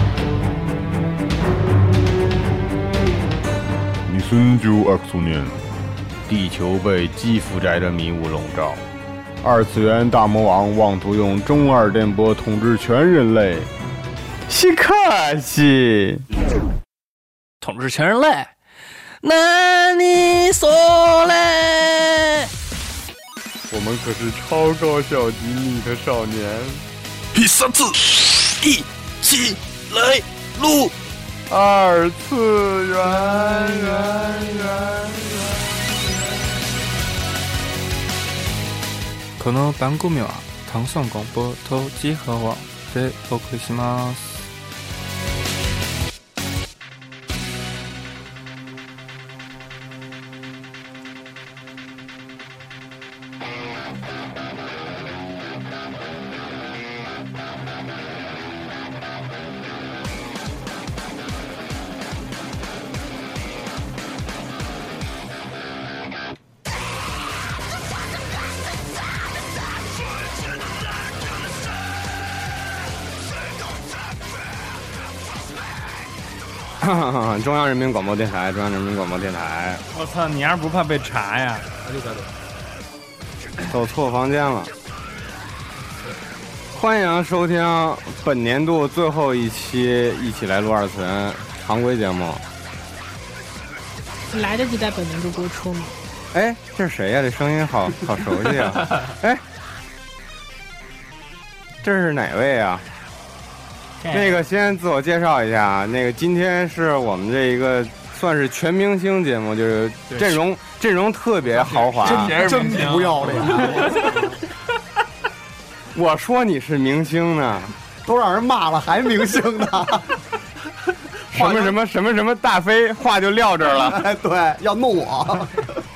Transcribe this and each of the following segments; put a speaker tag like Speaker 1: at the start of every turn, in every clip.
Speaker 1: 啊
Speaker 2: 1925年，地球被基辅宅的迷雾笼罩，二次元大魔王妄图用中二电波统治全人类。西卡西，
Speaker 3: 统治全人类。那你说嘞？
Speaker 2: 我们可是超高校级逆特少年。
Speaker 3: 第三次，一起来录。
Speaker 2: 二次元，元元
Speaker 4: この番組は単村广播と集合网でお送りします。
Speaker 2: 中央人民广播电台，中央人民广播电台，
Speaker 5: 我操，你丫不怕被查呀？
Speaker 2: 走错房间了。欢迎收听本年度最后一期《一起来录二次元》常规节目。
Speaker 6: 来得及在本年度播出吗？
Speaker 2: 哎，这是谁呀、这声音好好熟悉啊！哎，这是哪位啊？那个先自我介绍一下啊，那个今天是我们这一个算是全明星节目，就是阵容阵容特别豪华。
Speaker 7: 啊
Speaker 2: 啊
Speaker 5: 真不要脸，
Speaker 2: 我说你是明星呢，
Speaker 7: 都让人骂了还明星呢，
Speaker 2: 什么什么什么什么大飞，话就撂这儿了。
Speaker 7: 哎，对，要弄我，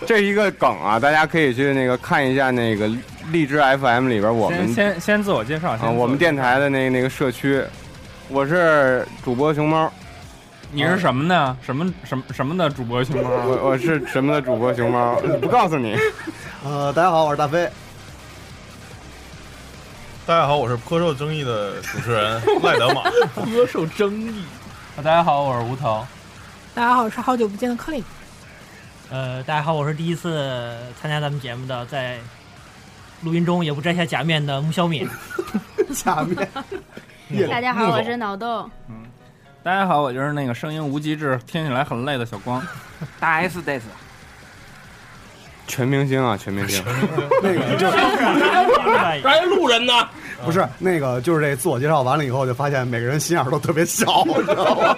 Speaker 2: 这是一个梗啊，大家可以去那个看一下那个荔枝 FM 里边我
Speaker 5: 先
Speaker 2: 们
Speaker 5: 先先自我介绍，先自
Speaker 2: 啊
Speaker 5: 我
Speaker 2: 我们电台的那那个社区，我是主播熊猫。
Speaker 5: 你是什么呢？什么什么什么的主播熊猫？
Speaker 2: 我我是什么的主播熊猫，不告诉你。
Speaker 7: 呃，大家好，我是大飞，
Speaker 8: 大家好，我是颇受争议的主持人赖德玛。
Speaker 3: 颇受争议。
Speaker 5: 大家好，我是吴腾。
Speaker 6: 大家好，我是好久不见的克里。
Speaker 9: 呃，大家好，我是第一次参加咱们节目的，在录音中也不摘下假面的穆 小敏。
Speaker 7: 下面
Speaker 10: 大家好，我是脑豆。
Speaker 5: 大家好，我就是那个声音无机制，听起来很累的小光。
Speaker 3: 大 S 大 S，
Speaker 2: 全明星啊，全明星！
Speaker 7: 那个 就
Speaker 9: 哎，
Speaker 7: 不是那个，就是这自我介绍完了以后，就发现每个人心眼儿都特别小， 你知道吗？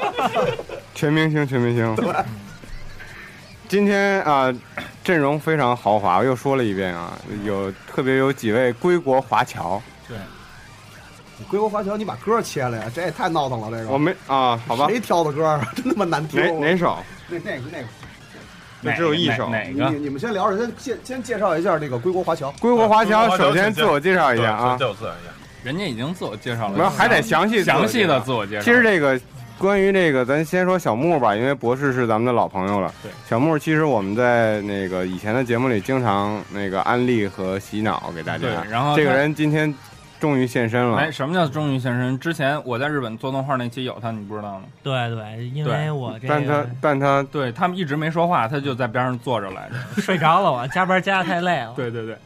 Speaker 2: 全明星，全明星。今天啊、阵容非常豪华，我又说了一遍啊，有特别有几位归国华侨。
Speaker 7: 归国华侨，你把歌切了呀，这也太闹腾了，这个
Speaker 2: 我没啊，好吧，
Speaker 7: 谁挑的歌儿 真他妈难听
Speaker 2: 哪。哪首？
Speaker 7: 那那个那
Speaker 2: 就
Speaker 7: 个，
Speaker 2: 只有一首。
Speaker 5: 哪哪
Speaker 7: 你
Speaker 5: 个？
Speaker 7: 你们先聊着，先先先介绍一下这个归国华侨。
Speaker 2: 归国华侨，
Speaker 8: 归国华侨
Speaker 2: 首先
Speaker 8: 请
Speaker 2: 自我介绍一下 啊，
Speaker 8: 对，我自然一下。
Speaker 5: 人家已经自我介绍
Speaker 2: 我们
Speaker 5: 了，
Speaker 2: 还得详细
Speaker 5: 详细的
Speaker 2: 自
Speaker 5: 自
Speaker 2: 我
Speaker 5: 我
Speaker 2: 介
Speaker 5: 介绍。
Speaker 2: 绍。其实这个关于这个，咱先说小木吧，因为博士是咱们的老朋友了。
Speaker 5: 对，
Speaker 2: 小木其实我们在那个以前的节目里经常那个安利和洗脑给大家。
Speaker 5: 对，然后
Speaker 2: 这个
Speaker 5: 他。
Speaker 2: 人今天终于现身
Speaker 5: 哎，
Speaker 2: 了。
Speaker 5: 什么叫终于现身？之前我在日本做动画那期有他，你不知道吗？
Speaker 9: 对对，因
Speaker 5: 对
Speaker 9: 为我这
Speaker 2: 但他
Speaker 9: 个
Speaker 2: 但他
Speaker 5: 对他们一直没说话，他就在边上坐着来着。
Speaker 9: 睡着了，我加班加的太累了。嗯
Speaker 5: 对对对，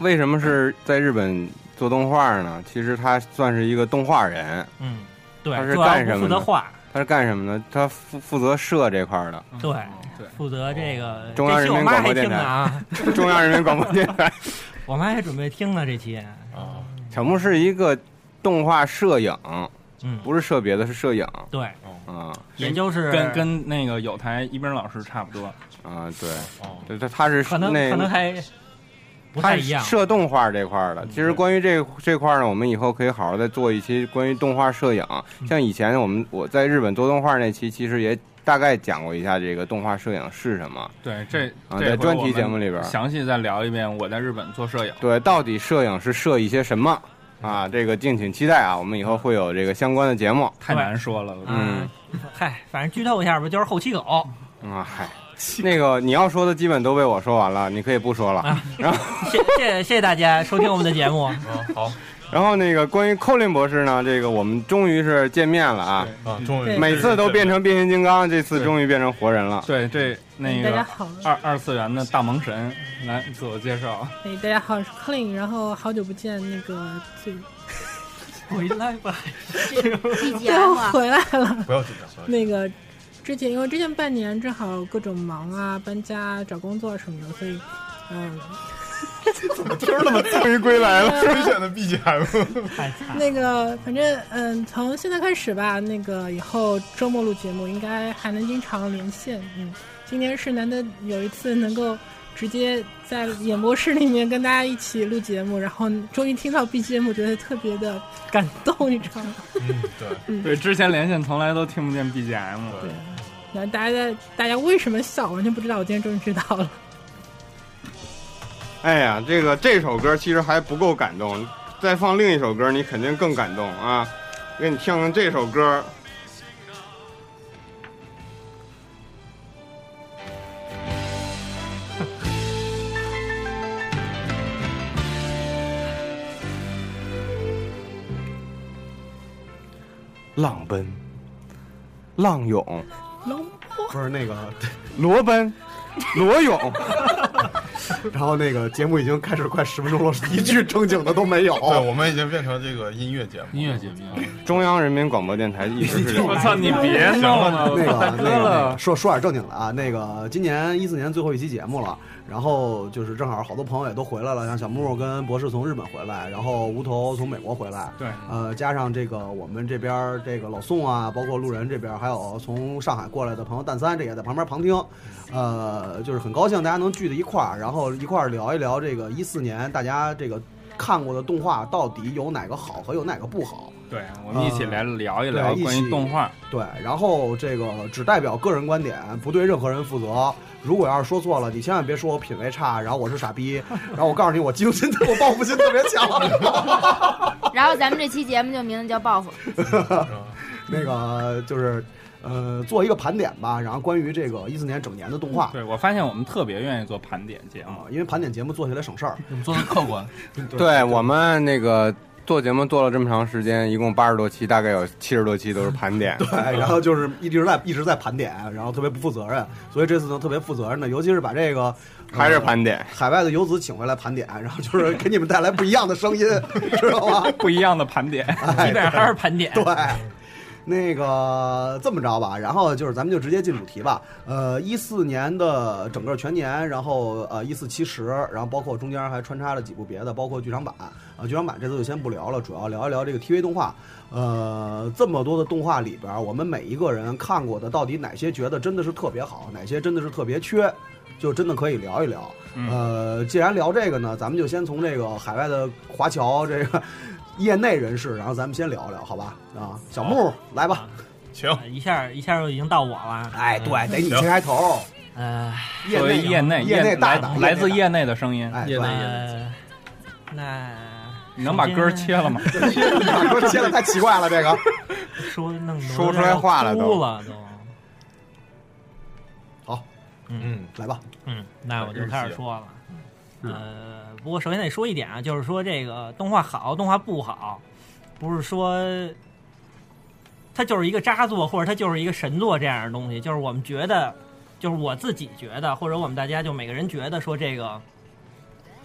Speaker 2: 为什么是在日本做动画呢？其实他算是一个动画人，
Speaker 9: 嗯，
Speaker 2: 他
Speaker 9: 对，
Speaker 2: 是
Speaker 9: 主
Speaker 2: 干
Speaker 9: 要
Speaker 2: 什么
Speaker 9: 不负
Speaker 2: 的
Speaker 9: 责画，
Speaker 2: 他是干什么呢？他负负责社这块儿的
Speaker 9: 对
Speaker 5: 对，
Speaker 9: 负责这个。
Speaker 2: 中央
Speaker 9: 这期
Speaker 2: 人民
Speaker 9: 我妈
Speaker 2: 广播
Speaker 9: 还
Speaker 2: 电
Speaker 9: 听呢
Speaker 2: 台
Speaker 9: 啊，
Speaker 2: 中央人民广播电台。 哦
Speaker 9: 我妈还准备听呢这期。
Speaker 8: 啊，
Speaker 2: 小木是一个动画摄影，
Speaker 9: 嗯，
Speaker 2: 不是摄别的，是摄影
Speaker 9: 对，
Speaker 2: 啊
Speaker 9: 也就是
Speaker 5: 跟跟那个有台一斌老师差不多。
Speaker 2: 啊，对，
Speaker 8: 哦，
Speaker 2: 对他他是
Speaker 9: 可能
Speaker 2: 那
Speaker 9: 可能还不
Speaker 2: 他
Speaker 9: 太
Speaker 2: 是
Speaker 9: 一样。嗯
Speaker 2: 摄动画这块儿的，其实关于这这块儿呢，我们以后可以好好再做一期关于动画摄影。
Speaker 9: 嗯
Speaker 2: 像以前我们我在日本做动画那期，其实也大概讲过一下这个动画摄影是什么。
Speaker 5: 对，这
Speaker 2: 啊
Speaker 5: 这
Speaker 2: 在
Speaker 5: 回
Speaker 2: 专题
Speaker 5: 我们
Speaker 2: 节目里边
Speaker 5: 详细再聊一遍我在日本做摄影。
Speaker 2: 对，到底摄影是摄一些什么啊？这个敬请期待啊！我们以后会有这个相关的节目。
Speaker 5: 太难说了，我觉得
Speaker 9: 嗯，嗨，反正剧透一下吧，就是后期狗，
Speaker 2: 啊，嗨，那个你要说的基本都被我说完了，你可以不说了。
Speaker 9: 啊谢谢谢谢大家收听我们的节目。
Speaker 2: 哦
Speaker 8: 嗯，好，
Speaker 2: 然后那个关于寇林博士呢，这个我们终于是见面了啊！
Speaker 8: 啊，终于
Speaker 2: 每次都变成变形金刚，这次终于变成活人了。
Speaker 5: 对这那
Speaker 6: 嗯大家
Speaker 5: 个
Speaker 6: 好，
Speaker 5: 二二次元的大萌神来自我介绍。
Speaker 6: 哎，大家好，我是 Clean，然后好久不见，那个最
Speaker 9: 回来 吧，
Speaker 6: 又
Speaker 10: BGM 啊，
Speaker 6: 回来了。
Speaker 8: 不要紧张不要紧
Speaker 6: 那个之前因为之前半年正好各种忙啊，搬家、找工作什么的，所以 嗯，
Speaker 1: 终于归来了。
Speaker 8: 张。推选的 BGM，
Speaker 9: 太惨了。
Speaker 6: 那个反正嗯，从现在开始吧，那个以后周末录节目应该还能经常连线。嗯，今天是难得有一次能够。直接在演播室里面跟大家一起录节目，然后终于听到 BGM，觉得特别的感动，你知道吗？
Speaker 8: 嗯，对，
Speaker 5: 对，之前连线从来都听不见 BGM。
Speaker 6: 嗯
Speaker 8: 对
Speaker 6: 然后大家在大家为什么笑，完全不知道，我今天终于知道了。
Speaker 1: 哎呀，这个这首歌其实还不够感动，再放另一首歌，你肯定更感动啊！给你听听这首歌。 浪奔，浪涌，
Speaker 7: 不是那个，
Speaker 1: 罗奔，罗涌。
Speaker 7: 然后那个节目已经开始快十分钟了， 一句正经的都没有。
Speaker 8: 对，我们已经变成这个音乐节目。
Speaker 5: 音乐节目，
Speaker 1: 中央人 民广播电台一直是这
Speaker 5: 我
Speaker 1: 样。
Speaker 5: 操，你别弄了，
Speaker 7: 那
Speaker 5: 我
Speaker 7: 个
Speaker 5: 大
Speaker 7: 那个
Speaker 5: 哥
Speaker 7: 那个
Speaker 5: 了。
Speaker 7: 说说点正经的啊，那个今年一四年最后一期节目了，然后就是正好好多朋友也都回来了，像小木跟博士从日本回来，然后无头从美国回来，
Speaker 5: 对，
Speaker 7: 呃，加上这个我们这边儿这个老宋啊，包括路人这边儿，还有从上海过来的朋友蛋三，这也在旁边旁听，呃，就是很高兴大家能聚在一块儿，然后一块儿聊一聊这个一四年大家这个看过的动画到底有哪个好和有哪个不好。
Speaker 5: 对，我们一起来聊一
Speaker 7: 嗯对
Speaker 5: 聊
Speaker 7: 一起
Speaker 5: 关于动画。
Speaker 7: 对，然后这个只代表个人观点，不对任何人负责。如果要是说错了，你千万别说我品味差，然后我是傻逼，然后我告诉你我嫉妒心， 我报复心特别强。
Speaker 10: 然后咱们这期节目就名字叫报复，
Speaker 7: 那个就是，呃，做一个盘点吧，然后关于这个一四年整年的动画。
Speaker 5: 对，我发现我们特别愿意做 盘点节目
Speaker 7: 啊，，因为盘点节目做起来省事儿，
Speaker 11: 你们做的客观，
Speaker 1: 对我们那个做节目做了这么长时间，一共八十多期，大概有七十多期都是盘点。
Speaker 7: 哎，然后就是一直在一直在盘点，然后特别不负责任，所以这次呢特别负责任的，尤其是把这个
Speaker 1: 还是
Speaker 7: 呃
Speaker 1: 盘点，
Speaker 7: 海外的游子请回来盘点，然后就是给你们带来不一样的声音，知道吗？
Speaker 5: 不一样的盘点。
Speaker 9: 基本上还是盘点。
Speaker 7: 哎对，那个这么着吧，然后就是咱们就直接进主题吧。呃，一四年的整个全年，然后呃一四七十，然后包括中间还穿插了几部别的，包括剧场版。呃，剧场版这次就先不聊了，主要聊一聊这个 TV 动画。呃，这么多的动画里边儿，我们每一个人看过的，到底哪些觉得真的是特别好，哪些真的是特别缺，就真的可以聊一聊。呃，既然聊这个呢，咱们就先从这个海外的华侨这个 业内人士，然后咱们先聊聊，好吧？
Speaker 2: 哦
Speaker 7: 啊，小木来吧。
Speaker 8: 行，
Speaker 9: 呃一下一下就已经到我了。
Speaker 7: 哎，对，得你先开头。
Speaker 9: 呃，
Speaker 7: 业
Speaker 5: 作为
Speaker 7: 内
Speaker 5: 业内，
Speaker 7: 业内大
Speaker 5: 来
Speaker 7: 党，
Speaker 5: 来自
Speaker 7: 业内
Speaker 5: 业内的声音
Speaker 7: 大，党，哎，
Speaker 11: 业
Speaker 7: 对，
Speaker 11: 内
Speaker 9: 呃，那
Speaker 5: 你能把歌儿切了吗？
Speaker 7: 你 说切的太奇怪了，这个。
Speaker 9: 说弄得
Speaker 1: 说出来话了
Speaker 9: 我
Speaker 1: 都
Speaker 9: 哭了都。
Speaker 7: 好，
Speaker 8: 嗯，
Speaker 7: 来吧，啊
Speaker 9: 嗯，那我就开始说了。呃，不过首先得说一点啊，就是说这个动画好，动画不好，不是说它就是一个渣作或者它就是一个神作这样的东西，就是我们觉得，就是我自己觉得，或者我们大家就每个人觉得说这个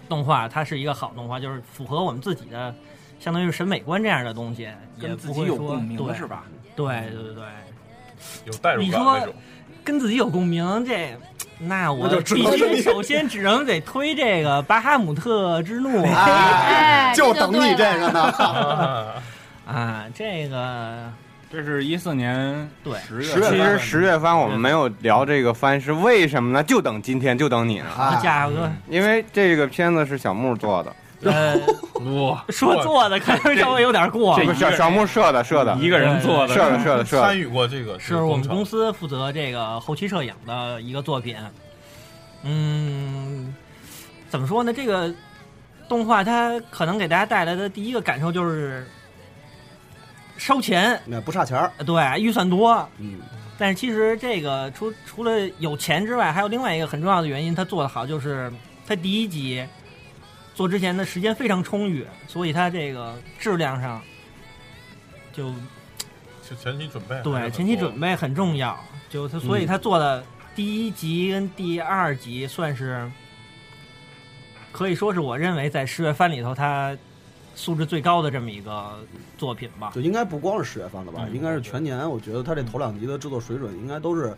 Speaker 9: 动画它是一个好动画，就是符合我们自己的。相当于是审美观这样的东西，也
Speaker 11: 跟自
Speaker 9: 不
Speaker 11: 己
Speaker 9: 会
Speaker 11: 有
Speaker 9: 说
Speaker 11: 共鸣
Speaker 9: 对
Speaker 11: 是吧？
Speaker 9: 对对对对，
Speaker 8: 有代入
Speaker 9: 你
Speaker 8: 感
Speaker 9: 说
Speaker 8: 那种。
Speaker 9: 跟自己有共鸣，这那我
Speaker 7: 那就只
Speaker 9: 必
Speaker 7: 能是
Speaker 9: 须
Speaker 7: 你
Speaker 9: 首先只能得推这个《巴哈姆特之怒》啊
Speaker 10: 哎，
Speaker 7: 就
Speaker 10: 这
Speaker 7: 等
Speaker 10: 对
Speaker 7: 你这
Speaker 10: 了
Speaker 7: 个呢。
Speaker 8: 啊
Speaker 9: 啊，这个
Speaker 5: 这是一四年
Speaker 9: 对
Speaker 5: 十月
Speaker 1: 其实 十月番我们没有聊这个番是为什么呢？就等今天，就等你呢，
Speaker 9: 好
Speaker 7: 哎
Speaker 9: 家伙，
Speaker 1: 因为这个片子是小木做的，
Speaker 9: 呃，
Speaker 5: 哇，
Speaker 9: 说做的可能稍微有点过
Speaker 5: 这
Speaker 1: 不
Speaker 9: 了
Speaker 5: 个
Speaker 1: 是小小木设的，设的，
Speaker 5: 一个人做的，
Speaker 1: 设的，设的，设 的。
Speaker 8: 参与过这个，
Speaker 9: 呃是我们公司负责这个后期摄影的一个作品。嗯，怎么说呢？这个动画它可能给大家带来的第一个感受就是烧钱，呃
Speaker 7: 那不差钱儿，
Speaker 9: 对，预算多，
Speaker 7: 嗯，
Speaker 9: 但是其实这个除除了有钱之外，还有另外一个很重要的原因，他做的好就是他第一集做之前的时间非常充裕，所以他这个质量上就
Speaker 8: 就前期准备，
Speaker 9: 对前期准
Speaker 8: 备，
Speaker 9: 备很重要，就他所以他做的第一集跟第二集算是可以说是我认为在十月番里头它素质最高的这么一个作品吧。
Speaker 7: 就应该不光是十月份的吧，
Speaker 9: 啊嗯
Speaker 7: 应该是全年。我觉得他这头两集的制作水准应该都是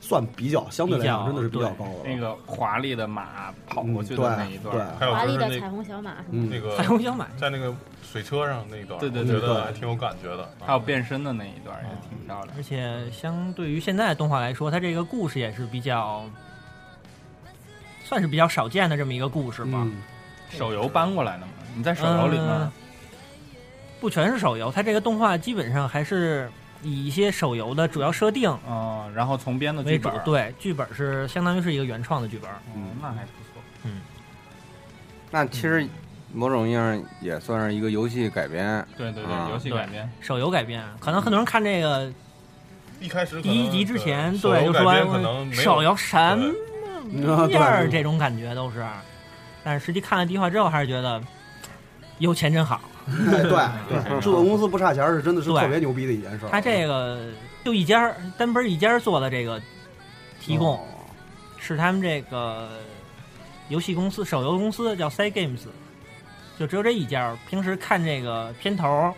Speaker 7: 算比较相对来
Speaker 9: 比
Speaker 7: 讲
Speaker 9: 较
Speaker 7: 真的是比较高的
Speaker 5: 那
Speaker 7: 了。
Speaker 5: 个华丽的马跑过去的那一段，
Speaker 7: 嗯
Speaker 8: 还有
Speaker 10: 华丽
Speaker 8: 就
Speaker 10: 的
Speaker 8: 是
Speaker 10: 彩虹小马是吗？
Speaker 7: 对，嗯，
Speaker 8: 那那个
Speaker 9: 彩虹小马
Speaker 8: 在那个水车上那一段，
Speaker 5: 对对
Speaker 8: 我
Speaker 5: 对
Speaker 8: 觉得
Speaker 7: 对
Speaker 8: 还挺有感觉的。啊
Speaker 5: 还有变身的那一段也挺漂亮。
Speaker 9: 而且相对于现在的动画来说，它这个故事也是比较，算是比较少见的这么一个故事吧。
Speaker 7: 嗯
Speaker 5: 手游搬过来的嘛？你在手游里
Speaker 9: 呃
Speaker 5: 吗？
Speaker 9: 不全是手游，它这个动画基本上还是以一些手游的主要设定
Speaker 5: 嗯，然后从编的
Speaker 9: 为
Speaker 5: 剧
Speaker 9: 主
Speaker 5: 本，，
Speaker 9: 对，剧本是相当于是一个原创的剧本。
Speaker 5: 嗯，那还不错。
Speaker 2: 那其实某种意义上也算是一个游戏改编，
Speaker 5: 对对
Speaker 2: 啊
Speaker 5: 对，游戏改编，
Speaker 9: 手游改编，可能很多人看这个
Speaker 8: 嗯一开始可
Speaker 9: 第
Speaker 8: 能
Speaker 9: 一集之前，
Speaker 8: 手游
Speaker 9: 对，就
Speaker 8: 改
Speaker 9: 说
Speaker 8: 编可能
Speaker 9: 哎
Speaker 8: 没有
Speaker 9: 手游什么
Speaker 7: 啊
Speaker 9: 样儿，
Speaker 7: 对
Speaker 9: 这种感觉都是。但是实际看了第一话之后，还是觉得有钱真好。
Speaker 7: 哎 对 对，制作公司不差钱儿是真的是
Speaker 9: 对
Speaker 7: 特别牛逼的一件事儿。啊
Speaker 9: 他这个就一家儿单本儿一家儿做的这个提供，是他们这个游戏公司手游公司叫 Side Games，就只有这一家儿。平时看这个片头儿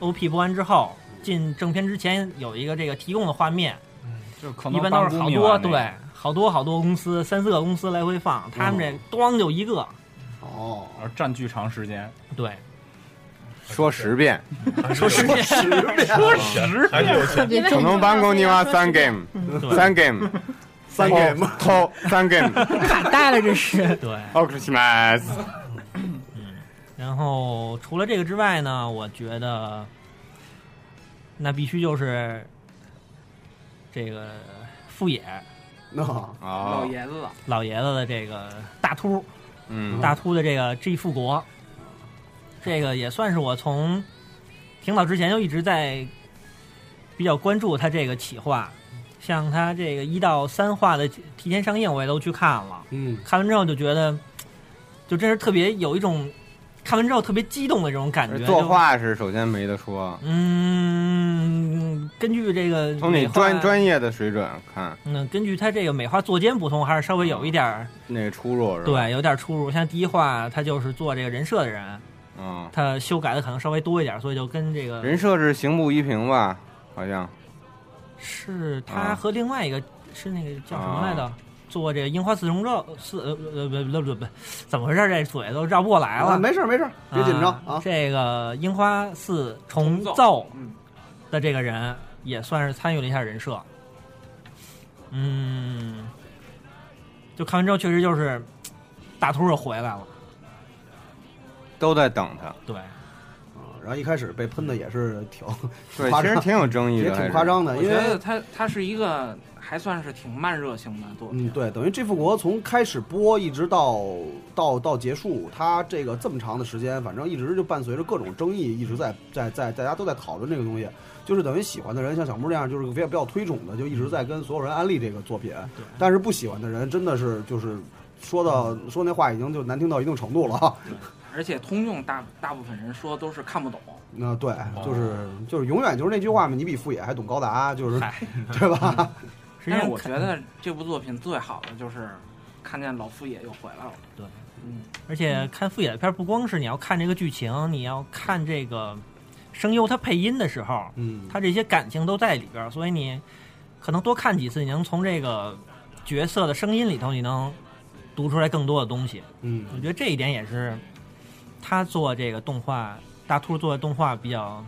Speaker 9: ，OP 播完之后进正片之前有一个这个提供的画面，
Speaker 5: 就是可能
Speaker 9: 一般都是好
Speaker 5: 帮公民
Speaker 9: 多
Speaker 5: 玩那个
Speaker 9: 对好多好多公司三四个公司来回放，他们这咣就一个，
Speaker 7: 哦，
Speaker 5: 嗯而占据长时间，
Speaker 9: 对，
Speaker 2: 说十 遍，
Speaker 8: 说十遍，
Speaker 7: 十遍
Speaker 8: 十还是有钱。
Speaker 10: 因为
Speaker 2: 可能搬
Speaker 10: 公
Speaker 2: 公你妈三 game，三
Speaker 6: 嗯
Speaker 2: game， 哦
Speaker 7: 三 game
Speaker 2: 偷三 game，
Speaker 6: 卡带了这是。
Speaker 9: 对。嗯
Speaker 2: 奥克西马斯，
Speaker 9: 然后除了这个之外呢，我觉得那必须就是这个富野
Speaker 7: 那
Speaker 2: 哦，
Speaker 10: 爷子了，
Speaker 9: 老爷子的这个大秃
Speaker 2: 嗯，
Speaker 9: 大秃的这个 G 复国，这个也算是我从挺早之前就一直在比较关注他这个企划，像他这个一到三话的提前上映，我也都去看了。
Speaker 7: 嗯
Speaker 9: 看完之后就觉得，就真是特别有一种看完之后特别激动的这种感觉。
Speaker 2: 作
Speaker 9: 就
Speaker 2: 画 是首先没得说，
Speaker 9: 嗯，根据这个
Speaker 2: 从你
Speaker 9: 美化
Speaker 2: 专专业的水准看，
Speaker 9: 嗯，根据它这个美化作监不同，还是稍微有一点儿、
Speaker 2: 那个出入是吧？
Speaker 9: 对，有点出入。像第一话，他就是做这个人设的人，
Speaker 2: 嗯，
Speaker 9: 他修改的可能稍微多一点，所以就跟这个
Speaker 2: 人设是刑部一平吧，好像
Speaker 9: 是他
Speaker 2: 啊
Speaker 9: 和另外一个、是那个叫什么来着？做这个樱花四重奏四呃呃不不不不，怎么回事儿？这嘴都绕不过来了。
Speaker 7: 啊，没事儿没事儿，别紧张啊。
Speaker 9: 这个樱花四重奏的这个人也算是参与了一下人设，嗯，就看完之后确实就是嘖大秃又回来了，
Speaker 2: 都在等他。
Speaker 9: 对，
Speaker 7: 然后一开始被喷的也是 挺
Speaker 2: 对，
Speaker 7: 夸
Speaker 2: 其
Speaker 7: 张
Speaker 2: 实挺有争议
Speaker 7: 也
Speaker 2: 的，还
Speaker 7: 挺
Speaker 2: 是
Speaker 7: 夸。张的，因为
Speaker 11: 他他是一个还算是挺慢热型的作
Speaker 7: 嗯，对，等于《这复国》从开始播一直到到到结束，它这个这么长的时间，反正一直就伴随着各种争议，一直在在在大家都在讨论这个东西。就是等于喜欢的人像小木这样，就是比较比较推崇的，就一直在跟所有人安利这个作品。但是不喜欢的人真的是就是说到说那话已经就难听到一定程度了。
Speaker 11: 而且通用大大部分人说都是看不懂，
Speaker 7: 那对，就是就是永远就是那句话嘛，你比富野还懂高达，就是对吧？
Speaker 9: 实际
Speaker 11: 但
Speaker 9: 上
Speaker 11: 是我觉
Speaker 9: 看，
Speaker 11: 得这部作品最好的就是看见老傅野又回来了。
Speaker 9: 对，
Speaker 11: 嗯，
Speaker 9: 而且看富野的片儿不光是你要看这个剧情，你要看这个声优他配音的时候，
Speaker 7: 嗯，
Speaker 9: 他这些感情都在里边儿，所以你可能多看几次，你能从这个角色的声音里头，你能读出来更多的东西。
Speaker 7: 嗯
Speaker 9: 我觉得这一点也是他做这个动画，大兔做的动画比较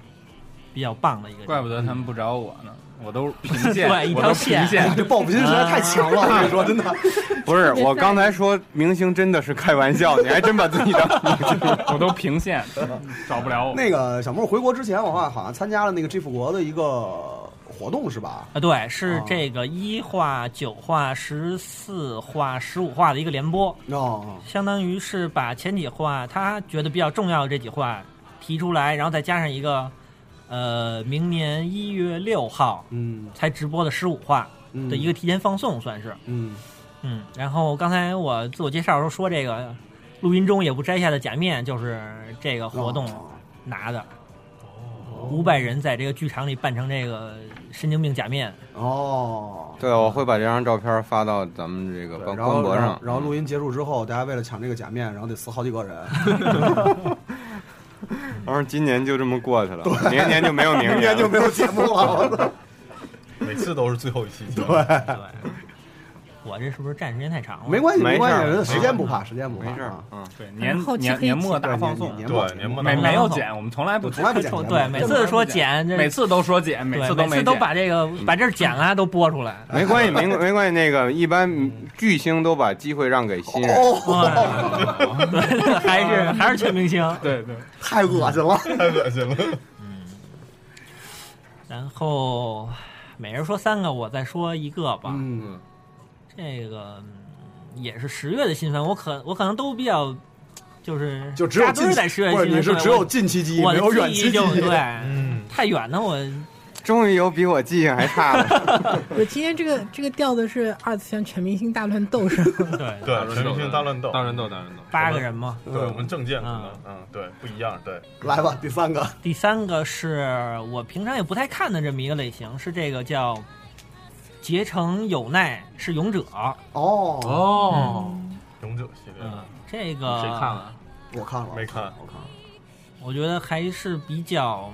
Speaker 9: 比较棒的一个地
Speaker 5: 怪
Speaker 9: 方。
Speaker 5: 不得他们不找我呢，我都是平
Speaker 9: 对
Speaker 5: 线，
Speaker 9: 一
Speaker 5: 我
Speaker 9: 条
Speaker 5: 都平
Speaker 9: 线
Speaker 5: 线。
Speaker 7: 这 报复心实在太强了，我跟你说，真的。
Speaker 2: 不是，我刚才说明星真的是开玩笑，你还真把自己当
Speaker 5: 我都平线，找不了
Speaker 2: 哦
Speaker 5: 我。
Speaker 7: 那个小莫回国之前，我好像好像参加了那个 G 复国的一个活动，是吧？
Speaker 9: 啊，对，
Speaker 7: 哦
Speaker 9: 是这个一话、九话、十四话、十五话的一个联播，
Speaker 7: 哦，
Speaker 9: 相当于是把前几话他觉得比较重要的这几话提出来，然后再加上一个，呃，明年一月六号
Speaker 7: 嗯
Speaker 9: 才直播的十五话
Speaker 7: 嗯
Speaker 9: 的一个提前放送，算是。
Speaker 7: 嗯
Speaker 9: 嗯，然后刚才我自我介绍的时候说这个录音中也不摘下的假面就是这个活动
Speaker 7: 哦
Speaker 9: 拿的。五百人在这个剧场里扮成这个神经病假面。
Speaker 7: 哦，
Speaker 2: 对，我会把这张照片发到咱们这个官
Speaker 7: 然
Speaker 2: 官
Speaker 7: 后
Speaker 2: 博
Speaker 7: 然后
Speaker 2: 上。
Speaker 7: 然
Speaker 9: 嗯
Speaker 7: 后录音结束之后，大家为了抢这个假面，然后得死好几个人。
Speaker 2: 然后今年就这么过去了，明年就没有明年了，
Speaker 7: 明年就没有节目了。我操
Speaker 8: 每次都是最后一期节目。
Speaker 7: 对
Speaker 9: 我这是不是站时间太长了？
Speaker 7: 没关系，
Speaker 2: 没
Speaker 7: 没
Speaker 2: 事儿
Speaker 7: 关系，
Speaker 2: 没
Speaker 7: 时
Speaker 2: 事儿
Speaker 7: 间不怕，时间不怕。
Speaker 2: 没事儿
Speaker 7: 啊，
Speaker 2: 嗯，
Speaker 5: 对年
Speaker 6: 后期
Speaker 5: 年
Speaker 6: 可以
Speaker 5: 年末
Speaker 6: 剪
Speaker 5: 大放
Speaker 7: 对
Speaker 5: 送，
Speaker 7: 年
Speaker 8: 对，年末
Speaker 5: 没
Speaker 8: 大
Speaker 5: 没有
Speaker 9: 放送
Speaker 5: 剪，我们从来不
Speaker 7: 从来不剪
Speaker 9: 抽
Speaker 7: 节目
Speaker 9: 对，每次说剪，这
Speaker 5: 每次都说剪，每
Speaker 9: 对
Speaker 5: 次
Speaker 9: 每
Speaker 5: 都
Speaker 9: 次
Speaker 5: 没
Speaker 9: 都
Speaker 5: 剪
Speaker 9: 把这个把这儿剪了都 播出来。
Speaker 2: 没关系，没没关系。那个一般巨星都把机会让给新人，
Speaker 7: 哦
Speaker 9: 对，对 还是还是全明星。
Speaker 5: 对对，
Speaker 7: 太恶心了。
Speaker 8: 太恶心了。
Speaker 9: 然后每人说三个，我再说一个吧。
Speaker 7: 嗯，
Speaker 9: 这个嗯也是十月的新番，我可我可能都比较就是
Speaker 7: 就只有
Speaker 9: 扎堆
Speaker 7: 近
Speaker 9: 儿在十月
Speaker 7: 不
Speaker 9: 的
Speaker 7: 是
Speaker 9: 新
Speaker 7: 你
Speaker 9: 番，
Speaker 7: 是只
Speaker 9: 我
Speaker 7: 有近期记忆，
Speaker 9: 我
Speaker 7: 没有
Speaker 9: 的
Speaker 7: 远
Speaker 9: 记
Speaker 7: 期
Speaker 9: 忆就
Speaker 7: 忆。
Speaker 9: 对，
Speaker 8: 嗯，
Speaker 9: 太远的我
Speaker 2: 终于有比我记性还差 的。
Speaker 6: 我今天这个这个调子是二次元全明星大乱斗是吗？
Speaker 9: 对
Speaker 8: 对，全明哎星大乱斗，
Speaker 11: 大乱斗，大乱斗。
Speaker 9: 八个人嘛。
Speaker 8: 对我们证件可能，嗯，对，不一样，对，
Speaker 7: 来吧，第三个，
Speaker 9: 第三个是我平常也不太看的这么一个类型，是这个叫《结城友奈是勇者》。
Speaker 7: 哦，
Speaker 11: 哦，
Speaker 8: 勇者系列
Speaker 9: 嗯，这个
Speaker 11: 谁看了？
Speaker 7: 我看了，
Speaker 8: 没看
Speaker 7: 我看了。
Speaker 9: 我觉得还是比较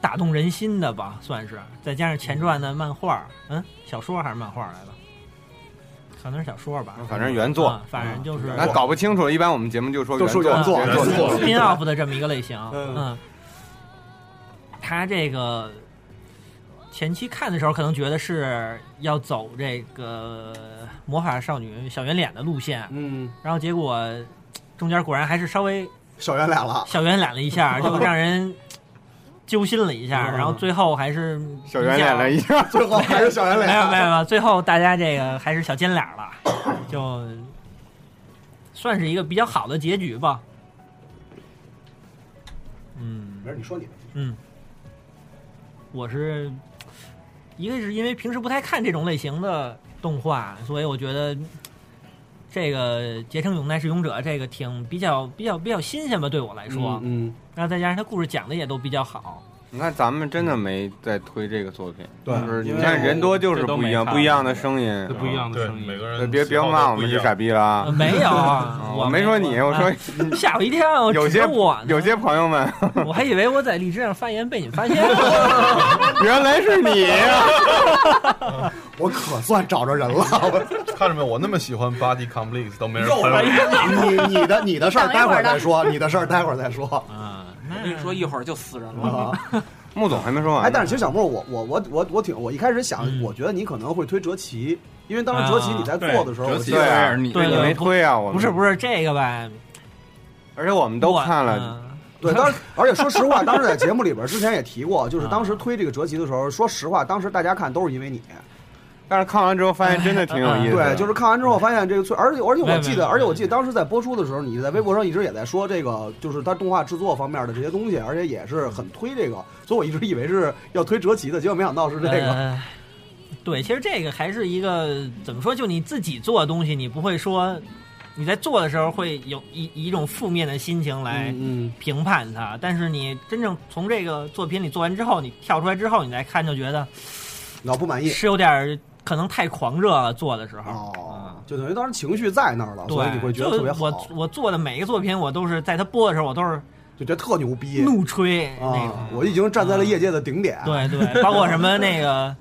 Speaker 9: 打动人心的吧，算是。再加上前传的漫画，嗯，小说还是漫画来的，可能是小说吧。
Speaker 2: 反正原作嗯
Speaker 9: 啊，反正就是
Speaker 2: 那搞不清楚，一般我们节目就说
Speaker 7: 就说原作
Speaker 2: 原作
Speaker 8: 原作
Speaker 9: spin off 的这么一个类型。
Speaker 7: 嗯
Speaker 9: 嗯，他这个前期看的时候，可能觉得是要走这个魔法少女小圆脸的路线，
Speaker 7: 嗯，
Speaker 9: 然后结果中间果然还是稍微
Speaker 7: 小圆脸了，
Speaker 9: 小圆脸了一下，就让人揪心了一下，
Speaker 7: 嗯
Speaker 9: 然后最后还是
Speaker 2: 小圆脸了嗯
Speaker 9: 一
Speaker 2: 一下，
Speaker 7: 最后还是小圆
Speaker 9: 没有没
Speaker 7: 脸。啊
Speaker 9: 有没有，最后大家这个还是小尖脸了， 就算是一个比较好的结局吧。嗯
Speaker 7: 没事，你说你的。
Speaker 9: 嗯，我是一个是因为平时不太看这种类型的动画，所以我觉得这个《结成永奈是勇者》这个挺比较比较比较新鲜吧，对我来说。
Speaker 7: 嗯，
Speaker 9: 然后再加上他故事讲的也都比较好，
Speaker 2: 你看咱们真的没在推这个作品，
Speaker 7: 对
Speaker 2: 就是你
Speaker 7: 因为
Speaker 2: 看人多就是
Speaker 5: 这都
Speaker 2: 不
Speaker 5: 没
Speaker 2: 一样，
Speaker 5: 看
Speaker 2: 不一样的声音
Speaker 11: 这，不一样的
Speaker 8: 对，
Speaker 11: 声
Speaker 8: 每
Speaker 11: 音。
Speaker 8: 个
Speaker 2: 对
Speaker 8: 人
Speaker 2: 别别骂我们是傻
Speaker 8: 逼，
Speaker 2: 逼
Speaker 9: 呃、
Speaker 2: 啦！
Speaker 9: 没有
Speaker 2: ，
Speaker 9: 啊
Speaker 2: 我没说你，我说
Speaker 9: 啊 吓我一跳，
Speaker 2: 有些
Speaker 9: 指着我呢
Speaker 2: 有些朋友们
Speaker 9: 我还以为我在荔枝上发言被你发现了，
Speaker 2: 原来是你
Speaker 7: 啊
Speaker 2: 呀！
Speaker 7: 我可算找着人了。
Speaker 8: 看着没有？我那么喜欢 Body Complex 都没人
Speaker 7: 肉
Speaker 9: 哎
Speaker 8: 拍我。
Speaker 7: 你你的你的事儿
Speaker 10: 等一
Speaker 7: 待
Speaker 10: 会
Speaker 7: 会
Speaker 10: 儿
Speaker 7: 儿
Speaker 10: 呢
Speaker 7: 再说，你的事儿待会儿再说。
Speaker 9: 啊，
Speaker 11: 我跟你说，一会儿就死人了。
Speaker 7: 啊，
Speaker 2: 穆总还没说完呢，
Speaker 7: 哎，但是其实小莫，我我我我我挺，我一开始想
Speaker 9: 嗯，啊
Speaker 7: 我觉得你可能会推哲奇，因为当时哲奇你在做的时候，
Speaker 5: 对
Speaker 7: 我
Speaker 5: 折
Speaker 7: 记
Speaker 5: 戟
Speaker 2: 对
Speaker 7: 得
Speaker 2: 啊
Speaker 5: 也是你
Speaker 9: 对
Speaker 2: 你
Speaker 9: 对
Speaker 2: 没推啊，我们
Speaker 9: 不是不是 这个吧，
Speaker 2: 而且 我们都
Speaker 9: 我
Speaker 2: 看了，，
Speaker 9: 嗯
Speaker 7: 对， 当时而且说实话，当时在节目里边儿之前也提过，就是当
Speaker 2: 嗯
Speaker 7: 时推这个哲奇的时候，说实话，当时大家看都是因为你，
Speaker 2: 但是看完之后发现真的挺有意思的。嗯
Speaker 7: 对，就是看完之后发现这个最，而且而且
Speaker 9: 没
Speaker 7: 我记
Speaker 9: 没
Speaker 7: 得，而且
Speaker 9: 没
Speaker 7: 我记得当时在播出的时候，你在微博上一直也在说这个，就是它动画制作方面的这些东西，而且也是
Speaker 2: 嗯
Speaker 7: 很推这个，所以我一直以为是要推折奇的，结果没想到是这
Speaker 2: 哎
Speaker 7: 个。
Speaker 9: 呃对，其实这个还是一个怎么说，就你自己做的东西，你不会说你在做的时候会有一一种负面的心情来
Speaker 7: 嗯，
Speaker 9: 评判它，但是你真正从这个作品里做完之后，你跳出来之后，你再看就 觉得
Speaker 7: 老不满意
Speaker 9: 是有点儿可能太狂热了，做的时候。
Speaker 7: 哦， 就等于当时情绪在那儿了，所以
Speaker 9: 对，
Speaker 7: 你会觉
Speaker 9: 就
Speaker 7: 得特别好，
Speaker 9: 我我做的每个作品，我都是在他播的时候，我都是
Speaker 7: 就觉得特牛逼
Speaker 9: 怒吹那种。
Speaker 7: 啊！我已经站在了业界的顶点，
Speaker 9: 对对，包括什么那个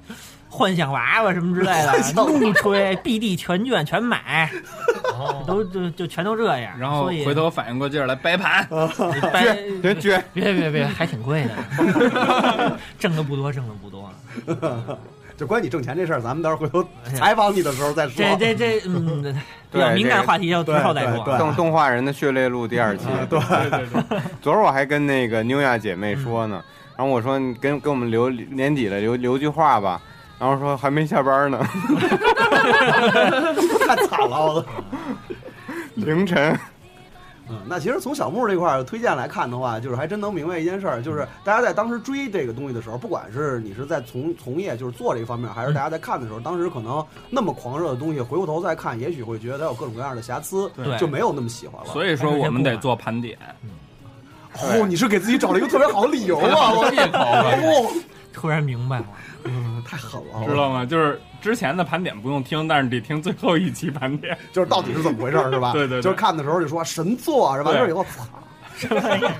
Speaker 9: 幻想娃娃什么之类的，怒吹 BD 全卷全买，都就就全都这样。
Speaker 5: 哦然后
Speaker 9: 所以
Speaker 5: 回头反应过劲儿来掰盘，
Speaker 7: 啊
Speaker 9: 你 掰
Speaker 2: 真绝，
Speaker 9: 别别别，还挺贵的， 挣的不多，挣的不多。
Speaker 7: 就关于你挣钱这事儿，咱们到时候回头采访你的时候再说。
Speaker 9: 这哎这这， 嗯， 比较
Speaker 2: 对
Speaker 9: 敏
Speaker 2: 这
Speaker 9: 感
Speaker 2: 个
Speaker 9: 话题要之后再
Speaker 7: 对
Speaker 9: 说。啊
Speaker 2: 动动画人的血泪路第二期。对对 对。昨儿我还跟那个妞亚姐妹说
Speaker 9: 嗯
Speaker 2: 呢，然后我说你跟跟我们留年底了留留句话吧，然后说还没下班 呢，
Speaker 7: 太惨了，我都。
Speaker 2: 凌晨。
Speaker 7: 嗯，那其实从小木这块儿推荐来看的话，就是还真能明白一件事儿，就是大家在当时追这个东西的时候，不管是你是在从从业就是做这个方面，还是大家在看的时候，当时可能那么狂热的东西，回过头再看，也许会觉得它有各种各样的瑕疵，
Speaker 9: 对
Speaker 7: 就没有那么喜欢了。
Speaker 9: 嗯
Speaker 5: 所以说我们得做盘点。
Speaker 7: 哦，你是给自己找了一个特别好的理 由啊！我
Speaker 5: 借口吧
Speaker 7: 哦，
Speaker 9: 突然明白了，
Speaker 7: 嗯，太狠了，
Speaker 5: 知道吗？就是之前的盘点不用听，但是得听最后一期盘点。
Speaker 7: 就是到底是怎么回事儿是吧？
Speaker 5: 对对对
Speaker 7: 就是看的时候就说神作啊，是吧？
Speaker 5: 对
Speaker 7: 完事儿以后， 操，
Speaker 9: 什么玩意儿？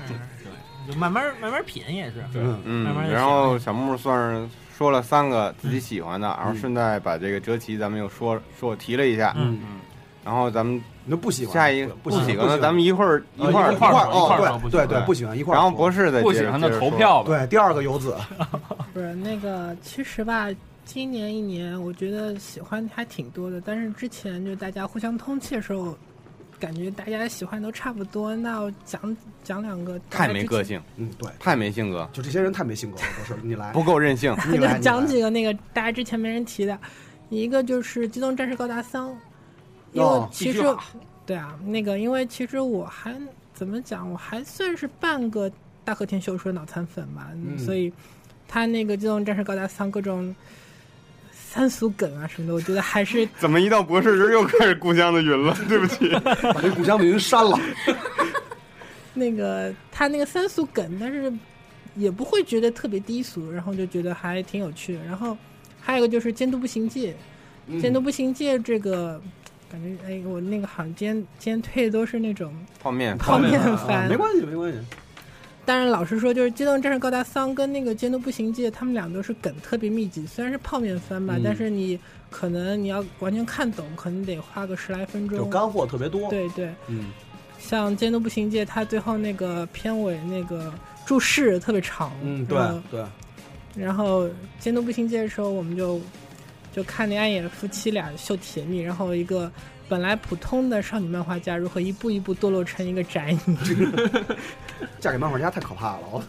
Speaker 9: 就慢慢慢慢品也是，
Speaker 7: 嗯
Speaker 9: 慢
Speaker 2: 嗯，
Speaker 9: 慢就
Speaker 2: 然
Speaker 9: 行
Speaker 2: 后小木算是说了三个自己喜欢的，然后顺带把这个哲奇咱们又说说提了一下，
Speaker 7: 嗯，
Speaker 2: 然后咱们
Speaker 7: 你就不喜欢
Speaker 2: 下一
Speaker 7: 不
Speaker 2: 不
Speaker 7: 喜
Speaker 2: 喜
Speaker 7: 欢
Speaker 2: 欢的，咱们一会儿
Speaker 7: 呃一
Speaker 2: 块
Speaker 7: 一块
Speaker 2: 儿，
Speaker 7: 儿
Speaker 5: 哦一块儿
Speaker 7: 哦
Speaker 5: 说不喜
Speaker 7: 对
Speaker 5: 欢
Speaker 7: 对对，不喜欢一块儿
Speaker 2: 然
Speaker 7: 说。
Speaker 2: 后博士再
Speaker 5: 不
Speaker 2: 接
Speaker 5: 喜
Speaker 2: 着
Speaker 5: 欢
Speaker 2: 接着
Speaker 5: 的投
Speaker 2: 说
Speaker 5: 票吧。
Speaker 7: 对第二个游 子，
Speaker 6: 不是那个，其实吧，今年一年我觉得喜欢还挺多的，但是之前就大家互相通气的时候，感觉大家喜欢都差不多。那我讲讲两个，
Speaker 2: 太没个
Speaker 6: 性，
Speaker 2: 性，
Speaker 7: 嗯，对，
Speaker 2: 太没性格，
Speaker 7: 就这些人太没性格了，博士，你来，
Speaker 2: 不够任 性。
Speaker 7: 你来，
Speaker 6: 就
Speaker 7: 你
Speaker 6: 讲
Speaker 7: 来
Speaker 6: 几个那个大家之前没人提的，一个就是《机动战士高达三》，因
Speaker 7: 哦
Speaker 6: 为其实、对啊，那个因为其实我还怎么讲，我还算是半个大和田秀树的脑残粉吧，
Speaker 7: 嗯
Speaker 6: 所以他那个《机动战士高达三》各种三俗梗啊什么的，我觉得还是
Speaker 2: 怎么一到博士这儿又开始故乡的云了？ 对不起，
Speaker 7: 把这故乡的云删了，
Speaker 6: 那个他那个三俗梗，但是也不会觉得特别低俗，然后就觉得还挺有趣的。然后还有一个就是《监督步行记》，
Speaker 7: 嗯
Speaker 6: 《监督步行记》这个感觉，哎，我那个好像今天今天推的都哎是那种，
Speaker 2: 泡面，
Speaker 6: 泡面
Speaker 7: 啊
Speaker 6: 烦
Speaker 7: 没关系，没关系，
Speaker 6: 当然老实说，就是《机动战士高达三》跟那个《监督步行记》，他们俩都是梗特别密集，虽然是泡面番吧，
Speaker 7: 嗯
Speaker 6: 但是你可能你要完全看懂，可能得花个十来分
Speaker 7: 就
Speaker 6: 钟。
Speaker 7: 干货特别多，
Speaker 6: 对对，
Speaker 7: 嗯，
Speaker 6: 像《监督步行记》，它最后那个片尾那个注释特别长，
Speaker 7: 嗯，
Speaker 6: 然后
Speaker 7: 对对，
Speaker 6: 然后监督步行街的时候，我们就就看那暗野夫妻俩秀甜蜜，然后一个本来普通的少女漫画家如何一步一步堕落成一个宅女，
Speaker 7: 嫁给漫画家太可怕了，
Speaker 2: 哦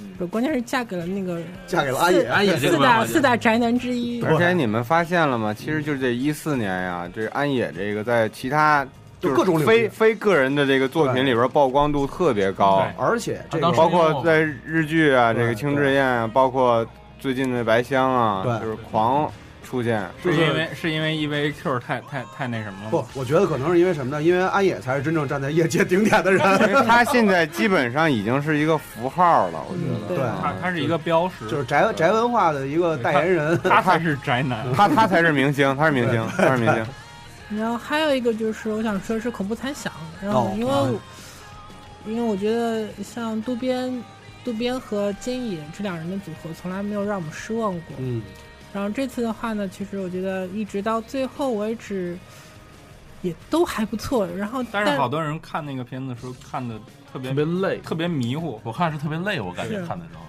Speaker 7: 我
Speaker 6: 不，关键是嫁给了那个
Speaker 7: 嫁给了安野，
Speaker 6: 四
Speaker 7: 安野
Speaker 6: 四大四大宅男之一。
Speaker 2: 而且你们发现了吗？其实就是这一四年呀，这安野这个在其他
Speaker 7: 就是各种领
Speaker 2: 非
Speaker 7: 域，
Speaker 2: 非个人的这个作品里边曝光度特别高，
Speaker 7: 哦而且这
Speaker 9: 当
Speaker 7: 个
Speaker 9: 时
Speaker 2: 包括在日剧啊，
Speaker 7: 对
Speaker 2: 这个《青之焰》啊，包括最近的《白香》啊，
Speaker 7: 对
Speaker 2: 就是狂出现。
Speaker 5: 是因为是因为 EVQ 太太太那什么了吗？
Speaker 7: 不，我觉得可能是因为什么呢？因为安野才是真正站在业界顶点的人，
Speaker 2: 因为他现在基本上已经是一个符号了，我觉得。
Speaker 6: 对
Speaker 7: 嗯对
Speaker 5: 他他是一个标识，
Speaker 7: 就是宅宅文化的一个代言人。
Speaker 5: 他才是宅男。
Speaker 2: 他他才是明星，他是明星，他是明星。
Speaker 6: 然后还有一个就是我想说是恐怖残响，然后
Speaker 7: 哦
Speaker 6: 因为
Speaker 7: 啊
Speaker 6: 我、因为我觉得像渡边渡边和菅野这两人的组合从来没有让我们失望过，
Speaker 7: 嗯，
Speaker 6: 然后这次的话呢，其实我觉得一直到最后为止，也都还不错。然后
Speaker 5: 但是好多人看那个片子的时候看的特别
Speaker 11: 特别累，
Speaker 5: 特别迷糊，
Speaker 11: 我看是特别累，我感觉
Speaker 6: 是
Speaker 11: 看的时候。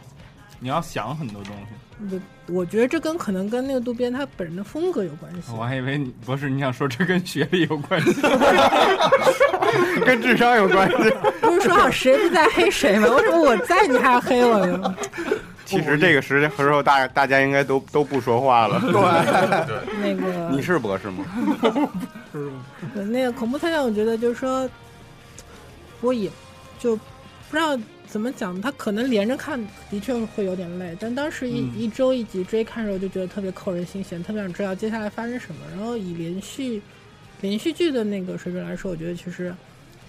Speaker 5: 你要想很多东西。
Speaker 6: 我我觉得这跟可能跟那个渡边他本人的风格有关系。
Speaker 5: 我还以为你不是你想说这跟学历有关 系，
Speaker 2: 跟智商有关系。
Speaker 6: 不是说好谁不在黑谁吗？为什么我在你还要黑我 呢？
Speaker 2: 其实这个时时候大大家应该都都不说话了。对，
Speaker 6: 那 个
Speaker 2: 你是博士吗？
Speaker 6: 对那个恐怖参展，我觉得就是说，我也就不知道怎么讲，他可能连着看的确会有点累，但当时一、
Speaker 11: 嗯
Speaker 6: 一周一集追看的时候，就觉得特别扣人心弦，特别想知道接下来发生什么。然后以连续连续剧的那个水准来说，我觉得其实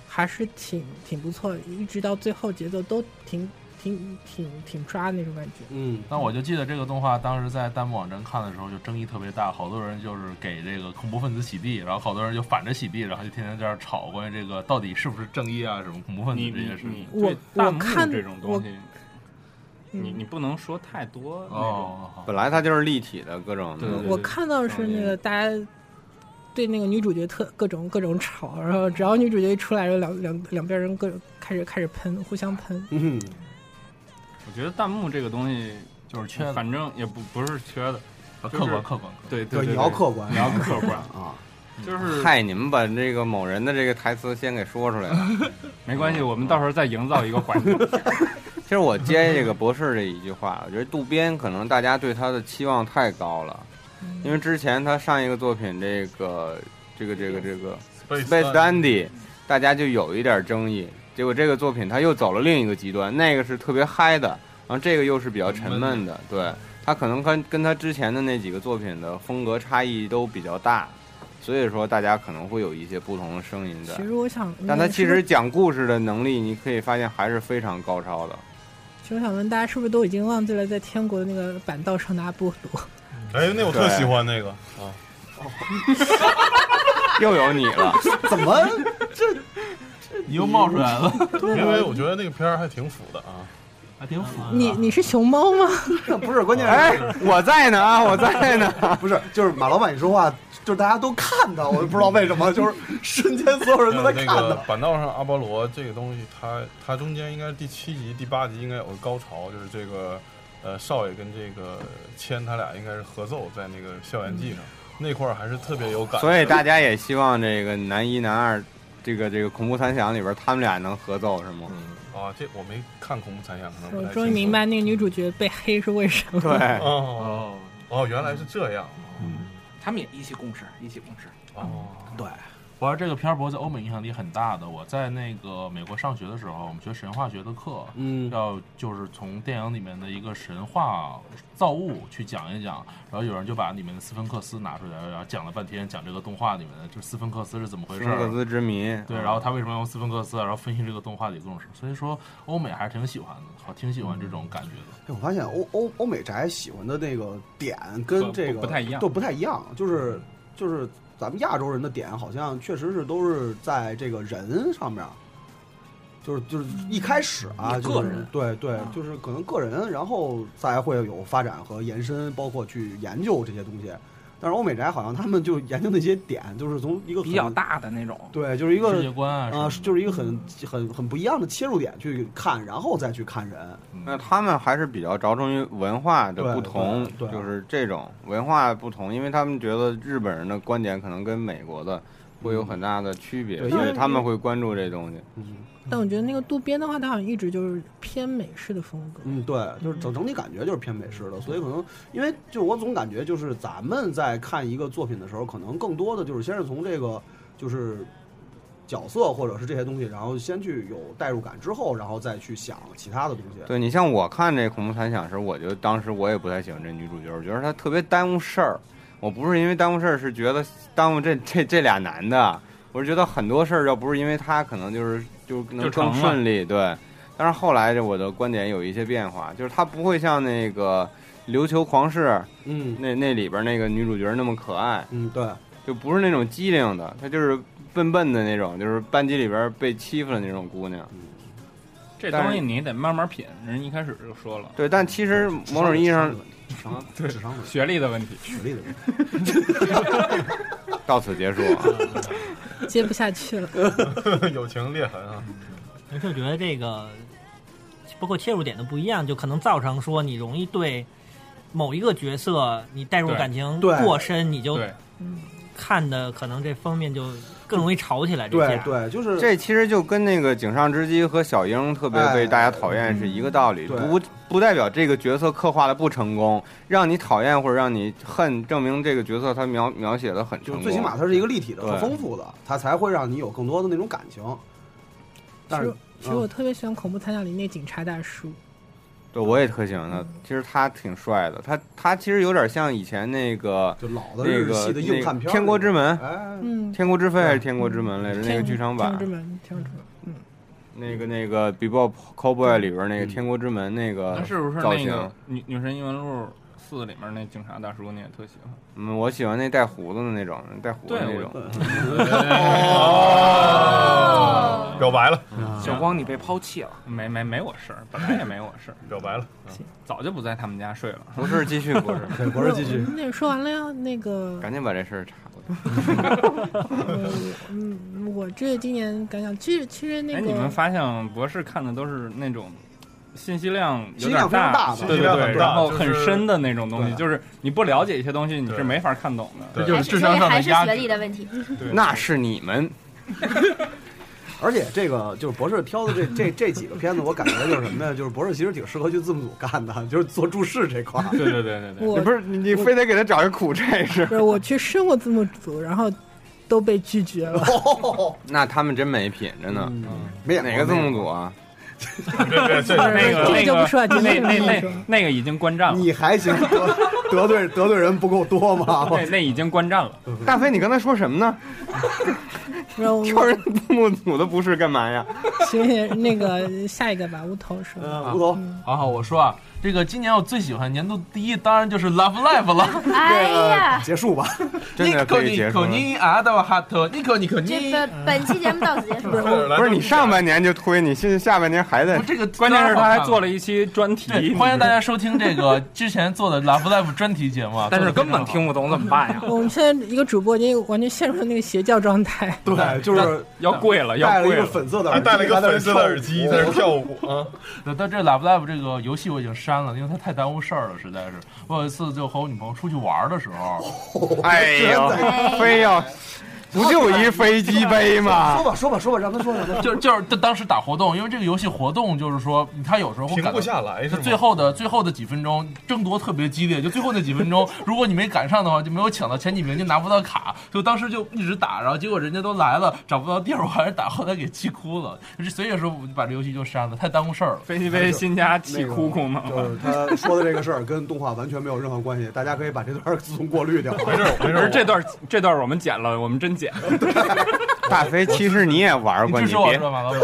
Speaker 6: 还是挺挺不错，一直到最后节奏都挺挺挺挺抓的那种感觉。
Speaker 7: 嗯，
Speaker 11: 但我就记得这个动画当时在弹幕网站看的时候，就争议特别大，好多人就是给这个恐怖分子洗地，然后好多人就反着洗地，然后就天天在这儿吵关于这个到底是不是正义啊，什么恐怖分子
Speaker 5: 你
Speaker 11: 这些
Speaker 5: 你
Speaker 11: 事情
Speaker 5: 你。
Speaker 6: 我
Speaker 5: 对弹
Speaker 6: 我
Speaker 5: 幕
Speaker 6: 看
Speaker 5: 这种东西，你你不能说太多那种。
Speaker 11: 哦，好
Speaker 2: 本来它就是立体的各种的。
Speaker 5: 对
Speaker 6: 呃我看到是那个大家对那个女主角特各种各种吵，然后只要女主角一出来，就两两两边人各开始开始喷，互相喷。
Speaker 7: 嗯，
Speaker 5: 我觉得弹幕这个东西
Speaker 11: 就是缺的，
Speaker 5: 反正也不不是缺的，
Speaker 11: 啊客观客观，
Speaker 5: 对
Speaker 7: 对，
Speaker 5: 对对，
Speaker 7: 你
Speaker 5: 对
Speaker 7: 要客观
Speaker 5: 你要客观，
Speaker 7: 啊，
Speaker 5: 就是
Speaker 2: 嗨，你们把这个某人的这个台词先给说出来 了。
Speaker 5: 没关系，我们到时候再营造一个环境。
Speaker 2: 其实我接这个博士这一句话，我觉得渡边可能大家对他的期望太高了，因为之前他上一个作品这个这个这个这个 Space Dandy，大家就有一点争议。结果这个作品他又走了另一个极端，那个是特别嗨的，然后这个又是比较沉闷的。对他可能跟跟他之前的那几个作品的风格差异都比较大，所以说大家可能会有一些不同的声音在。
Speaker 6: 其实我想，
Speaker 2: 但他
Speaker 6: 嗯
Speaker 2: 其
Speaker 6: 是不
Speaker 2: 实
Speaker 6: 是
Speaker 2: 讲故事的能力，你可以发现还是非常高超的。
Speaker 6: 其实我想问大家，是不是都已经忘记了在天国的那个板道上拿剥 夺？
Speaker 8: 哎，那我特喜欢那个啊，
Speaker 2: 又有你了，
Speaker 7: 怎么
Speaker 11: 这你又冒出来 了？
Speaker 6: 啊
Speaker 8: 因为我觉得那个片儿还挺腐的啊，
Speaker 11: 还挺腐。
Speaker 6: 你你是熊猫吗？
Speaker 7: 不是，关键是
Speaker 2: 哎，我在呢啊，我在呢。
Speaker 7: 不是，就是马老板一说话，就是大家都看到，我也不知道为什么，就是瞬间所有人都在
Speaker 8: 呃
Speaker 7: 看
Speaker 8: 那
Speaker 7: 到。
Speaker 8: 个板道上阿波罗这个东西，它它中间应该是第七集、第八集应该有个高潮，就是这个呃少爷跟这个谦他俩应该是合奏在那个校园季上，那块儿还是特别有感。
Speaker 2: 所以大家也希望这个男一、男二，这个这个恐怖残响里边，他们俩能合奏是吗？
Speaker 11: 嗯
Speaker 8: 啊，这我没看恐怖残响，可能不
Speaker 6: 我
Speaker 8: 太清楚
Speaker 6: 终于明白那个女主角被黑是为什么。
Speaker 2: 对，
Speaker 8: 哦哦，原来是这样
Speaker 3: 他们也一起共事，一起共事。
Speaker 8: 哦。
Speaker 7: 对，
Speaker 11: 我说这个片儿，不过在欧美影响力很大的。我在那个美国上学的时候，我们学神话学的课，
Speaker 7: 嗯，
Speaker 11: 要就是从电影里面的一个神话造物去讲一讲，然后有人就把里面的斯芬克斯拿出来，然后讲了半天，讲这个动画里面的就斯芬克斯是怎么回
Speaker 2: 斯
Speaker 11: 事
Speaker 2: 芬
Speaker 11: 儿，
Speaker 2: 克斯之谜，
Speaker 11: 对，
Speaker 5: 嗯
Speaker 11: 然后他为什么用斯芬克斯啊，然后分析这个动画里的故事，所以说欧美还是挺喜欢的，好，挺喜欢这种感觉的。
Speaker 7: 哎我发现欧欧欧美宅喜欢的那个点跟这个
Speaker 11: 不不太一样嗯
Speaker 7: 对，不太一样，就是就是咱们亚洲人的点好像确实是都是在这个人上面儿，就是就是一开始啊，
Speaker 3: 你
Speaker 7: 就
Speaker 3: 个
Speaker 7: 是
Speaker 3: 人
Speaker 7: 对对，
Speaker 11: 嗯
Speaker 7: 就是可能个人，然后再会有发展和延伸，包括去研究这些东西。但是欧美宅好像他们就研究那些点，就是从一个
Speaker 3: 比较
Speaker 7: 很
Speaker 3: 大的那种，
Speaker 7: 对，就是一个
Speaker 11: 世界观啊什
Speaker 7: 啊、
Speaker 11: 么的
Speaker 7: 就是一个很很很不一样的切入点去看，然后再去看人。
Speaker 2: 那他们还是比较着重于文化的不同
Speaker 7: 对对，对
Speaker 2: 就是这种文化不同，因为他们觉得日本人的观点可能跟美国的会有很大的区别，
Speaker 7: 对
Speaker 2: 所
Speaker 7: 因为嗯
Speaker 2: 以他们会关注这东西。
Speaker 6: 但我觉得那个渡边的话，他好像一直就是偏美式的风格。
Speaker 7: 嗯，对，就是整整体感觉就是偏美式的，所以可能因为就我总感觉就是咱们在看一个作品的时候，可能更多的就是先是从这个就是角色或者是这些东西，然后先去有代入感之后，然后再去想其他的东西。
Speaker 2: 对你像我看这《恐怖残响》时，我就当时我也不太喜欢这女主角，我觉得她特别耽误事儿。我不是因为耽误事儿，是觉得耽误这这这俩男的，我是觉得很多事儿要不是因为她，可能就是就能
Speaker 5: 就成了
Speaker 2: 更顺利。对，但是后来这我的观点有一些变化，就是她不会像那个《琉球狂士》
Speaker 7: 嗯
Speaker 2: 那那里边那个女主角那么可爱，
Speaker 7: 嗯，对，
Speaker 2: 就不是那种机灵的，她就是笨笨的那种，就是班级里边被欺负的那种姑娘。
Speaker 5: 这
Speaker 2: 但
Speaker 5: 东
Speaker 2: 是
Speaker 5: 西你得慢慢品，人一开始就说了，
Speaker 2: 对，但其实某种意义上，
Speaker 5: 对
Speaker 7: 智商问
Speaker 5: 学历的问题，
Speaker 7: 学历的问
Speaker 5: 题，
Speaker 2: 到此结束啊。
Speaker 6: 接不下去了。
Speaker 8: 友情裂痕啊，
Speaker 9: 我就觉得这个，包括切入点的不一样，就可能造成说你容易对某一个角色你代入
Speaker 5: 对
Speaker 9: 感情
Speaker 7: 对
Speaker 9: 过深，你就
Speaker 5: 对
Speaker 9: 看的可能这方面就更容易吵起来。这架
Speaker 7: 就是
Speaker 2: 这其实就跟那个井上之基和小樱特别被大家讨厌是一个道理，
Speaker 7: 哎对
Speaker 2: 不不代表这个角色刻画的不成功，让你讨厌或者让你恨，证明这个角色他描描写的很成
Speaker 7: 就是
Speaker 2: 功。
Speaker 7: 最起码它是一个立体的、
Speaker 2: 对
Speaker 7: 很丰富的，它才会让你有更多的那种感情。
Speaker 6: 其
Speaker 7: 但
Speaker 6: 实
Speaker 7: 是，嗯
Speaker 6: 其实我特别喜欢恐怖残响里那警察大叔，
Speaker 2: 对，我也特喜欢他。其实他挺帅的，他他其实有点像以前那个
Speaker 7: 就老的
Speaker 2: 那
Speaker 7: 日
Speaker 2: 个
Speaker 7: 系的硬汉
Speaker 2: 那
Speaker 7: 片儿哎
Speaker 2: 个天国之门》
Speaker 6: 嗯
Speaker 2: 天国之肺》还是《天国之
Speaker 7: 嗯
Speaker 2: 门》来着？那个剧场版
Speaker 6: 天之门，天之门，嗯，
Speaker 2: 那个那个《Bebop Cowboy》里边那
Speaker 7: 嗯
Speaker 2: 个《天国之门》那个
Speaker 5: 那是不是
Speaker 2: 造
Speaker 5: 那
Speaker 2: 型？
Speaker 5: 个女女神异闻录四里面那警察大叔你也特喜欢？
Speaker 2: 嗯，我喜欢那带胡子的那种，带胡子
Speaker 5: 对
Speaker 2: 那
Speaker 5: 我
Speaker 2: 种。
Speaker 8: 哦表白了，
Speaker 7: 嗯
Speaker 5: 小
Speaker 3: 光你被抛弃了，
Speaker 5: 没没没我事儿，本来也没我事儿，
Speaker 8: 表白了，
Speaker 5: 早就不在他们家睡了。
Speaker 2: 不是继续，不是
Speaker 7: 对不是继续
Speaker 6: 嗯那你说完了呀？那个， 呃
Speaker 2: 赶紧把这事儿查过去。
Speaker 6: 嗯，我这今年感想，其实其实那
Speaker 5: 哎，
Speaker 6: 个
Speaker 5: 你们发现博士看的都是那种信息量
Speaker 7: 信
Speaker 5: 有
Speaker 7: 息量
Speaker 5: 点
Speaker 7: 非常大的
Speaker 5: 对
Speaker 8: 信
Speaker 5: 对
Speaker 8: 息量
Speaker 5: 对，
Speaker 8: 很大
Speaker 5: 然后
Speaker 8: 就是
Speaker 5: 很深的那种东西，
Speaker 7: 对
Speaker 5: 就是你不了解一些东西，你是没法看懂的。
Speaker 8: 对
Speaker 5: 就
Speaker 10: 还
Speaker 5: 是
Speaker 10: 是
Speaker 5: 智
Speaker 10: 哎所以
Speaker 5: 商上的
Speaker 10: 还是
Speaker 5: 压
Speaker 10: 学
Speaker 5: 制。
Speaker 10: 历的问题。
Speaker 2: 那是你们，
Speaker 7: 而且这个就是博士挑的这这这几个片子，我感觉就是什么呀？就是博士其实挺适合去字幕组干的，就是做注释这块儿。
Speaker 5: 对对对对对，
Speaker 6: 我
Speaker 2: 你不是你你非得给他找一苦差事
Speaker 6: 不？是我去申过字幕组，然后都被拒绝 了。
Speaker 2: 那他们真没品着呢。
Speaker 7: 嗯没演过
Speaker 2: 哪个字幕组 啊？
Speaker 8: 别别这
Speaker 6: 这
Speaker 5: 那个
Speaker 6: 个
Speaker 5: 那
Speaker 6: 就
Speaker 5: 个
Speaker 6: 不说了这个
Speaker 5: 那
Speaker 6: 就不
Speaker 5: 那
Speaker 6: 说
Speaker 5: 那那个已经关账了。
Speaker 7: 你还行，得罪得罪人不够多吗？
Speaker 5: 那那已经观战了。
Speaker 2: 大飞，你刚才说什么呢？挑人字幕组的不是干嘛呀？
Speaker 6: 行行，那个下一个吧，无头说。
Speaker 7: 嗯无头，
Speaker 2: 嗯
Speaker 11: 好好，我说啊，这个今年我最喜欢年度第一，当然就是 Love Live 了。
Speaker 10: 哎呀，
Speaker 7: 结 束吧，
Speaker 2: 真的可以结束了。
Speaker 11: 你啊，到哈特，你可你可
Speaker 10: 这
Speaker 11: 你。
Speaker 10: 本本期节目到此结束。
Speaker 2: 不是你上半年就推，你现在下半年还在
Speaker 11: 不，这个
Speaker 5: 关键是他还做
Speaker 11: 了。
Speaker 5: 了一期专啊题，
Speaker 11: 对，欢迎大家收听这个之前做的 Love Live 专题节目啊，
Speaker 5: 但是
Speaker 11: 做得
Speaker 5: 根
Speaker 11: 非常
Speaker 5: 本
Speaker 11: 好
Speaker 5: 听不懂怎么办呀？
Speaker 6: 我们现在一个主播已经完全陷入了那个邪教状态。
Speaker 7: 对，就是
Speaker 5: 要跪了，
Speaker 7: 戴
Speaker 5: 要
Speaker 7: 了一
Speaker 5: 跪
Speaker 7: 个
Speaker 5: 了。
Speaker 7: 粉色的
Speaker 8: 还
Speaker 7: 耳机，
Speaker 8: 戴了一个
Speaker 7: 还在那
Speaker 8: 粉色的
Speaker 7: 跳
Speaker 8: 耳机，
Speaker 7: 舞
Speaker 8: 在那跳舞啊。
Speaker 11: 对，但这 Love Live 这个游戏我已经删了，因为它太耽误事儿了，实在是。我有一次就和我女朋友出去玩的时候，
Speaker 2: 哎 呦，非要不就一飞机杯吗
Speaker 7: 说？吧，说吧，说吧，让他说，让他说。
Speaker 11: 就就是就当时打活动，因为这个游戏活动就是说，它有时候会
Speaker 8: 停
Speaker 11: 赶
Speaker 8: 不下来是
Speaker 11: 就
Speaker 8: 吗？
Speaker 11: 最后的最后的几分钟争夺特别激烈，就最后那几分钟，如果你没赶上的话，就没有抢到前几名，就拿不到卡。就当时就一直打，然后结果人家都来了，找不到地儿，我还是打，后来给气哭了。就是所以说，我就把这游戏就删了，太耽误事儿了。
Speaker 5: 飞机杯新家气哭哭吗？
Speaker 7: 就是他说的这个事儿跟动画完全没有任何关系，大家可以把这段自动过 滤掉。
Speaker 8: 没事儿，没事
Speaker 5: 而
Speaker 8: 儿，
Speaker 5: 这段这段我们剪了，我们真剪。
Speaker 2: 大飞，其实你也玩
Speaker 11: 你
Speaker 2: 过，
Speaker 11: 支
Speaker 2: 你
Speaker 11: 持我
Speaker 2: 别
Speaker 11: 是吧，马 老
Speaker 8: 哦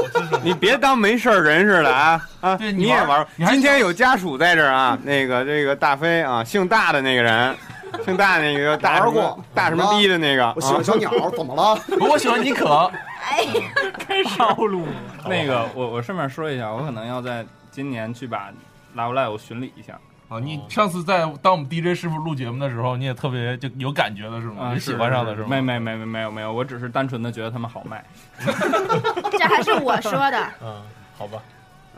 Speaker 2: 你别当没事儿人似的啊啊！
Speaker 11: 对
Speaker 2: 你
Speaker 11: 你
Speaker 2: 也
Speaker 11: 玩
Speaker 2: 玩儿
Speaker 11: 你，还
Speaker 2: 今天有家属在这儿啊，那个这个大飞啊，姓大的那个 人，姓大那个大什么
Speaker 7: 玩过
Speaker 2: 大什么逼的那个，
Speaker 7: 我喜欢
Speaker 2: 啊
Speaker 7: 小鸟，怎么了？
Speaker 11: 师，我喜欢你可。
Speaker 10: 哎呀，开始
Speaker 9: 路
Speaker 5: 那个，我我顺便说一下，我可能要在今年去把《拉布赖》我巡礼一下。
Speaker 11: 啊，你上次在当我们 DJ 师傅录节目的时候，你也特别就有感觉了是吗？
Speaker 5: 啊，
Speaker 11: 也喜欢上了是吗？
Speaker 5: 没没没没没有没有，我只是单纯的觉得他们好卖。
Speaker 10: 这还是我说的，
Speaker 8: 嗯，好吧，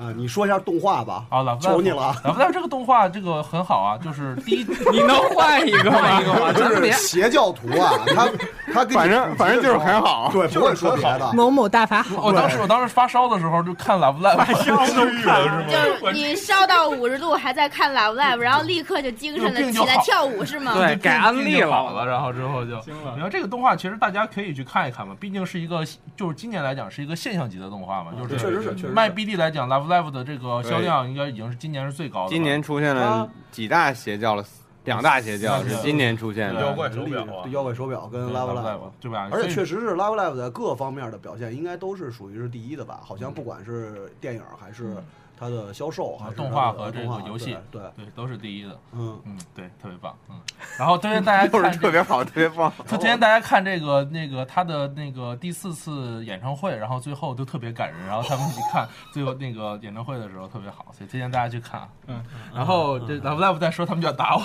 Speaker 7: 啊，你说一下动画吧，
Speaker 11: 啊，老夫
Speaker 7: 求你了 啊。
Speaker 11: 老夫这个动画这个很好啊，就是第 一
Speaker 5: 你能换一个吗？
Speaker 7: 就是邪教徒啊， 他他跟你
Speaker 2: 反正反正就是很好。
Speaker 7: 对，不会说别的。
Speaker 6: 某某大法好，
Speaker 11: 我哦当时我当时发烧的时候就看 Love Live，发烧
Speaker 8: 至于了
Speaker 10: 就是
Speaker 8: 吗？
Speaker 10: 是你烧到五十度还在看 Love Live，然后立刻就精神了起来跳舞是吗？
Speaker 5: 对，改安利
Speaker 11: 好
Speaker 5: 了。
Speaker 11: 了，然后之后就。
Speaker 5: 行
Speaker 11: 你
Speaker 5: 了，
Speaker 11: 看这个动画，其实大家可以去看一看嘛，毕竟是一个，就是今年来讲是一个现象级的动画嘛，就
Speaker 7: 确
Speaker 11: 是
Speaker 7: 实是，确实是
Speaker 11: 卖 BD 来讲，Love Live 的这个销量应该已经是今年是最高的了。
Speaker 2: 啊今年出现
Speaker 11: 啊
Speaker 2: 了几大邪教了，两大邪教是今年出现
Speaker 8: 妖
Speaker 2: 的。
Speaker 8: 怪手表啊
Speaker 7: 对，妖怪手表跟
Speaker 11: 对
Speaker 7: Love
Speaker 11: Love
Speaker 7: Live，
Speaker 11: Live 对吧？
Speaker 7: 而且确
Speaker 11: 实
Speaker 7: 实是 Love Live 在各方面的表现应该都是属于是第一的吧？好像不管是电影还是它的销售，还是它的
Speaker 11: 嗯动画和这个
Speaker 7: 动画
Speaker 11: 游戏
Speaker 7: 对，对
Speaker 11: 对都是第一的，
Speaker 7: 嗯，
Speaker 11: 嗯，对，特别棒，嗯。然后推荐 大家
Speaker 2: 又是
Speaker 11: 看这
Speaker 2: 特
Speaker 11: 个
Speaker 2: 别好，特别棒。
Speaker 11: 他今天大家看这个那个他的那个第四次演唱会，然后最后就特别感人，然后他们一起看最后那个演唱会的时候特别好，所以推荐大家去看。嗯，然后这 Love Live 再说他们就要打我，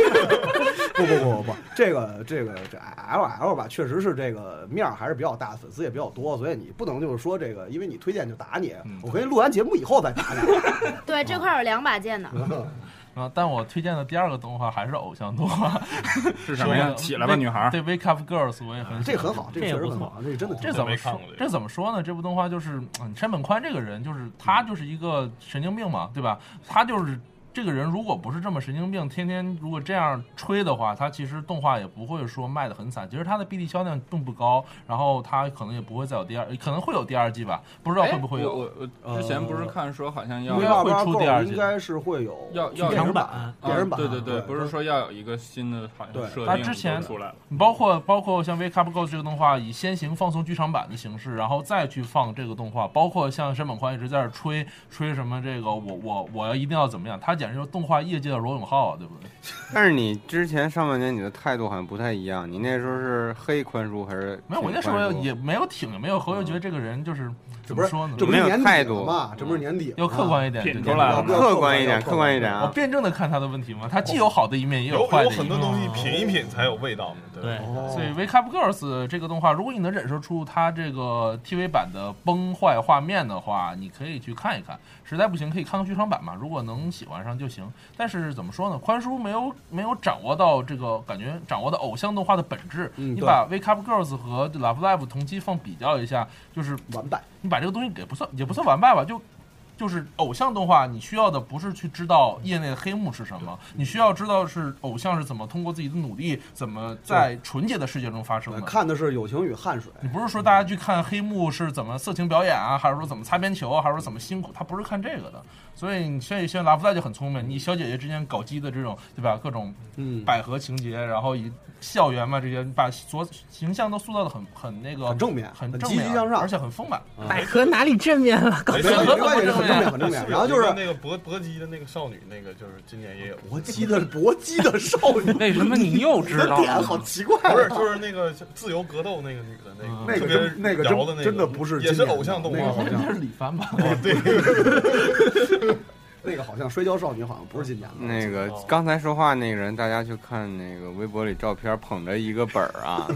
Speaker 7: 不不不不不，这个这个这 L L 吧，确实是这个面儿还是比较大，粉丝也比较多，所以你不能就是说这个，因为你推荐就打你
Speaker 11: 嗯，
Speaker 7: 我可以录完节目以后再打你。
Speaker 10: 对，这块有两把剑 呢。
Speaker 11: 然后但我推荐的第二个动画还是偶像动画，
Speaker 5: 是什么呀？起来吧，女孩儿。
Speaker 11: 对 Wake Up Girls 我也很喜
Speaker 7: 这
Speaker 11: 欢
Speaker 7: 个很好，这个确实很好，这个真的挺
Speaker 11: 这
Speaker 7: 好
Speaker 11: 怎么
Speaker 8: 没看
Speaker 11: 说
Speaker 8: 过这？个
Speaker 11: 这怎么说呢？这部动画就是嗯山本宽这个人，就是他就是一个神经病嘛，对吧？他就是这个人，如果不是这么神经病，天天如果这样吹的话，他其实动画也不会说卖的很惨。其实他的 BD 销量并不高，然后他可能也不会再有第二，可能会有第二季吧，不知道会不会有。
Speaker 5: 我我之前不是看说好像要
Speaker 7: 因为 Love
Speaker 11: 要会
Speaker 7: Live
Speaker 11: 出
Speaker 7: Go
Speaker 11: 第二季
Speaker 7: 应该是会有
Speaker 5: 要要
Speaker 7: 电影
Speaker 9: 啊
Speaker 7: 版，电影版，
Speaker 5: 对对对，
Speaker 7: 对，
Speaker 5: 不是说要有一个新的好像
Speaker 7: 对
Speaker 5: 设
Speaker 11: 他
Speaker 5: 定
Speaker 11: 之前
Speaker 5: 出来了。
Speaker 11: 你包括包括像《Wake Up Go》这个动画，以先行放送剧场版的形式，然后再去放这个动画。包括像山本宽一直在这吹吹什么这个我我我要一定要怎么样，他简直就是动画业界的罗永浩啊，对不对？
Speaker 2: 但是你之前上半年你的态度好像不太一样，你那时候是黑宽恕还是
Speaker 11: 没有，我那时候也没有挺，也没有合，就觉得这个人就是怎么说呢，嗯
Speaker 7: 这
Speaker 2: 嗯
Speaker 7: 不
Speaker 2: 没
Speaker 7: 是
Speaker 2: 有
Speaker 7: 年
Speaker 2: 态
Speaker 7: 底
Speaker 2: 度
Speaker 7: 了嘛，这不是年底了
Speaker 11: 要
Speaker 7: 嘛
Speaker 11: 客观一点，
Speaker 5: 品
Speaker 11: 对
Speaker 5: 出来了
Speaker 2: 挺宽恕客观一点，客观一点
Speaker 11: 我
Speaker 2: 啊！
Speaker 11: 辩证的看他的问题嘛，他既有好的一面，也
Speaker 8: 有
Speaker 11: 坏
Speaker 8: 有
Speaker 11: 的一
Speaker 8: 很
Speaker 11: 面
Speaker 8: 多。东西品一品才有味道嘛，对吧
Speaker 9: 对，
Speaker 7: 哦
Speaker 11: 所以《Wake Up Girls》这个动画，如果你能忍受出它这个 TV 版的崩坏画面的话，你可以去看一看。实在不行，可以看看剧场版嘛。如果能喜欢上就行。但是怎么说呢？宽叔没有没有掌握到这个感觉，掌握到偶像动画的本质。
Speaker 7: 嗯
Speaker 11: 你
Speaker 7: 对
Speaker 11: 把《Wake Up Girls》和《Love Live》同期放比较一下，就是
Speaker 7: 完败，
Speaker 11: 你把这个东西给不算也不算完败吧，就就是偶像动画，你需要的不是去知道
Speaker 7: 嗯
Speaker 11: 业内的黑幕是什么，你需要知道是偶像是怎么通过自己的努力，怎么在纯洁的世界中发生的。
Speaker 7: 看的是友情与汗水。
Speaker 11: 你不是说大家去看黑幕是怎么色情表演啊，还是说怎么擦边球啊，还是说怎么辛苦？他不是看这个的。所以你像像拉夫代就很聪明，你小姐姐之间搞基的这种，对吧？各种
Speaker 7: 嗯
Speaker 11: 百合情节，然后以校园嘛这些，把所形象都塑造的很很那个
Speaker 7: 很正面
Speaker 11: 很
Speaker 7: 很
Speaker 11: 正
Speaker 7: 积极
Speaker 11: 面，
Speaker 7: 向上嗯
Speaker 11: 而且很丰满。
Speaker 6: 百合哪里正面了？搞
Speaker 8: 没
Speaker 7: 对
Speaker 8: 事
Speaker 7: 没
Speaker 8: 没
Speaker 7: 关系，很正
Speaker 3: 啊
Speaker 7: 面，很正面。然后就是
Speaker 8: 那个搏搏击的那个少女，那个就是今年也有
Speaker 7: 搏击的搏击的少女，
Speaker 3: 为什么你又知道
Speaker 7: 你的 点
Speaker 3: 了？
Speaker 7: 好奇怪啊。
Speaker 8: 不是，就是那个自由格斗那个女的，那个
Speaker 7: 那个
Speaker 8: 特
Speaker 7: 真
Speaker 8: 别
Speaker 7: 那个
Speaker 8: 摇的那
Speaker 7: 真真的不是
Speaker 8: 也是
Speaker 7: 今年
Speaker 8: 偶像动
Speaker 7: 那个
Speaker 8: 画
Speaker 7: 好
Speaker 8: 哦吧，
Speaker 7: 像
Speaker 11: 那是李帆吧？
Speaker 7: 那个好像摔跤少女好像不是今年的。
Speaker 2: 那个
Speaker 11: 哦
Speaker 2: 刚才说话那个人，大家去看那个微博里照片，捧着一个本儿 啊，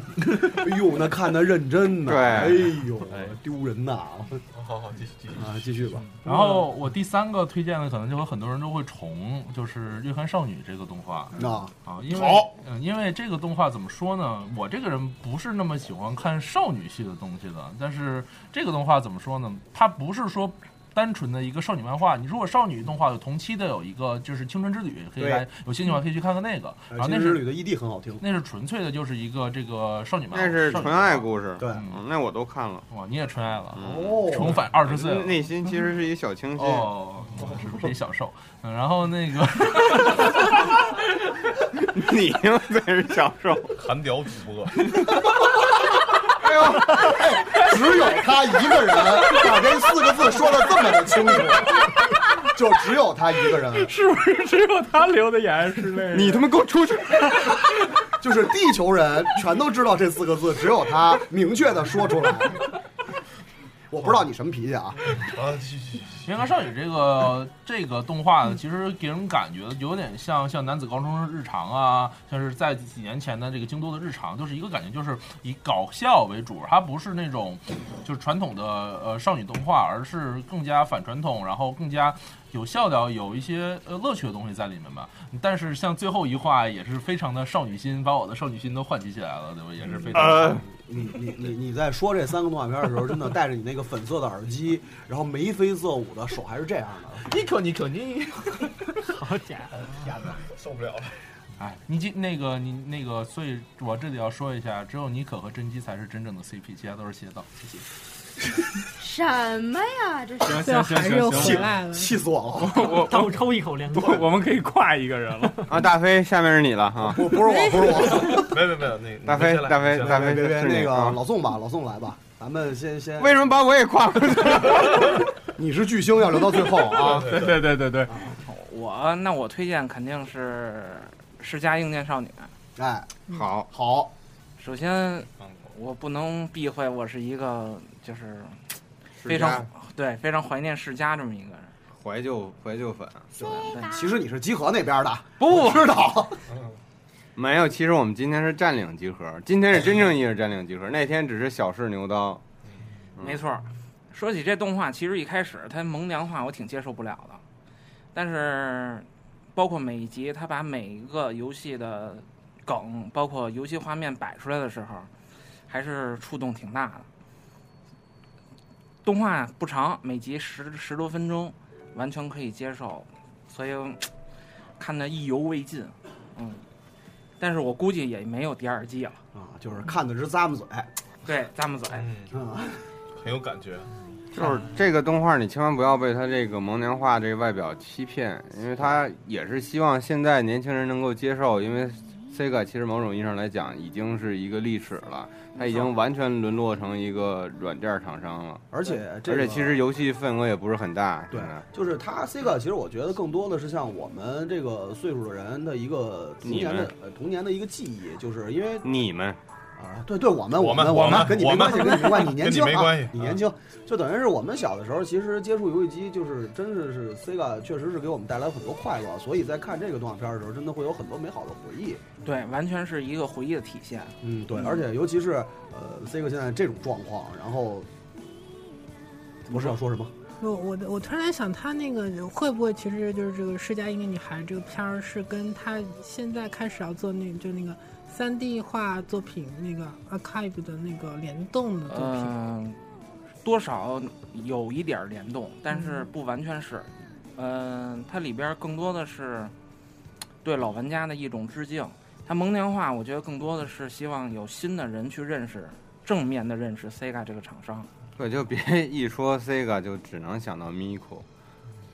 Speaker 7: 哎呦，那看的认真呢。
Speaker 2: 对
Speaker 7: 哎呦，丢人 呐！
Speaker 8: 嗯好好继续继续。
Speaker 7: 啊，继续 吧。
Speaker 11: 然后我第三个推荐的可能就有很多人都会重，就是《月刊少女》这个动画
Speaker 7: 那
Speaker 11: 啊，因为
Speaker 8: 好
Speaker 11: 嗯、因为这个动画怎么说呢？我这个人不是那么喜欢看少女系的东西的，但是这个动画怎么说呢？它不是说。单纯的一个少女漫画，你如果少女动画有同期的有一个就是《青春之旅》，可以
Speaker 7: 对
Speaker 11: 来有兴趣的话可以去看看那个。
Speaker 7: 呃
Speaker 11: 然后
Speaker 7: 青
Speaker 11: 啊那
Speaker 7: 之旅
Speaker 11: 是
Speaker 7: 的 ED 很好听。
Speaker 11: 那是纯粹的，就是一个这个少女漫画，
Speaker 2: 那是
Speaker 11: 少女
Speaker 2: 纯
Speaker 11: 漫
Speaker 2: 爱
Speaker 11: 画
Speaker 2: 故事，
Speaker 7: 对
Speaker 2: 嗯，那我都看了。
Speaker 11: 哦啊
Speaker 2: 嗯
Speaker 11: 哇，你也纯爱了，啊
Speaker 7: 哦
Speaker 11: 重返二十岁了。
Speaker 2: 内心其实是一小清新，
Speaker 11: 哦，是不是一小受？嗯，然后那个
Speaker 2: 你他妈才是小受。
Speaker 8: 韩屌主播，
Speaker 7: 只有他一个人把这四个字说的这么的清楚，就只有他一个人，
Speaker 3: 是不是只有他留的言是那个？
Speaker 2: 你他妈给我出去！
Speaker 7: 就是地球人全都知道这四个字，只有他明确的说出来。我不知道你什么脾气啊，
Speaker 8: 啊，继续继续继
Speaker 11: 《
Speaker 8: 续
Speaker 11: 银河少女》这个这个动画呢，其实给人感觉有点像像男子高中生日常啊，像是在几年前的这个京都的日常，就是一个感觉，就是以搞笑为主，它不是那种就是传统的呃少女动画，而是更加反传统，然后更加有笑料，有一些呃乐趣的东西在里面吧。但是像最后一话也是非常的少女心，把我的少女心都唤起起来了，对吧？也是非常。
Speaker 2: 呃，
Speaker 7: 你你你你在说这三个动画片的时候，真的戴着你那个粉色的耳机，然后眉飞色舞的手还是这样的，
Speaker 11: 你可你可你。
Speaker 9: 好家
Speaker 3: 啊
Speaker 9: 伙！
Speaker 8: 受不了了。
Speaker 11: 哎，你这那个你那个，所以我这里要说一下，只有妮可和甄姬才是真正的 CP，其他都是邪道。谢谢。
Speaker 10: 什么呀？这是
Speaker 6: 最后
Speaker 3: 行行
Speaker 6: 还
Speaker 3: 行
Speaker 6: 是又
Speaker 3: 行
Speaker 6: 回
Speaker 3: 行，
Speaker 6: 来了。
Speaker 7: 气死我了！
Speaker 3: 我
Speaker 9: 倒抽一口凉
Speaker 3: 我
Speaker 9: 气。
Speaker 3: 我们可以跨一个人了。
Speaker 2: 啊，大飞，下面是你了哈。
Speaker 7: 不不是我，不是我，
Speaker 8: 没有没有没有，那
Speaker 2: 大
Speaker 8: 个
Speaker 2: 飞
Speaker 8: 你们先来
Speaker 2: 大飞
Speaker 8: 你们先来
Speaker 2: 大
Speaker 7: 别别别，
Speaker 2: 是你
Speaker 7: 那个
Speaker 2: 啊
Speaker 7: 老宋吧，老宋来吧，咱们先先，
Speaker 2: 为什么把我也跨过去？
Speaker 7: 你是巨星要留到最后啊，
Speaker 3: 对对对对对，
Speaker 9: 我
Speaker 3: 那我推荐肯定是《世家硬件少女》。
Speaker 7: 哎，
Speaker 2: 好，嗯
Speaker 7: 好，
Speaker 3: 首先，
Speaker 8: 看过
Speaker 3: 我不能避讳，我是一个就是非
Speaker 2: 世
Speaker 3: 常
Speaker 2: 家
Speaker 3: 对非常怀念世家这么一个人。
Speaker 2: 怀旧怀旧粉
Speaker 3: 对
Speaker 7: 其实你是集合那边的，
Speaker 3: 不
Speaker 7: 我知道，
Speaker 2: 没有。其实我们今天是占领集合，今天是真正意义上占领集合，那天只是小试牛刀。
Speaker 7: 嗯
Speaker 3: 没错儿，说起这动画，其实一开始它萌娘化我挺接受不了的，但是包括每一集，它把每一个游戏的梗，包括游戏画面摆出来的时候，还是触动挺大的。动画不长，每集十十多分钟，完全可以接受，所以嗯看得意犹未尽，嗯。但是我估计也没有第二季了。
Speaker 7: 啊，就是看的直咂巴嘴，
Speaker 3: 对，咂巴嘴，
Speaker 8: 嗯，
Speaker 7: 啊，
Speaker 8: 很有感觉。啊
Speaker 2: 就是这个动画，你千万不要被它这个萌娘化这个外表欺骗，因为它也是希望现在年轻人能够接受，因为 Sega 其实某种意义上来讲已经是一个历史了，它已经完全沦落成一个软件厂商了，
Speaker 7: 而且这
Speaker 2: 而
Speaker 7: 个
Speaker 2: 且其实游戏份额也不是很大。
Speaker 7: 对
Speaker 2: 现在，
Speaker 7: 就是他 Sega，其实我觉得更多的是像我们这个岁数的人的一个童年的呃童年的一个记忆，就是因为
Speaker 2: 你们
Speaker 7: 啊，对对，我们
Speaker 8: 我们
Speaker 7: 们
Speaker 8: 我
Speaker 7: 我
Speaker 8: 们
Speaker 7: 跟你没
Speaker 8: 我
Speaker 7: 关
Speaker 8: 们
Speaker 7: 系，跟你没关系， 你年轻
Speaker 8: 跟你没关系
Speaker 7: 啊，你年轻，就等于是我们小的时候，其实接触游戏机就是真是是 Sega，确实是给我们带来很多快乐，所以在看这个动画片的时候，真的会有很多美好的回忆。
Speaker 3: 对，完全是一个回忆的体现。
Speaker 7: 嗯，对，而且尤其是呃 Sega 现在这种状况，然后不是要说什么？
Speaker 6: 我我的我突然在想，他那个会不会其实就是这个《世家一个女孩》这个片儿是跟他现在开始要做那就那个三 D 画作品那个 Archive 的那个联动的作品？
Speaker 3: 嗯，多少有一点联动，但是不完全是。嗯、它里边更多的是对老玩家的一种致敬。它蒙娘化，我觉得更多的是希望有新的人去认识，正面的认识 Sega 这个厂商。
Speaker 2: 对，就别一说 Sega 就只能想到 Miko，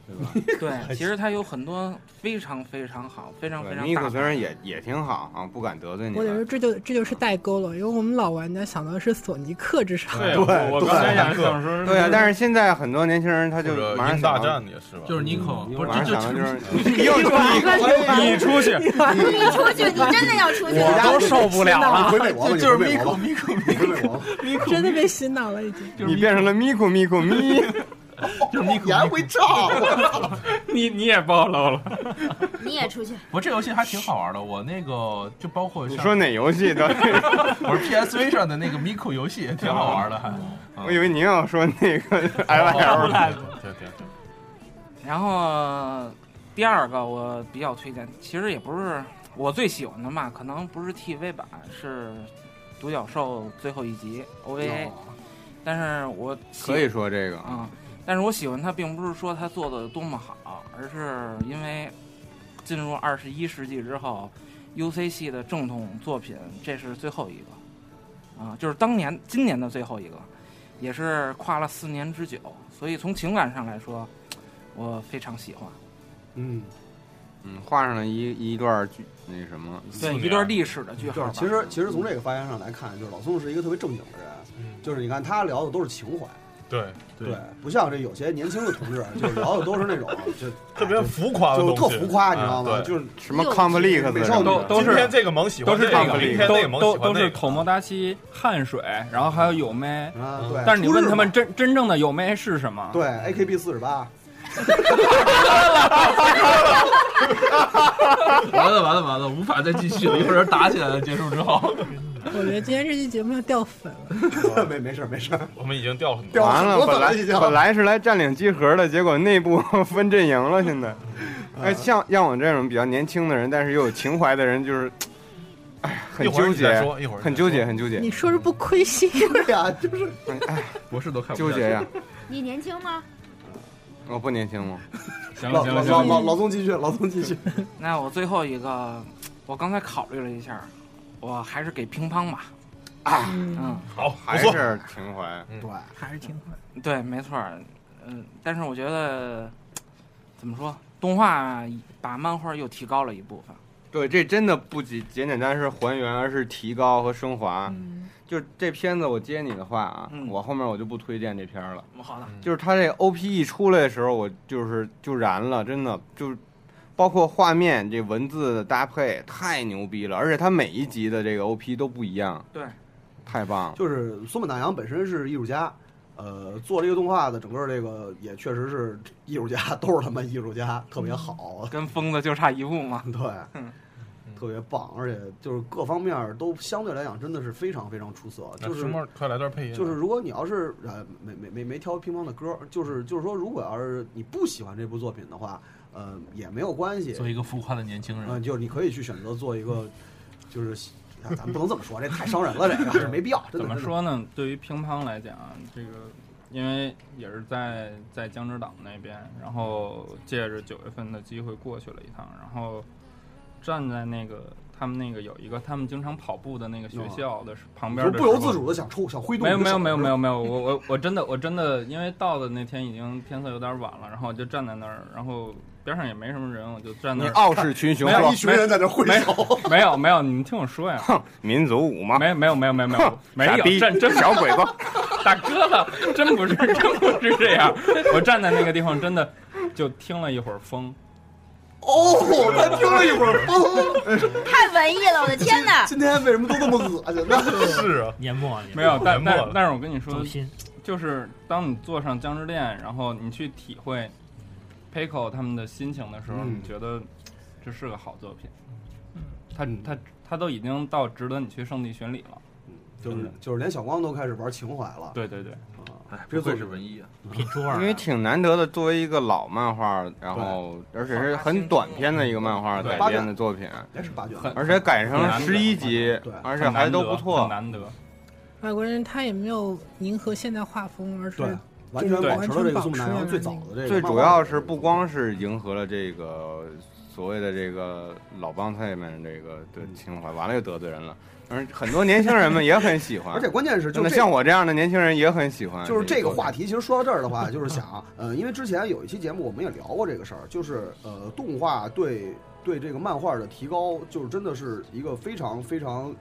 Speaker 2: 对吧？
Speaker 3: 对，其实它有很多非常非常好，非 常非
Speaker 2: 对
Speaker 3: 常大
Speaker 2: ，Miko
Speaker 3: 牌。
Speaker 2: 虽然也也挺好啊，不敢得罪你
Speaker 6: 我得
Speaker 2: 们。
Speaker 6: 说，这就这就是代沟了，因为我们老玩家想到的是索尼克之上，
Speaker 2: 啊
Speaker 8: 对我我刚才想想说
Speaker 2: 对啊，但是现在很多年轻人他就
Speaker 8: 或者
Speaker 2: 马上
Speaker 8: 英大
Speaker 2: 想到嗯
Speaker 8: 战也是吧
Speaker 11: 就是 Nico，不是
Speaker 2: 马上
Speaker 11: 这就
Speaker 2: 想到就是
Speaker 11: 你又出
Speaker 8: 你你出去，
Speaker 10: 你出去，你真的要出去？
Speaker 3: 我都受不了了
Speaker 7: 回美国吧，你
Speaker 11: 就是
Speaker 7: 回美国吧
Speaker 11: Miko Miko
Speaker 7: 你回美国吧。
Speaker 6: 真的被洗脑了已经。
Speaker 2: 你变成了 Miko Miko Mi，
Speaker 11: 就是
Speaker 7: 你
Speaker 11: Miko，
Speaker 7: 还会唱？
Speaker 5: 你你也暴露了，
Speaker 10: 你也出去？
Speaker 11: 我这游戏还挺好玩的。我那个就包括
Speaker 2: 你
Speaker 11: 像
Speaker 2: 说哪游戏 的？
Speaker 11: 我是 PSV 上的那个 Miko 游戏也挺好玩的，还
Speaker 8: 嗯
Speaker 11: 嗯
Speaker 2: 我以为你要说那个
Speaker 8: 哦
Speaker 2: L L，
Speaker 8: 对对对，
Speaker 3: 然后第二个我比较推荐，其实也不是我最喜欢的嘛，可能不是 TV 版，是独角兽最后一集 OVA，、但是我喜
Speaker 2: 可以说这个啊，
Speaker 3: 啊、但是我喜欢它，并不是说它做的多么好，而是因为进入二十一世纪之后，UC 系的正统作品，这是最后一个，啊、就是当年今年的最后一个，也是跨了四年之久，所以从情感上来说，我非常喜欢。
Speaker 7: 嗯，
Speaker 2: 嗯，画上了一一段剧那什么，
Speaker 3: 对
Speaker 8: 四
Speaker 3: 一段
Speaker 8: 年
Speaker 3: 历史的句
Speaker 7: 就
Speaker 3: 号
Speaker 7: 是
Speaker 3: 吧，
Speaker 7: 其实其实从这个发言上来看，就是老宋是一个特别正经的人，就是你看他聊的都是情怀，
Speaker 8: 对
Speaker 7: 对，，不像这有些年轻的同志，就是聊的都是那种就
Speaker 8: 特别浮夸的
Speaker 7: 就
Speaker 8: 东
Speaker 7: 特
Speaker 8: 西
Speaker 7: 浮夸，你知道吗？
Speaker 8: 啊对
Speaker 7: 就是
Speaker 2: 什么
Speaker 10: 六
Speaker 2: Complex
Speaker 7: 美
Speaker 2: 什
Speaker 7: 少
Speaker 2: 么
Speaker 7: 女
Speaker 2: 的
Speaker 5: 都都是
Speaker 8: 今天这个萌喜欢
Speaker 5: 都是
Speaker 8: 这
Speaker 5: 这
Speaker 8: 个，
Speaker 5: 个
Speaker 8: 明天那个
Speaker 5: 都
Speaker 8: 萌
Speaker 5: 都
Speaker 8: 喜欢
Speaker 5: 都是
Speaker 8: 那个，
Speaker 5: 口沫达西、汗水，然后还有有妹。
Speaker 7: 啊，
Speaker 8: 嗯
Speaker 7: 对。
Speaker 5: 但是你问
Speaker 7: 初日
Speaker 5: 他
Speaker 7: 嘛
Speaker 5: 们真真正的有妹是什么？
Speaker 7: 对 AKB 四十八，
Speaker 11: 完了完了完了，无法再继续了，一会儿打起来了。结束之后，
Speaker 6: 我觉得今天这期节目要掉粉了，
Speaker 7: 没没事儿没事儿，
Speaker 8: 我们已经掉很多
Speaker 7: 掉
Speaker 2: 完
Speaker 7: 很
Speaker 2: 了，
Speaker 7: 多
Speaker 2: 本来
Speaker 7: 已经
Speaker 2: 本来是来占领集合的，结果内部 分阵营了。现在，
Speaker 8: 嗯
Speaker 2: 哎，像像我这种比较年轻的人，但是又有情怀的人，就是，哎呀，
Speaker 8: 一
Speaker 2: 很
Speaker 8: 会儿
Speaker 2: 纠
Speaker 8: 你再
Speaker 2: 结，
Speaker 8: 说，一会儿你再
Speaker 2: 很纠
Speaker 8: 说
Speaker 2: 结，。很纠结，
Speaker 6: 你说是不亏心？
Speaker 7: 对呀，啊就是
Speaker 11: 博士都看不
Speaker 2: 纠
Speaker 11: 下去
Speaker 2: 结呀！
Speaker 10: 你年轻吗？
Speaker 2: 我不年轻吗？
Speaker 5: 行了
Speaker 7: 老
Speaker 5: 行
Speaker 7: 老
Speaker 5: 了
Speaker 7: 老
Speaker 5: 行了，
Speaker 7: 老老宋继续，老宋继续，
Speaker 3: 那我最后一个，我刚才考虑了一下，我还是给乒乓吧。
Speaker 6: 嗯，
Speaker 3: 嗯，
Speaker 8: 好，不
Speaker 2: 还
Speaker 8: 错，
Speaker 2: 是情怀。
Speaker 7: 对，
Speaker 6: 还是挺好。
Speaker 3: 对，没错儿。嗯，但是我觉得怎么说，动画把漫画又提高了一部分。
Speaker 2: 对，这真的不仅简简单是还原，而是提高和升华。就这片子，我接你的话啊，
Speaker 3: 嗯
Speaker 2: 我后面我就不推荐这片儿了。
Speaker 3: 好的，
Speaker 2: 就是它这 O P 一出来的时候，我就是就燃了，真的就是包括画面这文字的搭配太牛逼了，而且它每一集的这个 O P 都不一样，
Speaker 3: 对，
Speaker 2: 太棒了。
Speaker 7: 就是松本大洋本身是艺术家，呃，做这个动画的整个这个也确实是艺术家， 都是他妈艺术家，特别好，
Speaker 3: 嗯跟疯子就差一步嘛。 嗯
Speaker 7: 对，特别棒，而且就是各方面儿都相对来讲真的是非常非常出色，
Speaker 8: 那
Speaker 7: 就是
Speaker 8: 熊猫，快来段配音啊吧。
Speaker 7: 就是如果你要是呃没没没没挑乒乓的歌儿，就是就是说，如果要是你不喜欢这部作品的话，呃也没有关系，
Speaker 11: 做一个浮夸的年轻
Speaker 7: 嗯、
Speaker 11: 人。
Speaker 7: 就是你可以去选择做一个，就是啊咱不能这么说，这太伤人了，这个这没必要，真
Speaker 5: 怎
Speaker 7: 的嗯
Speaker 5: 么？说呢？对于乒乓来讲，这个因为也是在在江之岛那边，然后借着九月份的机会过去了一趟，然后站在那个他们那个有一个他们经常跑步的那个学校的时
Speaker 7: 真
Speaker 5: 旁边
Speaker 7: 的啊就
Speaker 5: 的时
Speaker 7: 不
Speaker 5: 候，
Speaker 7: 由自主的想抽哦想挥动
Speaker 5: 没
Speaker 7: 你
Speaker 5: 有
Speaker 7: 的
Speaker 5: 没
Speaker 7: 手
Speaker 5: 有没有
Speaker 7: 是吧
Speaker 5: 没有没有，我我我真的我真的，因为到的那天已经天色有点晚了，然后我就站在那儿，然后边上也没什么人，我就站那
Speaker 2: 你
Speaker 5: 儿。
Speaker 2: 傲视群雄
Speaker 5: 没有
Speaker 2: 说
Speaker 7: 一群人在这挥手，
Speaker 5: 没有没有，你们听我说呀，
Speaker 2: 民族舞吗？
Speaker 5: 没没有没有没有没有没
Speaker 2: 傻
Speaker 5: 有，
Speaker 2: 逼
Speaker 5: 真真
Speaker 2: 小鬼子，
Speaker 5: 大哥了，真不是真 不是这样。我站在那个地方，真的就听了一会儿风，
Speaker 7: 哦，他听了一会儿风。
Speaker 10: 太文艺了，我的天哪！
Speaker 7: 今天为什么都这么恶心呢？
Speaker 8: 是啊，
Speaker 9: 年末年末
Speaker 5: 没有，但
Speaker 8: 沉默
Speaker 5: 但
Speaker 8: 了
Speaker 5: 但是我跟你说
Speaker 9: 走，心，
Speaker 5: 就是当你坐上江之恋，然后你去体会 Pico 他们的心情的时候，
Speaker 7: 嗯
Speaker 5: 你觉得这是个好作品。
Speaker 7: 嗯
Speaker 5: 他他他都已经到值得你去圣地巡礼了。
Speaker 7: 就是啊就是连小光都开始玩情怀了，嗯
Speaker 5: 对对对，
Speaker 11: 哎，
Speaker 7: 这
Speaker 11: 不
Speaker 7: 作
Speaker 11: 愧
Speaker 7: 品
Speaker 11: 是文艺啊！
Speaker 9: 品出味儿
Speaker 2: 因为挺难得的，作为一个老漫画，然后而且是很短篇的一个漫画改编的作品，
Speaker 7: 也是八卷，
Speaker 5: 很
Speaker 2: 而且改成
Speaker 5: 很
Speaker 2: 了
Speaker 5: 难得
Speaker 2: 十一集
Speaker 7: 对，
Speaker 2: 而且还都不
Speaker 5: 很
Speaker 2: 错。
Speaker 5: 难得。
Speaker 6: 外国人他也没有迎合现代画风，而是
Speaker 7: 对
Speaker 6: 这
Speaker 7: 完全
Speaker 6: 个
Speaker 7: 保持了这个
Speaker 6: 保
Speaker 7: 苏木
Speaker 6: 持
Speaker 7: 南洋
Speaker 6: 原来
Speaker 7: 最早
Speaker 6: 那个
Speaker 7: 的这
Speaker 2: 最
Speaker 7: 个漫
Speaker 2: 主
Speaker 7: 画
Speaker 2: 要是不光是迎合了这个所谓的这个老帮菜们这个对情怀，完了又得罪人了。而很多年轻人们也很喜欢，
Speaker 7: 而且关键是就
Speaker 2: 那
Speaker 7: 这
Speaker 2: 像我这样的年轻人也很喜
Speaker 5: 啊
Speaker 2: 欢。
Speaker 7: 就是这个
Speaker 2: 话
Speaker 7: 话题，其实说到这儿的 话，就是想，呃，因为之前有一期节目我们也聊过这个事儿，就是呃，动画对对这个漫画的提高，就是真的是一个非常非常，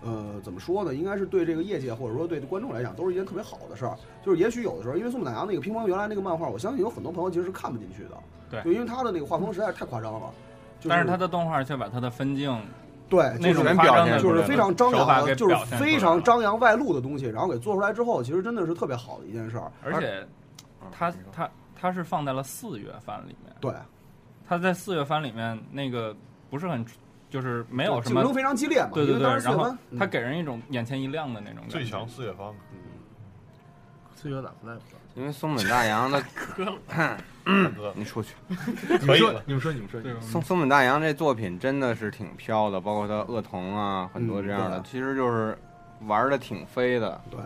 Speaker 7: 呃，怎么说呢？应该是对这个业界或者说对观众来讲，都是一件特别好的事儿。就是也许有的时候，因为宋木乃阳那个乒乓原来那个漫画，我相信有很多朋友其实是看不进去的，
Speaker 5: 对
Speaker 7: 就因为他的那个画风实在是太夸张了。就
Speaker 5: 但是他的动画却把他的分镜
Speaker 7: 对，
Speaker 5: 那种
Speaker 7: 就是
Speaker 5: 夸张的
Speaker 7: 就是非常张
Speaker 5: 手法
Speaker 7: 扬
Speaker 5: 给
Speaker 7: 的，就是
Speaker 5: 表现出来
Speaker 7: 非
Speaker 5: 了
Speaker 7: 常张扬外露的东西，然后给做出来之后，其实真的是特别好的一件事儿。
Speaker 5: 而且它它它是放在了四月番里面，
Speaker 7: 对，
Speaker 5: 它在四月番里面那个不是很就是没有什
Speaker 7: 竞
Speaker 5: 么
Speaker 7: 争非常激烈嘛
Speaker 5: 对对
Speaker 7: 因为
Speaker 5: 对，
Speaker 7: 当时四月
Speaker 5: 然
Speaker 7: 番嗯
Speaker 5: 后它给人一种眼前一亮的那种感觉
Speaker 8: 最强四月方，
Speaker 12: 四月打不赖不赖。
Speaker 2: 因为松本大洋的
Speaker 12: 哥了，，
Speaker 2: 你出 去
Speaker 12: 你们说，你们说，你们说，你们
Speaker 2: 松松本大洋这作品真的是挺飘的，包括他恶童啊，很多这样的，
Speaker 7: 嗯对
Speaker 2: 其实就是玩的挺飞的。
Speaker 7: 对，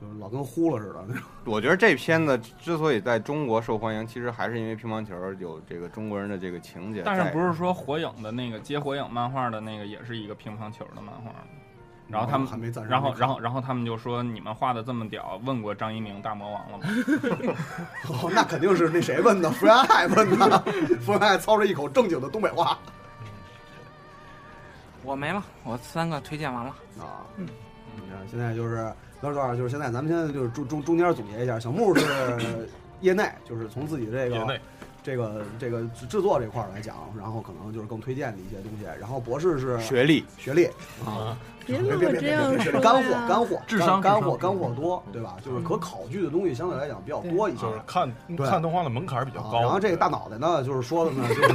Speaker 7: 就是老跟呼了似的那种。
Speaker 2: 我觉得这片子之所以在中国受欢迎，其实还是因为乒乓球有这个中国人的这个情节在。
Speaker 5: 但是不是说火影的那个接火影漫画的那个也是一个乒乓球的漫画吗？然后他们
Speaker 7: 还没暂时
Speaker 5: 然后
Speaker 7: 没看
Speaker 5: 然后然后他们就说你们画的这么屌，问过张一鸣大魔王了吗？
Speaker 7: 哦，那肯定是那谁问的，福原爱问的。福原爱操着一口正经的东北话
Speaker 3: 我没了，我三个推荐完了。
Speaker 7: 啊。嗯，你看现在就是，那多少就是现在咱们现在就是中中中间总结一下，小木是 业内，就是从自己这
Speaker 8: 业内
Speaker 7: 个这个这个制作这块儿来讲，然后可能就是更推荐的一些东西。然后博士是
Speaker 2: 学历
Speaker 7: 学历
Speaker 2: 啊，
Speaker 6: 别
Speaker 7: 别
Speaker 6: 老
Speaker 7: 别别
Speaker 6: 这
Speaker 7: 别
Speaker 6: 样
Speaker 7: 别别
Speaker 6: 说
Speaker 7: 干货
Speaker 6: 呀嗯
Speaker 7: 干货，
Speaker 8: 智商
Speaker 7: 干
Speaker 8: 智
Speaker 7: 货
Speaker 8: 商
Speaker 7: 干货多，对吧？就是可考据的东西相对来讲比较多一些。
Speaker 8: 就是看
Speaker 7: 对
Speaker 8: 看动画的门槛比较
Speaker 7: 啊
Speaker 8: 高。
Speaker 7: 然后这个大脑袋呢，就是说的呢，就是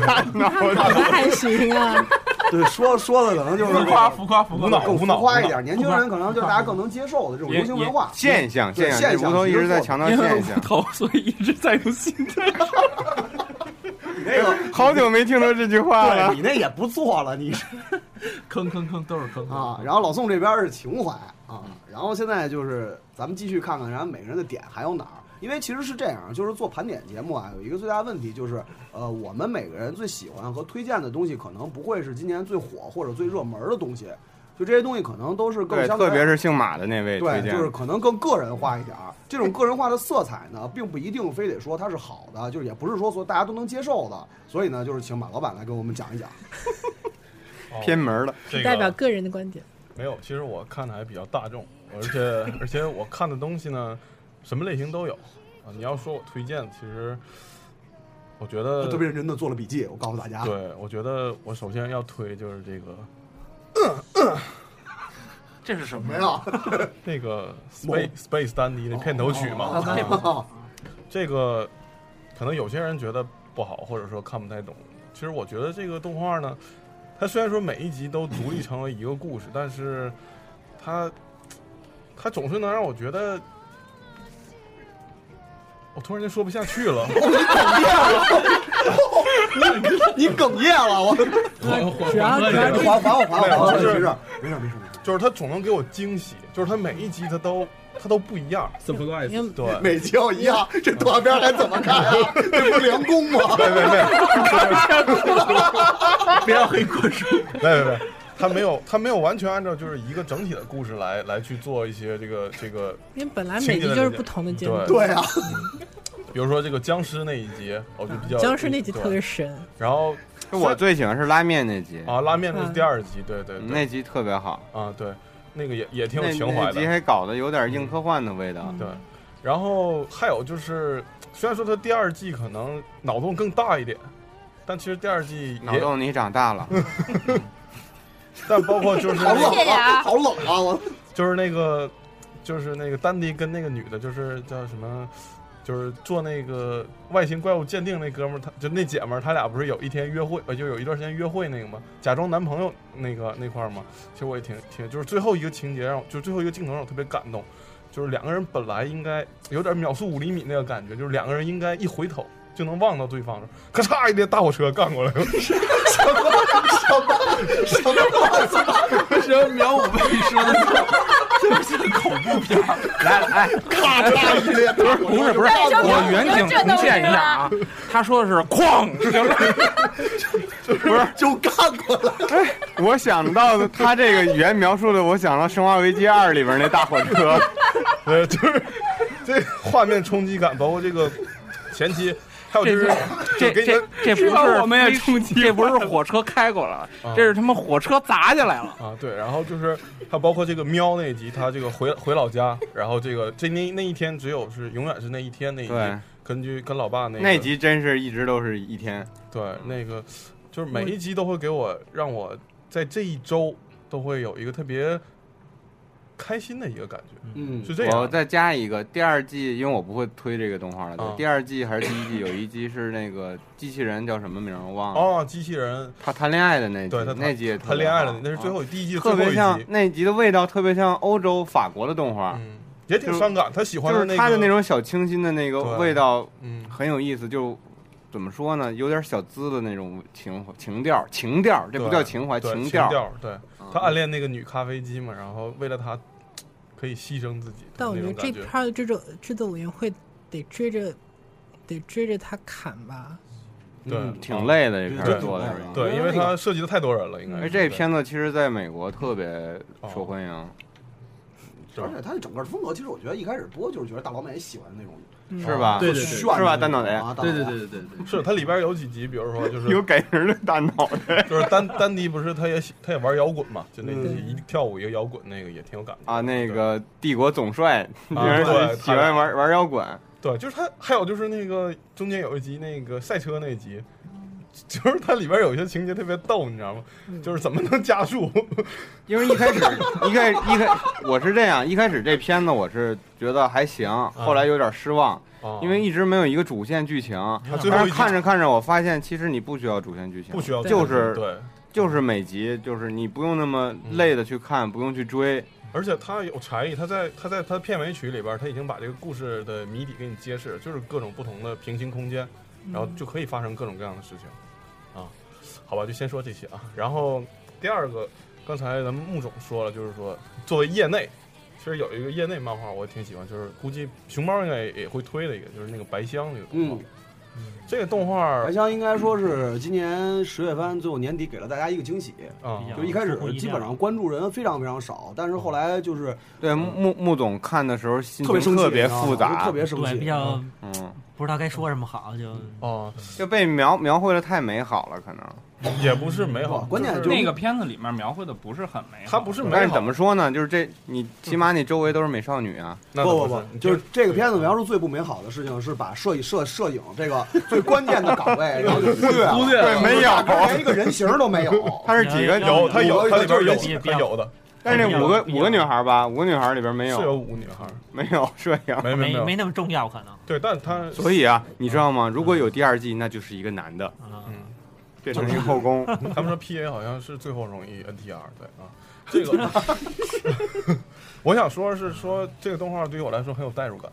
Speaker 6: 还行啊，
Speaker 7: 对，说说的可能就是
Speaker 11: 浮夸浮夸浮夸
Speaker 7: 无脑更
Speaker 11: 无
Speaker 7: 浮
Speaker 11: 脑
Speaker 7: 夸一
Speaker 11: 无脑
Speaker 7: 点，年轻人可能就是大家更能接受的这种流行文化
Speaker 2: 现象
Speaker 7: 对
Speaker 2: 现象，
Speaker 7: 现
Speaker 2: 这
Speaker 7: 象
Speaker 2: 无头一直在
Speaker 7: 其实
Speaker 2: 强调
Speaker 7: 做得
Speaker 2: 现 象。
Speaker 5: 头，所以一直在用心态。
Speaker 7: 你那 个
Speaker 2: 好久没听到这句话了
Speaker 7: 对你那也不做了， 你是
Speaker 11: 坑坑坑都是坑
Speaker 7: 啊。然后老宋这边是情怀啊，然后现在就是咱们继续看看，然后每个人的点还有哪儿。因为其实是这样，就是做盘点节目啊，有一个最大的问题就是，呃，我们每个人最喜欢和推荐的东西，可能不会是今年最火或者最热门的东西，就这些东西可能都是更
Speaker 2: 对，
Speaker 7: 相
Speaker 2: 特
Speaker 7: 来
Speaker 2: 别是姓马的那位推
Speaker 7: 对，
Speaker 2: 荐，
Speaker 7: 就是可能更个人化一点儿。这种个人化的色彩呢，并不一定非得说它是好的，就是也不是说所有大家都能接受的。所以呢，就是请马老板来给我们讲一讲。
Speaker 2: 哦偏门了。
Speaker 8: 这个
Speaker 6: 代表个人的观点。
Speaker 8: 没有，其实我看的还比较大众，而且而且我看的东西呢，什么类型都有啊。你要说我推荐，其实我觉
Speaker 7: 他
Speaker 8: 得
Speaker 7: 特别认真的做了笔记，我告诉大 家。
Speaker 8: 对，我觉得我首先要推就是这个
Speaker 3: 这是什么
Speaker 7: 嗯没？有，
Speaker 8: 那个
Speaker 7: 某
Speaker 8: Space Space 三 D 的片头曲嘛。
Speaker 7: 哦
Speaker 8: 这个可能有些人觉得不好，或者说看不太懂。其实我觉得这个动画呢，它虽然说每一集都独立成为一个故事，但是它它总是能让我觉得，我突然间说不下去 了。哦
Speaker 7: 你哽咽了，我
Speaker 8: 哎
Speaker 6: 只
Speaker 8: 啊
Speaker 6: 要只要
Speaker 7: 还还我还我还我，没
Speaker 8: 就是
Speaker 7: 事没事没事没事，
Speaker 8: 就是它总能给我惊喜，就是它每一集它都它都不一样。
Speaker 6: 因为
Speaker 8: 对，
Speaker 7: 每集要一样，这动画片还怎么看 啊？这不良工吗？
Speaker 8: 别别 别，别让黑锅叔。别别别，他没有他没有完全按照就是一个整体的故事来来去做一些这个这个，
Speaker 6: 因为本来每集就是不同的节目，
Speaker 7: 对啊，
Speaker 8: 比如说这个僵尸那一集，我就比较
Speaker 6: 僵尸那集特别
Speaker 8: 对
Speaker 6: 神，
Speaker 8: 然后
Speaker 2: 我最喜欢是拉面那集，
Speaker 8: 啊拉面那
Speaker 2: 嗯
Speaker 7: 嗯
Speaker 8: 是第二集，对对对
Speaker 2: 那集特别好，
Speaker 8: 啊对，那个也也挺有
Speaker 2: 那
Speaker 8: 情
Speaker 2: 那
Speaker 8: 怀
Speaker 2: 集
Speaker 8: 的，嗯
Speaker 2: 还搞得有点硬科幻的味道。
Speaker 8: 对。然后还有就是，虽然说它第二季可能脑洞更大一点，但其实第二季
Speaker 2: 脑
Speaker 8: 也，
Speaker 2: 洞你长大 了，
Speaker 8: 但包括就是
Speaker 7: 好
Speaker 8: 那个
Speaker 7: 冷
Speaker 10: 谢谢
Speaker 7: 啊，
Speaker 10: 啊
Speaker 7: 好冷啊！我
Speaker 8: 就是那个，就是那个丹迪跟那个女的，就是叫什么，就是做那个外星怪物鉴定那哥们儿，他就那姐们儿，他俩不是有一天约会，呃，就有一段时间约会那个吗？假装男朋友那个那块儿吗？其实我也挺挺，就是最后一个情节让我，就最后一个镜头让我特别感动，就是两个人本来应该有点秒速五厘米那个感觉，就是两个人应该一回头，就能望到对方的时候，咔嚓一列大火车干过来了，
Speaker 7: 什么什么什 么？
Speaker 11: 为什么苗五被你说的这是恐怖片？
Speaker 2: 来来，
Speaker 7: 咔 嚓一列大火车，
Speaker 3: 不是不是，
Speaker 11: 哎
Speaker 3: 我远景重现一下啊，他说的是哐，
Speaker 2: 不是
Speaker 7: 就干过来。
Speaker 2: 哎，我想到的他这个原描述的，我想到《生化危机二》里边那大火 车，
Speaker 8: 呃，就是这画面冲击感，包括 这个前期。还有就是，
Speaker 3: 这这这不是我们也冲击，这不是火车开过来了，这是他妈火车砸下来了
Speaker 8: 啊！对，然后就是他包括这个喵那一集，他这个回回老家，然后这个这那那一天只有是永远是那一天那一集，根据跟老爸那个、
Speaker 2: 那集真是一直都是一天，
Speaker 8: 对，那个就是每一集都会给我让我在这一周都会有一个特别。开心的一个感觉，
Speaker 2: 嗯，
Speaker 8: 是这样。
Speaker 2: 我再加一个，第二季，因为我不会推这个动画了。
Speaker 8: 啊
Speaker 2: 对，第二季还是第一季，有一集是那个机器人叫什么名我忘了。
Speaker 8: 哦，机器人，
Speaker 2: 他谈恋爱的那集，那集也
Speaker 8: 谈恋爱了，
Speaker 2: 啊
Speaker 8: 那是最后第一季
Speaker 2: 特别像那集的味道，特别像欧洲法国的动画，
Speaker 8: 嗯也挺伤感。他喜欢
Speaker 2: 就是他
Speaker 8: 的
Speaker 2: 那种小清新的那个味道，嗯，很有意思。就怎么说呢，有点小资的那种情情调，情调，这不叫情怀，
Speaker 8: 情
Speaker 2: 调，嗯
Speaker 8: 对。他暗恋那个女咖啡机嘛，然后为了她，可以牺牲自己。
Speaker 6: 但我觉得这片儿的制作制作委员会得追着，得追着他砍吧。
Speaker 8: 对，
Speaker 2: 挺累的，
Speaker 8: 这
Speaker 2: 片儿做的。
Speaker 8: 对，因为他涉及的太多人了，应该。哦
Speaker 2: 而哎这片子其实在美国特别受欢迎，
Speaker 7: 而且他的整个风格，其实我觉得一开始播就是觉得大老美喜欢那种。
Speaker 2: 是吧？
Speaker 12: 对对
Speaker 7: 对，
Speaker 2: 是吧？单脑袋，
Speaker 12: 对对对对对对，
Speaker 8: 是它里边有几集，比如说就是
Speaker 2: 有改名的单 脑袋，
Speaker 8: 就是丹丹迪不是他也他也玩摇滚嘛，就那一跳舞一个摇滚，那个也挺有感觉
Speaker 2: 啊。那个帝国总帅，
Speaker 8: 啊 对，
Speaker 2: 喜欢玩玩摇滚，
Speaker 8: 对，就是他。还有就是那个中间有一集那个赛车那一集，就是它里边有些情节特别逗，你知道吗？就是怎么能加速？
Speaker 2: 因为一开始一开一开我是这样，一开始这片子我是觉得还行，后来有点失望。
Speaker 8: 哦
Speaker 2: 因为一直没有一个主线剧情，但是看着看着，我发现其实你不需要主线剧情，
Speaker 8: 不需要，
Speaker 2: 就是
Speaker 8: 对，
Speaker 2: 就是每集就是你不用那么累的去看，不用去追。
Speaker 8: 而且他有才艺，他在他在他片尾曲里边，他已经把这个故事的谜底给你揭示，就是各种不同的平行空间，然后就可以发生各种各样的事情。啊，好吧，就先说这些啊。然后第二个，刚才咱们穆总说了，就是说作为业内。其实有一个业内漫画我挺喜欢，就是估计熊猫应该也会推的一个，就是那个白箱这个动画。嗯，这个动画
Speaker 7: 白箱应该说是今年十月番最后年底给了大家一个惊喜
Speaker 8: 啊！
Speaker 7: 就一开始基本上关注人非常非常少，但是后来就是
Speaker 2: 对穆穆总看的时候心
Speaker 7: 特别
Speaker 2: 特
Speaker 7: 别
Speaker 2: 复杂，
Speaker 7: 特别生气，
Speaker 9: 比较
Speaker 2: 嗯
Speaker 9: 不知道该说什么好，就
Speaker 8: 哦
Speaker 2: 就被描描绘的太美好了，可能。
Speaker 8: 也不是美好，
Speaker 7: 关键
Speaker 8: 就是
Speaker 3: 那个片子里面描绘的不是很美好，
Speaker 8: 它不是美好。
Speaker 2: 但是怎么说呢？就是这，你起码你周围都是美少女啊。
Speaker 8: 不
Speaker 7: 不不，就是这个片子描述最不美好的事情是把摄影摄摄影这个最关键的岗位然后忽略
Speaker 8: 忽略
Speaker 2: 对没有，
Speaker 7: 连啊哎一个人形都 没有。
Speaker 2: 它是几个
Speaker 8: 有，它有，它里边有，
Speaker 9: 有
Speaker 8: 它有的。
Speaker 2: 但是那五个五个女孩吧，五个女孩里边没有，
Speaker 8: 是有五女孩，
Speaker 2: 没有摄影，
Speaker 8: 没
Speaker 9: 没
Speaker 8: 没
Speaker 9: 没那么重要，可能。
Speaker 8: 对，但他
Speaker 2: 所以啊，你知道吗？如果有第二季，那就是一个男的，
Speaker 9: 嗯，
Speaker 2: 变成一个后宫。
Speaker 8: 他们说 P A 好像是最后容易 N T R 对啊，这个 我想说是说这个动画对于我来说很有代入感，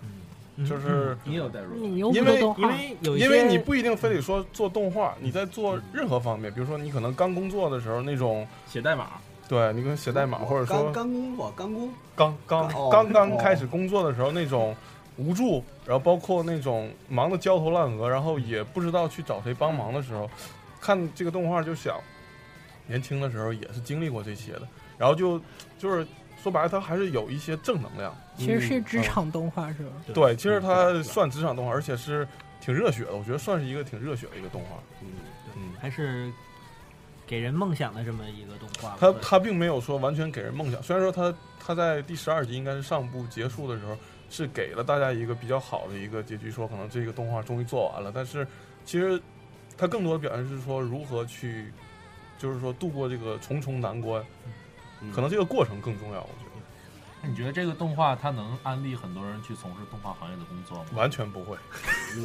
Speaker 8: 就是
Speaker 12: 嗯你有代入感，
Speaker 8: 因为因
Speaker 9: 有
Speaker 8: 为因为你不一定非得说做动画，你在做任何方面，比如说你可能刚工作的时候那种
Speaker 12: 写代码，
Speaker 8: 对你可能写代码，或者说
Speaker 7: 刚刚工作刚工
Speaker 8: 刚刚刚刚开始工作的时候那种。无助，然后包括那种忙得焦头烂额，然后也不知道去找谁帮忙的时候，看这个动画就想，年轻的时候也是经历过这些的，然后就就是说白了，它还是有一些正能量。
Speaker 6: 其实是职场动画是吧？
Speaker 8: 嗯、对，其实它算职场动画，而且是挺热血的，我觉得算是一个挺热血的一个动画。嗯嗯，
Speaker 9: 还是。给人梦想的这么一个动画，
Speaker 8: 他他并没有说完全给人梦想。虽然说他他在第十二集应该是上部结束的时候，是给了大家一个比较好的一个结局，说可能这个动画终于做完了。但是其实他更多的表现是说如何去，就是说度过这个重重难关，
Speaker 2: 嗯、
Speaker 8: 可能这个过程更重要。我觉得。
Speaker 11: 那你觉得这个动画它能安利很多人去从事动画行业的工作吗？
Speaker 8: 完全不会，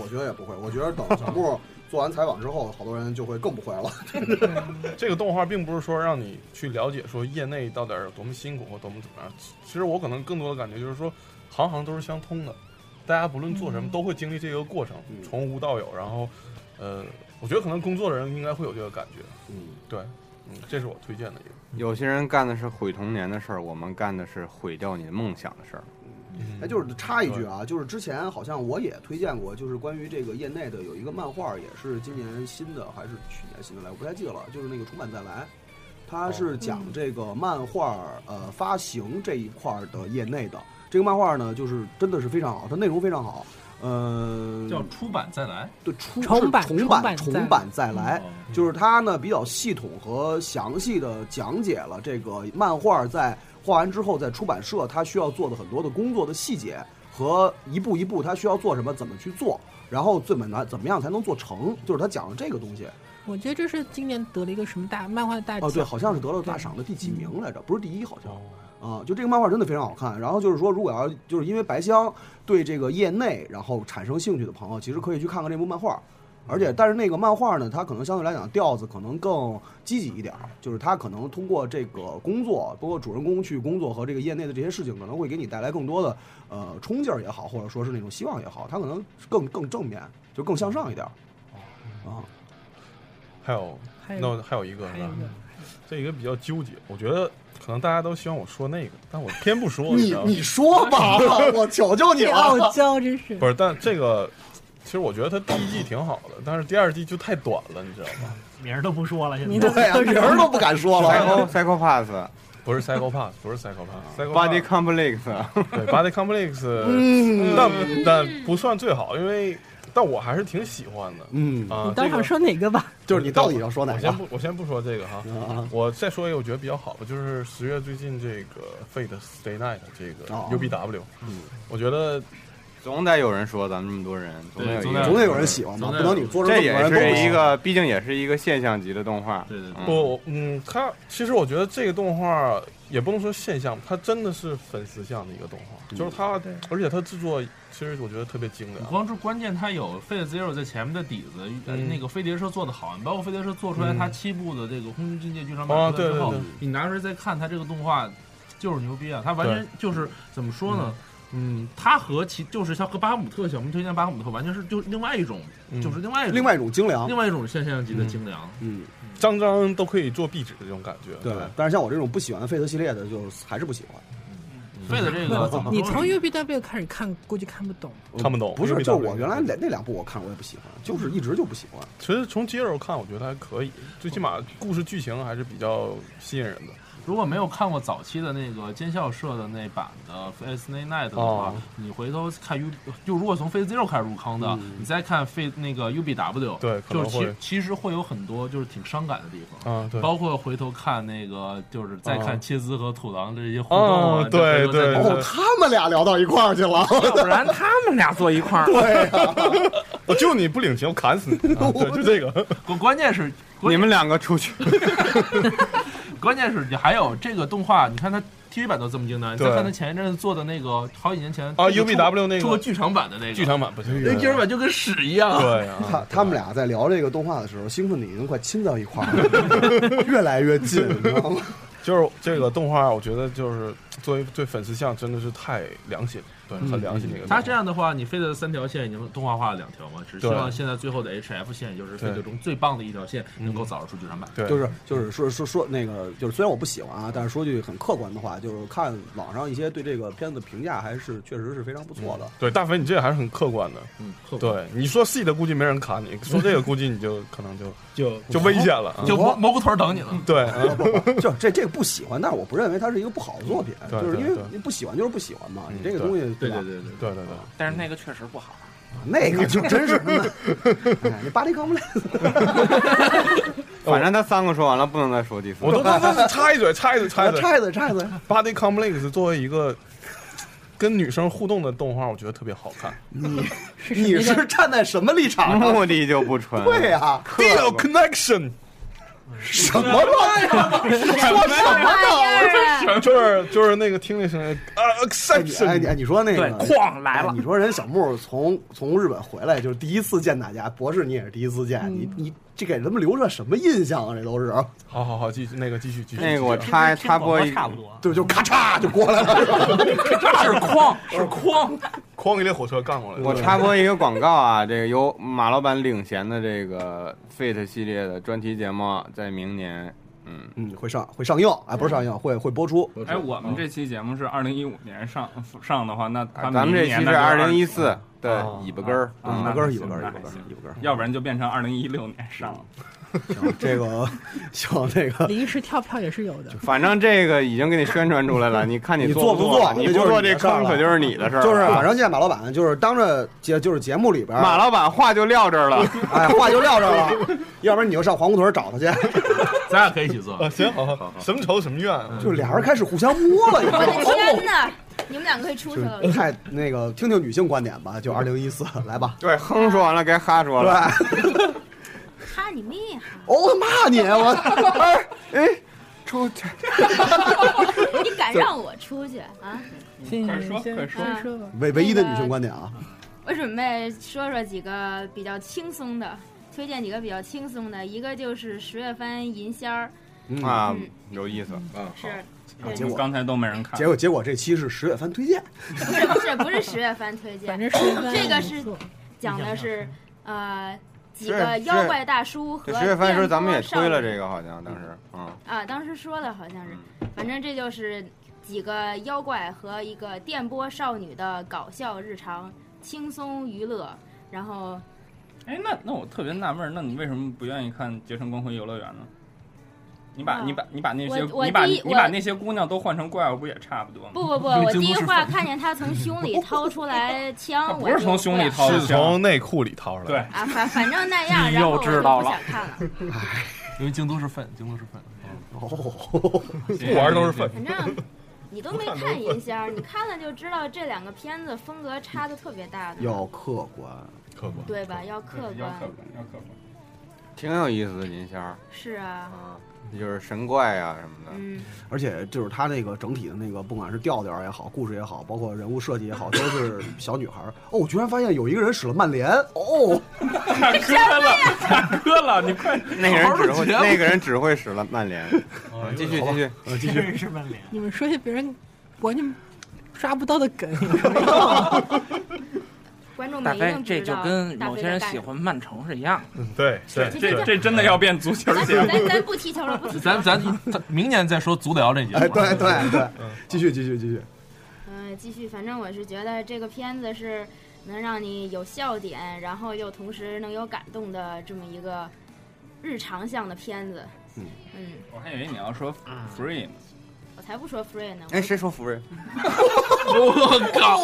Speaker 7: 我觉得也不会。我觉得等小木做完采访之后，好多人就会更不会了。
Speaker 8: 这个动画并不是说让你去了解说业内到底有多么辛苦或多么怎么样。其实我可能更多的感觉就是说，行行都是相通的。大家不论做什
Speaker 7: 嗯
Speaker 8: 么，都会经历这个过程，从无到有。然后，呃，我觉得可能工作的人应该会有这个感觉。
Speaker 7: 嗯，
Speaker 8: 对，嗯，这是我推荐的一个。
Speaker 2: 有些人干的是毁童年的事儿，我们干的是毁掉你的梦想的事儿。
Speaker 7: 哎，就是插一句啊，就是之前好像我也推荐过，就是关于这个业内的有一个漫画，也是今年新的还是去年新的来，我不太记得了，就是那个重版再来，它是讲这个漫画呃发行这一块儿的业内的。这个漫画呢，就是真的是非常好，它内容非常好，呃，
Speaker 11: 叫出版再来，
Speaker 7: 对，出
Speaker 6: 重版
Speaker 7: 是重
Speaker 6: 重版再来
Speaker 7: 重版再来，就是它呢比较系统和详细的讲解了这个漫画在画完之后，在出版社它需要做的很多的工作的细节和一步一步它需要做什么，怎么去做，然后最本难怎么样才能做成，就是它讲了这个东西。
Speaker 6: 我觉得这是今年得了一个什么大漫画大奖？嗯
Speaker 7: 哦，对，好像是得了大赏的第几名来着，不是第一，好
Speaker 6: 哦
Speaker 7: 像。啊，就这个漫画真的非常好看。然后就是说，如果要就是因为白香对这个业内然后产生兴趣的朋友，其实可以去看看这部漫画。
Speaker 6: 嗯
Speaker 7: 而且，但是那个漫画呢，它可能相对来讲调子可能更积极一点儿，就是它可能通过这个工作，包括主人公去工作和这个业内的这些事情，可能会给你带来更多的呃冲劲儿也好，或者说是那种希望也好，它可能更更正面，就更向上一点儿。
Speaker 6: 哦
Speaker 7: 啊，
Speaker 8: 还有，
Speaker 6: 还有
Speaker 8: 那我还有一个
Speaker 6: 还
Speaker 8: 是
Speaker 6: 有
Speaker 8: 吧
Speaker 6: 一个？
Speaker 8: 这一个比较纠结，我觉得可能大家都希望我说那个，但我偏不说。知
Speaker 7: 你
Speaker 8: 道吗
Speaker 7: 你说吧， 我求求你
Speaker 6: 这傲
Speaker 7: 了。
Speaker 6: 娇真是
Speaker 8: 不是，但这个其实我觉得它第一季挺好的，但是第二季就太短了，你知道吗？
Speaker 9: 名儿都不说了，现
Speaker 6: 你
Speaker 9: 在
Speaker 6: 都
Speaker 7: 对啊，名儿都不敢说
Speaker 9: 啊
Speaker 2: psycho
Speaker 7: 了。哦
Speaker 2: psycho pass
Speaker 8: 不是 psycho pass，不是 psycho pass，psycho
Speaker 2: body complex，
Speaker 8: 对 body complex，但但不算最好，因为但我还是挺喜欢的。
Speaker 7: 嗯，
Speaker 8: 啊，
Speaker 6: 当
Speaker 8: 这
Speaker 6: 场
Speaker 8: 个
Speaker 6: 说哪个吧？
Speaker 7: 就是你到底要说哪
Speaker 8: 我
Speaker 7: 个
Speaker 8: 先？不，我先不说这个哈，
Speaker 7: 啊
Speaker 8: 我再说一个我觉得比较好的，就是十月最近这个 Fate Stay Night 这个
Speaker 7: 哦
Speaker 8: UBW，我觉得
Speaker 2: 总得有人说咱们这么多人，总得有一
Speaker 12: 总
Speaker 2: 个
Speaker 7: 总得有人喜欢吧？
Speaker 12: 总
Speaker 7: 不
Speaker 12: 得
Speaker 7: 能你做成
Speaker 2: 这
Speaker 7: 这么
Speaker 2: 也
Speaker 7: 多人都
Speaker 2: 是
Speaker 7: 不
Speaker 2: 一
Speaker 7: 喜欢哦
Speaker 2: 个，毕竟也是一个现象级的动画。
Speaker 12: 对对对，
Speaker 2: 嗯
Speaker 8: 不，嗯，它其实我觉得这个动画也不能说现象，它真的是粉丝向的一个动
Speaker 7: 嗯
Speaker 8: 画，就是它，而且它制作其实我觉得特别精
Speaker 11: 你
Speaker 8: 良。
Speaker 11: 光是关键，它有 Fate Zero 在前面的底子，呃
Speaker 8: 嗯
Speaker 11: 那个飞碟社做的好，你包括飞碟社做出来
Speaker 8: 嗯
Speaker 11: 它七部的这个《空军境界剧场
Speaker 8: 哦
Speaker 11: 版》出来之后
Speaker 8: 对对对，
Speaker 11: 你拿出来再看它这个动画，就是牛逼啊！它完全就是怎么说呢？嗯，它和其就是像和巴赫姆特，小明推荐巴赫姆特，完全是就是另外一种，
Speaker 8: 嗯
Speaker 11: 就是另外一种
Speaker 7: 另外一种精良
Speaker 11: 另。外一种现象级的精良。
Speaker 7: 嗯，
Speaker 8: 张张都可以做壁纸的这种感觉，
Speaker 7: 对。但是像我这种不喜欢费特系列的，就还是不喜欢。
Speaker 11: Fate 这个怎么说呢
Speaker 6: 你从 UBW 开始看，估计看不懂。
Speaker 8: 看不懂
Speaker 7: 不是，
Speaker 8: 因为
Speaker 7: 就是我
Speaker 8: 大部分
Speaker 7: 原来那那两部我看我也不喜欢，就是一直就不喜欢。
Speaker 8: 其实从肌肉看，我觉得还可以，最起码故事剧情还是比较吸引人的。
Speaker 11: 如果没有看过早期的那个尖校社的那版的 Face Night Night 的话，
Speaker 8: 哦
Speaker 11: 你回头看 U 就如果从 Face Zero 开始入坑的，你再看 Face 那个 UBW，
Speaker 8: 嗯对可
Speaker 11: 就
Speaker 8: 能
Speaker 11: 是其
Speaker 8: 会
Speaker 11: 其实会有很多就是挺伤感的地方。
Speaker 8: 啊，对，啊
Speaker 11: 包括回头看那个，就是再看切兹和土狼的这些互动
Speaker 8: 哦
Speaker 11: 啊，，
Speaker 8: 对对
Speaker 11: 对
Speaker 7: 哦， 他们俩聊到一块儿去了。
Speaker 3: 要不然他们俩坐一块 儿，
Speaker 7: 啊
Speaker 8: 我哦就你不领情，我砍死你！啊 对，就这个，
Speaker 11: 关关键是 关
Speaker 2: 你们两个出去，
Speaker 11: 关键是你还有这个动画，你看它 TV 版都这么精良，你再
Speaker 8: 对
Speaker 11: 看它前一阵子做的那个好几年前
Speaker 8: 啊，UBW 那个
Speaker 11: 出过剧场版的那个
Speaker 8: 剧场版不行，
Speaker 11: 那剧场版就跟屎一样啊。
Speaker 8: 对啊，
Speaker 7: 他他们俩在聊这个动画的时候，兴奋的已经快亲到一块儿了，越来越近，你知道吗？
Speaker 8: 就是这个动画，我觉得就是作为对粉丝向真的是太良心了，对，
Speaker 7: 嗯
Speaker 8: 很良心的一个动画。
Speaker 11: 他嗯这样的话，你飞的三条线已经动画化了两条嘛，只希
Speaker 8: 对
Speaker 11: 望现在最后的 HF 线，也就是飞
Speaker 8: 对
Speaker 11: 得中最棒的一条线，能够早日出剧场版。
Speaker 8: 对，
Speaker 7: 就是就是说说说那个，就是虽然我不喜欢啊，但是说句很客观的话，就是看网上一些对这个片子评价，还是确实是非常不错的。
Speaker 8: 对大飞，你这个还是很客观的。
Speaker 11: 嗯，客观
Speaker 8: 对，你说细的估计没人砍你，说这个估计你就可能就
Speaker 11: 就
Speaker 8: 就危险了。啊
Speaker 11: 就蘑蘑菇头等你了。
Speaker 8: 对，
Speaker 7: 啊不不就是这这个不喜欢，但是我不认为它是一个不好的作品，
Speaker 8: 对
Speaker 7: 就是因
Speaker 8: 对
Speaker 7: 为
Speaker 8: 对
Speaker 7: 你不喜欢就是不喜欢嘛，
Speaker 8: 嗯
Speaker 7: 你这个东西吧？啊
Speaker 11: 对对，
Speaker 8: 对对对，
Speaker 3: 但是那个确实不好。
Speaker 7: 那个就真是， 哎，那巴黎康布雷
Speaker 2: 反正他三个说完了，不能再说第四个。
Speaker 8: 我都都都 都插一嘴，插一嘴，插一嘴。
Speaker 7: 拆的拆的，
Speaker 8: Body Complex 作为一个跟女生互动的动画，我觉得特别好看。
Speaker 7: 你是站在什么立场上？
Speaker 2: 目的就不纯。
Speaker 7: 对啊呀、
Speaker 8: Deal Connection
Speaker 7: 什么乱呀？说什么呢？
Speaker 8: 就是就是那个听那声音啊
Speaker 7: 哎你哎你哎
Speaker 8: ，Exception，
Speaker 7: 你说那
Speaker 3: 对
Speaker 7: 个，
Speaker 3: 哐来了
Speaker 7: 哎你嗯说人小木从从日本回来就是第一次见大家，博士你也是第一次见，你你这给他们留着什么印象啊？这都是。
Speaker 8: 好好好，继续那个继续继续。啊
Speaker 2: 那个我
Speaker 8: 继续
Speaker 2: 插插播一，
Speaker 7: 对，就咔嚓就过来了，
Speaker 8: 是
Speaker 7: 吧？
Speaker 8: 是
Speaker 3: 哐是哐，
Speaker 8: 哐一列火车干过来。
Speaker 2: 我插播一个广告啊，这个由马老板领衔的这个 Fit 系列的专题节目，在明年，嗯
Speaker 7: 嗯，会上会上映，哎，不是上映，会会播出。
Speaker 5: 哎，我
Speaker 2: 嗯
Speaker 5: 们这期节目是二零一五年上呃上的话，那
Speaker 2: 啊咱们这期是二零一四的尾巴根儿，
Speaker 7: 尾巴根儿，尾嗯巴根儿，
Speaker 2: 嗯
Speaker 7: 尾巴根儿，尾巴根儿，
Speaker 5: 嗯要不然就变成二零一六年上了。
Speaker 7: 这个希望这个
Speaker 6: 临时跳票也是有的。
Speaker 2: 反正这个。这个已经给你宣传出来了，你看
Speaker 7: 你
Speaker 2: 做
Speaker 7: 不
Speaker 2: 做？
Speaker 7: 你
Speaker 2: 不
Speaker 7: 就是
Speaker 2: 做
Speaker 7: 你
Speaker 2: 这
Speaker 7: 的事儿
Speaker 2: 坑
Speaker 7: 了
Speaker 2: 可就是你的事儿了，嗯
Speaker 7: 就是啊反正现在马老板就是当着节就是节目里边儿，
Speaker 2: 马老板话就撂这儿了，
Speaker 7: 哎话就撂这儿了，要不然你就上黄胡同找他去，
Speaker 11: 咱俩可以一起做。
Speaker 8: 啊，行，好好好，什么仇什么怨啊，
Speaker 7: 就俩人开始互相摸了，你知道
Speaker 10: 我
Speaker 7: 吗
Speaker 10: 的天哪！你们两个可以出去了
Speaker 7: 就。太那个听听女性观点吧，就二零一四来吧，
Speaker 2: 对，哼说完了该哈说了，
Speaker 10: 哈你妹啊！
Speaker 7: 哦骂你 我，哎哎
Speaker 2: 出去，
Speaker 10: 你敢让我出去啊？
Speaker 5: 快说
Speaker 6: 先
Speaker 5: 快说，
Speaker 6: 先说吧。
Speaker 7: 唯唯一的女性观点啊，
Speaker 10: 我准备说说几个比较轻松的，推荐几个比较轻松的。一个就是十月番银仙儿，
Speaker 7: 嗯
Speaker 2: 啊，有意思，嗯，
Speaker 10: 是
Speaker 7: 啊
Speaker 10: 对
Speaker 7: 结果
Speaker 5: 刚才都没人看。
Speaker 7: 结果结果这期是十月番推荐，
Speaker 10: 不是不是不是十月番推荐，
Speaker 6: 反正十月番
Speaker 10: 这个
Speaker 6: 也
Speaker 10: 是
Speaker 6: 不错
Speaker 10: 讲的是呃几
Speaker 2: 是
Speaker 10: 个
Speaker 2: 是
Speaker 10: 妖怪大叔和
Speaker 2: 这十月份时候
Speaker 10: 电
Speaker 2: 咱们也
Speaker 10: 波少
Speaker 2: 推了
Speaker 10: 女
Speaker 2: 这个，好像当时，嗯，
Speaker 10: 啊，当时说的好像是，反正这就是几个妖怪和一个电波少女的搞笑日常，轻松娱乐。然后
Speaker 5: 哎，那那我特别纳闷儿，那你为什么不愿意看《杰森光辉游乐园》呢？你把
Speaker 10: 啊
Speaker 5: 你把你把那些
Speaker 10: 我我
Speaker 5: 你把
Speaker 10: 第一
Speaker 5: 你把
Speaker 10: 我
Speaker 5: 那些姑娘都换成怪物，不也差不多吗？
Speaker 10: 不不 不，我第一话看见他从胸里掏出来 枪，
Speaker 5: 不
Speaker 10: 我
Speaker 5: 是
Speaker 10: 就
Speaker 5: 从胸里
Speaker 10: 想
Speaker 5: 掏的
Speaker 8: 是
Speaker 5: 枪
Speaker 8: 从内裤里掏出来的。
Speaker 5: 对，
Speaker 10: 啊，反反正那样，
Speaker 11: 你
Speaker 10: 然后
Speaker 11: 又
Speaker 10: 我就
Speaker 11: 知道
Speaker 10: 不
Speaker 11: 了
Speaker 10: 想看了。
Speaker 11: 因为京都是粪，京都是粪。
Speaker 7: 哎哦，
Speaker 8: 不 玩都是粪。
Speaker 10: 反正你都没看银仙儿，你看了就知道这两个片子风格差的特别大的，
Speaker 7: 要客观，
Speaker 8: 客观
Speaker 10: 对吧？要客
Speaker 5: 要客
Speaker 10: 观，
Speaker 5: 观，要客观。
Speaker 2: 挺有意思的银仙儿，
Speaker 10: 是啊，
Speaker 2: 就是神怪啊什么的，
Speaker 10: 嗯，
Speaker 7: 而且就是它那个整体的那个，不管是调调也好，故事也好，包括人物设计也好，都是小女孩儿。哦，我居然发现有一个人使了曼联，哦，
Speaker 5: 大哥了，大哥了，你快！
Speaker 2: 那个人只
Speaker 11: 好好
Speaker 2: 会
Speaker 11: 地讲
Speaker 2: 那个人只会使了曼联，嗯继续继续，
Speaker 7: 呃，继续，
Speaker 9: 真是曼联。
Speaker 6: 你们说些别人完全抓不到的梗，
Speaker 10: 观众
Speaker 3: 大
Speaker 10: 们一
Speaker 3: 概
Speaker 10: 定
Speaker 3: 这
Speaker 10: 知
Speaker 3: 就
Speaker 10: 道
Speaker 3: 跟
Speaker 10: 大
Speaker 3: 某
Speaker 10: 飞
Speaker 3: 些
Speaker 10: 在
Speaker 3: 人
Speaker 10: 干
Speaker 3: 喜
Speaker 10: 什么。
Speaker 3: 欢曼城是一样的。
Speaker 8: 对对
Speaker 10: 这
Speaker 8: 对
Speaker 10: 这，
Speaker 5: 这真的要变足球
Speaker 10: 咱
Speaker 5: 节目。
Speaker 10: 咱咱不踢球了，不踢球
Speaker 11: 咱
Speaker 10: 了。
Speaker 11: 咱咱明年再说足疗这节
Speaker 7: 哎，
Speaker 11: 目。
Speaker 7: 对对对，继续继续继续，
Speaker 10: 嗯，继续，反正我是觉得这个片子是能让你有笑点，然后又同时能有感动的这么一个日常向的片子。
Speaker 7: 嗯
Speaker 10: 嗯，
Speaker 5: 我还以为你要说 free 呢。
Speaker 10: 我才不说 free 呢。
Speaker 2: 哎，谁说福瑞？
Speaker 11: 我靠！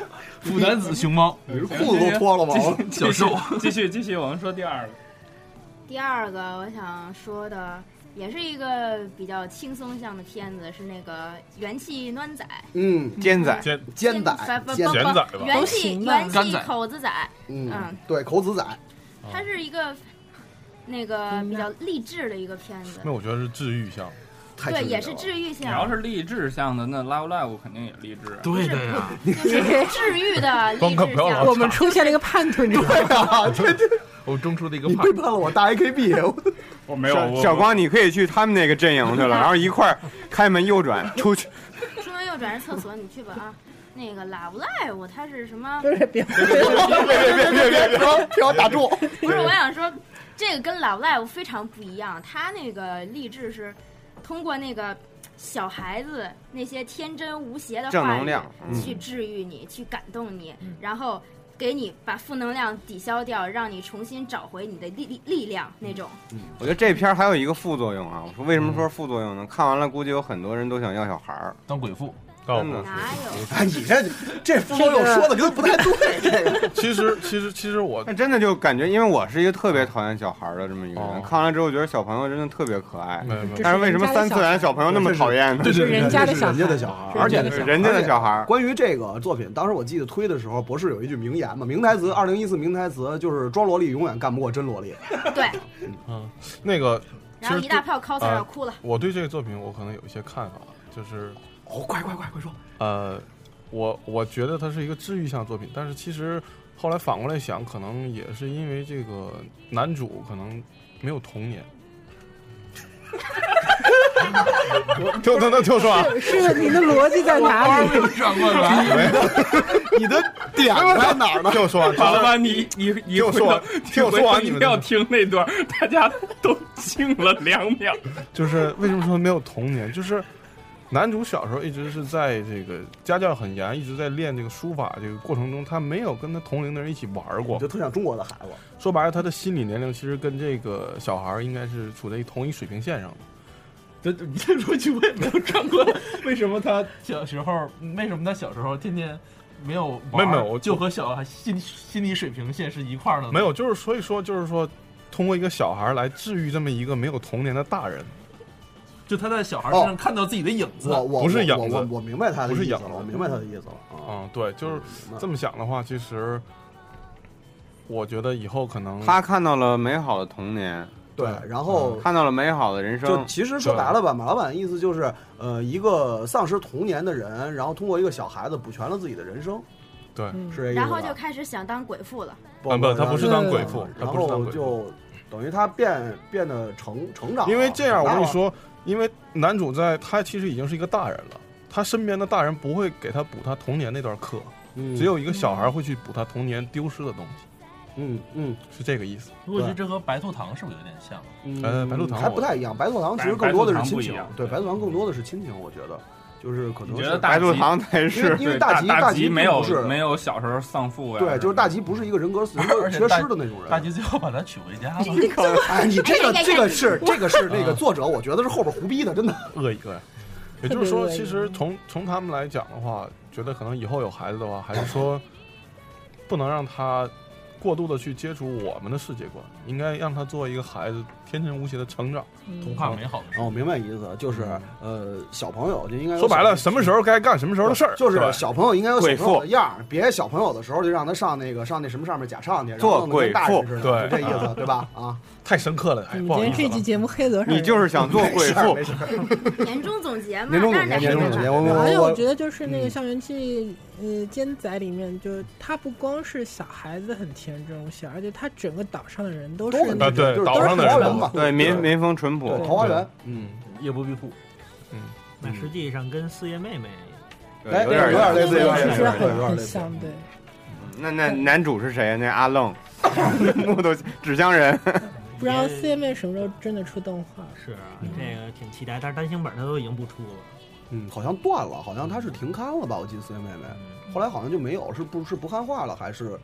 Speaker 11: 腐男子熊猫
Speaker 7: 你是裤子都脱了吗？
Speaker 11: 小瘦，
Speaker 5: 继续继续，我们说第二个。
Speaker 10: 第二个我想说的也是一个比较轻松向的片子，是那个元气暖仔。
Speaker 7: 嗯，
Speaker 2: 尖仔，
Speaker 8: 尖
Speaker 7: 尖仔
Speaker 6: 哎
Speaker 10: 不不不
Speaker 7: 尖
Speaker 10: 不
Speaker 8: 仔吧
Speaker 10: 元
Speaker 6: 都
Speaker 10: 气
Speaker 6: 行吧
Speaker 10: 元
Speaker 11: 干
Speaker 10: 气
Speaker 11: 仔
Speaker 10: 口子仔，
Speaker 7: 嗯
Speaker 10: 嗯，
Speaker 7: 对，口子仔，
Speaker 10: 它是一个那个比较励志的一个片子
Speaker 8: 那，我觉得是治愈项，
Speaker 7: 太
Speaker 10: 对，
Speaker 7: 治愈
Speaker 10: 也是
Speaker 7: 了
Speaker 10: 治愈
Speaker 5: 你要
Speaker 10: 向，
Speaker 5: 是励志向的，那 Love Live 肯定也励志。啊
Speaker 11: 对的呀。
Speaker 10: 就是治愈 的励
Speaker 8: 光看
Speaker 10: 志
Speaker 8: 不要
Speaker 10: 向
Speaker 8: 老。啊
Speaker 6: 我们出现了一个叛徒，你 知道吗？
Speaker 11: 我中出的一个
Speaker 7: 你
Speaker 11: 胖
Speaker 7: 背，叛了我大 AKB，我
Speaker 5: 我没
Speaker 2: 小小光，你可以去他们那个阵营去了，然后一块儿开门右转出去，
Speaker 10: 出门右转是厕所，你去吧啊。那个 Love Live 它是什么？
Speaker 6: 就是别
Speaker 7: 别别别别别别， 别我打住，
Speaker 10: 不是，我想说，这个跟 Love Live 非常不一样，它那个励志是通过那个小孩子那些天真无邪的
Speaker 2: 正
Speaker 10: 话
Speaker 2: 能
Speaker 10: 语
Speaker 2: 量嗯
Speaker 10: 去治愈你，去感动你，
Speaker 6: 嗯
Speaker 10: 然后给你把负能量抵消掉，让你重新找回你的力力力量
Speaker 2: 嗯
Speaker 10: 那种。
Speaker 2: 我觉得这片儿还有一个副作用啊，我说为什么说副作用呢？看完了估计有很多人都想要小孩儿，
Speaker 11: 当鬼父，
Speaker 8: 告诉
Speaker 2: 真的
Speaker 8: 我。
Speaker 10: 哪有？
Speaker 7: 哎，你这这副作用说的跟不太对，这个
Speaker 8: 其实其实其实我
Speaker 2: 那真的就感觉，因为我是一个特别讨厌小孩儿的这么一个人，
Speaker 8: 哦
Speaker 2: 看完之后觉得小朋友真的特别可爱，
Speaker 8: 没有没有
Speaker 6: 这
Speaker 2: 但是为什么三次元小朋友那么讨厌呢？
Speaker 7: 这
Speaker 6: 是人家的
Speaker 7: 是
Speaker 6: 小
Speaker 7: 人家的
Speaker 6: 孩
Speaker 7: 小孩儿，
Speaker 6: 是
Speaker 7: 而且
Speaker 6: 人家的小孩儿
Speaker 2: 人家的小孩儿，
Speaker 7: 关于这个作品，当时我记得推的时候，博士有一句名言嘛，名台词，二零一四名台词就是“装萝莉永远干不过真萝莉
Speaker 10: 对，
Speaker 8: 那个，其
Speaker 10: 然后
Speaker 8: 实
Speaker 10: 一大票 coser
Speaker 8: 啊
Speaker 10: 要哭了。
Speaker 8: 我对这个作品我可能有一些看法，就是”。
Speaker 7: 哦，快快快快说！
Speaker 8: 呃，我我觉得它是一个治愈向作品，但是其实后来反过来想，可能也是因为这个男主可能没有 童年。
Speaker 1: 听听听，听说啊，
Speaker 6: 是你的逻辑在哪 里？
Speaker 11: 转过来，
Speaker 1: 你的点在哪儿呢？
Speaker 8: 听我说完，
Speaker 5: 好了吧，你你你
Speaker 8: 听我说完
Speaker 5: 回头
Speaker 8: 听我说完
Speaker 5: 你
Speaker 8: 你们
Speaker 5: 要听那段，大家都静了两秒。
Speaker 8: 就是为什么说没有童年？就是男主小时候一直是在这个家教很严，一直在练这个书法这个过程中，他没有跟他同龄的人一起玩过
Speaker 7: 我就。特像中国的孩子，
Speaker 8: 说白了，他的心理年龄其实跟这个小孩儿应该是处在一同一水平线上的。
Speaker 11: 这你这逻辑我也没有转过来。为什么他小时候？为什么他小时候天天没有玩
Speaker 8: 没有没有我
Speaker 11: 就和小孩心心理水平线是一块儿的呢？
Speaker 8: 没有，就是所以说，就是说，通过一个小孩儿来治愈这么一个没有童年的大人。
Speaker 11: 就他在小孩身上看到自己的影子。
Speaker 7: 我我
Speaker 8: 哦不是
Speaker 7: 我
Speaker 8: 养
Speaker 7: 我
Speaker 8: 的
Speaker 7: 我我明白他的
Speaker 8: 不
Speaker 7: 意
Speaker 8: 是
Speaker 7: 思
Speaker 8: 养
Speaker 7: 了，
Speaker 8: 的
Speaker 7: 我明白他的意思了啊。
Speaker 8: 嗯，对，就是这么想的话，其实我觉得以后可能
Speaker 2: 他看到了美好的童年，嗯
Speaker 7: 对，然后
Speaker 2: 看到了美好的人
Speaker 7: 就
Speaker 2: 生，
Speaker 7: 其实说白了吧，马老板的意思就是，呃，一个丧失童年的人，然后通过一个小孩子补全了自己的人生，
Speaker 8: 对，
Speaker 7: 是这意思吧
Speaker 10: 然后就开始想当鬼父了。
Speaker 8: 啊不
Speaker 7: 然后
Speaker 8: 他不是当鬼父
Speaker 7: 然
Speaker 8: 他不是
Speaker 7: 后
Speaker 8: 当鬼父
Speaker 7: 就等于他变变得成成长了，
Speaker 8: 因为这样，我
Speaker 7: 长大
Speaker 8: 跟你
Speaker 7: 了，
Speaker 8: 说，因为男主在他其实已经是一个大人了，他身边的大人不会给他补他童年那段课，
Speaker 7: 嗯
Speaker 8: 只有一个小孩会去补他童年丢失的东西，
Speaker 7: 嗯嗯
Speaker 8: 是这个意思。
Speaker 11: 我觉得这和白兔糖是不是有点像？啊
Speaker 7: 嗯，
Speaker 8: 呃白鹿堂
Speaker 7: 还
Speaker 8: 我
Speaker 7: 不太一样，白鹿堂其实
Speaker 5: 白
Speaker 7: 更多的是
Speaker 5: 白鹿堂
Speaker 7: 亲
Speaker 5: 不一
Speaker 7: 情
Speaker 5: 样，
Speaker 7: 对，白鹿堂更多的是亲情，我觉得就是可能
Speaker 5: 你觉
Speaker 7: 是
Speaker 5: 得大
Speaker 2: 白
Speaker 5: 吉
Speaker 2: 鹿堂才
Speaker 7: 因为
Speaker 2: 是
Speaker 7: 因为
Speaker 5: 大
Speaker 7: 吉
Speaker 5: 大
Speaker 7: 吉
Speaker 5: 没
Speaker 7: 并
Speaker 5: 有
Speaker 7: 不是
Speaker 5: 没有小时候丧父呀，
Speaker 7: 对，就是大吉不是一个人 格人格
Speaker 11: 而且
Speaker 7: 缺
Speaker 11: 大
Speaker 7: 失的那种人，
Speaker 11: 大吉最后把他娶回家了。
Speaker 7: 哎，你这
Speaker 10: 哎
Speaker 7: 个
Speaker 10: 呀呀呀
Speaker 7: 这 个是这个是那个作者，我觉得是后边胡逼的，真的。
Speaker 8: 恶意恶意。也就是说，其实从从他们来讲的话，觉得可能以后有孩子的话，还是说不能让他过度的去接触我们的世界观，应该让他做一个孩子天真无邪的成长。
Speaker 11: 童话美好的事
Speaker 7: 哦，我明白意思，就是呃，小朋友就应该有
Speaker 8: 说白
Speaker 7: 小
Speaker 8: 了，什么时候该干什么时候的事儿，
Speaker 7: 就是
Speaker 8: 吧
Speaker 7: 小朋友应该有小
Speaker 2: 贵
Speaker 7: 朋友
Speaker 2: 妇
Speaker 7: 的样儿，别小朋友的时候就让他上那个上那什么上面假唱去，然
Speaker 2: 做
Speaker 7: 后弄得跟
Speaker 2: 贵
Speaker 7: 大人
Speaker 2: 妇嗯
Speaker 7: 似的，
Speaker 8: 对
Speaker 7: 就这意思对吧？啊，
Speaker 8: 太深刻了，哎，
Speaker 6: 你
Speaker 8: 不
Speaker 6: 今
Speaker 8: 好意
Speaker 6: 天
Speaker 8: 思
Speaker 6: 这期
Speaker 8: 了。
Speaker 6: 节目黑多少人？
Speaker 2: 你就是想做贵妇，
Speaker 10: 年终总结嘛，
Speaker 7: 年终
Speaker 10: 那
Speaker 7: 总
Speaker 10: 是
Speaker 7: 结，
Speaker 10: 哪
Speaker 7: 年
Speaker 10: 是
Speaker 7: 终
Speaker 10: 哪
Speaker 7: 总
Speaker 10: 儿
Speaker 7: 结，
Speaker 10: 啊
Speaker 7: 我我
Speaker 6: 而且我
Speaker 7: 我
Speaker 6: 觉得就是那个
Speaker 7: 嗯
Speaker 6: 校园剧，呃，尖仔里面，就是他不光是小孩子很天真无邪，而且他整个岛上的人都是
Speaker 7: 都很
Speaker 8: 啊
Speaker 6: 那
Speaker 7: 天真
Speaker 8: 对
Speaker 7: 就是
Speaker 8: 岛
Speaker 7: 都是
Speaker 8: 上的
Speaker 7: 桃花
Speaker 8: 人
Speaker 7: 源
Speaker 8: 嘛
Speaker 7: 嘛，
Speaker 2: 对民民风淳
Speaker 7: 对
Speaker 2: 朴，
Speaker 7: 桃花源，
Speaker 8: 嗯，
Speaker 12: 夜不闭户，
Speaker 9: 那实际上跟四叶妹妹
Speaker 2: 对
Speaker 7: 哎
Speaker 2: 有点
Speaker 7: 有点类
Speaker 2: 类
Speaker 7: 似有
Speaker 6: 种
Speaker 7: 点类似
Speaker 6: 是
Speaker 7: 有点
Speaker 6: 很
Speaker 7: 类
Speaker 6: 很
Speaker 7: 似
Speaker 6: 像对。
Speaker 2: 那那男主是谁呀？那阿愣，木头纸箱人，
Speaker 6: 不知道四叶妹什么时候真的出动画？
Speaker 9: 是啊这个挺期待，但是单行本它都已经不出了，
Speaker 7: 嗯，好像断了，好像他是停刊了吧？我记得四月妹妹，后来好像就没有，是不是不看画了还是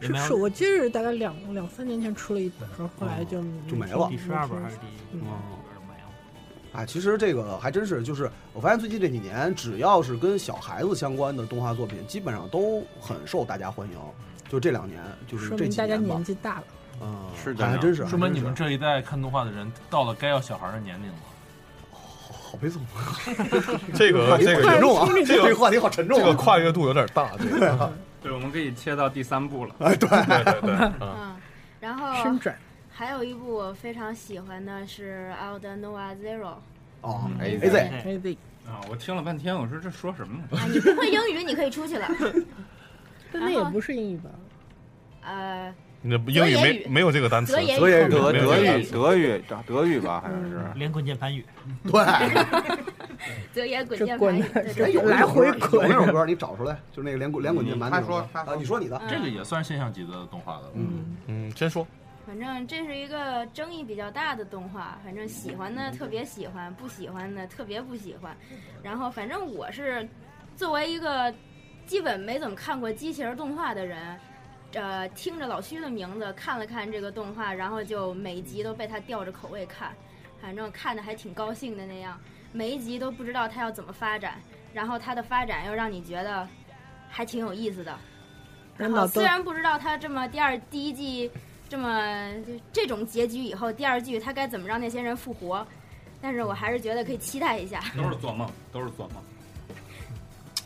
Speaker 6: 是不是？我记得是大概两两三年前出了一本，然后后来就
Speaker 7: 哦就没了
Speaker 9: 第十二本还是第几
Speaker 6: 嗯
Speaker 9: 本
Speaker 7: 嗯
Speaker 9: 儿没有？
Speaker 7: 啊，其实这个还真是，就是我发现最近这几年，只要是跟小孩子相关的动画作品，基本上都很受大家欢迎。就这两年，就是
Speaker 6: 说
Speaker 7: 这
Speaker 6: 明
Speaker 7: 几
Speaker 6: 大家
Speaker 7: 年吧
Speaker 6: 年，纪大了。
Speaker 7: 嗯，
Speaker 2: 是的
Speaker 7: 还还真是，
Speaker 11: 儿。说明你们
Speaker 7: 还真
Speaker 11: 这一代看动画的人到了该要小孩的年龄了。
Speaker 7: 是好 悲痛，
Speaker 8: 这个
Speaker 7: 好
Speaker 8: 这个
Speaker 7: 沉重啊，
Speaker 6: 这个
Speaker 7: 这个话题好沉重
Speaker 8: 这个
Speaker 7: 啊。
Speaker 8: 跨越度有点大，这个
Speaker 5: 对，我们可以切到第 三部了。
Speaker 7: 哎
Speaker 8: 对对对，嗯
Speaker 10: 嗯，然
Speaker 6: 啊伸
Speaker 10: 后
Speaker 6: 展，
Speaker 10: 还有一部我非常喜欢的是《Out Nova Zero
Speaker 7: 哦
Speaker 8: 嗯
Speaker 2: 哎
Speaker 7: ，A Z，
Speaker 9: 对
Speaker 6: 哎对，
Speaker 5: 啊，我听了半天，我说这说什么呢？》
Speaker 10: 啊，你不会英语，你可以出去了。
Speaker 6: 但那也不是英语吧？
Speaker 10: 呃，
Speaker 2: 嗯
Speaker 8: 你这英语
Speaker 10: 德言
Speaker 8: 没
Speaker 10: 语
Speaker 8: 没有这个单词，
Speaker 10: 德言
Speaker 8: 德
Speaker 10: 语
Speaker 8: 言
Speaker 2: 德
Speaker 8: 没有
Speaker 2: 德
Speaker 8: 这个
Speaker 2: 语
Speaker 8: 单词
Speaker 2: 德语德语吧，好像是。
Speaker 9: 连滚键盘语，
Speaker 7: 对，
Speaker 10: 泽野滚
Speaker 6: 这
Speaker 10: 键盘
Speaker 6: 滚
Speaker 10: 语，
Speaker 6: 的
Speaker 10: 对
Speaker 6: 这
Speaker 10: 对
Speaker 7: 哎，有
Speaker 6: 来回
Speaker 7: 有
Speaker 6: 滚
Speaker 7: 那首歌你找出来，就是那个连滚连滚键盘那首歌。
Speaker 2: 嗯他说他说
Speaker 7: 啊，你说你的，
Speaker 10: 嗯
Speaker 11: 这个也算现象级的动画了。
Speaker 7: 嗯，
Speaker 8: 嗯，先说
Speaker 10: 反正这是一个争议比较大的动画，反正喜欢的特别喜欢，不喜欢的特别不喜欢。然后反正我是作为一个基本没怎么看过机器人动画的人，呃，听着老徐的名字看了看这个动画，然后就每集都被他吊着口味看，反正看的还挺高兴的那样。每一集都不知道他要怎么发展，然后他的发展又让你觉得还挺有意思的。然
Speaker 6: 然后
Speaker 10: 后
Speaker 6: 脑
Speaker 10: 啊虽
Speaker 6: 洞
Speaker 10: 然不知道他这么第二第一季这么就这种结局以后第二季他该怎么让那些人复活，但是我还是觉得可以期待一下。
Speaker 5: 都是做梦，都是做梦。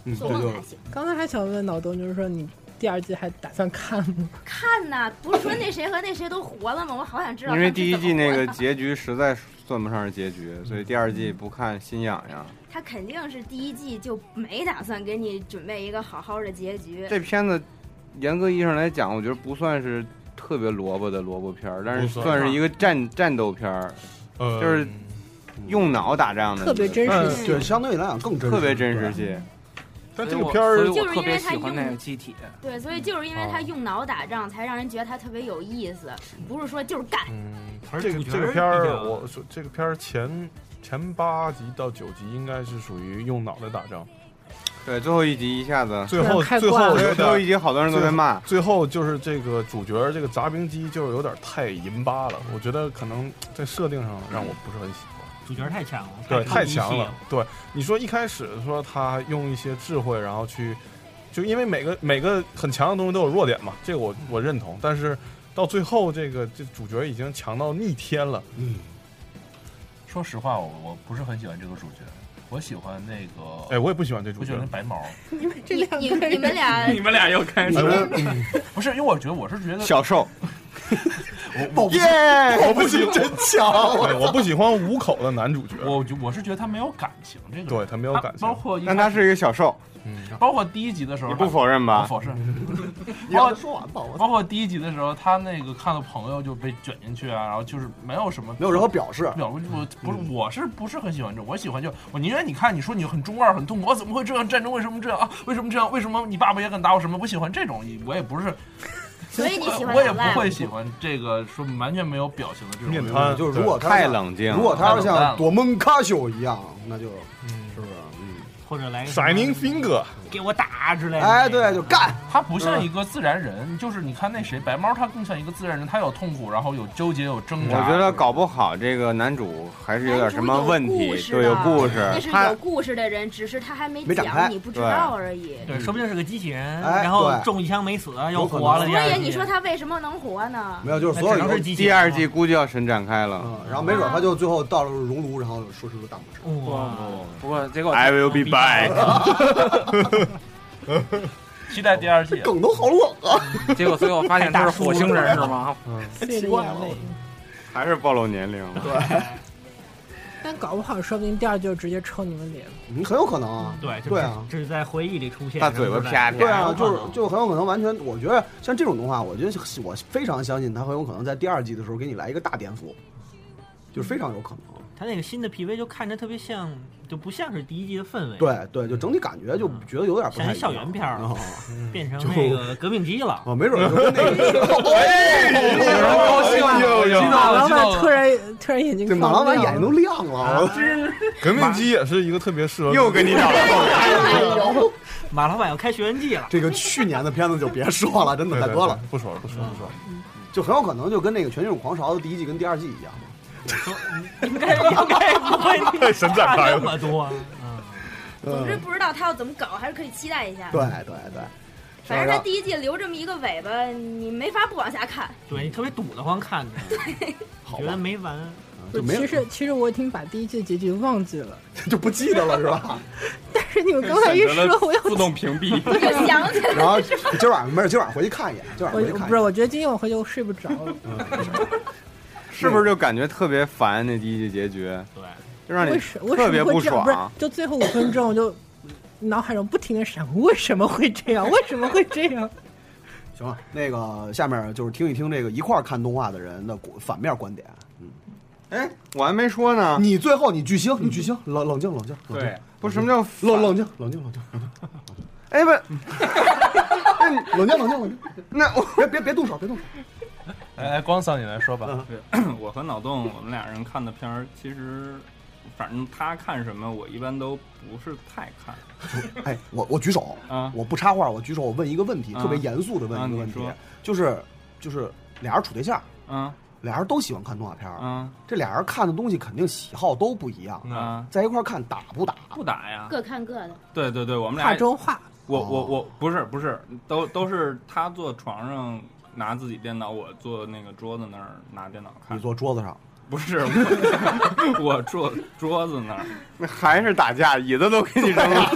Speaker 7: 嗯，这
Speaker 10: 做梦还
Speaker 7: 就
Speaker 10: 行，
Speaker 6: 刚才还想问脑洞，就是说你第二季还打算看吗？
Speaker 10: 看呐、不是说那谁和那谁都活了吗？我好想知道。
Speaker 2: 因为第一季那个，结局实在算不上是结局，所以第二季不看心痒痒。
Speaker 10: 他肯定是第一季就没打算给你准备一个好好的结局。
Speaker 2: 这片子严格意义上来讲，我觉得不算是特别萝卜的萝卜片儿，但是
Speaker 8: 不算啊
Speaker 2: 算是一个战战斗片儿，
Speaker 8: 呃
Speaker 2: 就是用脑打仗的，
Speaker 6: 特别真实
Speaker 7: 嗯对，相对来讲更真实，
Speaker 2: 特别真实些。
Speaker 8: 但
Speaker 3: 所以我所以我特别喜欢那个机体，
Speaker 10: 对，所以就是因为
Speaker 2: 哦
Speaker 10: 他用脑打仗，才让人觉得他特别有意思，不是说就是干。
Speaker 8: 而这个
Speaker 10: 主角
Speaker 8: 这个片儿
Speaker 10: 比，较
Speaker 8: 我说这个片儿前前八集到九集应该是属于用脑袋打仗，
Speaker 2: 对，最后一集一下子，
Speaker 11: 啊
Speaker 8: 最后最后有点
Speaker 2: 最后一集好多人都在骂，
Speaker 8: 最后就是这个主角这个杂兵机就是有点太银巴了，我觉得可能在设定上让我不是很喜欢。
Speaker 9: 主角太强了，
Speaker 11: 嗯
Speaker 8: 对，太
Speaker 9: 太
Speaker 8: 强了。对，你说一开始说他用一些智慧，然后去，就因为每个每个很强的东西都有弱点嘛，这个我我认同。但是到最后，这个这主角已经强到逆天了。嗯，
Speaker 11: 说实话，我我不是很喜欢这个主角，我喜欢那个，
Speaker 8: 哎，我也不喜欢这主
Speaker 11: 我喜
Speaker 8: 角
Speaker 11: 欢那。白毛。
Speaker 6: 你们这两个
Speaker 10: 你
Speaker 6: 人
Speaker 10: 你们 俩
Speaker 3: 你们俩又开始
Speaker 8: 哎
Speaker 3: 了。
Speaker 8: 我
Speaker 11: 不是，因为我觉得我是觉得
Speaker 2: 小兽，
Speaker 11: 我
Speaker 7: 耶，
Speaker 8: 我不喜
Speaker 7: 真强，
Speaker 8: 哎我不喜欢五口的男主角，
Speaker 11: 我就我是觉得他没有感情，这个人
Speaker 8: 对他没有感情
Speaker 11: 包括一
Speaker 2: 但他
Speaker 11: 开
Speaker 2: 是一个小兽，
Speaker 8: 嗯
Speaker 11: 包括第一集的时候，
Speaker 2: 你不否认吧
Speaker 11: 不？否认。
Speaker 7: 你
Speaker 5: 哦
Speaker 7: 让他说完吧，我操
Speaker 11: 包括第一集的时候，他那个看到朋友就被卷进去啊，然后就是没有什么
Speaker 7: 没有任何表示。嗯
Speaker 11: 表我不是我是不是很喜欢这种，我喜欢就我宁愿你看你说你很中二很痛苦，啊怎么会这样？战争为什么这样啊？为什么这样？为什么你爸爸也敢打我什么？我喜欢这种，我也 不是，
Speaker 10: 所以你喜欢
Speaker 11: 我也
Speaker 10: 老赖
Speaker 11: 不会喜欢这个说完全没有表情的这种
Speaker 8: 面瘫
Speaker 7: 就是如果他
Speaker 2: 太冷静了，
Speaker 7: 如果他要
Speaker 11: 太冷淡
Speaker 7: 像
Speaker 11: 了
Speaker 7: 朵蒙卡修一样，那就，是不是？嗯，
Speaker 9: 或者来个什么
Speaker 8: Shining Finger，
Speaker 9: 给我打之类的。
Speaker 7: 哎，对，就干。
Speaker 11: 他不像一个自然人，就是你看那谁白猫，他更像一个自然人，他有痛苦，然后有纠结，有挣
Speaker 8: 嗯
Speaker 2: 我
Speaker 11: 扎。
Speaker 2: 觉得搞不好这个男主还是有点什么问
Speaker 10: 哎
Speaker 2: 题，对，有故事
Speaker 10: 啊那。是
Speaker 2: 他
Speaker 10: 有故事的人，只是他还没
Speaker 7: 没展开
Speaker 10: 讲，你不知道而已。
Speaker 9: 对，说不定是个机器人，
Speaker 7: 嗯哎
Speaker 9: 然后
Speaker 7: 对
Speaker 9: 中一枪没死，
Speaker 7: 有
Speaker 9: 又
Speaker 7: 可能
Speaker 9: 活了
Speaker 10: 所
Speaker 9: 第二集。
Speaker 10: 以你说他为什么能活呢？
Speaker 7: 没 有，就是
Speaker 9: 那
Speaker 7: 所有
Speaker 9: 只
Speaker 7: 有
Speaker 9: 能是机器
Speaker 2: 第
Speaker 9: 人
Speaker 2: 二
Speaker 9: 了
Speaker 2: 季估计要神展开了。
Speaker 7: 嗯，然后没准他就最后到了熔炉，然后说出个大拇指。
Speaker 9: 哇，
Speaker 3: 不过结果
Speaker 2: I will be back。
Speaker 11: 期待第二季。
Speaker 7: 梗都好冷啊！
Speaker 3: 结果最后发现他是火星 人是吗？
Speaker 7: 嗯
Speaker 6: 碎的
Speaker 7: 奇怪
Speaker 6: 眼
Speaker 7: 了
Speaker 6: 泪。
Speaker 2: 还是暴露年龄了。
Speaker 6: 但搞不好，说不定第二就直接抽你们脸。
Speaker 7: 嗯，很有可能啊。
Speaker 9: 对，就
Speaker 7: 对啊
Speaker 9: 只只是在回忆里出现，
Speaker 2: 大嘴巴啪
Speaker 9: 然后
Speaker 7: 对啊，
Speaker 9: 有可
Speaker 7: 就
Speaker 9: 能
Speaker 7: 是就很有可能完全，我觉得像这种动画，我觉得我非常相信他很有可能在第二季的时候给你来一个大颠覆，就是非常有可能。
Speaker 9: 他那个新的 PV 就看着特别像，就不像是第一季的氛围，，
Speaker 7: 对对，就整体感觉就觉得有点不太
Speaker 9: 像一校园片儿
Speaker 7: 啊，
Speaker 9: 变成那个革命机了。哎
Speaker 7: 哦没准儿就跟那 个
Speaker 11: 哎
Speaker 7: 哎
Speaker 11: 高兴了，激动
Speaker 6: 马老
Speaker 11: 了，激
Speaker 6: 板
Speaker 11: 动
Speaker 6: 突
Speaker 11: 了。
Speaker 6: 然突然眼睛
Speaker 7: 这
Speaker 6: 放
Speaker 7: 马老板
Speaker 6: 亮
Speaker 7: 眼睛都
Speaker 6: 了啊
Speaker 7: 亮了，
Speaker 8: 革命机也是一个特别适合
Speaker 2: 又跟你打了后面，
Speaker 9: 马老板要开学员季了，
Speaker 7: 这个去年的片子就别说了，真的
Speaker 8: 对
Speaker 7: 大
Speaker 8: 对
Speaker 7: 哥了，
Speaker 8: 对不说了不说了不说了。
Speaker 7: 就很有可能就跟那个《全境狂潮》的第一季跟第二季一样。
Speaker 9: 应 该应该不
Speaker 10: 哎
Speaker 9: 会
Speaker 8: 神展开
Speaker 9: 差
Speaker 8: 了
Speaker 9: 那么多。嗯，
Speaker 10: 总之
Speaker 7: 嗯，
Speaker 10: 不知道他要怎么搞，还是可以期待一下。
Speaker 7: 对，哎对对，
Speaker 10: 反正他第一季留这么一个尾巴，你没法不往下看。
Speaker 9: 对你特别堵得慌看着，
Speaker 7: 好
Speaker 9: 觉得
Speaker 7: 吧，
Speaker 9: 没完。
Speaker 7: 嗯
Speaker 6: 我
Speaker 7: 就没
Speaker 6: 其实其实我已经把第一季结局忘记了，
Speaker 7: 就不记得了是吧？
Speaker 6: 但是你们刚才一
Speaker 3: 选择了
Speaker 6: 说，我又
Speaker 3: 自动屏蔽。
Speaker 10: 我就想起来，
Speaker 7: 然后今晚没事，今晚回去看一眼，今晚
Speaker 6: 我
Speaker 7: 回去
Speaker 6: 不
Speaker 7: 看一嗯
Speaker 6: 是，
Speaker 7: 眼。
Speaker 6: 我觉得今天我回去我睡不着了。
Speaker 2: 是不是就感觉特别烦？那第一季结局，
Speaker 9: 对，
Speaker 2: 就让你
Speaker 6: 为什为什
Speaker 2: 特别
Speaker 6: 么会这样？不是
Speaker 2: 爽，。啊
Speaker 6: 就最后五分钟，我就脑海中不停的闪， 为什么会这样？为什么会这样？
Speaker 7: 行了，那个下面就是听一听这个一块儿看动画的人的反面观点。嗯
Speaker 2: 哎，我还没说呢。
Speaker 7: 你最后你巨星，你巨星，冷冷静冷静，
Speaker 2: 啊
Speaker 7: 冷静
Speaker 3: 对，
Speaker 2: 不是什么叫
Speaker 7: 冷冷静冷静冷静
Speaker 2: 哎
Speaker 7: 哎
Speaker 2: 不，
Speaker 7: 冷静冷静冷静，
Speaker 2: 那我
Speaker 7: 别别别动手别动手。
Speaker 11: 哎，哎光桑，你来说吧。
Speaker 7: 嗯
Speaker 5: 我和脑洞，我们俩人看的片儿，其实反正他看什么，我一般都不是太看
Speaker 7: 哎，我我举手，
Speaker 5: 啊。
Speaker 7: 我不插话，我举手，我问一个问题，
Speaker 5: 啊
Speaker 7: 特别严肃的问一个问题
Speaker 5: 啊你说，
Speaker 7: 就是就是俩人处对象，
Speaker 5: 嗯
Speaker 7: 俩人都喜欢看动画片儿，
Speaker 5: 嗯
Speaker 7: 这俩人看的东西肯定喜好都不一样，
Speaker 5: 嗯，
Speaker 7: 在一块儿看打不打？
Speaker 5: 不打 呀。
Speaker 10: 各看各的。
Speaker 5: 对对对，我们
Speaker 6: 画
Speaker 5: 俩，
Speaker 6: 中画，
Speaker 5: 我
Speaker 7: 哦
Speaker 5: 我我不是不是，都都是他坐床上拿自己电脑，我坐那个桌子那儿拿电脑
Speaker 7: 你
Speaker 5: 看。
Speaker 7: 坐桌子上，
Speaker 5: 不是，我 我坐桌子那儿。
Speaker 2: 那还是打架，椅子都给你扔了，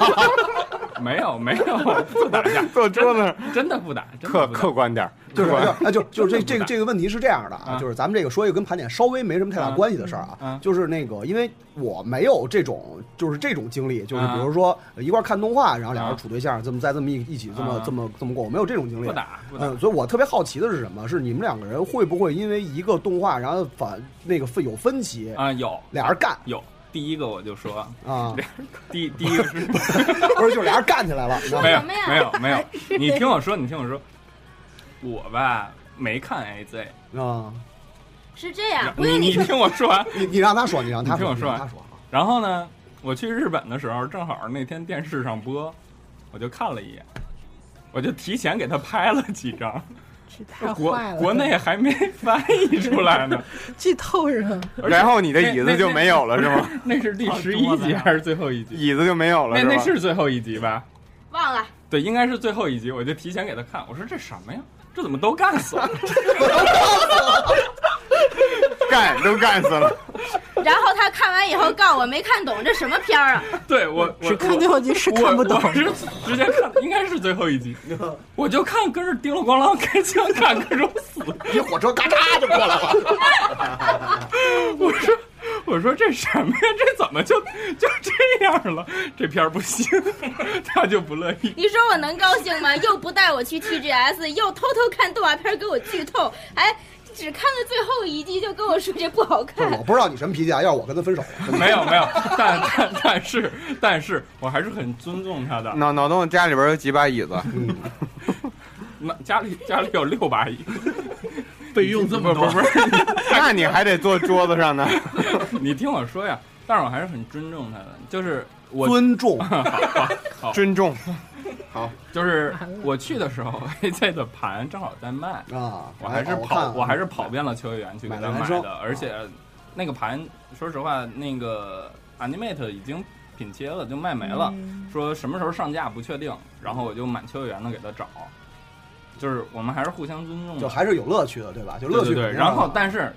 Speaker 5: 没有没有，不打架，
Speaker 2: 坐桌子上
Speaker 5: 真的不打，真的
Speaker 2: 客
Speaker 5: 不打
Speaker 2: 客观点儿。
Speaker 7: 就是
Speaker 2: 管
Speaker 7: 啊， 就就是这这个这个问题是这样的啊，就是咱们这个说一个跟盘点稍微没什么太大关系的事儿
Speaker 5: 嗯
Speaker 7: 啊，就是那个因为我没有这种就是这种经历，
Speaker 5: 啊
Speaker 7: 就是比如说一块儿看动画，然后俩人处对象，这么再这么一一起这么这么这么过，我没有这种经历。
Speaker 5: 啊不打不打
Speaker 7: 嗯，所以我特别好奇的是什么？是你们两个人会不会因为一个动画，然后反那个分有分歧
Speaker 5: 啊，有
Speaker 7: 俩人干
Speaker 5: 有。第一个我就说
Speaker 7: 啊，
Speaker 5: 第第一个是
Speaker 7: 不是就是俩人干起来了？
Speaker 5: 没有没有没有，你听我说，你听我说，我吧没看 AZ
Speaker 7: 啊，
Speaker 10: 是这样，不
Speaker 5: 你
Speaker 10: 信
Speaker 5: 你
Speaker 10: 说
Speaker 5: 听我说啊完，
Speaker 7: 你你让他说，你让他
Speaker 5: 听
Speaker 7: 说，
Speaker 5: 我
Speaker 7: 你
Speaker 5: 说
Speaker 7: 让
Speaker 5: 完
Speaker 7: 他说。
Speaker 5: 然后呢，我去日本的时候，正好那天电视上播，我就看了一眼，我就提前给他拍了几张，
Speaker 6: 太
Speaker 5: 国
Speaker 6: 坏了，
Speaker 5: 国内还没翻译出来呢。
Speaker 6: 剧透是吗？
Speaker 2: 然后你的椅子就没有了是吗？
Speaker 5: 那是
Speaker 7: 啊
Speaker 5: 第十一集还是最后一集？
Speaker 2: 椅子就没有了
Speaker 5: 那
Speaker 2: 是吧？
Speaker 5: 那是最后一集吧？
Speaker 10: 忘了，
Speaker 5: 对，应该是最后一集，我就提前给他看，我说这什么呀？这怎么都干死了？
Speaker 2: 干都干死了，
Speaker 10: 然后他看完以后告我没看懂这什么片儿啊，
Speaker 5: 对我我
Speaker 6: 是看最后集是看不懂
Speaker 5: 我我是直接看，应该是最后一集， 我就看跟着叮了咣啷开枪看各种死，
Speaker 7: 一火车嘎嚓就过来了。
Speaker 5: 我说 我说这什么呀？这怎么就就这样了？这片儿不行， 他就不乐意。
Speaker 10: 你说我能高兴吗？又不带我去 TGS，又 偷偷看动画片儿给我剧透，哎，只看了最后一集就跟我说这不好
Speaker 7: 不是，
Speaker 10: 看
Speaker 7: 我，不知道你什么脾气啊！要是我跟他分手了，
Speaker 5: 没有没有，但但但是但是我还是很尊重他的。
Speaker 2: 脑脑洞家里边有几把椅子，
Speaker 7: 嗯
Speaker 5: 那家里家里有六把椅，
Speaker 3: 备用这么多，
Speaker 5: 不 是
Speaker 2: 那你还得坐桌子上 呢。
Speaker 5: 你听我说呀，但是我还是很尊重他的，就是我
Speaker 7: 尊重。
Speaker 5: 好
Speaker 2: 尊重，
Speaker 5: 就是我去的时候，AZ 的盘正好在卖，
Speaker 7: 啊！
Speaker 5: 我还是
Speaker 7: 哎
Speaker 5: 跑，我还是。
Speaker 7: 看
Speaker 5: 跑遍了秋叶原去给
Speaker 7: 买
Speaker 5: 他
Speaker 7: 了
Speaker 5: 买
Speaker 7: 男生
Speaker 5: 的，而且那个盘，说实话，那个 Animate 已经品切了，就卖没了，说什么时候上架不确定，然后我就满秋叶原的给他找，就是我们还是互相尊重
Speaker 7: 就
Speaker 5: 的，
Speaker 7: 还是有乐趣的，对吧？就
Speaker 5: 对
Speaker 7: 乐趣
Speaker 5: 对
Speaker 7: 肯定
Speaker 5: 对，
Speaker 7: 是。
Speaker 5: 然后但是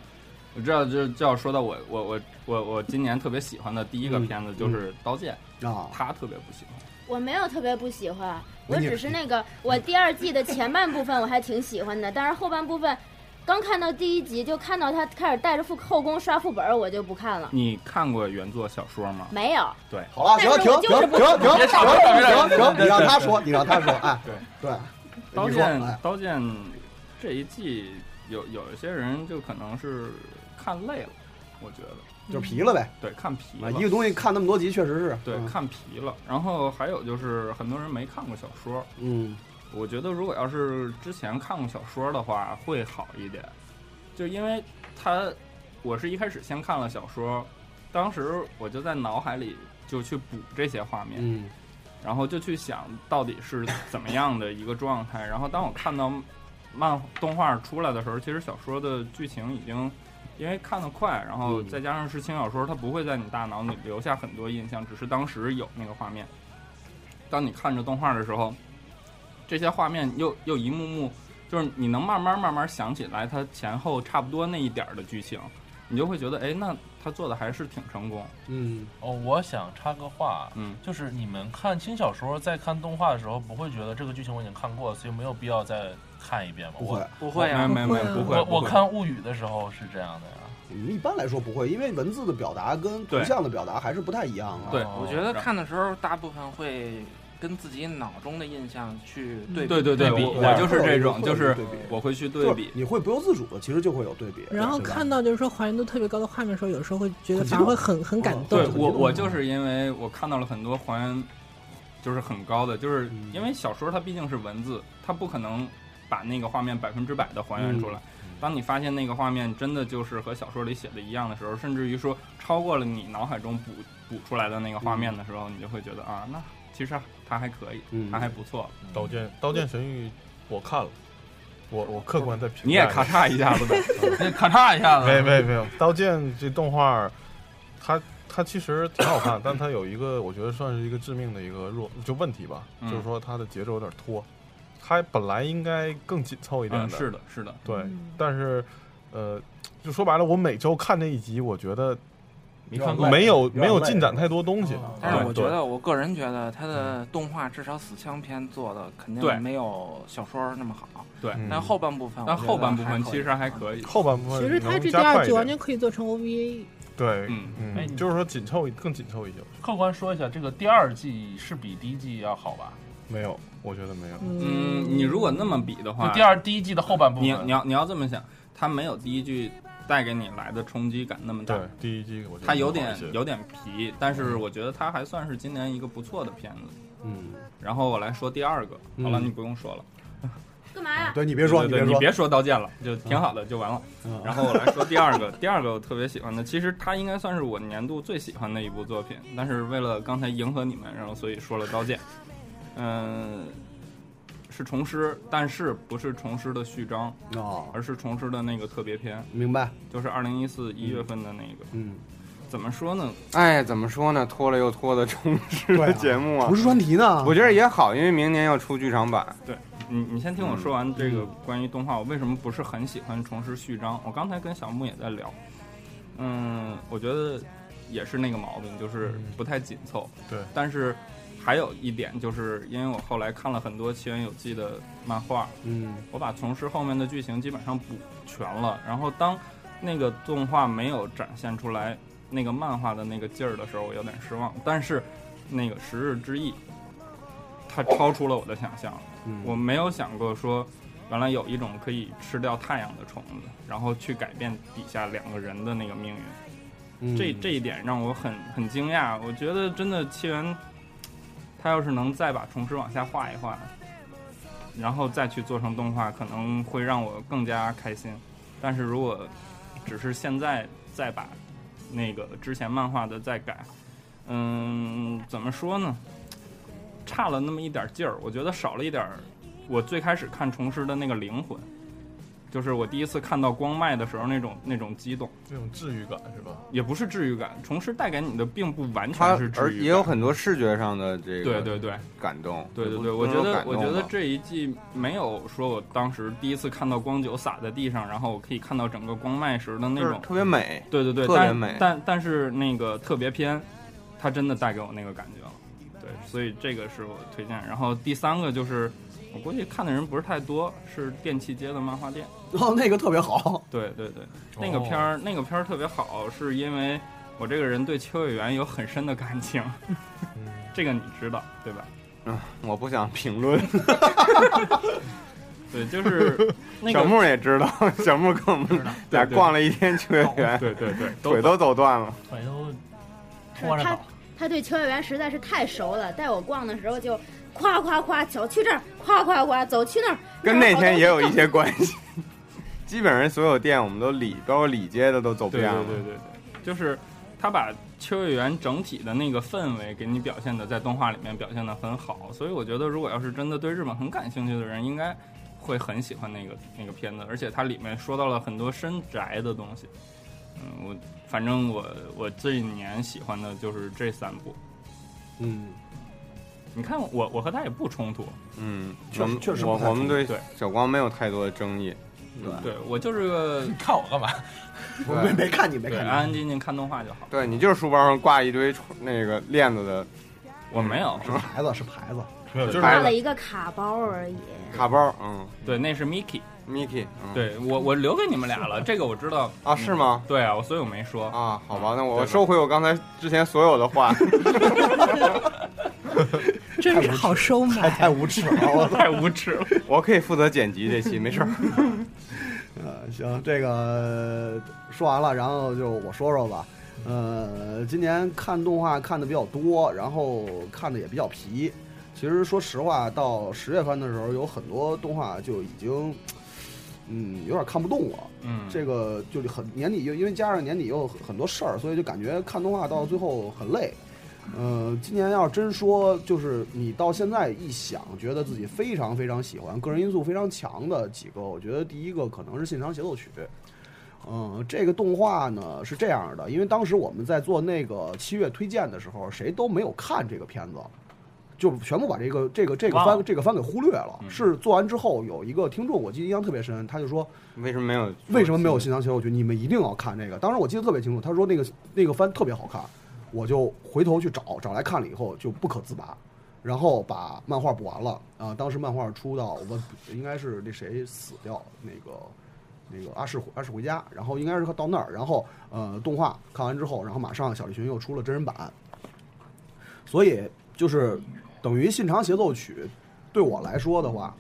Speaker 5: 我知道就就要说到我我我我我今年特别喜欢的第一个
Speaker 7: 嗯
Speaker 5: 片子就是《刀剑》，
Speaker 7: 啊，
Speaker 5: 他特别不喜欢。
Speaker 10: 我没有特别不喜欢，
Speaker 7: 那
Speaker 10: 我
Speaker 7: 你
Speaker 10: 只是那个我第二季的前半部分我还挺喜欢的，但是后半部分。刚看到第一集就看到他开始带着副后宫刷副本儿，我就不看了。
Speaker 5: 你看过原作小说吗？
Speaker 10: 没有，
Speaker 7: 好了，行，
Speaker 10: 但是
Speaker 7: 停
Speaker 10: 我
Speaker 7: 停
Speaker 10: 就是
Speaker 7: 停
Speaker 10: 不
Speaker 7: 停停
Speaker 5: 别吵别吵别吵
Speaker 7: 停停，你让他 说，你让他说，哎，
Speaker 5: 对
Speaker 7: 对，
Speaker 5: 刀
Speaker 7: 你说
Speaker 5: 剑
Speaker 7: 哎，
Speaker 5: 刀剑这一季有有一些人就可能是看累了，我觉得
Speaker 7: 就是皮了呗。
Speaker 5: 嗯对看疲
Speaker 7: 啊，
Speaker 5: 了，
Speaker 7: 一个东西看那么多集，确实是。
Speaker 5: 对
Speaker 7: 嗯
Speaker 5: 看疲了。然后还有就是很多人没看过小说，
Speaker 7: 嗯，
Speaker 5: 我觉得如果要是之前看过小说的话会好一点，就因为他我是一开始先看了小说，当时我就在脑海里就去补这些画面，
Speaker 7: 嗯
Speaker 5: 然后就去想到底是怎么样的一个状态。然后当我看到漫动画出来的时候，其实小说的剧情已经因为看得快，然后
Speaker 7: 嗯
Speaker 5: 再加上是轻小说，它不会在你大脑里留下很多印象，只是当时有那个画面。当你看着动画的时候，这些画面又又一幕幕，就是你能慢慢慢慢想起来它前后差不多那一点儿的剧情，你就会觉得，哎，那他做的还是挺成功。
Speaker 7: 嗯，
Speaker 11: 哦，我想插个话，
Speaker 5: 嗯，
Speaker 11: 就是你们看轻小说在看动画的时候，不会觉得这个剧情我已经看过，所以没有必要再看一遍吗？
Speaker 7: 不会，
Speaker 5: 不会啊，没有没有不会。
Speaker 11: 我
Speaker 5: 不会
Speaker 11: 我看《物语》的时候是这样的呀。
Speaker 7: 嗯一般来说不会，因为文字的表达跟图
Speaker 5: 对
Speaker 7: 像的表达还是不太一样啊。
Speaker 5: 对
Speaker 11: 哦
Speaker 5: 我
Speaker 3: 我觉得
Speaker 11: 然
Speaker 3: 看的时候，大部分会跟自己脑中的印象去对比。
Speaker 5: 对对对，
Speaker 11: 对比
Speaker 5: 我
Speaker 11: 一下
Speaker 5: 我就是这种，
Speaker 7: 会
Speaker 5: 就
Speaker 7: 有
Speaker 5: 是
Speaker 7: 对比
Speaker 5: 我会去对
Speaker 7: 就
Speaker 5: 比
Speaker 7: 是。你会不由自主的，其实就会有对比。
Speaker 6: 然后
Speaker 7: 对吧
Speaker 6: 看到就是说还原度特别高的画面的时候，有时候会觉得
Speaker 7: 很激
Speaker 6: 反
Speaker 7: 动
Speaker 6: 而会很很
Speaker 8: 哦
Speaker 6: 感动
Speaker 5: 对
Speaker 7: 嗯。
Speaker 5: 我我就是因为我看到了很多还原，就是很高的，就是
Speaker 7: 嗯
Speaker 5: 因为小说它毕竟是文字，它不可能把那个画面百分之百的还原出来。
Speaker 8: 嗯
Speaker 5: 当你发现那个画面真的就是和小说里写的一样的时候，甚至于说超过了你脑海中补补出来的那个画面的时候，你就会觉得啊，那其实它还可以，
Speaker 7: 嗯
Speaker 5: 它还不错。
Speaker 8: 《刀剑刀剑神域》我看了，我我客观在评价
Speaker 5: 你也
Speaker 8: 一下
Speaker 5: 咔嚓一下子呗，
Speaker 11: 那咔嚓一下
Speaker 8: 没没没有，《刀剑》这动画，它它其实挺好看，但它有一个我觉得算是一个致命的一个弱就问题吧，
Speaker 5: 嗯
Speaker 8: 就是说它的节奏有点拖，它本来应该更紧凑一点
Speaker 5: 嗯，
Speaker 8: 的，
Speaker 5: 是的，是的，
Speaker 11: 嗯
Speaker 8: 对，但是呃，就说白了，我每周看这一集，我觉得
Speaker 9: 没看
Speaker 8: 过，没有没有进展太多东西。
Speaker 11: 哦
Speaker 3: 但
Speaker 8: 啊
Speaker 3: 是我觉
Speaker 8: 对
Speaker 3: 得，我个人觉得他的动画至少死枪篇做的肯
Speaker 5: 嗯对
Speaker 3: 定没有小说那么好。
Speaker 5: 对
Speaker 7: 嗯
Speaker 3: 但后半部分我觉得
Speaker 5: 但
Speaker 3: 还可以，
Speaker 5: 后半部分其实还可以，
Speaker 8: 后半部分
Speaker 6: 其实它
Speaker 8: 能
Speaker 6: 这第
Speaker 8: 加快
Speaker 6: 二
Speaker 8: 一
Speaker 6: 季
Speaker 8: 点
Speaker 6: 完全可以做成 OVA，
Speaker 8: 对，
Speaker 5: 嗯
Speaker 11: 哎
Speaker 8: 嗯，就是说紧凑一更紧凑一些。
Speaker 11: 客观说一下，这个第二季是比第一季要好吧？
Speaker 8: 没有，我觉得没有。
Speaker 5: 嗯，你如果那么比的话，
Speaker 11: 就第二第一季的后半部
Speaker 5: 你
Speaker 11: 分，
Speaker 5: 你要你要这么想，它没有第一句带给你来的冲击感那么大
Speaker 8: 对。，第一季我觉得
Speaker 5: 它有
Speaker 8: 好
Speaker 5: 点
Speaker 8: 一些嗯
Speaker 5: 有点皮，但是我觉得它还算是今年一个不错的片子。
Speaker 7: 嗯，
Speaker 5: 然后我来说第二个，好了，
Speaker 7: 嗯
Speaker 5: 你不用说了，
Speaker 10: 干嘛呀？
Speaker 7: 对你别说，
Speaker 5: 啊对对
Speaker 7: 别
Speaker 5: 你
Speaker 7: 说，
Speaker 5: 别说刀剑了，就挺好的，就完了。
Speaker 7: 嗯
Speaker 5: 然后我来说第二个，第二个我特别喜欢的，其实它应该算是我年度最喜欢的一部作品，但是为了刚才迎合你们，然后所以说了《刀剑》。嗯，是重师，但是不是重师的序章，
Speaker 7: 哦，
Speaker 5: 而是重师的那个特别篇，
Speaker 7: 明白，
Speaker 5: 就是二零一四一月份的那个。
Speaker 7: 嗯，
Speaker 5: 怎么说呢？
Speaker 2: 哎，怎么说呢？拖了又拖的重置
Speaker 7: 对啊
Speaker 2: 的节目啊
Speaker 7: 不，是专题呢，
Speaker 2: 我觉得也好，因为明年要出剧场版。
Speaker 5: 你你先听我说完这个关于动画，我为什么不是很喜欢重拾序章？我刚才跟小木也在聊，嗯，我觉得也是那个毛病，就是不太紧凑。
Speaker 8: 对
Speaker 5: 但是还有一点，就是因为我后来看了很多《起源有记》的漫画，
Speaker 7: 嗯
Speaker 5: 我把从事后面的剧情基本上补全了。然后当那个动画没有展现出来那个漫画的那个劲儿的时候，我有点失望。但是那个《十日之翼》，它超出了我的想象。
Speaker 7: 嗯，
Speaker 5: 我没有想过说，原来有一种可以吃掉太阳的虫子，然后去改变底下两个人的那个命运。
Speaker 7: 嗯
Speaker 5: 这这一点让我很很惊讶。我觉得真的七元，他要是能再把虫师往下画一画，然后再去做成动画，可能会让我更加开心。但是如果只是现在再把那个之前漫画的再改，嗯，怎么说呢？差了那么一点劲儿，我觉得少了一点儿我最开始看虫师的那个灵魂，就是我第一次看到光脉的时候那种那种激动。
Speaker 8: 这种治愈感是吧？
Speaker 5: 也不是治愈感，虫师带给你的并不完
Speaker 2: 它
Speaker 5: 全是治
Speaker 2: 而
Speaker 5: 愈感，
Speaker 2: 也有很多视觉上的这
Speaker 5: 对
Speaker 2: 个
Speaker 5: 对对
Speaker 2: 感动。
Speaker 5: 对对
Speaker 2: 不
Speaker 5: 对，
Speaker 2: 不
Speaker 5: 我觉
Speaker 2: 能说
Speaker 5: 得
Speaker 2: 感
Speaker 5: 我
Speaker 2: 动
Speaker 5: 觉得
Speaker 2: 吧
Speaker 5: 这一季没有说我当时第一次看到光酒洒在地上，然后我可以看到整个光脉时的那
Speaker 2: 就是
Speaker 5: 种，
Speaker 2: 特别美。
Speaker 5: 对对对，
Speaker 2: 特别
Speaker 5: 但
Speaker 2: 美
Speaker 5: 但但是那个特别篇，它真的带给我那个感觉了，对，所以这个是我推荐。然后第三个就是我估计看的人不是太多，是电器街的漫画店。
Speaker 7: 哦那个特别好，哦
Speaker 5: 对对对，那个片儿、那个片儿特别好，是因为我这个人对秋叶原有很深的 感情，这个你知道对吧？
Speaker 2: 嗯我不想评论，
Speaker 5: 对，就是 那
Speaker 2: 小
Speaker 5: 个，
Speaker 2: 木也知道，小木跟我们俩
Speaker 5: 对
Speaker 2: 逛了一天秋叶原，
Speaker 5: 对对对，
Speaker 2: 腿都走断了。
Speaker 9: 腿都拖着
Speaker 10: 他
Speaker 9: 走。
Speaker 10: 他对秋叶原实在是太熟了，带我逛的时候就夸夸夸走去这儿，夸夸夸走去那儿，
Speaker 2: 跟
Speaker 10: 儿
Speaker 2: 那
Speaker 10: 好
Speaker 2: 天
Speaker 10: 东
Speaker 2: 也
Speaker 10: 西
Speaker 2: 有一些关系。 基本上所有店我们都里，包括里街的都走
Speaker 5: 对
Speaker 2: 遍
Speaker 5: 对
Speaker 2: 了。
Speaker 5: 对对对，就是他把秋叶原整体的那个氛围给你表现的，在动画里面表现的很好，所以我觉得如果要是真的对日本很感兴趣的人，应该会很喜欢那个那个片子，而且它里面说到了很多深宅的东西。嗯，我反正我我这一年喜欢的就是这三部。
Speaker 7: 嗯，
Speaker 5: 你看我我和他也不冲突，
Speaker 2: 嗯，
Speaker 7: 确
Speaker 2: 我们
Speaker 7: 确实不
Speaker 2: 我
Speaker 7: 太
Speaker 2: 我们对
Speaker 5: 对
Speaker 2: 小光没有太多的争议。
Speaker 5: 嗯对我就 是个
Speaker 11: 你看我干嘛？
Speaker 7: 我没没看你没
Speaker 5: 对
Speaker 7: 看
Speaker 5: 安
Speaker 7: 你，
Speaker 5: 安静静看动画就好。
Speaker 2: 对你就是书包上挂一堆那个链子的
Speaker 5: 我没有，
Speaker 7: 牌呃子是牌子，
Speaker 8: 没有，就是
Speaker 10: 挂了一个卡包而已。
Speaker 2: 卡包，嗯
Speaker 5: 对，那是 Miki，
Speaker 2: ，Mickey，嗯，
Speaker 5: 对我我留给你们俩 了，这个我知道。
Speaker 2: 啊，是吗？
Speaker 5: 对啊，我所以我没说。
Speaker 2: 啊，好吧，那
Speaker 5: 对
Speaker 2: 我
Speaker 5: 吧
Speaker 2: 收回我刚才之前所有的话。
Speaker 6: 真是好收
Speaker 7: 太
Speaker 6: 买。
Speaker 7: 太无耻了， 我操！
Speaker 5: 太无耻了。
Speaker 2: 我可以负责剪辑这期，没 事儿。
Speaker 7: 呃，行，这个说完了，然后就我说说吧。呃，今年看动画看的比较多，然后看的也比较皮。其实说实话，到十月份的时候，有很多动画就已经，嗯，有点看不动了。
Speaker 5: 嗯，
Speaker 7: 这个就是很年底又因为加上年底又很多事儿，所以就感觉看动画到最后很累。呃，今年要真说，就是你到现在一想，觉得自己非常非常喜欢，个人因素非常强的几个，我觉得第一个可能是《信长协奏曲》。嗯，这个动画呢是这样的，因为当时我们在做那个七月推荐的时候，谁都没有看这个片子，就全部把这个这个这个
Speaker 2: 忘
Speaker 7: 番
Speaker 2: 了
Speaker 7: 这个番给忽略了。
Speaker 2: 嗯
Speaker 7: 是做完之后有一个听众，我记得印象特别深，他就说
Speaker 2: 为什么没有？
Speaker 7: 为什么没有新疆球？我觉得你们一定要看这个。当时我记得特别清楚，他说那个那个番特别好看，我就回头去找，找来看了以后就不可自拔，然后把漫画补完了啊。当时漫画出到我应该是那谁死掉那个。那个阿世回阿世回家，然后应该是到那儿，然后呃动画看完之后，然后马上小栗旬又出了真人版，所以就是等于《信长协奏曲》对我来说的话，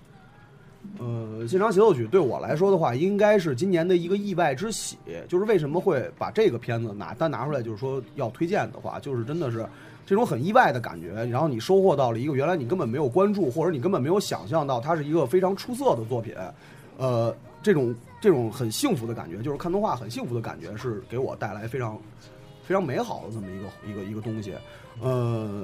Speaker 7: 呃，《信长协奏曲》对我来说的话，应该是今年的一个意外之喜。就是为什么会把这个片子拿单拿出来，就是说要推荐的话，就是真的是这种很意外的感觉。然后你收获到了一个原来你根本没有关注，或者你根本没有想象到它是一个非常出色的作品。呃，这种这种很幸福的感觉，就是看动画很幸福的感觉，是给我带来非常非常美好的这么一个一个一个东西。呃，《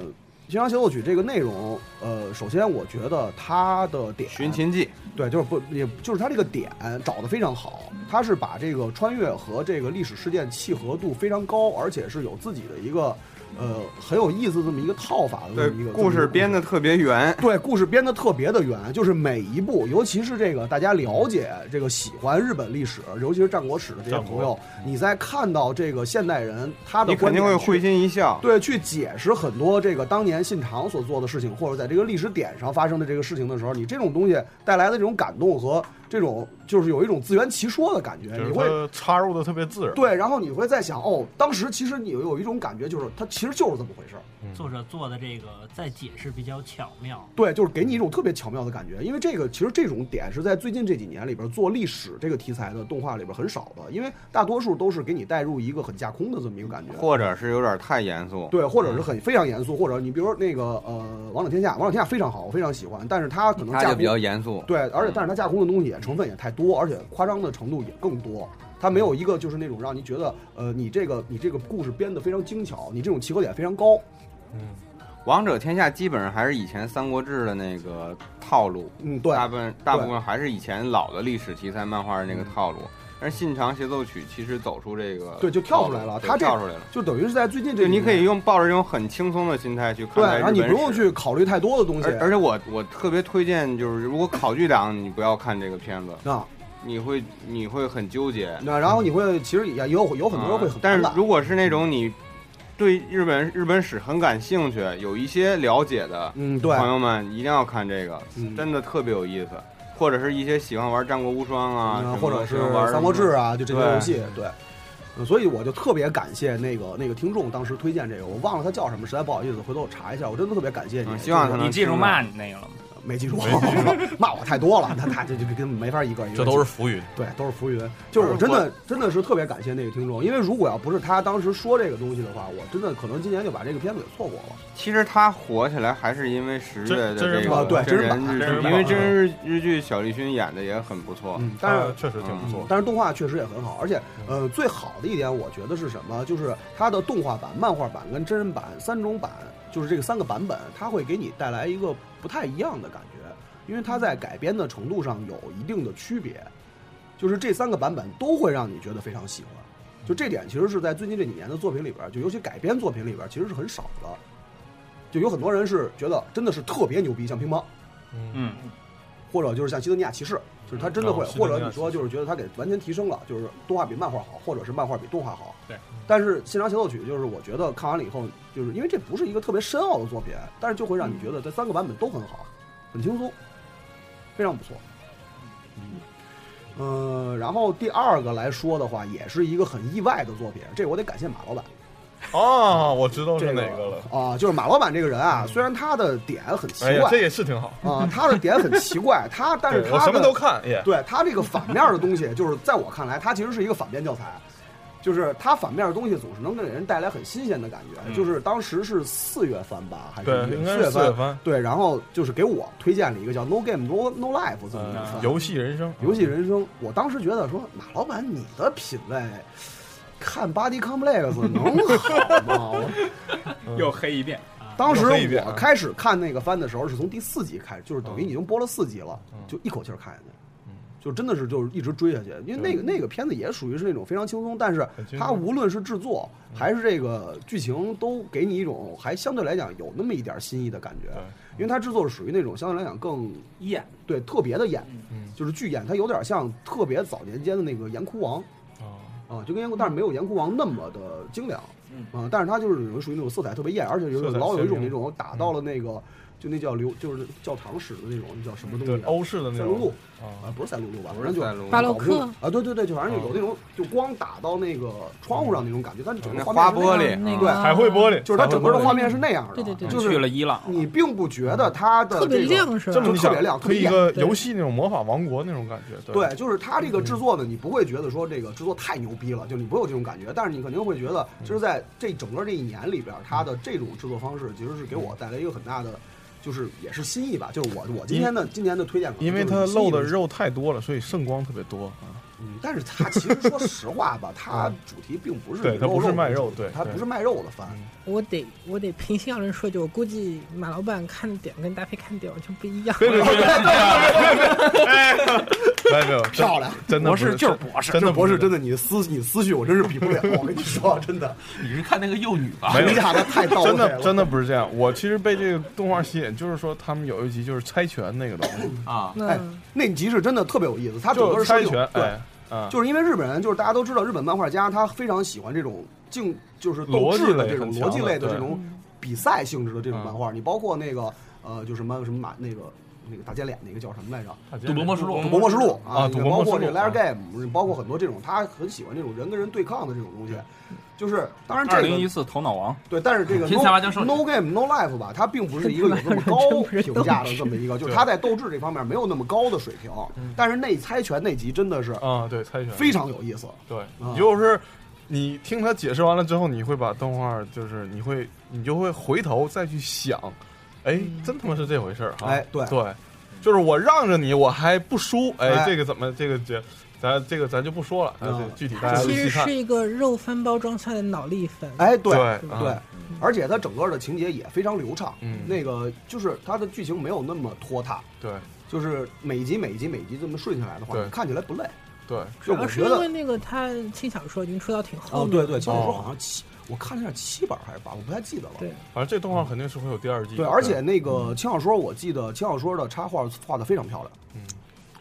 Speaker 7: 新长协奏曲》这个内容，呃，首先我觉得它的点《寻
Speaker 2: 秦记》
Speaker 7: 对，就是不，也就是它这个点找的非常好，它是把这个穿越和这个历史事件契合度非常高，而且是有自己的一个呃很有意思这么一个套法的
Speaker 2: 对
Speaker 7: 这么一个
Speaker 2: 故事编的特别圆，
Speaker 7: 对，故事编的特别的圆，就是每一步，尤其是这个大家了解这个喜欢日本历史，尤其是战国史的这些
Speaker 2: 战国
Speaker 7: 朋友，
Speaker 8: 嗯
Speaker 7: 你在看到这个现代人他的
Speaker 2: 你肯定会
Speaker 7: 观点去
Speaker 2: 会心一笑。
Speaker 7: 对，去解释很多这个当年信长所做的事情，或者在这个历史点上发生的这个事情的时候，你这种东西带来的这种感动和这种就是有一种自圆其说的感觉，
Speaker 8: 就是
Speaker 7: 你会
Speaker 8: 它插入的特别自然。
Speaker 7: 对，然后你会在想，哦，当时其实你有有一种感觉，就是它其实就是这么回事儿。
Speaker 9: 作者做的这个再解释比较巧妙，
Speaker 7: 对，就是给你一种特别巧妙的感觉，因为这个其实这种点是在最近这几年里边做历史这个题材的动画里边很少的，因为大多数都是给你带入一个很架空的这么一个感觉，
Speaker 2: 或者是有点太严肃，
Speaker 7: 对，或者是很非常严肃，或者你比如说那个呃《王者天下》，《王者天下》非常好，我非常喜欢，但是它可能
Speaker 2: 他
Speaker 7: 架
Speaker 2: 就
Speaker 7: 空
Speaker 2: 比较严肃。嗯
Speaker 7: 对，而且但是它架空的东西也成分也太多，而且夸张的程度也更多。它没有一个就是那种让你觉得呃你这个你这个故事编得非常精巧，你这种契合点非常高。
Speaker 2: 王者天下基本上还是以前《三国志》的那个套路，
Speaker 7: 嗯，对，
Speaker 2: 大部分大部分还是以前老的历史题材漫画的那个套路。但是《信长协奏曲》其实走出这个，
Speaker 7: 对，就跳出来了，
Speaker 2: 哦对
Speaker 7: 它这
Speaker 2: 跳出来了。
Speaker 7: 就等于是在最近这
Speaker 2: 就
Speaker 7: 几
Speaker 2: 你可
Speaker 7: 年
Speaker 2: 以用抱着这种很轻松的心态去看
Speaker 7: 对，
Speaker 2: 待
Speaker 7: 然后你
Speaker 2: 日
Speaker 7: 不
Speaker 2: 本
Speaker 7: 用
Speaker 2: 史
Speaker 7: 去考虑太多的东西。
Speaker 2: 而而且我我特别推荐，就是如果考据党，你不要看这个片子
Speaker 7: 啊，
Speaker 2: 你会你会很纠结。
Speaker 7: 那然后你会其实也有有很多人会很
Speaker 2: 啊但
Speaker 7: 反
Speaker 2: 是
Speaker 7: 感。
Speaker 2: 如果是那种你对日本日本史很感兴趣，有一些了解的，
Speaker 7: 嗯对
Speaker 2: 朋友们一定要看这个，
Speaker 7: 嗯
Speaker 2: 真的特别有意思。或者是一些喜欢玩《战国无双》啊，什
Speaker 7: 嗯
Speaker 2: 么
Speaker 7: 或者是
Speaker 2: 喜欢玩
Speaker 7: 《三国志》啊，
Speaker 2: 什
Speaker 7: 就
Speaker 2: 么
Speaker 7: 这些游戏，对。嗯所以我就特别感谢那个那个听众当时推荐这个，我忘了他叫什么，实在不好意思，回头我查一下。我真的特别感谢你，
Speaker 2: 嗯希望他能
Speaker 7: 就是
Speaker 2: 你记住骂你
Speaker 5: 那个了吗？
Speaker 7: 没记住，骂我太多了，那那这这跟没法一个一个。
Speaker 12: 这都是浮云。
Speaker 7: 对，都是浮云。就是我真的真的是特别感谢那个听众，因为如果要不是他当时说这个东西的话，我真的可能今年就把这个片子给错过了。
Speaker 2: 其实它火起来还是因为十月的
Speaker 7: 真人
Speaker 2: 这
Speaker 7: 版
Speaker 2: 个
Speaker 7: 啊对
Speaker 2: 真
Speaker 7: 真人版
Speaker 2: 日
Speaker 7: 真人
Speaker 2: 剧，
Speaker 7: 版啊
Speaker 2: 因为真人日日剧小栗旬演的也很不错，
Speaker 7: 嗯但是
Speaker 2: 嗯
Speaker 7: 但是动画确实也很好，而且呃，最好的一点我觉得是什么？就是它的动画版、漫画版跟真人版三种版，就是这个三个版本，它会给你带来一个不太一样的感觉，因为它在改编的程度上有一定的区别，就是这三个版本都会让你觉得非常喜欢。就这点其实是在最近这几年的作品里边儿，就尤其改编作品里边儿，其实是很少的。就有很多人是觉得真的是特别牛逼，像乒乓，
Speaker 5: 嗯，
Speaker 7: 或者就是像《西德尼亚骑士》，就是他真的会，或者你说就是觉得他给完全提升了，就是动画比漫画好，或者是漫画比动画好。
Speaker 5: 对，
Speaker 7: 但是《新长协奏曲》就是我觉得看完了以后，就是因为这不是一个特别深奥的作品，但是就会让你觉得这三个版本都很好，很轻松，非常不错。嗯，然后第二个来说的话，也是一个很意外的作品，这我得感谢马老板。
Speaker 8: 哦，我知道是
Speaker 7: 这个
Speaker 8: 哪个了。
Speaker 7: 啊，就是马老板这个人啊，虽然他的点很奇
Speaker 8: 哎呀
Speaker 7: 怪，，
Speaker 8: 这也是挺好
Speaker 7: 啊，他的点很奇 怪，他但是
Speaker 8: 对
Speaker 7: 他
Speaker 8: 我什么
Speaker 7: 的
Speaker 8: 都看也
Speaker 7: 对他这个反面的东西， 就是在我看来，他其实是一个反面教材，就是他反面的东西总是能给人带来很新鲜的感觉。
Speaker 8: 嗯
Speaker 7: 就是当时是四月份吧，还是
Speaker 8: 对
Speaker 7: 五月
Speaker 8: 应该
Speaker 7: 四
Speaker 8: 是
Speaker 7: 月
Speaker 8: 四月
Speaker 7: 份
Speaker 8: 份？
Speaker 7: 对，然后就是给我推荐了一个叫《No Game No No Life》这么一个番
Speaker 8: 嗯游戏人生，
Speaker 7: 游戏人生，我当时觉得说马老板你的品味。看《Body Complex》能好吗？我
Speaker 5: 又黑一遍。
Speaker 7: 当时
Speaker 5: 又黑一遍啊
Speaker 7: 我开始
Speaker 5: 嗯
Speaker 7: 看那个番的时候，是从第四集开始，就是等于已经播了四集了，就一口气儿看下去，就真的是就是一直追下去，因为那个那个片子也属于是那种非常轻松，但是它无论是制作
Speaker 5: 嗯
Speaker 7: 还是这个剧情，都给你一种还相对来讲有那么一点新意的感觉，因为它制作是属于那种相对来讲更
Speaker 3: 艳，
Speaker 7: 对特别的艳，就是巨艳，它有点像特别早年间的那个《岩窟王》。
Speaker 5: 哦
Speaker 7: 啊，就跟岩窟，但是没有岩窟王那么的精良，啊，但是它就是属于那种色彩特别艳，而且有
Speaker 8: 色彩
Speaker 7: 老有一种
Speaker 8: 鲜明嗯
Speaker 7: 那种打到了那个，就那叫流，就是教堂史的那种，那叫什么东
Speaker 8: 对
Speaker 7: 西啊？
Speaker 8: 欧式的那
Speaker 7: 赛
Speaker 8: 种
Speaker 7: 璐璐
Speaker 8: 啊
Speaker 7: 啊，不是赛璐璐吧？
Speaker 2: 不
Speaker 7: 反
Speaker 2: 是
Speaker 7: 正就
Speaker 2: 赛璐璐
Speaker 7: 搞不
Speaker 6: 巴洛克
Speaker 7: 清啊，对对对，就反正就有那种，就光打到那个窗户上那种感觉，但是
Speaker 8: 嗯
Speaker 7: 整个画面是那样
Speaker 6: 那个
Speaker 7: 对
Speaker 8: 海啊绘玻璃，
Speaker 7: 就是它整个的
Speaker 8: 海绘玻璃
Speaker 7: 画面是那样的，啊
Speaker 6: 对对对
Speaker 7: 就
Speaker 5: 去
Speaker 7: 是
Speaker 5: 了伊朗，
Speaker 7: 你并不觉得它的
Speaker 6: 特别
Speaker 7: 这个
Speaker 6: 亮是吧？
Speaker 8: 这么你
Speaker 7: 特
Speaker 8: 想
Speaker 7: 别亮特
Speaker 8: 可
Speaker 7: 别
Speaker 8: 以一
Speaker 7: 亮
Speaker 8: 个
Speaker 6: 对
Speaker 8: 游戏那种魔法王国那种感觉，
Speaker 7: 对，就是它这个制作呢，你不会觉得说这个制作太牛逼了，就你不会有这种感觉，但是你肯定会觉得，
Speaker 8: 嗯
Speaker 7: 就是在这整个这一年里边，它的这种制作方式其实是给
Speaker 8: 嗯
Speaker 7: 我带来一个很大的，就是也是新意吧。就是我我今天的今年的推荐可能
Speaker 8: 因为
Speaker 7: 就是
Speaker 8: 它
Speaker 7: 新
Speaker 8: 露
Speaker 7: 意
Speaker 8: 的
Speaker 7: 为主，
Speaker 8: 肉太多了，所以圣光特别多啊。
Speaker 7: 嗯但是它其实说实话 吧，它主题并不是
Speaker 8: 嗯对它
Speaker 7: 肉
Speaker 8: 不是卖
Speaker 7: 为
Speaker 8: 肉
Speaker 7: 主
Speaker 8: 对
Speaker 7: 它
Speaker 8: 对嗯
Speaker 7: 不是卖肉的番。
Speaker 6: 我得我得平心而论说一句，我估计马老板看的点跟大飞看的点完全不一样。
Speaker 8: 没有没有，真
Speaker 7: 漂亮，
Speaker 8: 真的
Speaker 3: 博
Speaker 8: 不
Speaker 3: 士就是博士，
Speaker 8: 真的
Speaker 7: 博士，真
Speaker 8: 的
Speaker 7: 的，你思你思绪我真是比不了，我跟你说，真的，
Speaker 11: 你是看那个幼女吧？
Speaker 8: 没有
Speaker 7: 你俩的太到位
Speaker 8: 真
Speaker 7: 了，
Speaker 8: 的真的不是这样。我其实被这个动画吸引，就是说他们有一集就是猜拳那个东西，
Speaker 11: 啊，
Speaker 7: 哎
Speaker 6: 嗯，
Speaker 7: 那集是真的特别有意思，它整个
Speaker 8: 就是猜
Speaker 7: 设定
Speaker 8: 拳，
Speaker 7: 对。
Speaker 8: 哎，啊，
Speaker 7: 就是因为日本人，就是大家都知道，日本漫画家他非常喜欢这种竞，就是斗
Speaker 8: 逻辑
Speaker 7: 智的
Speaker 8: 类
Speaker 7: 这种
Speaker 8: 很强
Speaker 7: 逻辑
Speaker 8: 的
Speaker 7: 类的
Speaker 8: 对
Speaker 7: 这种比赛性质的这种漫画。你包括那个
Speaker 8: 嗯
Speaker 7: 呃，就什么什么马那个那个大尖脸那个叫什么来着？
Speaker 11: 赌博默示录
Speaker 7: 赌博默示录
Speaker 8: 啊
Speaker 7: 你
Speaker 8: 赌博
Speaker 7: 包
Speaker 8: 默示
Speaker 7: 括这
Speaker 8: 录
Speaker 7: 个 Lair
Speaker 8: 啊
Speaker 7: Game，包括很多这种，他很喜欢这种人跟人对抗的这种东西。就是当然
Speaker 5: 二
Speaker 7: 这
Speaker 5: 零一
Speaker 7: 个
Speaker 5: 四头脑 王，
Speaker 7: 对，但是这个
Speaker 11: 天下麻将
Speaker 7: No
Speaker 11: 少女
Speaker 7: No Game No Life 吧，它并不是一个有那么高评价的这么一个，就是
Speaker 8: 对
Speaker 7: 它在斗智这方面没有那么高的水平。但是内猜拳那集真的是
Speaker 8: 啊，对，猜拳
Speaker 7: 非常有意思。啊
Speaker 8: 对，
Speaker 7: 嗯
Speaker 8: 你就是你听他解释完了之后，你会把动画就是你会你就会回头再去想，哎，真他妈是这回事儿哈！
Speaker 7: 嗯哎对
Speaker 8: 对，就是我让着你，我还不输，哎
Speaker 7: 哎，
Speaker 8: 这个怎么这个这咱这个咱就不说了，哎
Speaker 7: 嗯
Speaker 8: 这具体大
Speaker 6: 它
Speaker 8: 家
Speaker 6: 其
Speaker 8: 去
Speaker 6: 实
Speaker 8: 看
Speaker 6: 是。一个肉番包装下的脑力番。
Speaker 7: 哎，对
Speaker 8: 对
Speaker 7: 对
Speaker 8: 啊
Speaker 7: 而且它整个的情节也非常流畅，
Speaker 8: 嗯
Speaker 7: 那个就是它的剧情没有那么拖沓，
Speaker 8: 对
Speaker 7: 就是每集每集每集这么顺下来的话，
Speaker 8: 对
Speaker 7: 你看起来不累。
Speaker 8: 对，
Speaker 6: 主
Speaker 7: 就
Speaker 6: 要
Speaker 7: 我
Speaker 6: 是
Speaker 7: 觉
Speaker 6: 因
Speaker 7: 得
Speaker 6: 为，嗯那个他轻小说已经出到挺后
Speaker 7: 哦，
Speaker 6: 面了，
Speaker 7: 对对，其实我说
Speaker 8: 哦
Speaker 7: 好像七，我看了一下七本还是八，我不太记得了。
Speaker 6: 对
Speaker 8: 反正这动画肯定是会有第二季的。
Speaker 7: 对，而且那个轻小说，我记得轻小说的插画画的非常漂亮
Speaker 8: 嗯，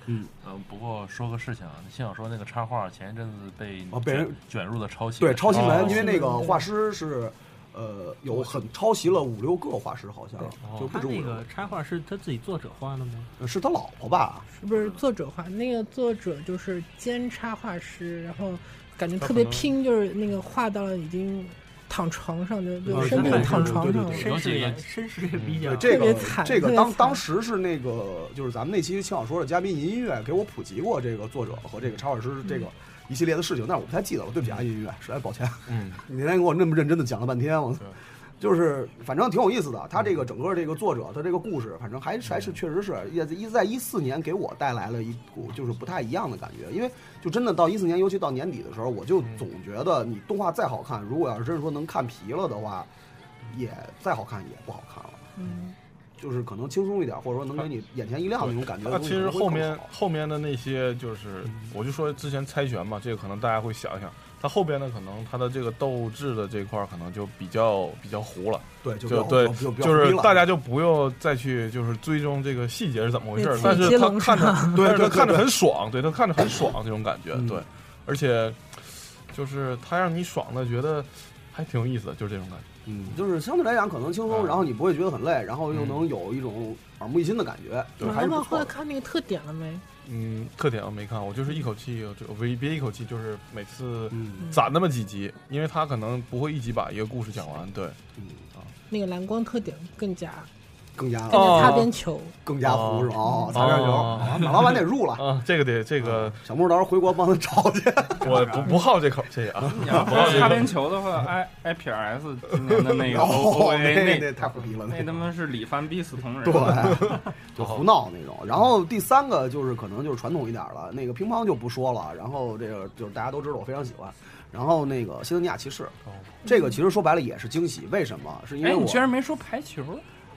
Speaker 11: 嗯，不过说个事情啊，幸好说那个插画前一阵子被
Speaker 7: 哦被人
Speaker 11: 卷入的抄袭，
Speaker 7: 对，抄袭门，
Speaker 8: 哦
Speaker 7: 因为那个
Speaker 6: 对
Speaker 7: 画师是，呃，有很抄袭了五六个画师，好像就不
Speaker 9: 他
Speaker 7: 止五
Speaker 9: 那
Speaker 7: 六
Speaker 9: 个
Speaker 7: 个，
Speaker 9: 插画是他自己作者画的吗？
Speaker 7: 呃是他老婆吧？
Speaker 6: 是不是作者画？那个作者就是兼插画师，然后感觉特别拼，就是那个画到了已经躺床上就就
Speaker 2: 啊
Speaker 7: 嗯
Speaker 6: 生病
Speaker 9: 对
Speaker 6: 躺床上了
Speaker 7: 对。
Speaker 9: 身世
Speaker 11: 有
Speaker 9: 也
Speaker 11: 几个
Speaker 9: 身世也比
Speaker 7: 对
Speaker 9: 较
Speaker 7: 嗯这
Speaker 6: 特别
Speaker 7: 个
Speaker 6: 惨
Speaker 7: 这
Speaker 6: 特
Speaker 7: 个
Speaker 6: 别
Speaker 7: 当
Speaker 6: 惨
Speaker 7: 当时是那个就是咱们那期轻小说的嘉宾银音乐给我普及过这个作者和这个插画师这
Speaker 6: 嗯
Speaker 7: 个一系列的事情，但是我不太记得了，对不起啊，银音乐，实在抱歉。
Speaker 8: 嗯，
Speaker 7: 你那天给我那么认真的讲了半天，我
Speaker 8: 对
Speaker 7: 就是反正挺有意思的。他这个整个这个作者，他这个故事，反正还还是确实是也一在一四年给我带来了一股就是不太一样的感觉，因为就真的到一四年，尤其到年底的时候，我就
Speaker 8: 嗯
Speaker 7: 总觉得你动画再好看，如果要是真是说能看皮了的话，也再好看也不好看了。
Speaker 6: 嗯，
Speaker 7: 就是可能轻松一点，或者说能给你眼前一亮那种感觉
Speaker 8: 那
Speaker 7: 的东
Speaker 8: 其
Speaker 7: 西。
Speaker 8: 实后
Speaker 7: 可能
Speaker 8: 面
Speaker 7: 会更好嗯
Speaker 8: 后面的那些就是，我就说之前猜拳嘛，这个可能大家会想一想，它后边的可能它的这个斗志的这块儿可能就比较比较糊了，
Speaker 7: 对就
Speaker 8: 就
Speaker 7: 不
Speaker 8: 对
Speaker 7: 要不要，不要
Speaker 8: 就是
Speaker 7: 逼了
Speaker 8: 大家就不用再去就是追踪这个细节是怎么回事儿，但是
Speaker 6: 接
Speaker 8: 他
Speaker 6: 龙
Speaker 8: 看着，
Speaker 7: 对对
Speaker 8: 但是他
Speaker 7: 对
Speaker 8: 看着
Speaker 7: 对
Speaker 8: 很爽，对他看着很爽这种感觉，
Speaker 7: 嗯
Speaker 8: 对，而且就是他让你爽的觉得还挺有意思的，就是这种感觉，
Speaker 7: 嗯，就是相对来讲可能轻松，
Speaker 8: 嗯
Speaker 7: 然后你不会觉得很累，然后又能有一种耳目一新的感觉，就是
Speaker 6: 马老
Speaker 7: 还是不
Speaker 6: 板后
Speaker 7: 错
Speaker 6: 来
Speaker 7: 的。
Speaker 6: 嗯看那个特点了没？
Speaker 8: 嗯，特点我没看，我就是一口气，就唯别一口气就是每次。
Speaker 7: 嗯
Speaker 8: 攒那么几集，因为他可能不会一集把一个故事讲完，对，
Speaker 7: 嗯，
Speaker 6: 那个蓝光特点更加
Speaker 7: 更加
Speaker 2: 啊
Speaker 6: 更加擦边球，
Speaker 7: 更加糊是吧？哦，擦边球，
Speaker 8: 哦
Speaker 7: 好马老板得入 了。
Speaker 8: 啊，这个得这个
Speaker 7: 小木到时候回国帮他找去。
Speaker 8: 我不不好这口气 啊，
Speaker 5: 你要说擦边球的话，I I P R S 今年的那 个 O O
Speaker 7: 哦，
Speaker 5: A
Speaker 7: 那
Speaker 5: 那
Speaker 7: 那太胡逼了，
Speaker 5: 那他妈是李凡逼死同人，
Speaker 7: 对，就
Speaker 8: 哦
Speaker 7: 胡闹那种。然后第三个就是可能就是传统一点了，那个乒乓就不说了。然后这个就是大家都知道我非常喜欢。然后那个《
Speaker 8: 哦
Speaker 7: 西德尼亚骑士》，这个其实说白了也是惊喜，为什么？是因
Speaker 5: 哎，
Speaker 7: 为
Speaker 5: 你
Speaker 7: 我
Speaker 5: 居然没说排球？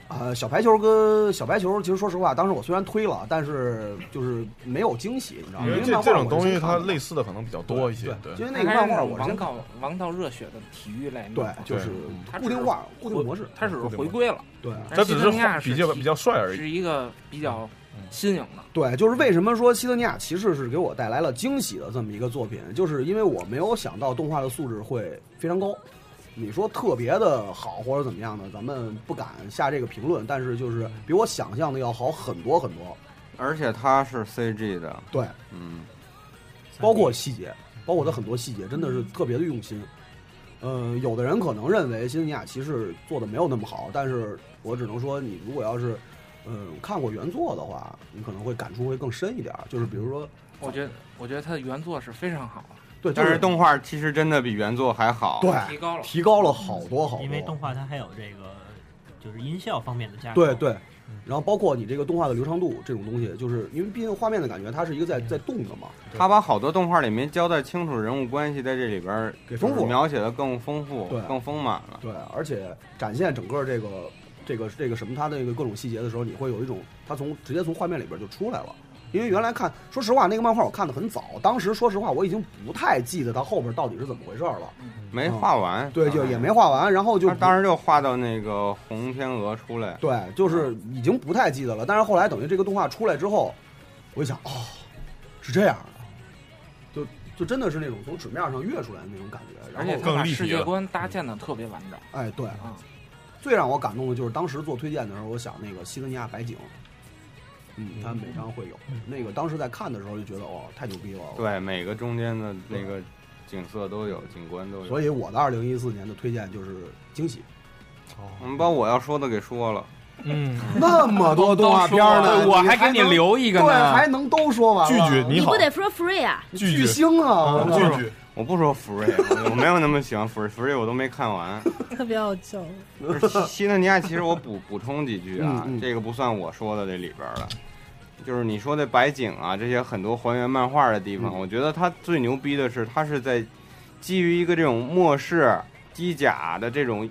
Speaker 7: 呃，小排球跟小白球，其实说实话，当时我虽然推了，但是就是没有惊喜，你知道吗？
Speaker 8: 因为这
Speaker 7: 漫画
Speaker 8: 这
Speaker 7: 我
Speaker 8: 种
Speaker 7: 是
Speaker 8: 东
Speaker 7: 先
Speaker 8: 西
Speaker 7: 看
Speaker 8: 它
Speaker 7: 的
Speaker 8: 类似的可能比较多一些，对
Speaker 7: 对，因为那个漫画我
Speaker 3: 王
Speaker 7: 先看
Speaker 3: 道王道热血的体育类漫
Speaker 7: 对
Speaker 3: 画，
Speaker 7: 就是
Speaker 3: 它
Speaker 7: 固定
Speaker 3: 只
Speaker 7: 化、固定模式，
Speaker 3: 它只是
Speaker 8: 固定
Speaker 3: 回
Speaker 8: 模
Speaker 3: 归了，
Speaker 7: 对。
Speaker 8: 它只是
Speaker 3: 西班牙
Speaker 8: 比较比较帅而已
Speaker 3: 是一个比
Speaker 5: 嗯
Speaker 3: 较新颖的。
Speaker 7: 对，就是为什么说《西德尼亚骑士》是给我带来了惊喜的这么一个作品，就是因为我没有想到动画的素质会非常高。你说特别的好或者怎么样呢？咱们不敢下这个评论，但是就是比我想象的要好很多很多。
Speaker 2: 而且它是 CG 的，
Speaker 7: 对，
Speaker 2: 嗯，
Speaker 7: 包括细节，包括它很多细节，真的是特别的用心。呃，有的人可能认为《新尼亚骑士》做的没有那么好，但是我只能说，你如果要是，嗯、看过原作的话，你可能会感触会更深一点儿。就是比如说，
Speaker 3: 我觉得我觉得它的原作是非常好的，
Speaker 7: 对，就
Speaker 2: 但是动画其实真的比原作还好，
Speaker 7: 对
Speaker 3: 提高了
Speaker 7: 提高了好多好多，
Speaker 9: 因为动画它还有这个就是音效方面的加强。
Speaker 7: 对对，然后包括你这个动画的流畅度这种东西，就是因为毕竟画面的感觉，它是一个在在动的嘛。
Speaker 2: 他把好多动画里面交代清楚人物关系，在这里边儿
Speaker 7: 给丰富
Speaker 2: 就是描写的更丰富
Speaker 7: 对、
Speaker 2: 更丰满了。
Speaker 7: 对，而且展现整个这个这个这个什么它的一个各种细节的时候，你会有一种它从直接从画面里边就出来了。因为原来看，说实话，那个漫画我看的很早，当时说实话我已经不太记得它后边到底是怎么回事了。
Speaker 2: 没画完，
Speaker 7: 嗯对，就也没画完，然后就
Speaker 2: 他当时就画到那个红天鹅出来，
Speaker 7: 对，就是已经不太记得了。但是后来等于这个动画出来之后，我一想，哦，是这样的，就就真的是那种从纸面上跃出来的那种感觉。
Speaker 3: 而
Speaker 7: 然
Speaker 3: 且
Speaker 7: 后，
Speaker 3: 它把
Speaker 8: 更立体
Speaker 3: 世界
Speaker 8: 了
Speaker 3: 观搭建的特别完整。
Speaker 7: 哎，对
Speaker 2: 嗯
Speaker 3: 啊，
Speaker 7: 最让我感动的就是当时做推荐的时候，我想那个西德尼亚白井，嗯，它每张会有那个。当时在看的时候就觉得，哦，太牛逼了。
Speaker 2: 对，每个中间的那个景色都有，景观都有。
Speaker 7: 所以我的二零一四年的推荐就是惊喜，
Speaker 2: 你把嗯我要说的给说了，
Speaker 4: 嗯，
Speaker 7: 那么多动画片
Speaker 4: 都说
Speaker 7: 呢，
Speaker 4: 了
Speaker 7: 你
Speaker 4: 我还给你
Speaker 7: 能
Speaker 4: 留一个呢
Speaker 7: 对，还能都说完了？
Speaker 8: 拒绝你
Speaker 10: 你
Speaker 8: 好
Speaker 10: 不，得说 free 啊？
Speaker 8: 拒
Speaker 7: 巨
Speaker 8: 绝
Speaker 7: 星啊，
Speaker 4: 嗯
Speaker 8: 拒绝，
Speaker 2: 我不说 Free，我我没有那么喜欢 Free，Free 我都没看完。
Speaker 6: 特别好 笑。
Speaker 2: 就是西西德尼亚，其实我补补充几句啊，
Speaker 7: 嗯嗯
Speaker 2: 这个不算我说的这里边儿的，就是你说的白景啊，这些很多还原漫画的地方，
Speaker 7: 嗯
Speaker 2: 我觉得它最牛逼的是，它是在基于一个这种末世机甲的这种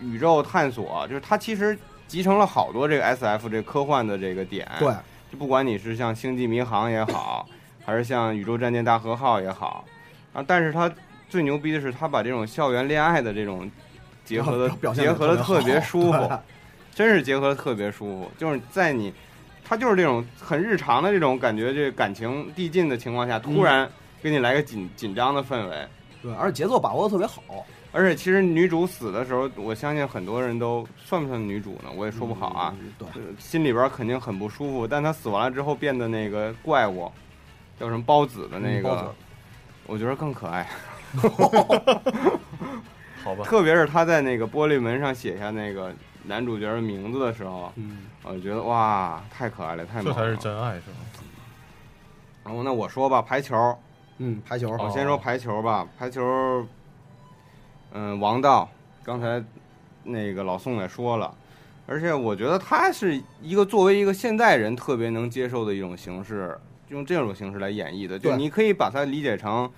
Speaker 2: 宇宙探索，就是它其实集成了好多这个 S F 这科幻的这个点，
Speaker 7: 对，
Speaker 2: 就不管你是像《星际迷航》也 好，还是像《宇宙战舰大和号》也好，啊，但是它最牛逼的是，它把这种校园恋爱的这种结合的
Speaker 7: 表现
Speaker 2: 结
Speaker 7: 得
Speaker 2: 合的
Speaker 7: 特
Speaker 2: 特
Speaker 7: 别
Speaker 2: 别
Speaker 7: 好
Speaker 2: 舒服，真是结合的特别舒服，就是在你，它就是这种很日常的这种感觉，这感情递进的情况下，突然
Speaker 7: 嗯
Speaker 2: 给你来个紧紧张的氛围。
Speaker 7: 对，而且节奏把握的特别好。
Speaker 2: 而且其实女主死的时候，我相信很多人都算不算女主呢？我也说不好啊。
Speaker 7: 嗯，对，
Speaker 2: 呃心里边肯定很不舒服。但他死完了之后变得那个怪物，叫什么包子的那
Speaker 7: 嗯包
Speaker 2: 个
Speaker 7: 子，
Speaker 2: 我觉得更可爱。
Speaker 8: 好 吧，
Speaker 2: 特别是他在那个玻璃门上写下那个男主角的名字的时候，
Speaker 7: 嗯，
Speaker 2: 我觉得哇，太可爱了，太
Speaker 8: 这
Speaker 2: 萌
Speaker 8: 才是
Speaker 2: 了。
Speaker 8: 真爱，是吧？
Speaker 2: 然后那我说吧，排球，
Speaker 7: 嗯，排球，
Speaker 2: 我先
Speaker 8: 哦
Speaker 2: 说排球吧，排球，嗯，王道，刚才那个老宋也说了，而且我觉得他是一个作为一个现代人特别能接受的一种形式，用这种形式来演绎的，就
Speaker 7: 对
Speaker 2: 你可以把它理解成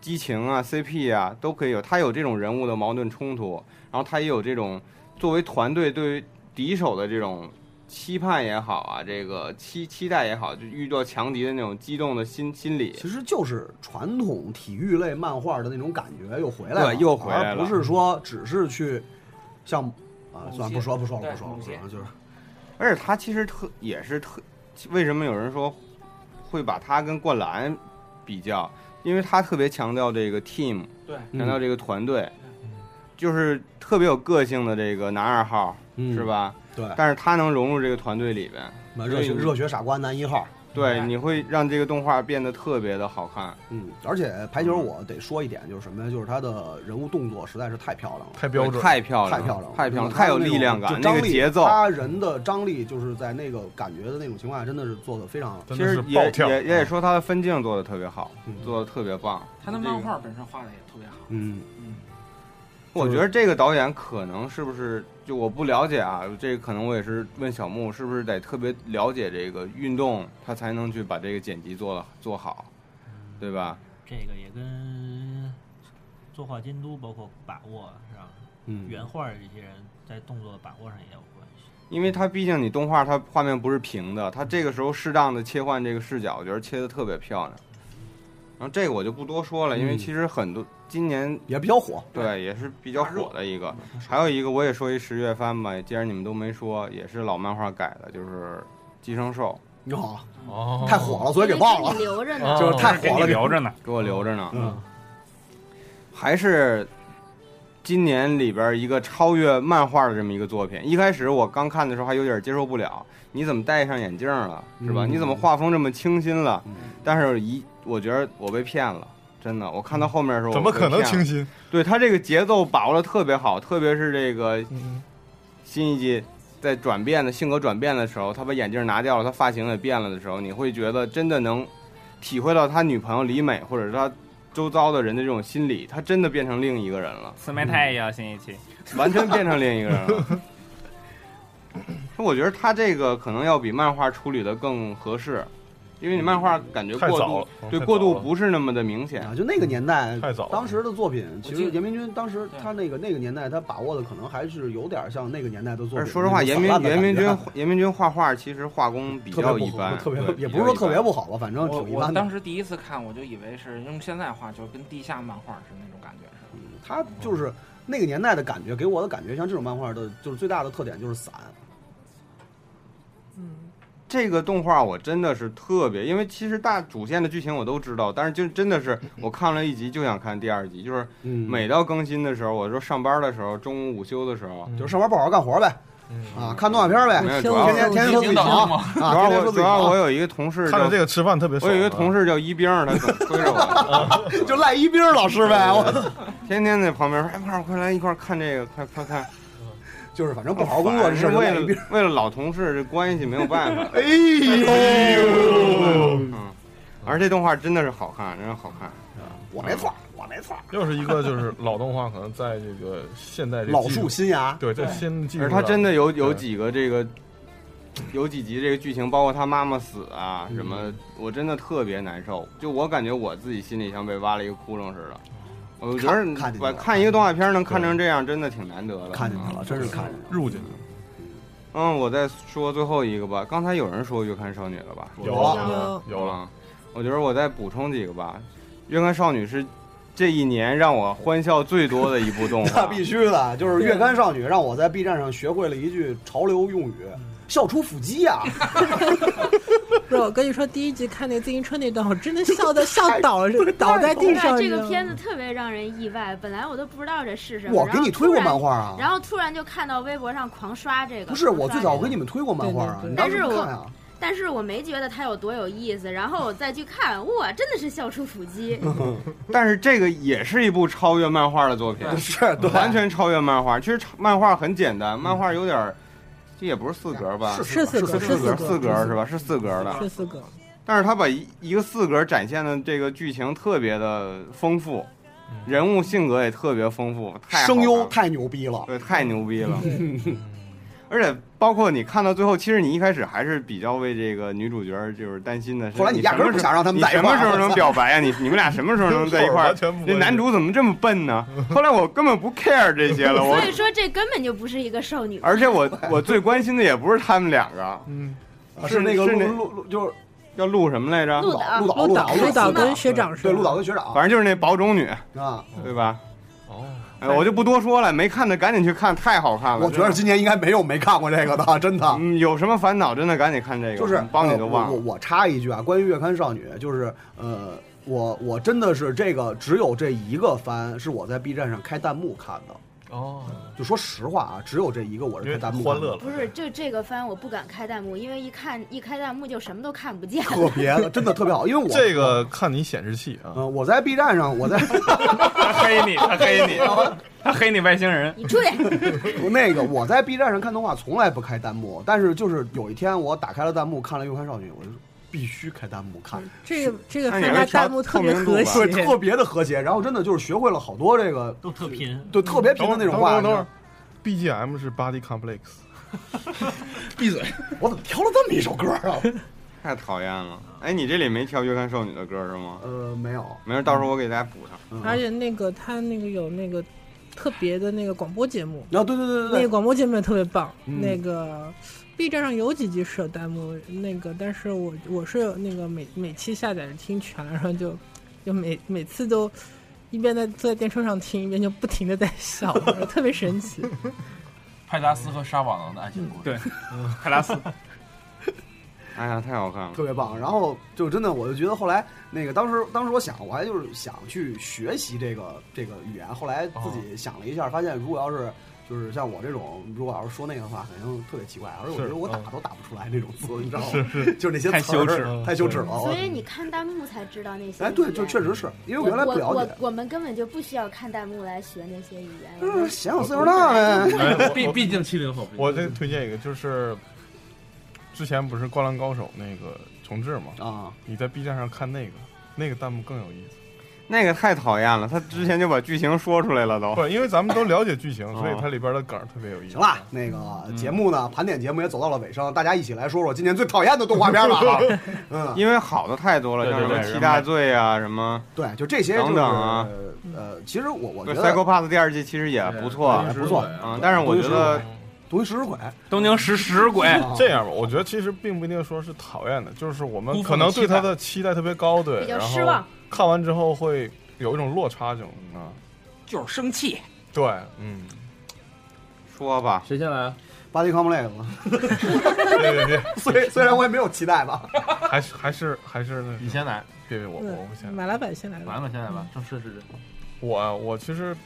Speaker 2: 激情啊、CP 啊都可以有，他有这种人物的矛盾冲突，然后他也有这种作为团队对于敌手的这种。期盼也好啊，这个期期待也好，就遇到强敌的那种激动的心心理，
Speaker 7: 其实就是传统体育类漫画的那种感觉又回来了，
Speaker 2: 对又回来了
Speaker 7: 而不是说只是去像啊，
Speaker 3: 某
Speaker 7: 算了，
Speaker 3: 些
Speaker 7: 不说不说了，
Speaker 3: 对
Speaker 7: 不说了，
Speaker 3: 某
Speaker 7: 不说
Speaker 3: 些
Speaker 7: 了，就是
Speaker 2: 而且他其实特也是特，为什么有人说会把他跟灌篮比较？因为他特别强调这个 team，
Speaker 3: 对，
Speaker 2: 强
Speaker 7: 嗯
Speaker 2: 调这个团队，就是特别有个性的这个男二号，
Speaker 7: 嗯
Speaker 2: 是？吧？
Speaker 7: 对，啊
Speaker 2: 但是他能融入这个团队里边，
Speaker 7: 热血热血傻瓜男一号，
Speaker 2: 对，你会让这个动画变得特别的好看。
Speaker 7: 嗯，而且排球我得说一点，就是什么呀？就是他的人物动作实在是太漂亮了。
Speaker 8: 太标准，
Speaker 2: 太漂亮，
Speaker 7: 太漂亮了，
Speaker 2: 太漂亮，
Speaker 7: 就是他
Speaker 2: 太
Speaker 7: 的
Speaker 2: 有
Speaker 7: 那种
Speaker 2: 力量
Speaker 7: 就
Speaker 2: 感，
Speaker 7: 张
Speaker 2: 那个
Speaker 7: 力
Speaker 2: 节奏，
Speaker 7: 他人的张力就是在那个感觉的那种情况下，真的是做的非常
Speaker 8: 真
Speaker 2: 其
Speaker 8: 的
Speaker 2: 实
Speaker 8: 是
Speaker 2: 也
Speaker 8: 暴跳，
Speaker 2: 也也得说他的分镜做的特别好，
Speaker 7: 啊嗯
Speaker 2: 做的特别棒。
Speaker 3: 他的
Speaker 2: 这个
Speaker 3: 漫画本身画的也特别好，
Speaker 7: 嗯，
Speaker 3: 嗯，
Speaker 2: 我觉得这个导演可能是不是就我不了解啊，这个可能我也是问小木，是不是得特别了解这个运动，他才能去把这个剪辑做了做好，对吧？
Speaker 9: 这个也跟作画监督包括把握上，
Speaker 7: 嗯
Speaker 9: 原画儿这些人在动作的把握上也有关系。
Speaker 2: 因为它毕竟你动画它画面不是平的，它这个时候适当的切换这个视角，我觉得切的特别漂亮。然后这个我就不多说了，因为
Speaker 7: 嗯
Speaker 2: 其实很多今年
Speaker 7: 也比较火，
Speaker 2: 对，也是比较火的一个。还有一个我也说一十月番吧，既然你们都没说，也是老漫画改的，就是《寄生兽》。
Speaker 7: 哟，
Speaker 11: 哦
Speaker 7: 太火了，所以给忘了，
Speaker 10: 因为给你留着
Speaker 2: 呢
Speaker 7: 就是太
Speaker 2: 给
Speaker 7: 火
Speaker 2: 你
Speaker 7: 了，
Speaker 2: 留着呢给我留着呢
Speaker 7: 嗯，
Speaker 2: 还是今年里边一个超越漫画的这么一个作品。一开始我刚看的时候还有点接受不了，你怎么戴上眼镜了，是吧？
Speaker 7: 嗯
Speaker 2: 你怎么画风这么清新了？但是一我觉得我被骗了。真的，我看到后面的时候，
Speaker 8: 怎么可能清新？
Speaker 2: 对他这个节奏把握的特别好，特别是这个
Speaker 8: 嗯
Speaker 2: 新一季在转变的性格转变的时候，他把眼镜拿掉了，他发型也变了的时候，你会觉得真的能体会到他女朋友李美或者是他周遭的人的这种心理，他真的变成另一个人了，
Speaker 5: 慈眉太也要新一期，
Speaker 2: 完全变成另一个人了。我觉得他这个可能要比漫画处理的更合适，因为你漫画感觉
Speaker 8: 太
Speaker 2: 过
Speaker 8: 早了
Speaker 2: 度，对
Speaker 8: 太
Speaker 2: 过
Speaker 8: 早
Speaker 2: 度
Speaker 8: 了
Speaker 2: 不是那么的明显
Speaker 7: 啊，就那个年代
Speaker 8: 太早了
Speaker 7: 当时的作品，其
Speaker 2: 我
Speaker 7: 实
Speaker 2: 记
Speaker 7: 严明君当时他那个那个年代，他把握的可能还是有点像那个年代的作
Speaker 2: 而
Speaker 7: 品。
Speaker 2: 说实话，
Speaker 7: 那
Speaker 2: 严
Speaker 7: 种
Speaker 2: 明
Speaker 7: 散
Speaker 2: 严明
Speaker 7: 乱的
Speaker 2: 君
Speaker 7: 感觉啊
Speaker 2: 严明君画画其实画工比较一般，
Speaker 7: 特别不
Speaker 2: 对
Speaker 7: 也不是说特别不好吧
Speaker 2: 比较一般
Speaker 7: 反正
Speaker 3: 我
Speaker 7: 挺一
Speaker 3: 我
Speaker 7: 般的
Speaker 3: 当时第一次看，我就以为是用现在话就跟地下漫画是那种感觉似的。
Speaker 7: 他就是那个年代的感觉，给我的感觉，像这种漫画的，就是最大的特点就是散。
Speaker 2: 这个动画我真的是特别，因为其实大主线的剧情我都知道，但是就真的是我看了一集就想看第二集，就是
Speaker 7: 嗯
Speaker 2: 每到更新的时候，我说上班的时候，中午午休的时候，
Speaker 7: 就是上班不好好干活呗，啊，嗯看动画片呗，
Speaker 2: 没有
Speaker 7: 天
Speaker 2: 主要
Speaker 7: 天天天说自己忙啊，
Speaker 2: 嗯主要
Speaker 7: 天天
Speaker 2: 我
Speaker 7: 说
Speaker 2: 主
Speaker 7: 自己
Speaker 2: 要
Speaker 7: 忙
Speaker 2: 我有一个同事
Speaker 8: 看着
Speaker 2: 叫
Speaker 8: 这个吃饭特别爽
Speaker 2: 我有一个
Speaker 8: 啊
Speaker 2: 同事叫一冰儿，他总推着 我，
Speaker 7: 就赖一冰儿老师呗，我
Speaker 2: 天天在旁边说，哎，快快来一块儿看这个，快快看。
Speaker 7: 就是反正不好好工作这事儿就
Speaker 2: 为
Speaker 7: 赖一冰
Speaker 2: 了为了老同事这关系没有办法。
Speaker 7: 哎呦
Speaker 2: 嗯，而这动画真的是好看，真是好看。
Speaker 7: 我没错，我没错。
Speaker 8: 又是一个啊就是老动画，可能在这个现代这
Speaker 2: 老
Speaker 8: 技术
Speaker 2: 树
Speaker 7: 新芽
Speaker 8: 对，在新技术
Speaker 2: 而
Speaker 8: 上，
Speaker 2: 他真的有有
Speaker 8: 对
Speaker 2: 几个这个，有几集这个剧情，包括他妈妈死啊什么，
Speaker 8: 嗯
Speaker 2: 我真的特别难受。就我感觉我自己心里像被挖了一个窟窿似的。
Speaker 8: 哦
Speaker 2: 我觉得
Speaker 7: 看进去
Speaker 2: 我
Speaker 7: 了
Speaker 2: 看一个动画片能看成这样，真的挺难得的。
Speaker 7: 看进去了，真是看进去了。
Speaker 8: 入进去了。
Speaker 2: 嗯，我再说最后一个吧。刚才有人说《月刊少女》了吧？
Speaker 8: 有啊有有
Speaker 2: 了。我觉得我再补充几个吧。《月刊少女》是这一年让我欢笑最多的一部动
Speaker 7: 那
Speaker 2: 画。
Speaker 7: 必须的，就是月刊少女让我在 B 站上学会了一句潮流用语：笑出腹肌呀、
Speaker 6: 不是，我跟你说，第一集看那自行车那段，我真的笑的笑 倒了，倒在地
Speaker 10: 对吧
Speaker 6: 上。
Speaker 10: 这个片
Speaker 6: 子
Speaker 10: 子特别让人意外，本来我都不知道这是什么。
Speaker 7: 我给你
Speaker 10: 然后
Speaker 7: 推过
Speaker 10: 突然
Speaker 7: 漫画啊
Speaker 10: 然后突然就看到微博上狂刷这个。
Speaker 7: 不是，我
Speaker 10: 狂刷
Speaker 7: 最早我给你们推过漫画啊，你当
Speaker 10: 但
Speaker 7: 时
Speaker 10: 是
Speaker 7: 不
Speaker 10: 我
Speaker 7: 看啊。
Speaker 10: 但是我没觉得它有多有意思，然后我再去看，哇，真的是笑出腹肌。
Speaker 2: 但是这个也是一部超越漫画的作品，
Speaker 7: 是
Speaker 10: 对
Speaker 2: 完全超越漫画。其实超漫画很简单，漫画有点儿，这也不是四格吧？
Speaker 6: 是是四格
Speaker 2: 四
Speaker 6: 是四
Speaker 2: 格，
Speaker 6: 格
Speaker 2: 四格是吧？是四格的，
Speaker 6: 是四个，
Speaker 2: 但是他把一一个四格展现的这个剧情特别的丰富，人物性格也特别丰富，太
Speaker 7: 声优
Speaker 2: 太
Speaker 7: 牛逼了，嗯
Speaker 2: 对，太牛逼了。 而且包括你看到最后，其实你一开始还是比较为这个女主角就是担心的。是
Speaker 7: 后来你压根儿
Speaker 2: 什么时候
Speaker 7: 不想让他们在一
Speaker 2: 你什
Speaker 7: 块儿
Speaker 2: 么时候能表白啊？你你们俩什么时候能在一块
Speaker 8: 完
Speaker 2: 儿
Speaker 8: 全不？会
Speaker 2: 这男主怎么这么笨 呢？
Speaker 7: 嗯
Speaker 2: 后来我根本不 care 这些了，我
Speaker 10: 所 以说这根本就不是一个少女。
Speaker 2: 而且我我最关心的也不是他们两个，
Speaker 8: 嗯，
Speaker 7: 是那个
Speaker 2: 是
Speaker 7: 陆陆陆就是
Speaker 2: 要录什么来着？
Speaker 10: 鹿岛
Speaker 7: 鹿岛
Speaker 10: 鹿
Speaker 7: 岛
Speaker 10: 岛
Speaker 7: 鹿
Speaker 10: 鹿岛跟
Speaker 6: 学长是
Speaker 7: 对
Speaker 6: 吧
Speaker 7: 鹿岛跟学长
Speaker 2: 反正就是那保种女，
Speaker 7: 啊，
Speaker 2: 对吧？
Speaker 8: 哦，
Speaker 2: 哎，我就不多说了，没看的赶紧去看，太好看了。
Speaker 7: 我觉得今年应该没有没看过这个的，真的。
Speaker 2: 嗯，有什么烦恼真的赶紧看这个，
Speaker 7: 就是
Speaker 2: 帮你
Speaker 7: 呃
Speaker 2: 都
Speaker 7: 我
Speaker 2: 忘
Speaker 7: 我
Speaker 2: 了。
Speaker 7: 我插一句啊，关于《月刊少女》，就是呃，我我真的是这个只有这一个番是我在 B 站上开弹幕看的。
Speaker 8: 哦，
Speaker 7: 就说实话啊，只有这一个我是开弹幕
Speaker 8: 因为
Speaker 7: 看的
Speaker 8: 欢乐了
Speaker 10: 不是，就这个番我不敢开弹幕，因为一看一开弹幕就什么都看不见
Speaker 7: 特
Speaker 10: 了。
Speaker 7: 别的，真的特别好，因为我
Speaker 8: 这个看你显示器啊，
Speaker 7: 呃我在 B 站上，我在
Speaker 5: 他黑你，他黑你，他 黑你外星人，
Speaker 10: 你出去！
Speaker 7: 那个我在 B 站上看动画从来不开弹幕，但是就是有一天我打开了弹幕看了《月刊少女》，我就说必须开弹幕
Speaker 10: 嗯
Speaker 7: 看，
Speaker 6: 这个这个
Speaker 2: 那
Speaker 6: 翻
Speaker 2: 你还
Speaker 6: 拍
Speaker 2: 是调
Speaker 6: 弹幕特别
Speaker 2: 透明度
Speaker 6: 和
Speaker 2: 吧
Speaker 6: 谐，
Speaker 7: 对，特别的和谐，然后真的就是学会了好多这个，
Speaker 9: 都特拼。
Speaker 7: 对，特别平
Speaker 8: 等会
Speaker 7: 的那
Speaker 8: 儿
Speaker 2: 嗯
Speaker 7: 种
Speaker 8: 等会
Speaker 7: 话。
Speaker 8: 儿等会儿，BGM 是 Body Complex，
Speaker 7: 闭嘴！ 我怎么挑了这么一首歌啊？
Speaker 2: 太讨厌了。哎，你这里没挑《月刊少女》的歌是吗？
Speaker 7: 呃，没有，
Speaker 2: 嗯
Speaker 7: 嗯
Speaker 6: 嗯
Speaker 2: 没事，到时候我给大家补上。
Speaker 6: 而且那个他那个有那个特别的那个广播节目。
Speaker 7: 啊、对对对对对，
Speaker 6: 那个广播节目也特别棒。
Speaker 7: 嗯
Speaker 6: 那个 B 站上有几集是有弹幕，那个但是我我是有那个每每期下载着听全了，然后就就每每次都一边在坐在电车上听，一边就不停的在笑，特别神奇。
Speaker 11: 派拉斯和沙瓦朗的爱情故事，
Speaker 5: 对，派拉斯，
Speaker 2: 哎呀，太好看了！
Speaker 7: 特别棒。然后就真的，我就觉得后来那个当时当时我想，我还就是想去学习这个这个语言。后来自己想了一下，发现如果要是就是像我这种，如果要是说那个的话，肯定特别奇怪。而且我觉得我打都打不出来那种字，你知道吗？
Speaker 8: 是是
Speaker 7: 就是那些
Speaker 5: 太
Speaker 7: 词儿
Speaker 5: 羞耻了
Speaker 7: 太羞耻了。
Speaker 10: 所
Speaker 7: 我
Speaker 10: 以你看弹幕才知道那些语言。
Speaker 7: 哦哎，对，就确实是因为
Speaker 10: 我
Speaker 7: 我原来不
Speaker 10: 我
Speaker 7: 了
Speaker 10: 我
Speaker 7: 解，
Speaker 10: 我们根本就不需要看弹幕来学那些语言。
Speaker 7: 就是嫌我嗯岁数大呗。
Speaker 8: 哎
Speaker 11: 毕毕竟七零后，
Speaker 8: 我再推荐一个，就是之前不是《灌篮高手》那个重置嘛，
Speaker 7: 啊，
Speaker 8: 你在 B 站上看那个，那个弹幕更有意思。
Speaker 2: 那个太讨厌了，他之前就把剧情说出来了都
Speaker 8: 不。是因为咱们都了解剧情，
Speaker 2: 哦
Speaker 8: 所以它里边的梗儿特别有意思
Speaker 7: 行。了，那个
Speaker 2: 嗯
Speaker 7: 节目呢，盘点节目也走到了尾声，大家一起来说说今年最讨厌的动画片吧。啊嗯，
Speaker 2: 因为好的太多了，
Speaker 8: 对
Speaker 2: 像
Speaker 8: 对
Speaker 2: 什么
Speaker 8: 对
Speaker 2: 七大罪啊，什么
Speaker 7: 对，就这些就是
Speaker 2: 等等啊
Speaker 7: 呃，其实我我觉
Speaker 2: 对
Speaker 7: 得
Speaker 2: Psycho Pass 第二季其实也不错
Speaker 7: 还不错，
Speaker 2: 啊，但是我觉得
Speaker 7: 东西食尸鬼，
Speaker 5: 东京食尸鬼，
Speaker 7: 啊
Speaker 8: 这样吧，我觉得其实并不一定说是讨厌的，就是我们
Speaker 11: 辜负
Speaker 8: 可能
Speaker 11: 了
Speaker 8: 对
Speaker 11: 期待
Speaker 8: 它的期待特别高，对，
Speaker 10: 比较
Speaker 8: 然
Speaker 10: 失
Speaker 8: 后
Speaker 10: 望
Speaker 8: 看完之后会有一种落差，这种啊，
Speaker 3: 就是生气。
Speaker 8: 对，嗯，
Speaker 2: 说吧，
Speaker 5: 谁先来？
Speaker 7: 巴迪康姆雷嘛。
Speaker 8: 别别别，
Speaker 7: 虽虽然我也没有期待吧，
Speaker 8: 还是还是还是那
Speaker 11: 你先来，
Speaker 8: 别别我我不先
Speaker 6: 嗯，，马老板先来吧。
Speaker 11: 完了先来吧，正顺时针。
Speaker 8: 我啊我其实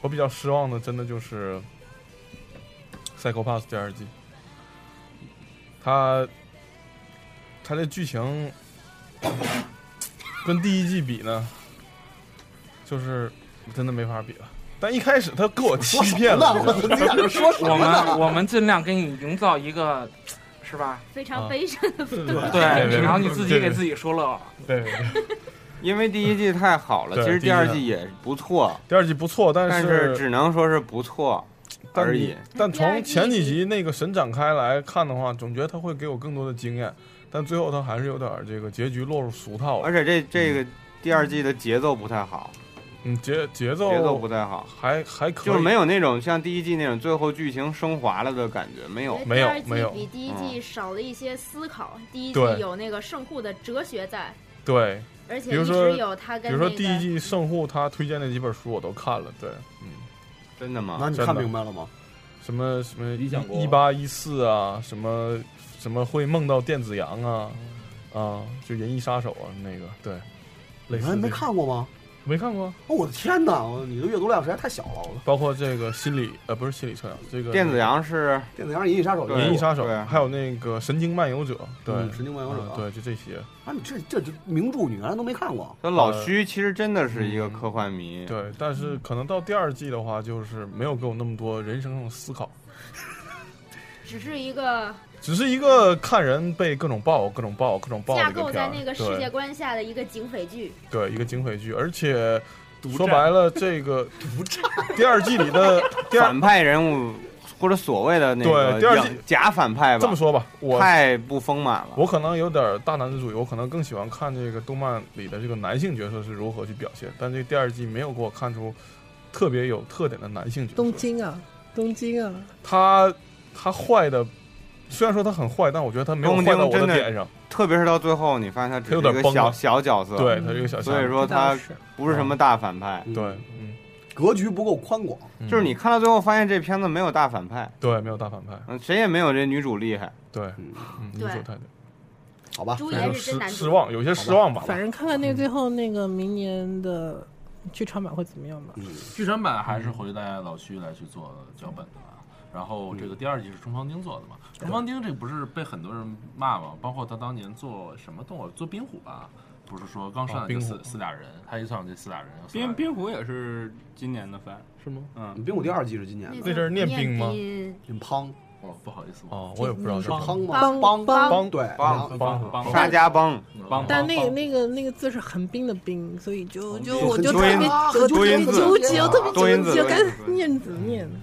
Speaker 8: 我比较失望的，真的就是《Psycho Pass》第二季，它它这剧情跟第一季比呢，就是真的没法比了。但一开始他给我欺
Speaker 7: 说什
Speaker 8: 骗
Speaker 7: 么
Speaker 8: 了
Speaker 7: 呢？，我你俩这说什
Speaker 3: 我
Speaker 7: 么呢？
Speaker 3: 们我们尽量给你营造一个，是吧？
Speaker 10: 非常
Speaker 8: 啊
Speaker 10: 悲伤的氛围。
Speaker 8: 对对
Speaker 3: 然后你自己给
Speaker 8: 对
Speaker 3: 自己说乐。
Speaker 8: 对对对
Speaker 2: 因为第一季太好了，
Speaker 8: 对
Speaker 2: 其实
Speaker 8: 第
Speaker 2: 第
Speaker 8: 一季
Speaker 2: 二季也不错，
Speaker 8: 第二季不错，但
Speaker 2: 但
Speaker 8: 是
Speaker 2: 是只能说是不错
Speaker 8: 但
Speaker 2: 而
Speaker 8: 你
Speaker 2: 已。
Speaker 8: 但
Speaker 10: 第二
Speaker 8: 从
Speaker 10: 季
Speaker 8: 前几集那个神展开来看的话，总觉得他会给我更多的经验，但最后他还是有点儿这个结局落入俗套了
Speaker 2: 而。且这这个第二季的节奏不太好，
Speaker 8: 嗯，节节奏
Speaker 2: 节奏不太好，
Speaker 8: 还还可
Speaker 2: 就
Speaker 8: 以，
Speaker 2: 是没有那种像第一季那种最后剧情升华了的感觉，没有。嗯
Speaker 8: 没有
Speaker 10: 第二季
Speaker 8: 没有
Speaker 10: 比第一
Speaker 7: 嗯
Speaker 10: 季少了一些思考。第一季
Speaker 8: 对
Speaker 10: 有那个圣护的哲学在，
Speaker 8: 对。
Speaker 10: 而且
Speaker 8: 比如
Speaker 10: 一
Speaker 8: 说
Speaker 10: 直有他
Speaker 8: 比
Speaker 10: 跟
Speaker 8: 如
Speaker 10: 那
Speaker 8: 说
Speaker 10: 个
Speaker 8: 第一季圣户他推荐那几本书我都看了，对，嗯，
Speaker 2: 真的吗？
Speaker 7: 那你看明白了吗？
Speaker 8: 什么什么
Speaker 11: 理想国
Speaker 8: 一八一四啊，什么什么会梦到电子羊啊，啊，就银翼杀手啊那个，对，类
Speaker 7: 你
Speaker 8: 似
Speaker 7: 们没
Speaker 8: 这种
Speaker 7: 看过吗？
Speaker 8: 没看过，
Speaker 7: 哦，我的天哪！我你的阅读量实在太小了。我
Speaker 8: 包括这个心理呃不是心理测量，这个
Speaker 2: 电子羊是
Speaker 7: 电子羊、银翼杀手、
Speaker 2: 对
Speaker 8: 银翼杀手
Speaker 2: 对，
Speaker 8: 还有那个神经漫游者，对，
Speaker 7: 嗯神经漫游者
Speaker 8: 啊对，就这些，
Speaker 7: 啊，你这这这名著，你原来都没看过。
Speaker 2: 他老
Speaker 8: 呃
Speaker 2: 徐，其实真的是一个
Speaker 8: 嗯
Speaker 2: 科幻迷。
Speaker 8: 对，但
Speaker 10: 嗯
Speaker 8: 是可能到第二季的话，就是没有给我那么多人生上的思考，
Speaker 10: 只是一个
Speaker 8: 只是一个看人被各种爆、各种爆、各种爆的
Speaker 10: 架
Speaker 8: 一个
Speaker 10: 构
Speaker 8: 片
Speaker 10: 在
Speaker 8: 儿，
Speaker 10: 那个世界观下的一个警匪剧，
Speaker 8: 对对一个警匪剧，而且说白了，这 个第二季里的第 二
Speaker 2: 反派人物或者所谓的那个
Speaker 8: 对第二季
Speaker 2: 假反派吧，
Speaker 8: 这么说吧，我
Speaker 2: 太不丰满了。
Speaker 8: 我可能有点大男子主义，我可能更喜欢看这个动漫里的这个男性角色是如何去表现，但这个第二季没有给我看出特别有特点的男性角色。
Speaker 6: 东京啊，东京啊，
Speaker 8: 他他坏的，虽然说他很坏，但我觉得他没有坏到我点上。
Speaker 2: 特别是到最后，你发现他只是
Speaker 8: 有
Speaker 2: 一
Speaker 8: 点
Speaker 2: 个
Speaker 8: 崩
Speaker 2: 小
Speaker 8: 了
Speaker 2: 小角色，
Speaker 8: 对他这个小
Speaker 2: 所以
Speaker 8: 虾
Speaker 2: 说
Speaker 6: 这倒
Speaker 2: 他
Speaker 6: 是
Speaker 2: 不是什么大反派。
Speaker 7: 嗯
Speaker 8: 对，嗯，
Speaker 7: 格局不够宽广。
Speaker 8: 嗯
Speaker 2: 就是你看到最后发现这片子没有大反派，
Speaker 8: 对没有大反派，
Speaker 2: 嗯，谁也没有这女主厉害。
Speaker 8: 对，
Speaker 7: 嗯，
Speaker 8: 嗯，你
Speaker 10: 对
Speaker 8: 说太对，
Speaker 7: 好吧。
Speaker 10: 朱
Speaker 8: 所以
Speaker 10: 颜
Speaker 8: 说
Speaker 10: 是真
Speaker 8: 失
Speaker 10: 男主。
Speaker 8: 失望，有些失望吧。
Speaker 6: 反正看看那个最后那个明年的剧场版会怎么样
Speaker 8: 嗯
Speaker 6: 吧。
Speaker 11: 剧场版还是回来老徐来去做脚本的吧。然后
Speaker 8: 嗯
Speaker 11: 这个第二季是冲方丁做的嘛？冲方丁这个不是被很多人骂嘛？包括他当年做什么动画，做冰虎吧，不是说刚上来
Speaker 8: 哦
Speaker 11: 就
Speaker 8: 冰虎
Speaker 11: 四、四俩人，他一上来就四俩人，有四
Speaker 5: 冰
Speaker 11: 俩人
Speaker 5: 冰壶也是今年的番，
Speaker 8: 是吗？
Speaker 5: 嗯，
Speaker 7: 冰火第二季是今年
Speaker 10: 那
Speaker 7: 的，
Speaker 8: 那阵儿念
Speaker 10: 念
Speaker 8: 冰吗
Speaker 10: 嗯
Speaker 7: 挺胖
Speaker 11: 哦，不好意思，
Speaker 8: 哦，我也不知道是
Speaker 7: 胖吗？
Speaker 6: 帮
Speaker 7: 帮
Speaker 6: 帮
Speaker 8: 帮
Speaker 7: 对，
Speaker 2: 帮
Speaker 7: 然后
Speaker 8: 帮帮
Speaker 2: 沙家帮，
Speaker 11: 帮
Speaker 6: 但那个那个那个字是横滨的滨，所以就就我就特
Speaker 2: 多音
Speaker 6: 别我特
Speaker 2: 多
Speaker 6: 别
Speaker 2: 音字
Speaker 6: 纠结，我特
Speaker 2: 多
Speaker 6: 别
Speaker 2: 音
Speaker 6: 纠
Speaker 2: 字
Speaker 6: 结，
Speaker 2: 多音字
Speaker 6: 该念怎么念呢？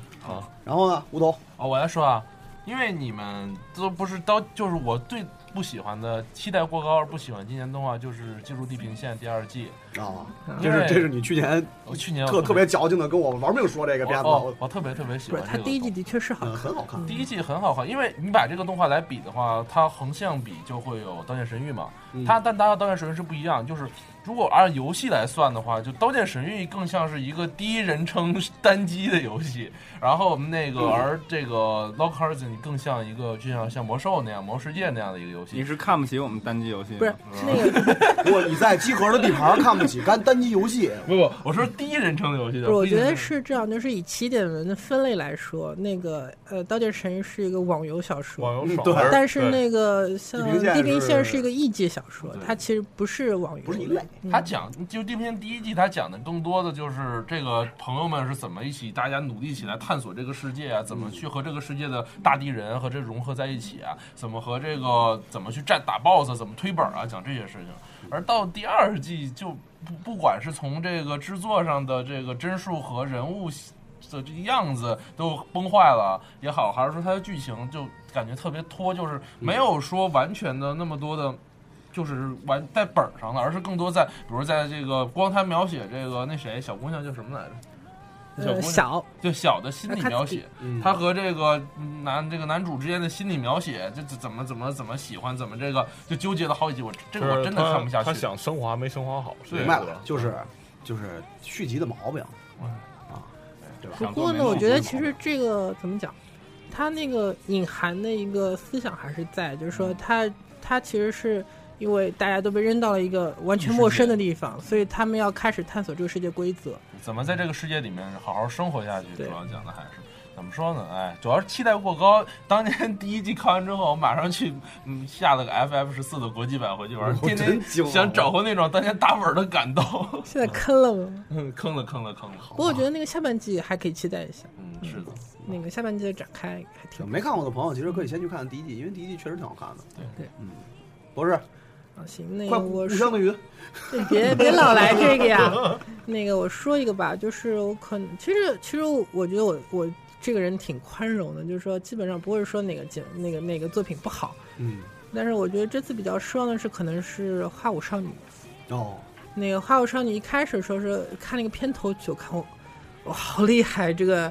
Speaker 7: 然后呢，吴头
Speaker 11: 哦，我来说啊，因为你们都不是到，就是我对不喜欢的，期待过高而不喜欢今年动画就是《技术地平线》第二季
Speaker 7: 啊，这是这是你去年
Speaker 11: 哎我去年
Speaker 7: 特特别矫情的跟我玩命说这个片子，
Speaker 11: 哦我我特别特别喜
Speaker 6: 不
Speaker 11: 欢
Speaker 6: 是，它
Speaker 11: 这个动画。
Speaker 6: 第一季的确是好
Speaker 7: 嗯，
Speaker 6: 看，
Speaker 7: 很好看。
Speaker 11: 第一季很好看，因为你把这个动画来比的话，它横向比就会有《刀剑神域》嘛。
Speaker 7: 嗯
Speaker 11: 它但它和《刀剑神域》是不一样，就是如果按游戏来算的话，就《刀剑神域》更像是一个第一人称单机的游戏，然后那个而这个《Lock h a r s o n 更像一个就像像魔兽那样、魔兽世界那样的一个游
Speaker 5: 你
Speaker 11: 戏。
Speaker 5: 是看不起我们单机游戏吗？
Speaker 6: 不是是那个
Speaker 7: 我你在集合的地盘看不起干单机游戏，
Speaker 11: 不不，我说第一人称的游戏
Speaker 6: 不
Speaker 11: 的，
Speaker 6: 是，我
Speaker 11: 毕竟
Speaker 6: 觉得是这样，就是以起点文的分类来说，那个呃，《刀剑神域》是一个网游小
Speaker 8: 网
Speaker 6: 说，
Speaker 8: 游爽
Speaker 7: 嗯对
Speaker 8: 文儿
Speaker 6: 但是
Speaker 8: 对
Speaker 6: 那个像
Speaker 7: 地平线
Speaker 6: 《地平线》
Speaker 7: 是
Speaker 6: 是一个异界小说，它其实不是网游，
Speaker 7: 不是一类。
Speaker 6: 嗯
Speaker 11: 他讲就《地平线》第一季，他讲的更多的就是这个朋友们是怎么一起，大家努力起来探索这个世界啊，怎么去和这个世界的大敌人和这融合在一起啊，怎么和这个怎么去战打 BOSS，怎么推本啊，讲这些事情。而到第二季就不不管是从这个制作上的这个帧数和人物的这样子都崩坏了也好，还是说它的剧情就感觉特别拖，就是没有说完全的那么多的。就是完在本儿上的，而是更多在，比如在这个光他描写这个那谁小姑娘叫什么来
Speaker 6: 呃，
Speaker 11: 着？小姑娘
Speaker 6: 小
Speaker 11: 就小的心理描写，
Speaker 7: 嗯
Speaker 11: 他和这个嗯男这个男主之间的心理描写，就就怎么怎么怎么喜欢，怎么这个就纠结了好几集，我这
Speaker 8: 就是
Speaker 11: 个我真的
Speaker 8: 他
Speaker 11: 看不下
Speaker 8: 他
Speaker 11: 去。
Speaker 8: 想升华没升华好，是
Speaker 11: 对
Speaker 7: 明
Speaker 8: 这
Speaker 7: 白
Speaker 8: 个
Speaker 7: 了，就是 就是续集的毛病。
Speaker 11: 嗯
Speaker 7: 啊
Speaker 6: 不过呢，我觉得其实这个怎么讲，它那个隐含的一个思想还是在，就是说它它其实是因为大家都被扔到了一个完全陌生的地方，所以他们要开始探索这个世界规则。
Speaker 11: 怎么在这个世界里面好好生活下去，主
Speaker 6: 对
Speaker 11: 要讲的还是怎么说呢？哎，主要是期待过高。当年第一季看完之后，我马上去嗯下了个 FF 十四的国际版回去玩，
Speaker 7: 我
Speaker 11: 天
Speaker 7: 真
Speaker 11: 天
Speaker 7: 惊了
Speaker 11: 想找回那种当年打本的感动。
Speaker 6: 现在坑了吗？
Speaker 11: 嗯坑了坑了坑了，
Speaker 6: 不过我觉得那个下半季还可以期待一下，
Speaker 11: 嗯，是的，
Speaker 6: 那个下半季的展开还挺
Speaker 7: 没看过的朋友其实可以先去看第一季，因为第一季确实挺好看的。
Speaker 11: 对
Speaker 6: 对，
Speaker 7: 嗯，博士，
Speaker 6: 啊行。那
Speaker 7: 快
Speaker 6: 个
Speaker 7: 互
Speaker 6: 我
Speaker 7: 相
Speaker 6: 说，
Speaker 7: 的鱼，
Speaker 6: 对别别老来这个呀。那个我说一个吧，就是我可能其实其实我觉得我我这个人挺宽容的，就是说基本上不会说哪个节那个那个作品不好。
Speaker 7: 嗯，
Speaker 6: 但是我觉得这次比较失望的是，可能是《花舞少女》。
Speaker 7: 哦，
Speaker 6: 那个《花舞少女》一开始的时候是看那个片头曲，我看我，哇，好厉害！这个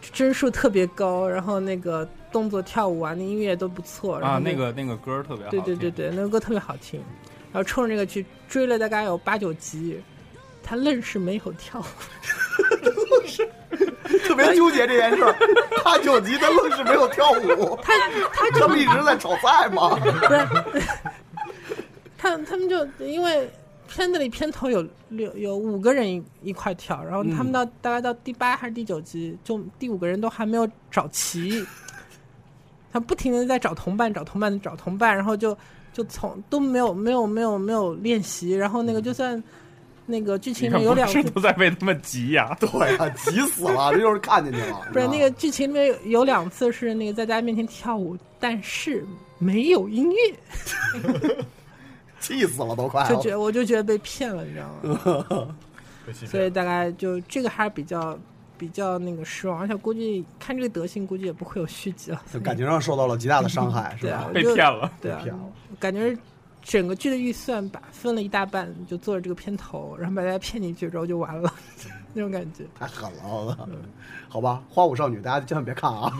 Speaker 6: 帧数特别高，然后那个动作跳舞啊，那音乐都不错。然
Speaker 5: 啊，
Speaker 6: 后
Speaker 5: 那个那个歌儿特别好
Speaker 6: 对
Speaker 5: 听，
Speaker 6: 对对对，那个歌特别好听。然后冲着这个去追了大概有八九集，他愣是没有跳。
Speaker 7: 特别纠结这件事儿。八九集他愣是没有跳舞，
Speaker 6: 他他
Speaker 7: 他们一直在炒菜吗？
Speaker 6: 不是，他他们就因为片子里片头有六有五个人一一块跳，然后他们到、大概到第八还是第九集，就第五个人都还没有找 齐，他不停的在找同伴，找同伴，找同伴，然后就就从都没有没有没有没有练习，然后那个就算那个剧情里面有两个
Speaker 4: 都在被他们急呀、
Speaker 7: 对啊，急死了，这就是看见你了。啊
Speaker 6: 不是那
Speaker 7: 你知道
Speaker 6: 个
Speaker 7: 吗
Speaker 6: 剧情里面有有两次是那个在大家面前跳舞，但是没有音乐，
Speaker 7: 气死了都快
Speaker 6: 就
Speaker 7: 了。
Speaker 6: 觉我就觉得被骗了，你知道吗？
Speaker 8: 被欺
Speaker 6: 所
Speaker 8: 骗
Speaker 6: 以大概就这个还是比较比较那个失望，而且估计看这个德行，估计也不会有续集了。
Speaker 7: 就感情上受到了极大的伤害，是
Speaker 6: 对啊
Speaker 7: 吧，？
Speaker 6: 被骗
Speaker 4: 了，
Speaker 6: 对啊
Speaker 7: 被骗了，
Speaker 6: 感觉整个剧的预算把分了一大半，就做了这个片头，然后把大家骗进去之后就完了， 那种感觉。
Speaker 7: 太狠了，我操！好吧，花舞少女大家千万别看啊！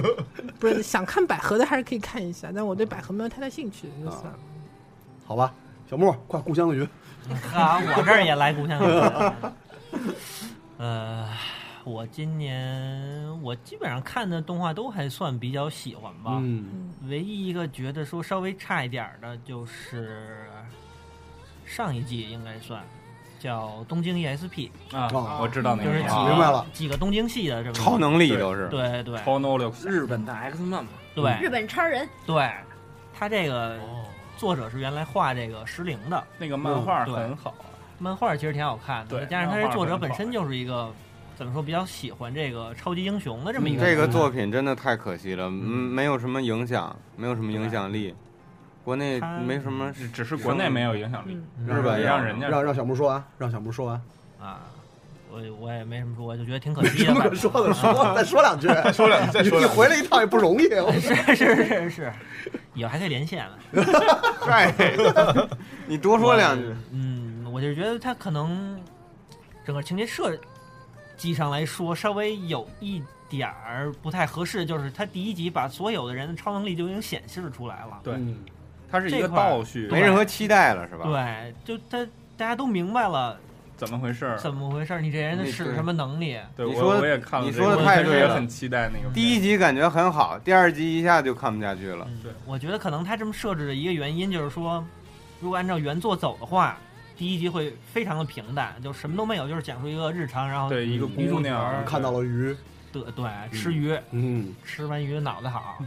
Speaker 6: 不是想看百合的还是可以看一下，但我对百合没有太大兴趣，就算了。
Speaker 7: 好吧，小莫，快故乡的鱼，
Speaker 9: 啊，我这儿也来故 乡了。呃，我今年我基本上看的动画都还算比较喜欢吧，
Speaker 7: 嗯，
Speaker 9: 唯一一个觉得说稍微差一点儿的就是上一季应该算叫《东京 ESP
Speaker 5: 啊，
Speaker 7: 哦
Speaker 5: 我知道》，那
Speaker 9: 就
Speaker 5: 个
Speaker 9: 是
Speaker 5: 歌
Speaker 9: 几
Speaker 5: 儿
Speaker 9: 个、
Speaker 7: 啊明白了
Speaker 9: 几个东京系的这么一个
Speaker 2: 超能力都是。
Speaker 9: 对对
Speaker 5: 超能力
Speaker 3: 日本的 X Man 嘛，
Speaker 10: 日
Speaker 9: 对
Speaker 10: 本超人，
Speaker 9: 对，他这个作者是原来画这个石灵的
Speaker 5: 哦
Speaker 9: 嗯
Speaker 5: 那个漫画
Speaker 9: 对
Speaker 5: 很好，
Speaker 9: 漫画，其实挺好看的，
Speaker 5: 对
Speaker 9: 再加上他这
Speaker 5: 漫画
Speaker 9: 作者
Speaker 5: 很
Speaker 9: 本
Speaker 5: 好
Speaker 9: 身
Speaker 5: 看
Speaker 9: 就是一个怎么说比较喜欢这个超级英雄的这么一
Speaker 2: 嗯
Speaker 9: 个
Speaker 2: 这个
Speaker 9: 人
Speaker 2: 作品真的太可惜了，嗯，没有什么影响，没有什么影响力，国内
Speaker 9: 它
Speaker 2: 没什么，
Speaker 5: 只 是国内没有影响力，
Speaker 6: 嗯，
Speaker 2: 日本
Speaker 5: 让
Speaker 2: 有
Speaker 5: 人家
Speaker 7: 让让小莫说完，让小莫说完，
Speaker 9: 啊，我我也没什么说，我就觉得挺可惜
Speaker 7: 什
Speaker 9: 的。啊
Speaker 7: 么可说的？说再说两句，
Speaker 8: 说两句，再
Speaker 7: 你
Speaker 8: 说两句
Speaker 7: 回来一趟也不容易。我
Speaker 9: 是是是是，以后还可以连线了。
Speaker 2: 嗨，你多说两句。
Speaker 9: 嗯，我就觉得他可能整个情节设计上来说，稍微有一点儿不太合适，就是他第一集把所有的人的超能力就已经显示出来了。
Speaker 5: 对，
Speaker 7: 嗯
Speaker 5: 它是一
Speaker 9: 这
Speaker 5: 个
Speaker 9: 块儿
Speaker 5: 倒叙，
Speaker 2: 没任何期待了是吧？，
Speaker 9: 对，就他大家都明白了
Speaker 5: 怎么回事儿？
Speaker 9: 怎么回事儿，你这人
Speaker 2: 你
Speaker 9: 使
Speaker 2: 对
Speaker 9: 什么能力？
Speaker 5: 对，
Speaker 2: 你
Speaker 5: 我
Speaker 2: 说
Speaker 5: 我也看了
Speaker 2: 你
Speaker 5: 这个，
Speaker 2: 说得
Speaker 5: 我
Speaker 2: 太
Speaker 5: 确实
Speaker 2: 对
Speaker 5: 也
Speaker 2: 了
Speaker 5: 很期待那个
Speaker 2: 第一集感觉很好，第二集一下就看不下去了。
Speaker 5: 对
Speaker 9: 我觉得可能他这么设置的一个原因就是说，如果按照原作走的话，第一集会非常的平淡，就什么都没有，就是讲述一个日常，然后
Speaker 5: 对一个
Speaker 9: 女主
Speaker 5: 姑
Speaker 9: 角
Speaker 5: 娘
Speaker 9: 儿
Speaker 7: 嗯看到了鱼，
Speaker 9: 对对吃鱼，
Speaker 7: 嗯，
Speaker 9: 吃完鱼脑袋 好，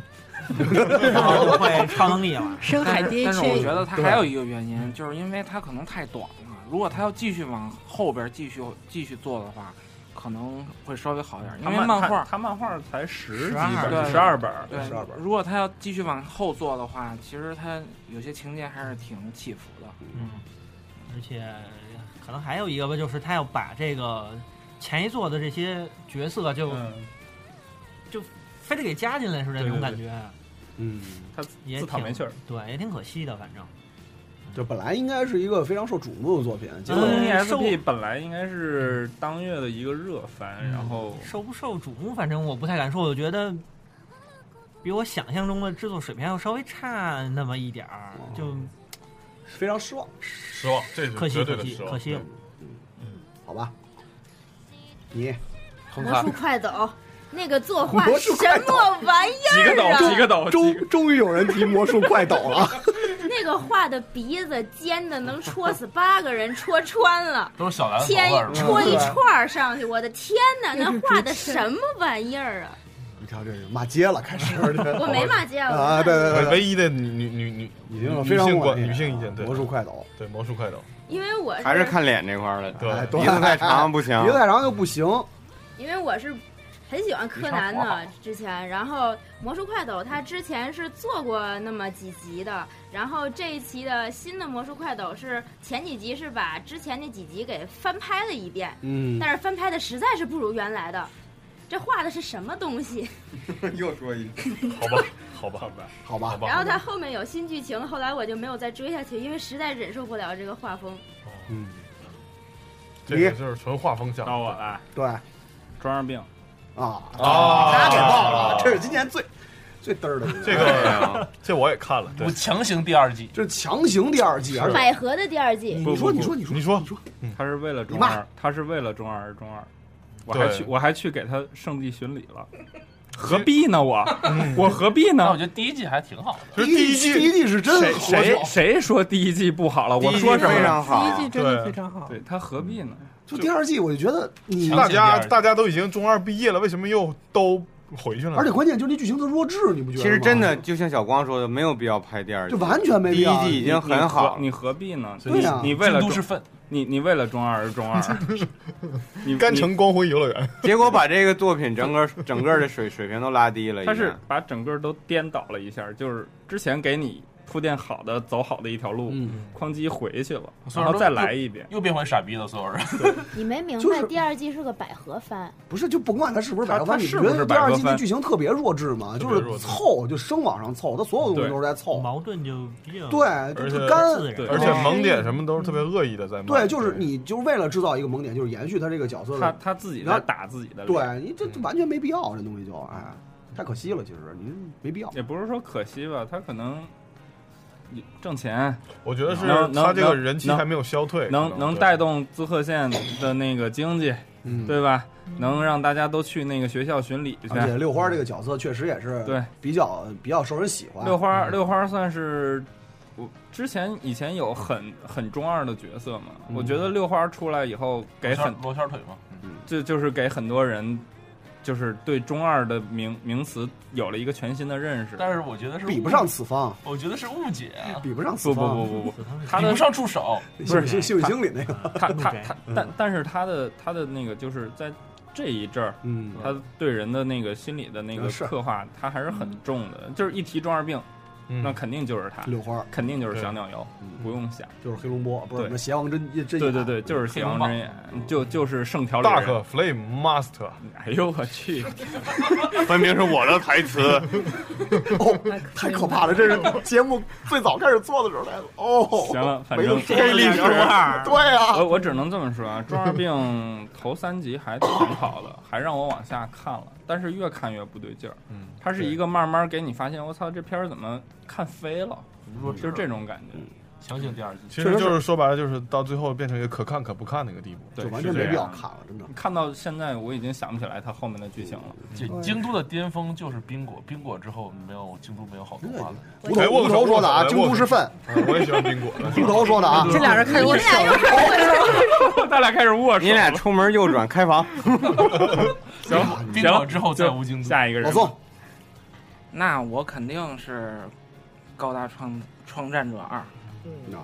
Speaker 9: 然后就会超能力 了。
Speaker 6: 深海
Speaker 3: 但是但是我觉
Speaker 6: DHA
Speaker 3: 得它还有一个原因，就是因为它可能太短了。如果它要继续往后边继续继续做的话，可能会稍微好一点，因
Speaker 5: 他
Speaker 3: 为
Speaker 5: 漫
Speaker 3: 漫画
Speaker 5: 他漫画才十几
Speaker 9: 12
Speaker 5: 本，
Speaker 3: 对
Speaker 5: 十二本儿，
Speaker 3: 对
Speaker 7: 12本，
Speaker 3: 如果他要继续往后做的话，其实他有些情节还是挺起伏的。
Speaker 9: 嗯，而且可能还有一个吧，就是他要把这个前一作的这些角色就、
Speaker 5: 嗯，
Speaker 9: 非得给加进来似的那种
Speaker 5: 对对
Speaker 9: 感觉，
Speaker 7: 嗯，
Speaker 5: 他
Speaker 9: 也
Speaker 5: 自讨
Speaker 9: 挺
Speaker 5: 没趣儿。
Speaker 9: 对，也挺可惜的，反正。
Speaker 7: 就本来应该是一个非常受瞩目的作品，结果
Speaker 9: 嗯
Speaker 5: ESP
Speaker 9: 受
Speaker 5: 本来应该是当月的一个热番，哎
Speaker 8: 嗯
Speaker 5: 然后
Speaker 9: 受不受瞩目，反正我不太敢说。我觉得比我想象中的制作水平要稍微差那么一点儿，
Speaker 5: 哦
Speaker 9: 就
Speaker 7: 非常失望，
Speaker 8: 失望，这是
Speaker 9: 可惜
Speaker 8: 绝对
Speaker 9: 可
Speaker 8: 的
Speaker 9: 惜
Speaker 8: 失
Speaker 9: 可
Speaker 8: 望。
Speaker 9: 惜。
Speaker 7: 好吧？你
Speaker 10: 魔术快走，那个作画
Speaker 7: 魔术快
Speaker 10: 什
Speaker 7: 走
Speaker 10: 么玩意
Speaker 5: 几个
Speaker 10: 儿
Speaker 5: 岛
Speaker 10: 啊
Speaker 5: 几个岛，几个
Speaker 7: 终终于有人提魔术快斗了，
Speaker 10: 那个画的鼻子尖的能戳死八个人，戳穿了。
Speaker 11: 都是小兰
Speaker 8: 啊
Speaker 11: 的头
Speaker 10: 天
Speaker 11: 发是吧？
Speaker 10: 戳
Speaker 2: 嗯
Speaker 10: 一串儿上去，我的天哪！那画的什么玩意儿啊！
Speaker 7: 你瞧这是骂街了，开始
Speaker 10: 我没骂街，我
Speaker 7: 啊，对对
Speaker 8: 唯
Speaker 7: 对对，
Speaker 8: 唯一的女女女女
Speaker 7: 已经
Speaker 8: 女
Speaker 7: 非常
Speaker 8: 性
Speaker 7: 过
Speaker 8: 观女性意见对
Speaker 7: 魔术快斗，
Speaker 8: 对魔术快斗，
Speaker 10: 因为我
Speaker 2: 还是看脸这块儿的，
Speaker 8: 对
Speaker 7: 哎
Speaker 2: 鼻子太长不行。
Speaker 7: 鼻子太长又不行，
Speaker 10: 因为我是很喜欢柯南的，之前，然后《魔术快斗》它之前是做过那么几集的，然后这一期的新的《魔术快斗》是前几集是把之前那几集给翻拍了一遍，
Speaker 7: 嗯，
Speaker 10: 但是翻拍的实在是不如原来的，这画的是什么东西？
Speaker 2: 又说一句，
Speaker 8: 好吧，好吧，好吧，
Speaker 7: 好吧
Speaker 8: 好吧。
Speaker 10: 然后它后面有新剧情，后来我就没有再追下去，因为实在忍受不了这个画风。
Speaker 7: 嗯，
Speaker 8: 这个就是纯画风向
Speaker 5: 到我了，
Speaker 7: 对啊，
Speaker 5: 装上病。
Speaker 7: 他给忘了，啊这是今年最最嘚儿的一个，
Speaker 8: 啊这个，这我也看了。对
Speaker 11: 我，强行第二季，
Speaker 7: 这是强行第二季，而且
Speaker 10: 百合的第二季，
Speaker 7: 你说你说你说
Speaker 8: 你说，
Speaker 5: 他是为了中
Speaker 7: 你骂
Speaker 5: 二，他是为了中二而中二。我还
Speaker 8: 对
Speaker 5: 去，我还去给他圣地巡礼 了，何必呢？我，我何必
Speaker 11: 但我
Speaker 5: 呢？
Speaker 11: 觉得第一季还挺好的，
Speaker 8: 其实
Speaker 7: 第一季第一
Speaker 8: 季
Speaker 7: 季是真
Speaker 8: 谁
Speaker 7: 好
Speaker 5: 谁
Speaker 7: 笑
Speaker 5: 谁说第一季不好了？
Speaker 2: 第
Speaker 5: 我
Speaker 2: 一季
Speaker 5: 说什么
Speaker 2: 非
Speaker 5: 了？
Speaker 2: 常
Speaker 6: 第
Speaker 2: 好
Speaker 6: 一，季真的
Speaker 8: 对
Speaker 6: 非常好，
Speaker 5: 对他何必呢？
Speaker 7: 就第二季，我就觉得你
Speaker 11: 强
Speaker 8: 大家
Speaker 11: 第二季
Speaker 8: 大家都已经中二毕业了，为什么又都回去了呢？
Speaker 7: 而且关键就是那剧情的弱智，你不觉得
Speaker 2: 其
Speaker 7: 吗？
Speaker 2: 实真的就像小光说的，没有必要拍第二季
Speaker 7: 就，完全没
Speaker 2: 第
Speaker 7: 必
Speaker 2: 一
Speaker 7: 要。
Speaker 2: 季已经很好了
Speaker 5: 你。何必呢？
Speaker 7: 对啊呀
Speaker 5: 你你为
Speaker 11: 京
Speaker 5: 了
Speaker 11: 都
Speaker 5: 中
Speaker 11: 是粪，
Speaker 5: 你你为了中二而中 二，你
Speaker 8: 甘
Speaker 5: 你
Speaker 8: 城光辉游乐园，
Speaker 2: 结果把这个作品整个整个的水水平都拉低了。
Speaker 5: 他
Speaker 2: 已
Speaker 5: 是
Speaker 2: 经
Speaker 5: 把整个都颠倒了一下，就是之前给你铺垫好的、走好的一条路，
Speaker 7: 嗯，啊
Speaker 5: 哐叽回去了，
Speaker 11: 所
Speaker 5: 然
Speaker 11: 以
Speaker 5: 后
Speaker 11: 说
Speaker 5: 再来一遍。
Speaker 11: 又变回傻逼了，所有 人。
Speaker 10: 你没明
Speaker 7: 就
Speaker 10: 白
Speaker 7: 是
Speaker 10: 第二季是个百合番，
Speaker 7: 不是，就甭管它是不是百合
Speaker 5: 它
Speaker 7: 番，
Speaker 5: 它
Speaker 7: 你
Speaker 5: 是
Speaker 7: 觉
Speaker 5: 不是
Speaker 7: 得第
Speaker 5: 百合
Speaker 7: 二
Speaker 5: 番
Speaker 7: 季那剧情特别弱智吗？
Speaker 8: 特
Speaker 7: 就
Speaker 8: 别弱
Speaker 7: 是
Speaker 8: 智
Speaker 7: 凑，就生往上凑，它所有东西
Speaker 5: 对
Speaker 7: 都是在凑，
Speaker 9: 矛盾就比较
Speaker 7: 对，
Speaker 8: 而
Speaker 7: 就
Speaker 8: 且
Speaker 7: 是干。
Speaker 9: 自然。
Speaker 5: 对
Speaker 8: 而且萌点什么都是特别恶意的在骂。
Speaker 7: 对，就是你就是为了制造一个萌点，就是延续他这个角色
Speaker 5: 他
Speaker 7: 的，
Speaker 5: 他自己
Speaker 7: 然
Speaker 5: 在
Speaker 7: 后
Speaker 5: 打自己的脸，嗯
Speaker 7: 对你这这完全没必要，这东西就哎，太可惜了。其实你没必要，
Speaker 5: 也不是说可惜吧，他可能挣钱
Speaker 8: 我觉得是
Speaker 5: 能能
Speaker 8: 他这个人气
Speaker 5: 能
Speaker 8: 还没有消退，可
Speaker 5: 能能
Speaker 8: 对
Speaker 5: 带动滋贺县的那个经济，
Speaker 7: 嗯，
Speaker 5: 对吧？能让大家都去那个学校巡礼去。
Speaker 7: 而且六花这个角色确实也是
Speaker 5: 对
Speaker 7: 比较比较受人喜欢。嗯
Speaker 5: 六花六花算是我之前以前有很很中二的角色嘛，
Speaker 7: 嗯
Speaker 5: 我觉得六花出来以后给很
Speaker 11: 罗圈腿嘛，嗯
Speaker 5: 就就是给很多人，就是对中二的名名词有了一个全新的认识。
Speaker 11: 但是我觉得是
Speaker 7: 比不上，此方，
Speaker 11: 我觉得是误解啊，
Speaker 7: 比不上此
Speaker 5: 不不
Speaker 7: 方。
Speaker 5: 不不不，他
Speaker 11: 比
Speaker 5: 的
Speaker 11: 不上 触手，
Speaker 7: 不
Speaker 5: 不是
Speaker 7: 性性经理那个，
Speaker 5: 他他
Speaker 9: 嗯
Speaker 5: 他，但但是他的他的那个就是在这一阵儿，
Speaker 7: 嗯
Speaker 5: 他对人的那个心理的那个
Speaker 7: 是嗯
Speaker 5: 刻画，他还是很重的。就是一提中二病，
Speaker 8: 嗯
Speaker 5: 那肯定就是他。
Speaker 7: 柳花
Speaker 5: 肯定就是
Speaker 8: 对
Speaker 5: 小鸟游，不用想，
Speaker 7: 就是黑龙波，不是
Speaker 5: 对
Speaker 7: 什么邪王真真
Speaker 5: 对
Speaker 7: 眼
Speaker 5: 对对，就是邪王真眼，就就是圣条里人。
Speaker 8: 嗯 Dark Flame Master，
Speaker 5: 哎呦我 去！
Speaker 13: 分明是我的台词。
Speaker 7: 哦，太可怕了！这是节目最早开始做的时候来的哦。
Speaker 5: 行了，反
Speaker 7: 没
Speaker 5: 正
Speaker 7: 得说了这个对啊，
Speaker 5: 我我只能这么说啊，《中二病》头三集还挺好的，还让我往下看了，但是越看越不对劲儿。
Speaker 8: 嗯，
Speaker 5: 它是一个慢慢给你发现，我操，这片儿怎么看飞了，就是这种感觉。
Speaker 11: 强行第二季，
Speaker 8: 其实就是说白了，就是到最后变成一个可看可不看的一个地步，
Speaker 5: 对，
Speaker 8: 是
Speaker 5: 是
Speaker 8: 这
Speaker 5: 这
Speaker 8: 样
Speaker 5: 样
Speaker 7: 了，真的。
Speaker 5: 看到现在，我已经想不起来它后面的剧情了。嗯
Speaker 11: 这京都的巅峰就是冰果，冰果之后没有京都没有好动画了。
Speaker 7: 无头无头说的啊，京都是粪。
Speaker 8: 嗯我也喜欢冰果 的。
Speaker 7: 无头说的啊，
Speaker 6: 这俩人开始握手 了，
Speaker 5: 咱俩开始握手。
Speaker 2: 你俩出门右转开房，
Speaker 11: 行，冰果之后再
Speaker 2: 嗯
Speaker 11: 无京都。
Speaker 5: 下一个人
Speaker 7: 老，宋，
Speaker 3: 那我肯定是高达创创战者二。
Speaker 5: 嗯
Speaker 7: 啊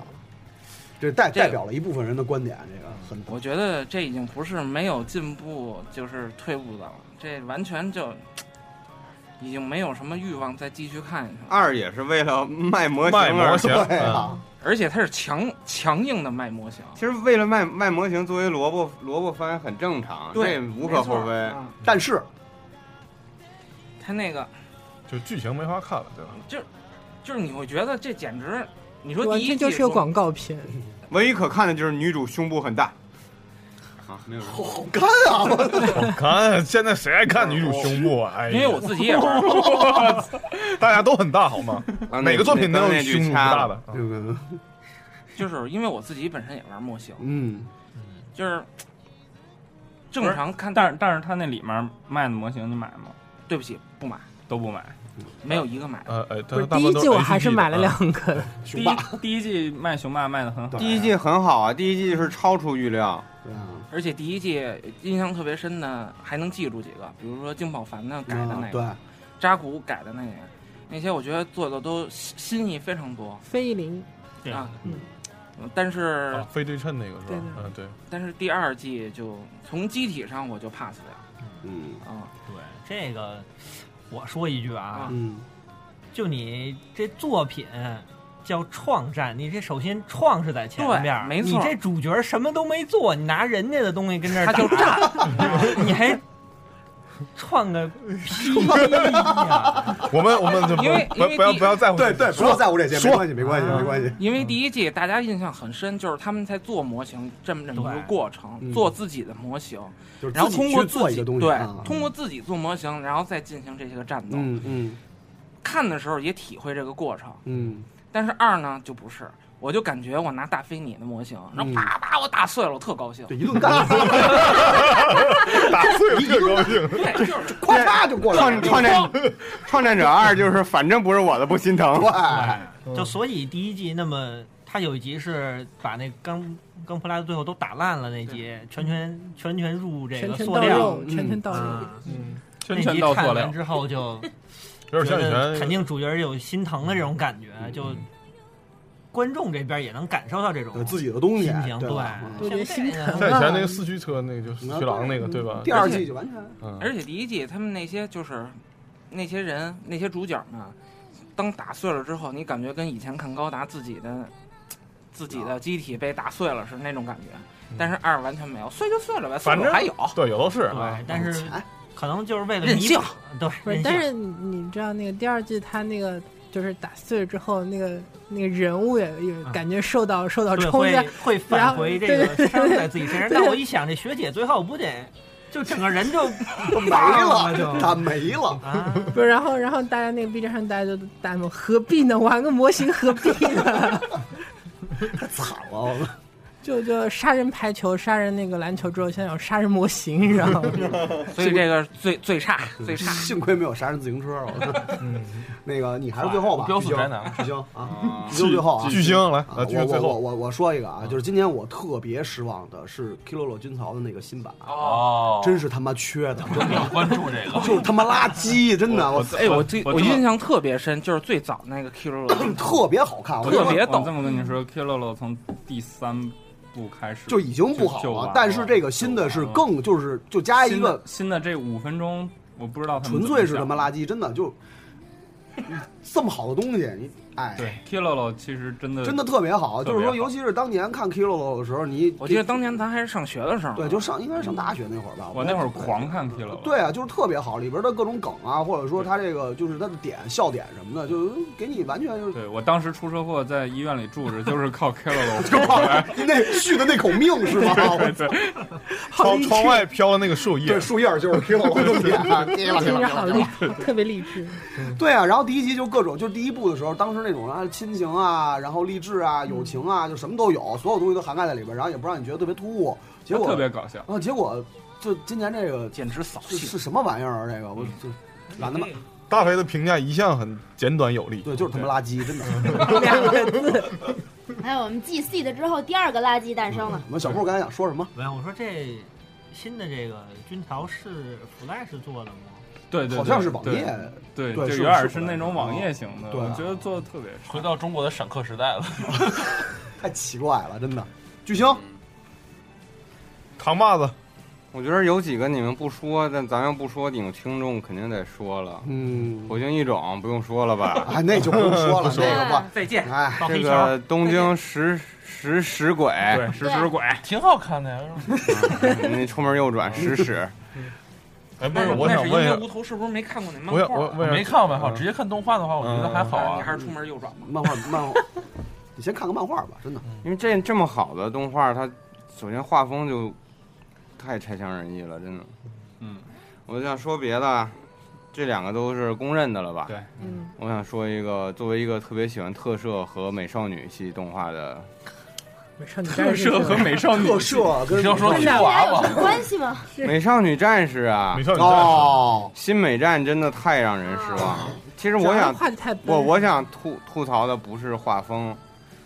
Speaker 7: 这代
Speaker 3: 这个
Speaker 7: 代表了一部分人的观点，这个很
Speaker 3: 我觉得这已经不是没有进步就是退步的了，这完全就已经没有什么欲望再继续看下去了。
Speaker 2: 二也是为了卖模型
Speaker 8: 卖
Speaker 2: 而
Speaker 8: 模型，
Speaker 7: 对啊，
Speaker 3: 而且它是强强硬的卖模型，
Speaker 2: 其实为了卖卖模型，作为萝卜萝卜番很正常，
Speaker 3: 对
Speaker 2: 这无可厚
Speaker 3: 没
Speaker 2: 非
Speaker 3: 错。啊
Speaker 7: 但是
Speaker 3: 它那个
Speaker 8: 就剧情没法看了，对吧？
Speaker 3: 就是你会觉得这简直，你说
Speaker 6: 完
Speaker 3: 第一
Speaker 6: 全
Speaker 3: 季
Speaker 6: 啊就是个
Speaker 3: 说
Speaker 6: 广告片。
Speaker 2: 嗯 唯一可看的就是女主胸部很大。啊，没有人。
Speaker 7: 好看啊，我
Speaker 8: 我看现在谁爱看女主胸部啊？哎呀，
Speaker 3: 因为我自己也玩，
Speaker 8: 大家都很大好吗？
Speaker 2: 啊
Speaker 8: 哪个作品能
Speaker 2: 那
Speaker 8: 有
Speaker 2: 那句
Speaker 8: 胸部
Speaker 2: 掐
Speaker 8: 大
Speaker 2: 了
Speaker 8: 的？啊
Speaker 7: 这个
Speaker 3: 就是因为我自己本身也玩模型，
Speaker 7: 嗯，
Speaker 3: 就是正常看，
Speaker 5: 但是但是它那里面卖的模型你买吗？
Speaker 3: 对不起不买，
Speaker 5: 都不买。
Speaker 3: 没有一个买的。
Speaker 8: 呃呃，
Speaker 6: 不是
Speaker 8: 他
Speaker 6: 第一季我还是买了。两个，
Speaker 5: 第
Speaker 7: 嗯 雄
Speaker 5: 一
Speaker 7: 霸，
Speaker 5: 第一季卖熊霸卖的 很好，
Speaker 2: 第一季很好啊，第一季是超出预料。
Speaker 7: 对啊
Speaker 3: 而且第一季印象特别深的还能记住几个，比如说金宝凡的改的
Speaker 7: 啊
Speaker 3: 那个，
Speaker 7: 对，
Speaker 3: 扎古改的那个，那些我觉得做的都新新意非常多
Speaker 6: 飞灵
Speaker 5: 对
Speaker 3: 啊。
Speaker 6: 嗯
Speaker 3: 嗯但是、
Speaker 8: 啊非对称那个是
Speaker 6: 对
Speaker 8: 吧
Speaker 6: 对？
Speaker 9: 啊
Speaker 8: 嗯，对，
Speaker 3: 但是第二季就从机体上我就 pass 掉
Speaker 7: 嗯
Speaker 3: 啊，
Speaker 9: 对这个，呃我说一句啊，
Speaker 7: 嗯，
Speaker 9: 就你这作品叫创战，你这首先创是在前
Speaker 3: 对
Speaker 9: 面，
Speaker 3: 没错
Speaker 9: 你这主角什么都没做，你拿人家的东西跟这儿
Speaker 3: 他就
Speaker 9: 打
Speaker 3: 炸，
Speaker 9: 你还创个屁呀！
Speaker 8: 我们我们就不
Speaker 3: 因为因为
Speaker 8: 不不要
Speaker 3: 第一
Speaker 8: 不要在乎
Speaker 7: 对对，不要在乎这些，没
Speaker 8: 说啊
Speaker 7: 关系，没关系，没关系。
Speaker 3: 因为第一季大家印象很深，就是他们在做模型这么这么一个
Speaker 9: 对
Speaker 3: 过程，
Speaker 7: 嗯
Speaker 3: 做自己的模型，
Speaker 7: 就是
Speaker 3: 然后
Speaker 7: 自己
Speaker 3: 通过
Speaker 7: 去
Speaker 3: 自
Speaker 7: 做一
Speaker 3: 己
Speaker 7: 个东西，
Speaker 3: 对、
Speaker 7: 啊
Speaker 3: 通过自己做模型，然后再进行这些个战斗。
Speaker 7: 嗯嗯
Speaker 3: 看的时候也体会这个过程，
Speaker 7: 嗯，
Speaker 3: 但是二呢就不是，我就感觉我拿大飞你的模型，然后
Speaker 7: 嗯
Speaker 3: 啪啪我打碎了，我特高兴。
Speaker 7: 就一顿干，打碎了特高兴，
Speaker 3: 对，就是
Speaker 7: 咵嚓就过来
Speaker 2: 创
Speaker 7: 了，
Speaker 2: 创战 创战者二就是反正不是我的不心 疼。
Speaker 7: 对，
Speaker 9: 就所以第一季那么。他有一集是把那钢钢普拉最后都打烂了那集，全全全全入这
Speaker 6: 拳
Speaker 9: 个
Speaker 6: 拳
Speaker 9: 塑
Speaker 6: 到
Speaker 9: 料
Speaker 6: 肉，拳拳到肉。
Speaker 9: 啊，
Speaker 5: 全
Speaker 9: 那
Speaker 5: 全
Speaker 9: 集
Speaker 5: 到塑
Speaker 9: 看
Speaker 5: 料
Speaker 9: 完。之后就
Speaker 8: 有点像以前
Speaker 9: 肯定主角有心疼的这种感觉，就观众这边也能感受到这种
Speaker 7: 对自己的东西，
Speaker 9: 心情，
Speaker 7: 对吧？
Speaker 6: 特
Speaker 9: 对，
Speaker 6: 别心
Speaker 3: 嗯
Speaker 6: 疼
Speaker 8: 像以前那个四驱车那个就是徐狼那个对吧
Speaker 7: 嗯？第二季就完全
Speaker 8: 嗯，
Speaker 3: 而且第一季他们那些就是那些人那些主角们，当打碎了之后，你感觉跟以前看高达自己的自己的机体被打碎了是那种感觉，但是二完全没有，碎就碎
Speaker 7: 啊
Speaker 3: 了呗，
Speaker 8: 嗯反正
Speaker 3: 碎了还有
Speaker 8: 对有都是啊
Speaker 9: 对，，但是
Speaker 7: 哎
Speaker 9: 可能就是为了
Speaker 3: 任
Speaker 9: 弥补
Speaker 3: 性，
Speaker 9: 对，
Speaker 6: 不是
Speaker 9: 任，
Speaker 6: 但
Speaker 9: 性
Speaker 6: 是你知道那个第二季他那个就是打碎了之后，那个那个人物也也
Speaker 9: 嗯
Speaker 6: 感觉受到受到
Speaker 9: 对
Speaker 6: 冲击
Speaker 9: 会，会
Speaker 6: 然
Speaker 9: 返
Speaker 6: 后
Speaker 9: 回这
Speaker 6: 对
Speaker 9: 个伤在自己身上。
Speaker 6: 对
Speaker 9: 但我一想，这学姐最后不得就整个人就
Speaker 7: 没
Speaker 9: 忘就
Speaker 7: 了，他没了，
Speaker 9: 啊，
Speaker 6: 不是，然后然后大家那个 B 站上大家就弹幕何必呢？玩个模型何必呢？
Speaker 7: 太惨了，我
Speaker 6: 就就杀人排球、杀人那个篮球之后，现在有杀人模型，你知道吗？
Speaker 3: 所以这个最最差最差。嗯
Speaker 7: 幸亏没有杀人自行车，我 那个你还是最后吧，
Speaker 3: 哎
Speaker 11: 标速
Speaker 7: 巨星
Speaker 11: 宅男
Speaker 7: 巨星 啊，巨星最后啊，
Speaker 8: 巨星来
Speaker 7: 啊
Speaker 8: 呃，巨
Speaker 7: 我
Speaker 8: 星最
Speaker 7: 我我
Speaker 8: 后
Speaker 7: 我我说一个啊，就是今年我特别失望的是 Kilolo 军曹的那个新版，啊
Speaker 11: 哦，
Speaker 7: 真是他妈缺的，真的
Speaker 11: 关 注这个，
Speaker 7: 就是他妈垃圾，真的，我
Speaker 3: 哎，我这
Speaker 5: 我
Speaker 3: 我
Speaker 5: 这么
Speaker 3: 印象特别深，就是最早那个 Kiro，
Speaker 7: 特别好看，我
Speaker 3: 特别
Speaker 5: 我
Speaker 3: 懂
Speaker 5: 这么跟你说，Kilolo 从第三部开始
Speaker 7: 就已经不好
Speaker 5: 就完了，
Speaker 7: 但是这个新的
Speaker 3: 嗯
Speaker 7: 是
Speaker 5: 就完了
Speaker 7: 更就是就加一
Speaker 5: 新
Speaker 7: 个
Speaker 5: 的新的这五分钟，我不知道他们
Speaker 7: 纯粹是他妈垃圾，真的就这么好的东西，你哎，
Speaker 5: 对 k i l o 其实真的
Speaker 7: 真的特别好。就是说，
Speaker 5: 特别
Speaker 7: 尤其是当年看 Kilo 的时候，你
Speaker 3: 我记得当年咱还是上学的时候，
Speaker 7: 对，就上应该是上大学那会儿吧。
Speaker 5: 我那会儿狂看 k i l o
Speaker 7: 对啊，就是特别好，里边的各种梗啊，或者说他这个就是他的点笑点什么的，就给你完全就是
Speaker 5: 嗯对我当时出车祸在医院里住着，就是靠 k i l o
Speaker 7: 就跑来 那续的那口命是吗？
Speaker 5: 对对 对，
Speaker 8: 窗窗外飘的那个树叶，
Speaker 7: 对，树叶就是 Kilo 的 点，
Speaker 6: 听 着好励，特别励志。
Speaker 7: 对啊，然后第一集就各种，就是第一部的时候，当时那种啊亲情啊，然后励志啊、友情
Speaker 5: 嗯
Speaker 7: 啊，就什么都有，所有东西都涵盖在里边，然后也不让你觉得特别突兀。结果
Speaker 5: 特别搞笑
Speaker 7: 啊！结果就今年这个
Speaker 3: 简直扫
Speaker 7: 是是什么玩意儿啊？这个
Speaker 5: 嗯
Speaker 7: 我就 懒得买。
Speaker 8: 大飞的评价一向很简短有力，
Speaker 7: 对，就是他妈垃圾，真的。
Speaker 6: 两个字，
Speaker 10: 还有我们 G C 的之后，第二个垃圾诞生了。
Speaker 7: 我们小莫刚才想说什么？
Speaker 9: 没有，我说这新的这个军曹是 Flash 做的吗？
Speaker 5: 对对，
Speaker 7: 好像是网页
Speaker 5: 对，
Speaker 7: 对
Speaker 5: 就是有点
Speaker 7: 是
Speaker 5: 是
Speaker 7: 网页
Speaker 5: 那种网页型的，
Speaker 7: 对
Speaker 5: 我
Speaker 7: 啊
Speaker 5: 觉得做的特别差。
Speaker 11: 回到中国的闪客时代了。
Speaker 7: 太奇怪了，真的。巨星，
Speaker 8: 扛把子，
Speaker 2: 我觉得有几个你们不说，但咱要不说，你们听众肯定得说了。
Speaker 7: 嗯，
Speaker 2: 火星异种不用说了 吧？
Speaker 7: 啊，那就不用 说了，
Speaker 8: 不说
Speaker 7: 那个吧。
Speaker 3: 再见，
Speaker 7: 哎，
Speaker 9: 放
Speaker 2: 这
Speaker 9: 黑
Speaker 2: 个
Speaker 9: 球，
Speaker 2: 东京食食食鬼，
Speaker 5: 对，食尸鬼，
Speaker 11: 哎挺好看的呀，
Speaker 2: 那出门右转食屎，
Speaker 8: 哎，不
Speaker 3: 但
Speaker 8: 是，
Speaker 3: 是
Speaker 8: 我
Speaker 3: 那
Speaker 8: 想
Speaker 3: 是因
Speaker 8: 问一
Speaker 3: 为
Speaker 8: 下，
Speaker 3: 无头是不是没看过那漫
Speaker 8: 我想
Speaker 3: 画
Speaker 8: 我嗯
Speaker 3: 啊？
Speaker 8: 问
Speaker 11: 没看漫画，直接看动画的话，
Speaker 2: 嗯
Speaker 11: 我觉得还好
Speaker 3: 你
Speaker 11: 啊。
Speaker 3: 还是出门右转吧。
Speaker 7: 漫画漫画， 你先看个漫画吧，真的。
Speaker 2: 因为这这么好的动画，它首先画风就太差强人意了，真的。
Speaker 5: 嗯，
Speaker 2: 我想说别的，啊这两个都是公认的了吧？
Speaker 5: 对
Speaker 10: 嗯，
Speaker 2: 我想说一个，作为一个特别喜欢特摄和美少女系动画的，
Speaker 6: 没事，你
Speaker 5: 特
Speaker 6: 干
Speaker 5: 摄和美少女
Speaker 7: 特摄跟
Speaker 11: 你要说
Speaker 10: 这
Speaker 11: 菊
Speaker 10: 俩
Speaker 11: 娃
Speaker 10: 有什
Speaker 11: 吧，
Speaker 10: 么关系吗？
Speaker 2: 美少女战士啊
Speaker 8: 美，少女战士
Speaker 7: 哦，
Speaker 2: 新美战真的太让人失望了。其实我
Speaker 6: 讲
Speaker 2: 想
Speaker 6: 话就太笨
Speaker 2: 我我想吐吐槽的不是画风，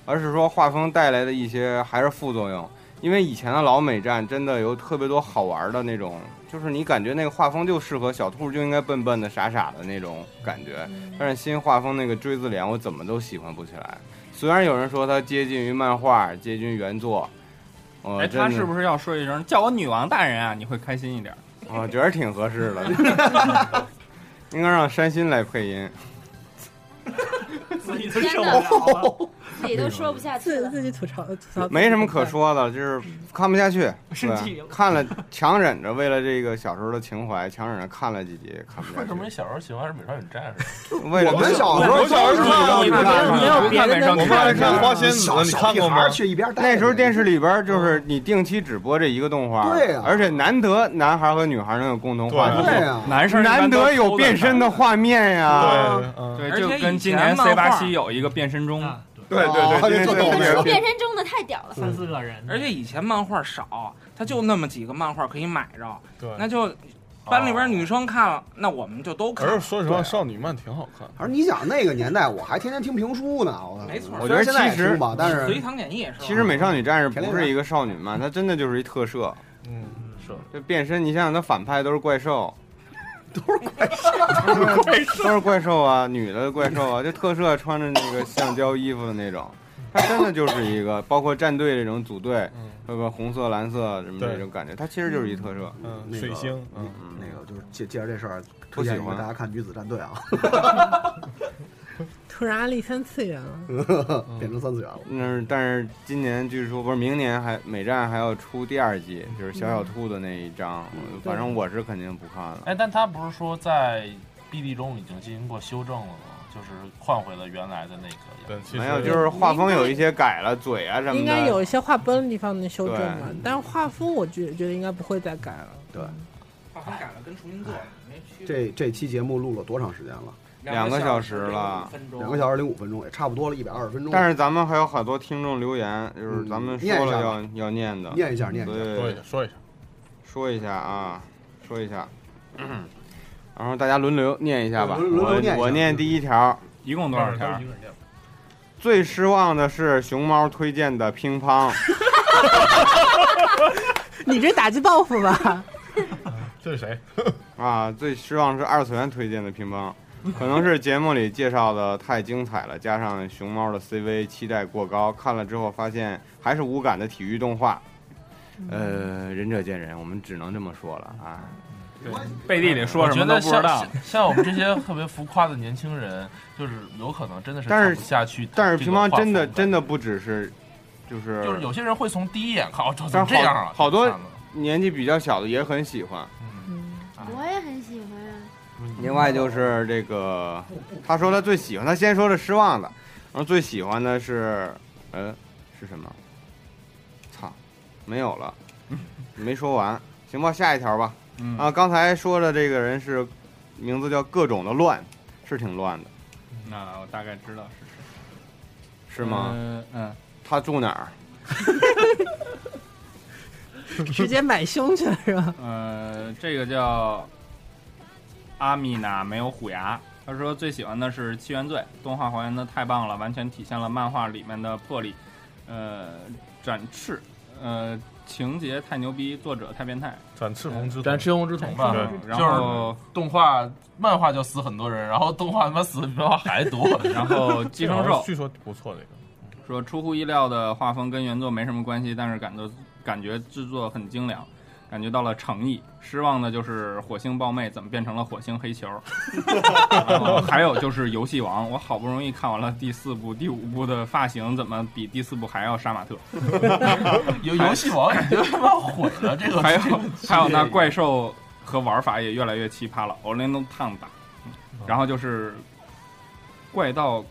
Speaker 2: 而是说画风带来的一些还是副作用。因为以前的老美战真的有特别多好玩的那种，就是你感觉那个画风就适合小兔就应该笨笨的傻傻的那种感觉。但是新画风那个锥子脸我怎么都喜欢不起来。虽然有人说它接近于漫画，接近于原作，呃，
Speaker 5: 哎，
Speaker 2: 真的
Speaker 5: 他是不是要说一声叫我女王大人啊？你会开心一点。
Speaker 2: 我觉得挺合适的，应该让山新来配音。
Speaker 9: 自己都
Speaker 10: 天
Speaker 9: 受不
Speaker 10: 哪，
Speaker 9: 了了，
Speaker 10: 自己都说不下去
Speaker 6: 自
Speaker 10: 了。
Speaker 6: 自己吐槽
Speaker 9: 啊
Speaker 6: 吐槽，
Speaker 2: 没什么可。说的，就是看不下去，
Speaker 9: 嗯生气
Speaker 2: 对看了强忍着，为了这个小时候的情怀，强忍着看了几集， 看不
Speaker 11: 为什
Speaker 2: 下
Speaker 11: 么你小时候喜欢是美少女战士？
Speaker 2: 去。 为了
Speaker 7: 我们小时候
Speaker 8: 我小时候
Speaker 7: 就是
Speaker 5: 你
Speaker 7: 这
Speaker 5: 不
Speaker 7: 样
Speaker 5: 看，
Speaker 6: 没有别的
Speaker 5: 你
Speaker 8: 我
Speaker 5: 不
Speaker 8: 们
Speaker 5: 看
Speaker 8: 来
Speaker 5: 美
Speaker 8: 看
Speaker 5: 少
Speaker 8: 花
Speaker 5: 女
Speaker 8: 仙子，你看过吗？
Speaker 7: 去一边待着
Speaker 2: 那时候电视里边就是你定期只播这一个动画，
Speaker 7: 对啊
Speaker 2: 而且难得男孩和女孩能有共同话
Speaker 8: 对
Speaker 2: 题，
Speaker 7: 对呀，
Speaker 5: 男生一般
Speaker 2: 难
Speaker 5: 都
Speaker 2: 得有
Speaker 5: 偷
Speaker 2: 变身的画面
Speaker 10: 啊
Speaker 2: 呀。
Speaker 8: 对，嗯，
Speaker 5: 对，啊
Speaker 3: 而
Speaker 5: 就
Speaker 3: 且以
Speaker 5: 跟今
Speaker 3: 前
Speaker 5: 年
Speaker 3: 漫
Speaker 5: C 八
Speaker 3: 画
Speaker 5: 七有一个变身中，
Speaker 9: 啊
Speaker 8: 对对
Speaker 7: 哦
Speaker 8: 对对
Speaker 7: 这
Speaker 8: 对
Speaker 7: 动
Speaker 8: 对
Speaker 10: 那
Speaker 8: 对
Speaker 10: 个变身中的太屌了，
Speaker 9: 三四个人，
Speaker 3: 而且以前漫画少，他就那么几个漫画可以买着，
Speaker 8: 嗯对，
Speaker 3: 那就班里边女生看了，那我们就都看
Speaker 8: 而
Speaker 3: 了
Speaker 8: 且。说实话，少女漫挺好看。
Speaker 7: 而你想那个年代，我还天天听评书呢，我
Speaker 3: 没错
Speaker 8: 哎
Speaker 7: 我觉得现在也
Speaker 2: 其实
Speaker 7: 听吧，但
Speaker 3: 隋
Speaker 7: 是
Speaker 3: 唐演义也是吧。
Speaker 2: 其实《美少女战士》不是一个少女漫，它真的就是一特摄。
Speaker 8: 嗯，
Speaker 2: 这变身，你想想，它反派都是怪兽，
Speaker 7: 都是怪兽。
Speaker 2: 都是怪兽啊，女的怪兽啊，就特摄穿着那个橡胶衣服的那种，它真的就是一个，包括战队这种组队，
Speaker 8: 嗯
Speaker 2: 包括红色、蓝色什么这种感觉，它其实就是一特摄。
Speaker 8: 嗯，
Speaker 7: 那个
Speaker 8: 水星，嗯，
Speaker 2: 嗯，
Speaker 7: 那个就是借借着这事儿，推荐一
Speaker 2: 不
Speaker 7: 个
Speaker 2: 喜欢
Speaker 7: 大家看《女子战队》啊，
Speaker 6: 突然安利三次元了，
Speaker 7: 变成三次元了。
Speaker 2: 那嗯是但是今年据说不是明年还美战还要出第二季，就是小小兔的那一章，
Speaker 6: 嗯
Speaker 2: 反正我是肯定不看了。
Speaker 11: 哎，但他不是说在 BD 中已经进行过修正了吗？就是换回了原来的那个。
Speaker 8: 对，其实
Speaker 2: 没有，就是画风有一些改了，嘴啊什么的。
Speaker 6: 应该有一些画崩的地方能修正吧
Speaker 2: 对，
Speaker 6: 但画风我觉觉得应该不会再改了。
Speaker 7: 对，
Speaker 3: 画风改了，跟重新做没区别。
Speaker 7: 这这期节目录了多长时间了？
Speaker 2: 两个小时了
Speaker 3: 两个小时零五分钟
Speaker 7: 两个小时零五分钟，也差不多了，一百二十分钟。
Speaker 2: 但 是咱们还有好多听众留言，就是
Speaker 7: 嗯
Speaker 2: 咱们
Speaker 7: 念
Speaker 2: 说
Speaker 7: 一下
Speaker 2: 了
Speaker 7: 吧
Speaker 2: 要要念的，
Speaker 7: 念一下，念一下。
Speaker 8: 说一
Speaker 2: 对
Speaker 8: 下，， 说一
Speaker 2: 说一
Speaker 8: 下，
Speaker 2: 下啊，说一下，
Speaker 11: 嗯
Speaker 2: 然后大家轮流念一下吧。
Speaker 7: 轮轮流念一下
Speaker 2: 我我念第一条，
Speaker 5: 一
Speaker 7: 嗯
Speaker 5: 共多少条？
Speaker 2: 最失望的是熊猫推荐的乒乓，
Speaker 6: 你这打击报复吧？
Speaker 8: 这是谁？
Speaker 2: 啊，最失望是二次元推荐的乒乓，可能是节目里介绍的太精彩了，加上熊猫的 CV 期待过高，看了之后发现还是
Speaker 11: 嗯
Speaker 2: 无感的体育动画。呃，仁者见仁，我们只能这么说了啊。
Speaker 5: 背地里说什么都不知道
Speaker 11: 我觉得像像像我们这些特别浮夸的年轻人，就是有可能真的是
Speaker 2: 但
Speaker 11: 看
Speaker 2: 是
Speaker 11: 不下去。
Speaker 2: 但是平常真
Speaker 11: 的，
Speaker 2: 的真的不只是，就是
Speaker 11: 就是有些人会从第一眼看，哦，这怎
Speaker 2: 但
Speaker 11: 么
Speaker 2: 是
Speaker 11: 这
Speaker 2: 好
Speaker 11: 样啊？
Speaker 2: 好多年纪比较小的也很喜欢。
Speaker 10: 我也很喜欢啊。
Speaker 2: 另外就是这个，他说他最喜欢，他先说是失望的，然后最喜欢的是，呃，是什么？操，没有了，没说完，行吧，下一条吧。
Speaker 5: 嗯
Speaker 2: 啊，刚才说的这个人是名字叫各种的乱，是挺乱的，
Speaker 5: 那我大概知道是谁。
Speaker 2: 是吗？
Speaker 11: 呃
Speaker 5: 嗯嗯，
Speaker 2: 他住哪儿？
Speaker 6: 直接买凶去了是吧？
Speaker 5: 呃，这个叫阿米娜没有虎牙，他说最喜欢的是《七原罪》，动画还原的太棒了，完全体现了漫画里面的魄力，呃，展翅，呃，情节太牛逼，作者太变态，
Speaker 8: 展翅红之瞳
Speaker 11: 展翅红之瞳吧，
Speaker 5: 然
Speaker 11: 就是
Speaker 5: 后。。
Speaker 11: 动画漫画就死很多人，然后动画他妈死比漫画还多
Speaker 5: 然后寄生 兽
Speaker 8: 据说不错，这个
Speaker 5: 说出乎意料的画风跟原作没什么关系，但是感觉感觉制作很精良，感觉到了诚意。失望的就是火星豹妹怎么变成了火星黑球， 然后还有就是游戏王，我好不容易看完了第四部、第五部的发型怎么比第四部还要杀 马特？
Speaker 11: 游游戏王已经他妈混了，这个
Speaker 5: 还有
Speaker 11: 这个
Speaker 5: 还有那怪兽和玩法也越来越奇葩了，我连都烫打。然后就是怪盗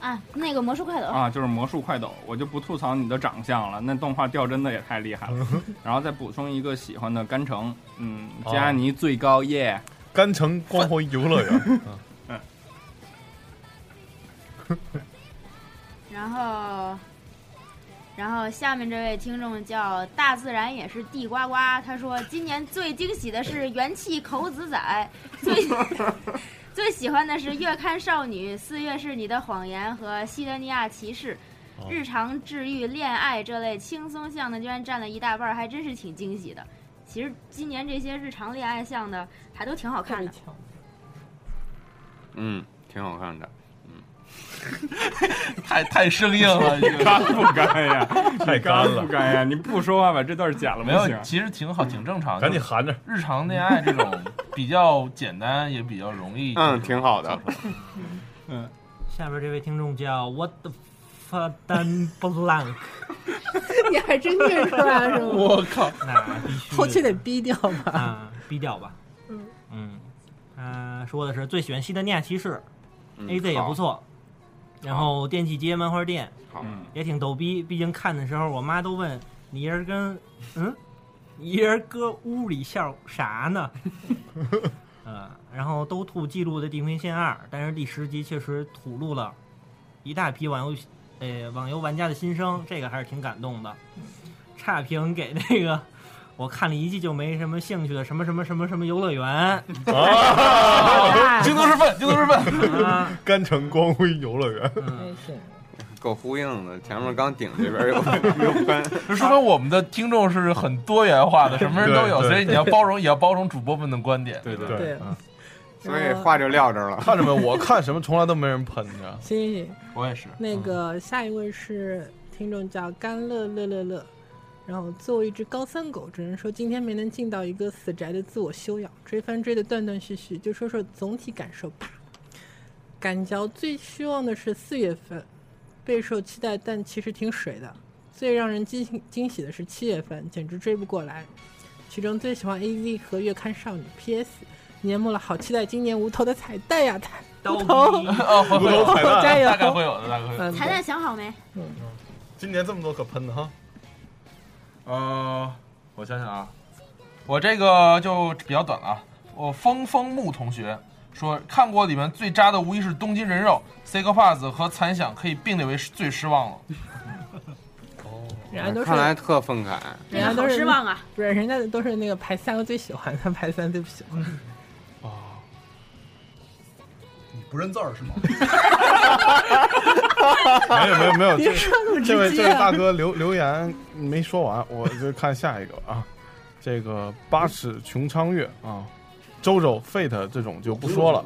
Speaker 10: 啊，那个魔术快斗
Speaker 5: 啊，就是魔术快斗，我就不吐槽你的长相了，那动画掉帧的也太厉害了。然后再补充一个喜欢的甘城，嗯，
Speaker 8: 哦
Speaker 5: 加尼最高耶，嗯
Speaker 8: 甘城光辉游乐 园。
Speaker 14: 嗯
Speaker 10: 然后，然后下面这位听众叫大自然也是地呱呱，他说今年最惊喜的是元气口子仔， 最最喜欢的是月刊少女、四月是你的谎言和西德尼亚骑士。
Speaker 11: 哦
Speaker 10: 日常治愈、恋爱这类轻松向的，居然占了一大半儿，还真是挺惊喜的。其实今年这些日常恋爱向的还都挺好看的。
Speaker 2: 嗯，挺好看的。嗯
Speaker 11: 太太生硬 了，已经
Speaker 5: 干不干 呀？
Speaker 11: 太干了
Speaker 5: 你不干呀？你不说话把这段剪了
Speaker 11: 没
Speaker 5: 不行
Speaker 11: 有，？其实挺好，挺正常的。
Speaker 5: 赶紧
Speaker 8: 含着。
Speaker 11: 日常恋爱这种比较简单，也比较容易。
Speaker 2: 嗯挺好的。
Speaker 5: 嗯，
Speaker 9: 下边这位听众叫 What the fuck Dan Blank，
Speaker 6: 你还真念出来 了是吗？
Speaker 11: 我靠，
Speaker 9: 那必须
Speaker 6: 后期得逼掉吧？
Speaker 9: 啊，逼掉吧。
Speaker 6: 嗯
Speaker 9: 嗯，他说的是最喜欢西德尼亚骑士
Speaker 2: 嗯
Speaker 9: ，AZ 也不错，然后电器街漫画店
Speaker 2: 好，嗯
Speaker 9: 也挺逗逼。毕竟看的时候，我妈都问你一人跟嗯，你一人搁屋里笑啥呢？呃，然后都吐记录的《地平线二》，但是第十集确实吐露了一大批网游呃网游玩家的心声，这个还是挺感动的。 差评给那个我看了一季就没什么兴趣的什么什么什么什么游乐 园，
Speaker 7: 哎
Speaker 11: 啊京东
Speaker 9: 师
Speaker 11: 师范京东师哎
Speaker 9: 范 啊，
Speaker 8: 甘城光辉游乐园。
Speaker 7: 嗯
Speaker 2: 够呼应的，前面刚顶这边有 有分。
Speaker 11: 就 说明我们的听众是很多元化的，什么人都有，
Speaker 2: 对对
Speaker 11: 所以你要包容，也 要包容主播们的观点。
Speaker 8: 对对
Speaker 11: 吧
Speaker 8: 对
Speaker 11: 嗯
Speaker 2: 所以话就撂这儿了。
Speaker 8: 看着没？我 看什么从来都没人喷着。
Speaker 6: 行行行，
Speaker 11: 我也是。
Speaker 6: 那个下一位是听众叫甘乐乐乐乐，然后作为一只高三狗，只能说今天没能尽到一个死宅的自我修养，追番追的断断续续，就说说总体感受吧。感觉最失望的是四月份，备受期待，但其实挺水的。最让人惊喜惊喜的是七月份，简直追不过来。其中最喜欢 AZ 和月刊少女。P.S. 年末了，好期待今年无头的彩蛋呀！彩
Speaker 9: 刀
Speaker 6: 无
Speaker 9: 逼
Speaker 6: 头，
Speaker 11: 哦，会会有
Speaker 6: 无头 加油！嗯
Speaker 11: 大概会有的，大概会有
Speaker 7: 嗯
Speaker 11: 的。
Speaker 10: 彩蛋想好没？
Speaker 8: 今年这么多可喷的哈。
Speaker 11: 呃，我想想啊，我这个就比较短了啊。我风风木同学说，看过里面最渣的无疑是东京人肉、C 个 Pass 和残响，可以并列为最失望了。
Speaker 6: 人家都是
Speaker 2: 看来特愤慨。
Speaker 6: 人家都是
Speaker 10: 好失望啊！
Speaker 6: 不是，人家都是那个排三个最喜欢的， 排三最不喜欢。
Speaker 7: 你不认字儿是 吗？
Speaker 8: 没有没有没有，
Speaker 6: 别
Speaker 8: 这
Speaker 6: 说那么
Speaker 8: 这位
Speaker 6: 直
Speaker 8: 这
Speaker 6: 接啊
Speaker 8: 位大哥留留言没说完，我就看下一个啊。这个八尺穹苍月啊，周周 Fate 这种就不说
Speaker 2: 嗯
Speaker 8: 了。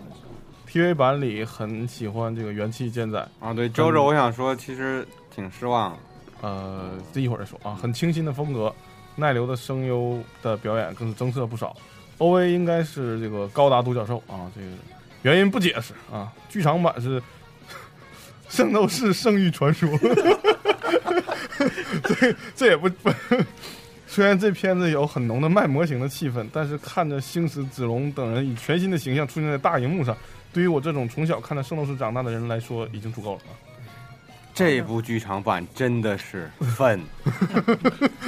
Speaker 8: TV 版里很喜欢这个元气健仔
Speaker 2: 啊，对周周，我想说，其实挺失望的。
Speaker 8: 呃，这一会儿再说啊。很清新的风格，奈流的声优的表演更是增色不少。 ，OVA 应该是这个高达独角兽啊，这个原因不解释啊。剧场版是《 圣斗士圣域传说》 这这也不 不，虽然这片子有很浓的卖模型的气氛，但是看着星矢、子龙等人以全新的形象出现在大荧幕上，对于我这种从小看着圣斗士长大的人来说，已经足够了啊。
Speaker 2: 这部剧场版真的 是愤，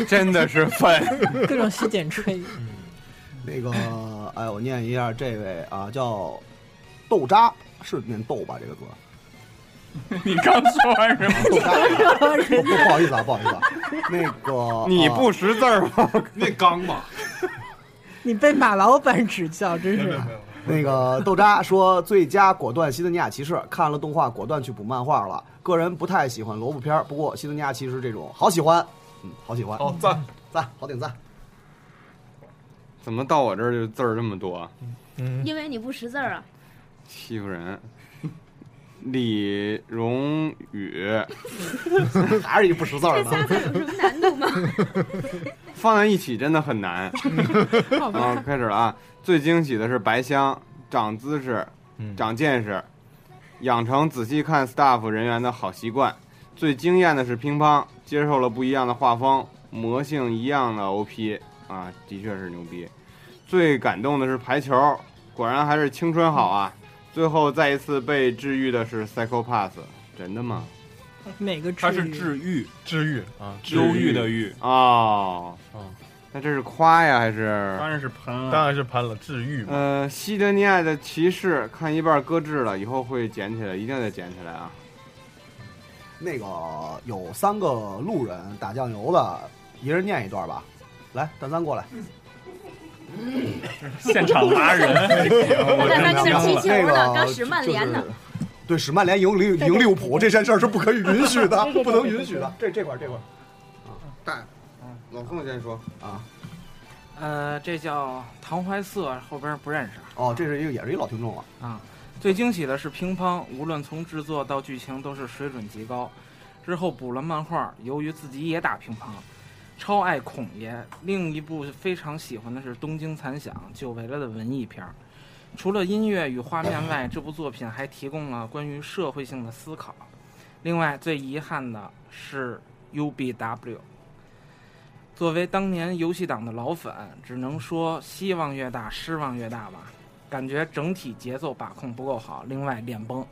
Speaker 2: 真的是愤，
Speaker 6: 各种洗剪 吹。
Speaker 7: 那个，哎，我念一下这位啊，叫豆渣，是念豆吧？这个字？
Speaker 3: 你刚说完什么？
Speaker 7: 豆渣？不好意思啊，不好意思啊。
Speaker 12: 嗯
Speaker 7: 那个，
Speaker 2: 你
Speaker 7: 啊
Speaker 2: 不识字儿 吗？
Speaker 13: 那刚吧，
Speaker 6: 你被马老板指教，真是。
Speaker 7: 那个豆渣说最佳果断《西德尼亚骑士》，看了动画果断去补漫画了。个人不太喜欢萝卜片儿，不过《西德尼亚骑士》这种好喜欢，嗯，好喜欢。
Speaker 8: 好赞
Speaker 7: 赞，好点赞。
Speaker 2: 怎么到我这儿就字儿这么多啊？
Speaker 10: 因为你不识字儿啊。
Speaker 2: 欺负人！李荣 宇
Speaker 7: 还是一不识字
Speaker 10: 这仨字有什么难度吗？
Speaker 2: 放在一起真的很难。
Speaker 10: 好吧
Speaker 2: 啊，开始了啊！最惊喜的是白香长姿势、长见识，养成仔细看 staff 人员的好习惯。最惊艳的是乒乓，接受了不一样的画风，魔性一样的 OP 啊，的确是牛逼。最感动的是排球，果然还是青春好啊！最后再一次被治愈的是 Psycho Pass，真的吗？
Speaker 6: 哪个
Speaker 13: 它是
Speaker 6: 治愈
Speaker 13: 治愈，
Speaker 8: 治愈啊，
Speaker 13: 忧郁的郁。
Speaker 2: 哦，那这是夸呀还是？
Speaker 5: 当然是喷了，
Speaker 8: 当然是喷了，治愈嘛。
Speaker 2: 呃，西德尼亚的骑士看一半搁置了，以后会捡起来，一定得捡起来啊！
Speaker 7: 那个有三个路人打酱油的，一人念一段吧。来，蛋三过来。
Speaker 3: 现场拉人
Speaker 7: 我
Speaker 10: 蛋三在那儿踢球呢
Speaker 7: 那个
Speaker 10: 刚史曼联呢
Speaker 7: 就是对，史曼联赢利赢利物浦这件事儿是不可以允许 的，不能允许的。啊这这块儿这块儿，嗯
Speaker 2: 大老宋先说
Speaker 7: 啊，
Speaker 3: 呃，这叫唐怀瑟，后边不认识。
Speaker 7: 哦，这是一个也是一老听众了。
Speaker 3: 啊，最惊喜的是乒乓，无论从制作到剧情都是水准极高。之后补了漫画，由于自己也打乒乓，超爱孔爷。另一部非常喜欢的是《东京残响》，久违了的文艺片儿。除了音乐与画面外，这部作品还提供了关于社会性的思考。另外，最遗憾的是 UBW。作为当年游戏党的老粉，只能说希望越大，失望越大吧。感觉整体节奏把控不够好，另外脸崩。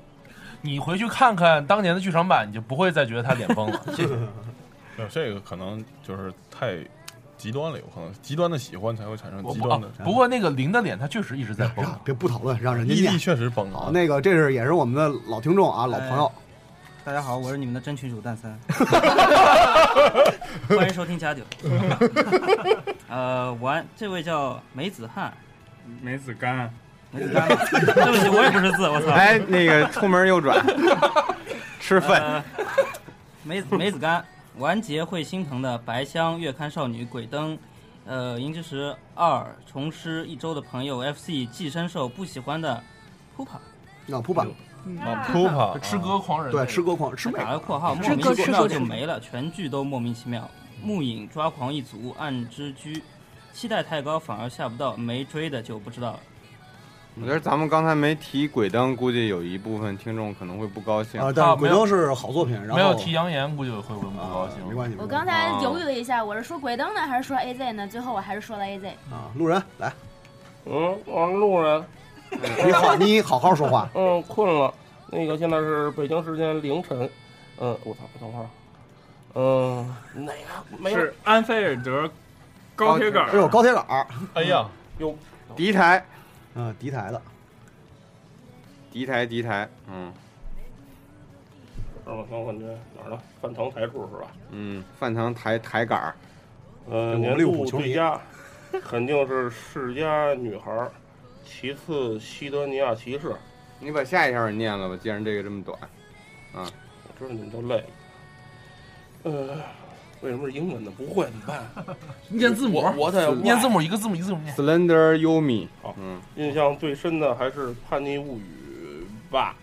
Speaker 11: 你回去看看当年的剧场版，你就不会再觉得他脸 崩了。
Speaker 8: 没有这个可能就是太极端了，有可能极端的喜欢才会产生
Speaker 11: 我
Speaker 8: 极
Speaker 11: 不
Speaker 8: 端
Speaker 11: 啊
Speaker 8: 的。，
Speaker 11: 不过那个零的脸，他确实一直在崩。
Speaker 7: 别不讨论，让人家
Speaker 8: 毅
Speaker 7: 念
Speaker 8: 力。确实崩
Speaker 7: 好
Speaker 8: 了，。
Speaker 7: 那个这是也是我们的老听众啊，老朋友。
Speaker 14: 哎大家好，我是你们的真群主蛋三，欢迎收听加九。呃，完，这位叫梅子汉，
Speaker 5: 梅子干，
Speaker 14: 梅子干， 对不起，我也不识字，我操。
Speaker 2: 哎，那个出门 右转，吃
Speaker 14: 呃
Speaker 2: 饭。
Speaker 14: 梅子梅子干，完结会心疼的白香月刊少女鬼灯，呃，银之石二重师一周的朋友 FC 寄生兽不喜欢的扑帕，
Speaker 7: 那扑吧，
Speaker 8: 啊扑吧
Speaker 11: 吃歌狂人
Speaker 7: 对，吃歌狂吃美
Speaker 14: 打了括号，莫
Speaker 7: 吃
Speaker 14: 名
Speaker 7: 歌
Speaker 14: 其
Speaker 7: 吃
Speaker 14: 妙
Speaker 7: 歌
Speaker 14: 就没了，全剧都莫名其妙。木影抓狂一族暗之居，期待太高反而下不到，没追的就不知道了。
Speaker 2: 我觉得咱们刚才没提鬼灯，估计有一部分听众可能会不高兴
Speaker 7: 啊，但是鬼灯是好作品，然后啊
Speaker 11: 没有提扬言，估计会不高兴。
Speaker 7: 没关系。
Speaker 10: 我刚才
Speaker 11: 哦
Speaker 10: 犹豫了一下，我是说鬼灯呢，还是说 AZ 呢？最后我还是说了 AZ。
Speaker 7: 啊，路人来，
Speaker 12: 嗯，我是路人。
Speaker 7: 你好，你好好说话。
Speaker 12: 嗯，困了。那个现在是北京时间凌晨。嗯，我操，等会儿。嗯，哪个没有？
Speaker 5: 是安菲尔德高铁杆
Speaker 7: 哎呦，高铁杆儿，
Speaker 8: 哎呀，
Speaker 12: 有
Speaker 2: 敌台，
Speaker 7: 嗯，敌台的，
Speaker 2: 敌台，敌台，嗯
Speaker 12: 我操，我感觉哪儿呢？饭堂台柱是吧？
Speaker 2: 嗯，饭堂台台杆儿，
Speaker 12: 呃，
Speaker 2: 这我
Speaker 12: 年
Speaker 2: 们利物
Speaker 12: 度
Speaker 2: 浦球迷
Speaker 12: 最佳肯定是世家女孩儿，其次西德尼亚骑士。
Speaker 2: 你把下一条也念了吧，既然这个这么短，啊，
Speaker 12: 我知道你们都累。呃，为什么是英文呢？不会怎么 办？
Speaker 11: 念字母
Speaker 12: 我，我得
Speaker 11: 念字母，一个字母一个字母念。
Speaker 2: Slender Yumi，嗯，
Speaker 12: 印象最深的还是《叛逆物语》吧，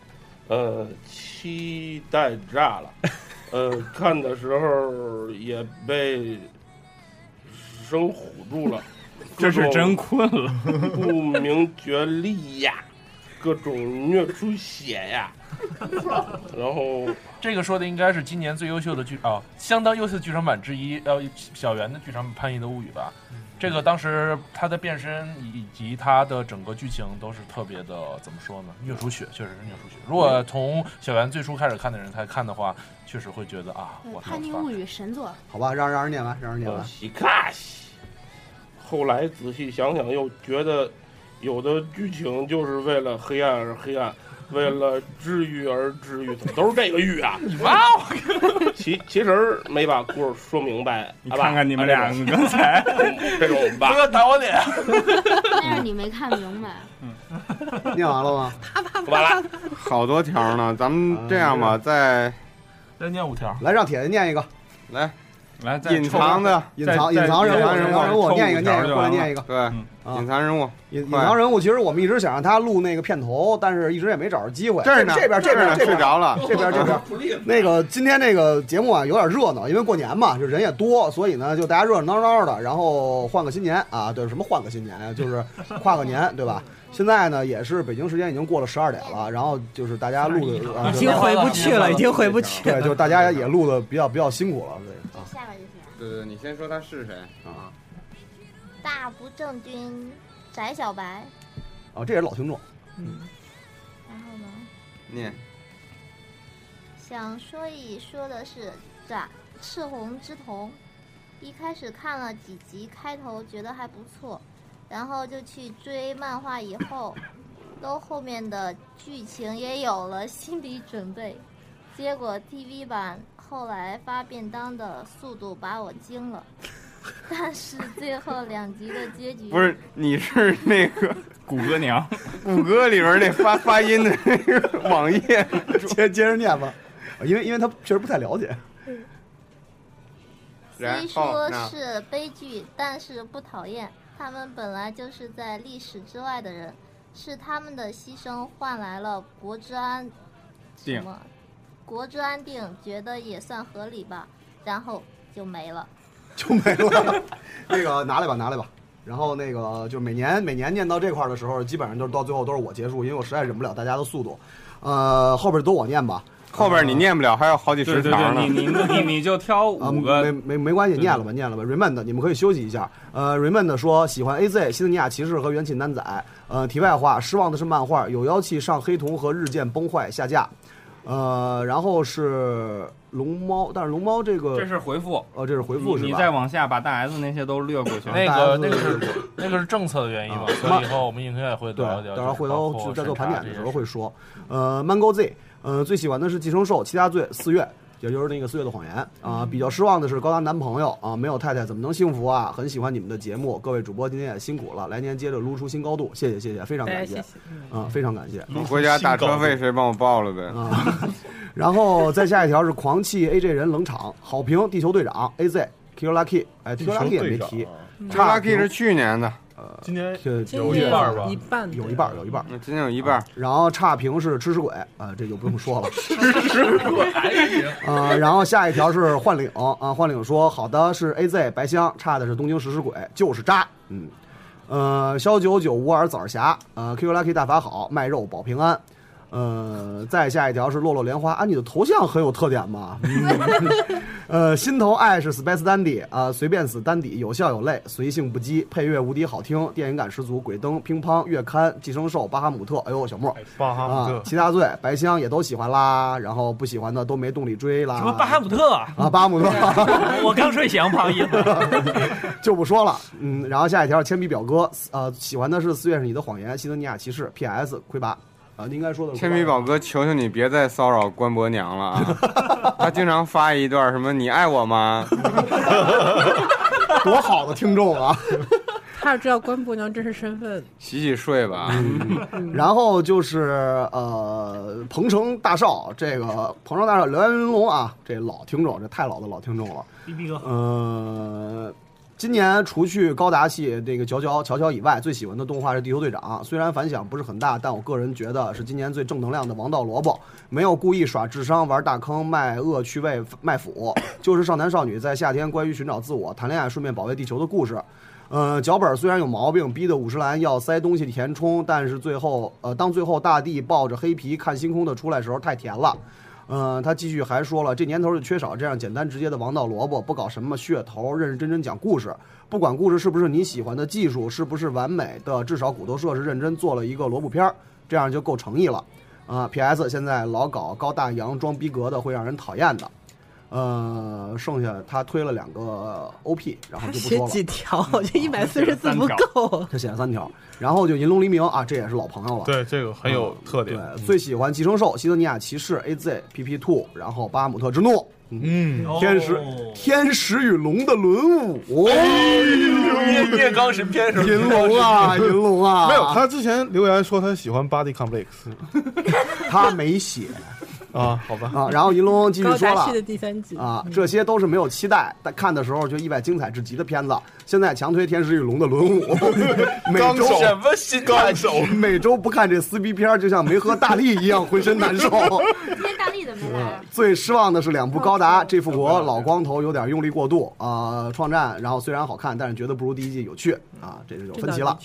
Speaker 12: 呃，期待炸了，呃，看的时候也被生唬住了，各
Speaker 5: 这
Speaker 12: 种
Speaker 5: 是真困了。
Speaker 12: 不明觉厉呀，各种虐出血呀，然后
Speaker 11: 这个说的应该是今年最优秀的剧啊、相当优秀的剧场版之一，呃，小圆的剧场版《叛逆的物语》吧。
Speaker 12: 嗯
Speaker 11: 这个当时他的变身以及他的整个剧情都是特别的，怎么说呢？虐出血，确实是虐出血。如果从小圆最初开始看的人才看的话，确实会觉得啊，
Speaker 10: 对
Speaker 11: 我
Speaker 10: 《叛逆物语》神作，
Speaker 7: 好吧，啊让让人念完，让人念完。
Speaker 12: 西卡西。后来仔细想想，又觉得有的剧情就是为了黑暗而黑暗，为了治愈而治愈，怎么都是这个愈啊！你妈！ 其其实没把故事说明白。你
Speaker 5: 看看你们俩刚才
Speaker 12: 这种吧，
Speaker 11: 不要打我脸。
Speaker 10: 但是你没看明白。
Speaker 7: 念完了吗？
Speaker 12: 完了，
Speaker 2: 好多条呢。咱们这样
Speaker 7: 嗯
Speaker 2: 吧，再
Speaker 11: 再念五条。
Speaker 7: 来，让铁铁念一个。
Speaker 2: 来，
Speaker 5: 来再
Speaker 2: 隐藏的
Speaker 7: 隐藏隐藏人物，隐藏人物，念一个，念一个，过来念一个。啊
Speaker 2: 对，隐藏人物，
Speaker 7: 隐隐藏人物，其实我们一直想让他录那个片头，但是一直也没找着机会。
Speaker 2: 这儿呢
Speaker 7: 这边，这
Speaker 2: 这儿
Speaker 7: 边，
Speaker 2: 呢
Speaker 7: 这边
Speaker 2: 睡着了
Speaker 7: 这边， 这边。那个今天这个节目啊，有点热闹，因为过年嘛，就人也多，所以呢，就大家热热闹闹的，然后换个新年啊，对，什么换个新年啊，就是跨个年，对 吧？现在呢，也是北京时间已经过了十二点了，然后就是大家录的啊
Speaker 15: 已经回不去了已经回不去了
Speaker 7: 对，就是大家也录的比较比较辛苦了， 对啊。
Speaker 16: 下个就是
Speaker 2: 对对，你先说他是谁啊？
Speaker 16: 大不正军翟小白，
Speaker 7: 哦，这也是老听众，
Speaker 16: 然后呢，
Speaker 2: 嗯念
Speaker 16: 想说一说的是展赤红之瞳，一开始看了几集，开头觉得还不错，然后就去追漫画，以后都后面的剧情也有了心理准备，结果 TV 版后来发便当的速度把我惊了，但是最后两集的结局
Speaker 2: 不是，你是那个
Speaker 5: 谷歌娘，
Speaker 2: 谷歌里边那发发音的那个网页，
Speaker 7: 接接着念吧， 因为因为他确实不太了解。
Speaker 16: 虽
Speaker 2: 然后
Speaker 16: 说
Speaker 2: 呢？
Speaker 16: 是悲剧，但是不讨厌。他们本来就是在历史之外的人，是他们的牺牲换来了国之安什
Speaker 5: 定
Speaker 16: 么国之安定，觉得也算合理吧。然后就没了。
Speaker 7: 那个拿来吧，拿来吧。然后那个就是每年每年念到这块儿的时候，基本上就是到最后都是我结束，因为我实在忍不了大家的速度。呃，后边都我念吧。
Speaker 2: 后边你念不了，还有好几
Speaker 5: 对
Speaker 2: 十
Speaker 5: 对
Speaker 2: 条
Speaker 5: 对，
Speaker 2: 呢。
Speaker 5: 你你你你就挑
Speaker 7: 啊，
Speaker 5: 五
Speaker 7: 没
Speaker 5: 个，
Speaker 7: 没没关系，念了吧，念了吧。Raymond，你们可以休息一下。呃，Raymond 说喜欢 AZ、西德尼亚骑士和元气男仔。呃，题外话，失望的是漫画有妖气上黑瞳和日渐崩坏下架。呃，然后是龙猫，但是龙猫这个
Speaker 5: 这是回复，
Speaker 7: 哦，这是回复是吧？
Speaker 5: 你再往下把大 S 那些都略过去。
Speaker 7: 那个那个是
Speaker 11: 那个是政策的原因嘛，所以以后我们应该也会
Speaker 7: 啊对，
Speaker 11: 聊一聊。
Speaker 7: 到时候回
Speaker 11: 就
Speaker 7: 头
Speaker 11: 是包括
Speaker 7: 在做盘
Speaker 11: 审查
Speaker 7: 点的
Speaker 11: 这
Speaker 7: 时
Speaker 11: 些
Speaker 7: 候会说。呃，Mango Z，呃，最喜欢的是《寄生兽》，其他最四月，也就是那个《四月的谎言》啊。比较失望的是高达男朋友啊，没有太太怎么能幸福啊？很喜欢你们的节目，各位主播今天也辛苦了，来年接着撸出新高度，谢谢谢谢，非常感谢
Speaker 6: 哎
Speaker 7: 啊
Speaker 6: 谢、
Speaker 7: 非常感谢。啊
Speaker 2: 你回家打车费谁帮我报了呗？
Speaker 7: 然后再下一条是狂气 AJ 人冷场，好评地球队长 AZ。Q Lucky，哎，Q Lucky 也没提
Speaker 2: 啊
Speaker 11: 啊
Speaker 7: 差
Speaker 2: Lucky 是去年的，
Speaker 7: 呃，
Speaker 2: 今年
Speaker 7: 有
Speaker 2: 一半吧
Speaker 7: 一半有一半，有一半，
Speaker 2: 嗯
Speaker 7: 啊
Speaker 2: 今年有一半。
Speaker 7: 然后差评是吃屎鬼，啊，这就不用说 了。
Speaker 11: 还行。
Speaker 7: 呃，然后下一条是幻岭啊，幻岭说好的是 AZ 白香，差的是东京食尸鬼，就是渣，嗯，呃，肖九九无耳枣儿侠，呃，QQ Lucky 大法好，卖肉保平安，呃，再下一条是落落莲花，啊，你的头像很有特点嘛，嗯 呃，心头爱是 Space Dandy 啊、随便死丹底，有笑有泪，随性不羁，配乐无敌好听，电影感十足，鬼灯、乒乓、月刊、寄生兽、巴哈姆特，哎呦，小莫，
Speaker 8: 巴哈姆特
Speaker 7: 啊，七大罪、白香也都喜欢啦，然后不喜欢的都没动力追啦，
Speaker 9: 什么巴哈姆 特啊？
Speaker 7: 啊，巴姆特，
Speaker 9: 我刚睡醒，不好意思。
Speaker 7: 就不说了。嗯，然后下一条铅笔表哥，呃，喜欢的是《四月是你的谎言》《西德尼亚骑士》P.S. 魁拔，啊，应该说的是
Speaker 2: 铅笔宝哥，求求你别再骚扰关伯娘了 啊！他经常发一段什么“你爱我吗
Speaker 7: 多好的听 众啊！
Speaker 6: 他要知道关伯娘真实身份，”，
Speaker 2: 洗洗睡吧。
Speaker 7: 嗯然后就是呃，鹏城大少，这个鹏城大少刘元龙啊，这老听众，这太老的老听众了。
Speaker 9: 逼逼哥，
Speaker 7: 呃，今年除去高达系这个乔乔乔乔以外，最喜欢的动画是《地球队长》，虽然反响不是很大，但我个人觉得是今年最正能量的王道萝卜，没有故意耍智商、玩大坑、卖恶趣味、卖腐，就是少男少女在夏天关于寻找自我、谈恋爱、顺便保卫地球的故事。呃，脚本虽然有毛病，逼得五十岚要塞东西填充，但是最后，呃，当最后大地抱着黑皮看星空的出来时候，太甜了。嗯，他继续还说了，这年头就缺少这样简单直接的王道萝卜，不搞什么噱头，认认真真讲故事。不管故事是不是你喜欢的技术，是不是完美的，至少骨头社是认真做了一个萝卜片儿，这样就够诚意了。啊，P.S. 现在老搞高大洋装逼格的，会让人讨厌的。呃，剩下他推了两个 O.P.，然后啊就不
Speaker 6: 写
Speaker 7: 说了。啊
Speaker 6: 几条？我觉得一百四十字不够。啊
Speaker 7: 他写了三条，然后就银龙黎明啊，这也是老朋友了。
Speaker 8: 对，这个很有特点。
Speaker 7: 嗯对，最喜欢寄生兽、西德尼亚骑士、A.Z. P.P. Two，然后巴姆特之怒，嗯，天使、天使与龙的轮舞，
Speaker 11: 哎
Speaker 13: 聂聂刚神片 是吧
Speaker 7: 银龙啊，银龙啊，
Speaker 8: 没有，他之前留言说他喜欢 Body Complex
Speaker 7: 他没写
Speaker 8: 啊，好吧
Speaker 7: 啊，然后银龙继续
Speaker 6: 高
Speaker 7: 说
Speaker 6: 达
Speaker 7: 了
Speaker 6: 系的第三集嗯
Speaker 7: 啊，这些都是没有期待，但看的时候就意外精彩至极的片子。现在强推《天使与龙的轮舞》，每
Speaker 13: 刚
Speaker 7: 周
Speaker 13: 手什么心态刚手
Speaker 7: 每周不看这撕逼片儿，就像没喝大力一样，浑身难受。
Speaker 10: 今天大力怎么没来
Speaker 11: 嗯
Speaker 10: 啊？
Speaker 7: 最失望的是两部高达，这复活老光头有点用力过度啊、呃创战，然后虽然好看，但是觉得不如第一季有趣啊，这是有分歧了。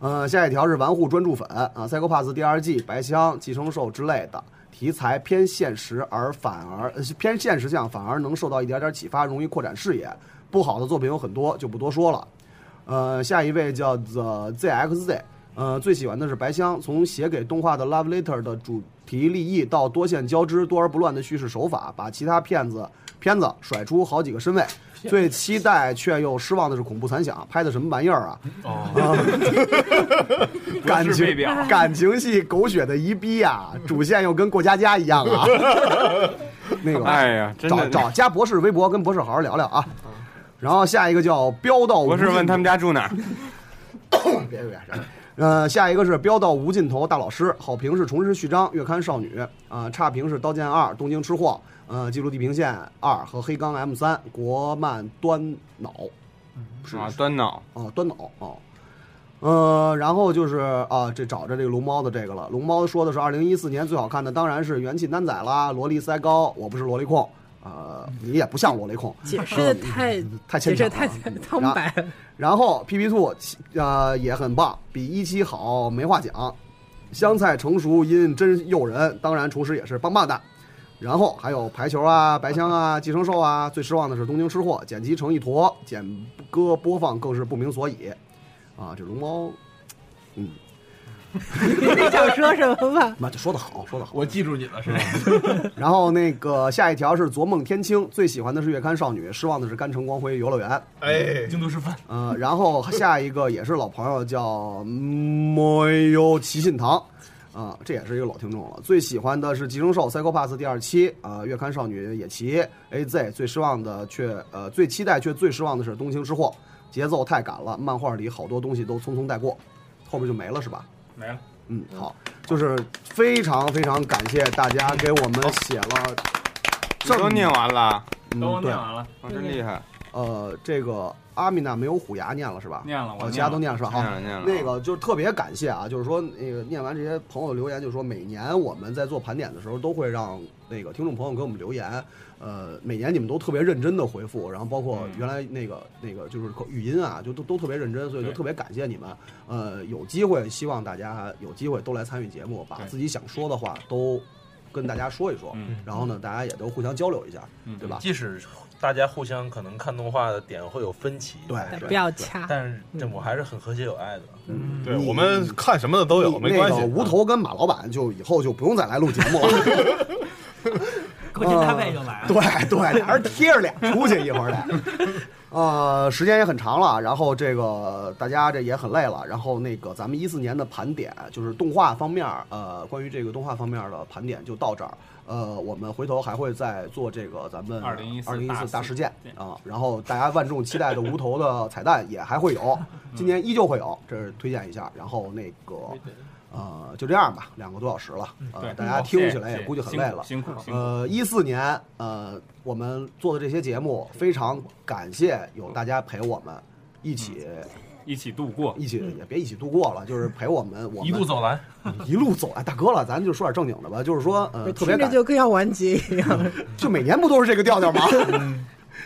Speaker 7: 呃，下一条是玩户专注粉啊，Psycho Pass 第二季、白箱、寄生兽之类的题材偏现实，而反而呃偏现实向，反而能受到一点点启发，容易扩展视野。不好的作品有很多，就不多说了。呃，下一位叫 The ZXZ，呃，最喜欢的是白香，从写给动画的 Love Letter 的主题立意到多线交织、多而不乱的叙事手法，把其他片子片子甩出好几个身位。最期待却又失望的是恐怖残响，拍的什么玩意儿啊？感情感情戏狗血的一逼呀、主线又跟过家家一样 啊。那 个，
Speaker 13: 啊
Speaker 2: 哎呀真
Speaker 7: 找
Speaker 2: 的嗯
Speaker 7: 找加博士微博，跟博士好好聊聊啊。然后下一个叫飙到无
Speaker 2: 博
Speaker 7: 尽
Speaker 2: 士问他们家住哪儿？
Speaker 7: 别别别，呃，下一个是飙到无尽头大老师，好评是重拾序章月刊少女啊、差评是刀剑二东京吃货，呃，记录地平线二和黑钢 M 三国漫端脑
Speaker 2: 啊，端脑。
Speaker 7: 啊端脑哦。呃，然后就是啊，这找着这个龙猫的这个了。龙猫说的是二零一四年最好看的，当然是元气男仔啦，萝莉腮高，我不是萝莉控，呃，你也不像萝莉控，
Speaker 6: 解释的太
Speaker 7: 嗯太
Speaker 6: 解释
Speaker 7: 牵强
Speaker 6: 得
Speaker 7: 了啊
Speaker 6: 太苍白了。
Speaker 7: 然后 PP Two 呃也很棒，比一期好没话讲。香菜成熟因真诱人，当然厨师也是棒棒的。然后还有排球啊、白香啊、寄生兽啊，最失望的是东京吃货，剪辑成一坨，剪歌播放更是不明所以。啊，这龙猫，嗯，
Speaker 6: 你想说什么吧？
Speaker 7: 妈，这说的好，说的好。嗯
Speaker 11: 我记住你了，是吧？
Speaker 7: 然后那个下一条是昨梦天青，最喜欢的是月刊少女，失望的是甘城光辉游乐园。
Speaker 8: 哎，
Speaker 11: 京都师范。
Speaker 7: 呃，然后下一个也是老朋友叫莫优齐信堂，啊、这也是一个老听众了。最喜欢的是《寄生兽 Psycho Pass》第二期，啊、月刊少女野崎 AZ。最失望的却呃，最期待却最失望的是《东京之祸》，节奏太赶了，漫画里好多东西都匆匆带过，后边就没了是吧？
Speaker 5: 没了。
Speaker 7: 嗯，好，就是非常非常感谢大家给我们写了这么，
Speaker 2: 都哦念完了，
Speaker 7: 嗯
Speaker 2: 都
Speaker 7: 对
Speaker 2: 念完了哦真厉害。
Speaker 7: 呃，这个阿米娜没有虎牙念了是吧？
Speaker 2: 念了我
Speaker 7: 呃
Speaker 2: 念
Speaker 7: 其他都
Speaker 2: 了
Speaker 7: 念了是吧？
Speaker 2: 念
Speaker 7: 好
Speaker 2: 了念了
Speaker 7: 那个就是特别感谢啊，就是说那个念完这些朋友留言，就是说每年我们在做盘点的时候，都会让那个听众朋友给我们留言。呃，每年你们都特别认真的回复，然后包
Speaker 2: 嗯
Speaker 7: 括原来那个那个就是口语音啊，就都都特别认真，所以就
Speaker 1: 对
Speaker 7: 特别感谢你们。呃，有机会希望大家有机会都来参与节目，把
Speaker 1: 对
Speaker 7: 自己想说的话都跟大家说一说，
Speaker 2: 嗯
Speaker 7: 然后呢，大家也都互相交流一下，对吧？
Speaker 17: 即使大家互相可能看动画的点会有分歧，
Speaker 7: 对
Speaker 6: 对不要掐
Speaker 17: 但是这我还是很和谐有爱的。
Speaker 7: 嗯
Speaker 8: 对我们看什么的都有，没关
Speaker 7: 那个
Speaker 8: 系。
Speaker 7: 无头跟马老板就以后就不用再来录节目了。 嗯
Speaker 9: 勾肩搭背就来了。
Speaker 7: 对对，俩人贴着脸出去一会 儿俩。呃，时间也很长了，然后这个大家这也很累了，然后那个咱们一四年的盘点就是动画方面儿，呃，关于这个动画方面儿的盘点就到这儿。呃，我们回头还会再做这个咱们
Speaker 5: 2014
Speaker 7: 2014大
Speaker 5: 大
Speaker 7: 事
Speaker 5: 事
Speaker 7: 件
Speaker 5: 件
Speaker 7: 啊、然后大家万众期待的无头的彩蛋也还会 有，今年依旧会有，这是推荐一下。然后那个呃，就这样吧，两个多小时了，呃，
Speaker 5: 嗯对
Speaker 7: 大家
Speaker 5: 好
Speaker 7: 听
Speaker 5: 谢
Speaker 7: 起
Speaker 5: 谢
Speaker 7: 来
Speaker 5: 谢
Speaker 7: 也
Speaker 5: 谢
Speaker 7: 估计很
Speaker 5: 辛
Speaker 7: 累
Speaker 5: 苦
Speaker 7: 了。
Speaker 5: 辛苦辛苦
Speaker 7: 呃，一四年，呃，我们做的这些节目，非常感谢有大家陪我们一起。
Speaker 5: 一起度过，
Speaker 7: 一起也别一起度过了，就是陪我们，我们
Speaker 11: 一路走来，
Speaker 7: 一路走哎来，大哥了，咱就说点正经的 吧，就是说，呃，特
Speaker 6: 听着
Speaker 7: 别感
Speaker 6: 就跟要完结一样。
Speaker 7: 就每年不都是这个调调吗？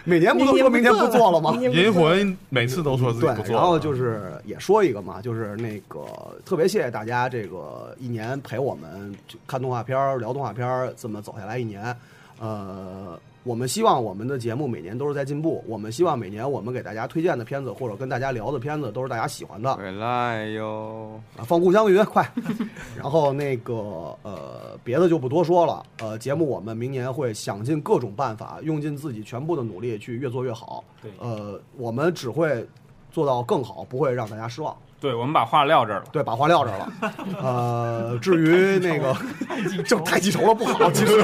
Speaker 7: 每年不都说明天不做了吗？
Speaker 8: 银魂每次都说自己不
Speaker 7: 对，
Speaker 8: 做，
Speaker 7: 然后就是也说一个嘛，就是那个特别谢谢大家这个一年陪我们看动画片儿、聊动画片儿，这么走下来一年，呃。我们希望我们的节目每年都是在进步。我们希望每年我们给大家推荐的片子，或者跟大家聊的片子，都是大家喜欢的。
Speaker 2: 回来哟！
Speaker 7: 啊，放故乡云，快！ 然后那个呃，别的就不多说了。呃，节目我们明年会想尽各种办法，用尽自己全部的努力去越做越好。
Speaker 5: 对
Speaker 7: 呃，我们只会做到更好，不会让大家失望。
Speaker 5: 对，我们把话撂这儿了。
Speaker 7: 对，把话撂这儿 了。 呃，至于那个，这太记仇了，不好。其实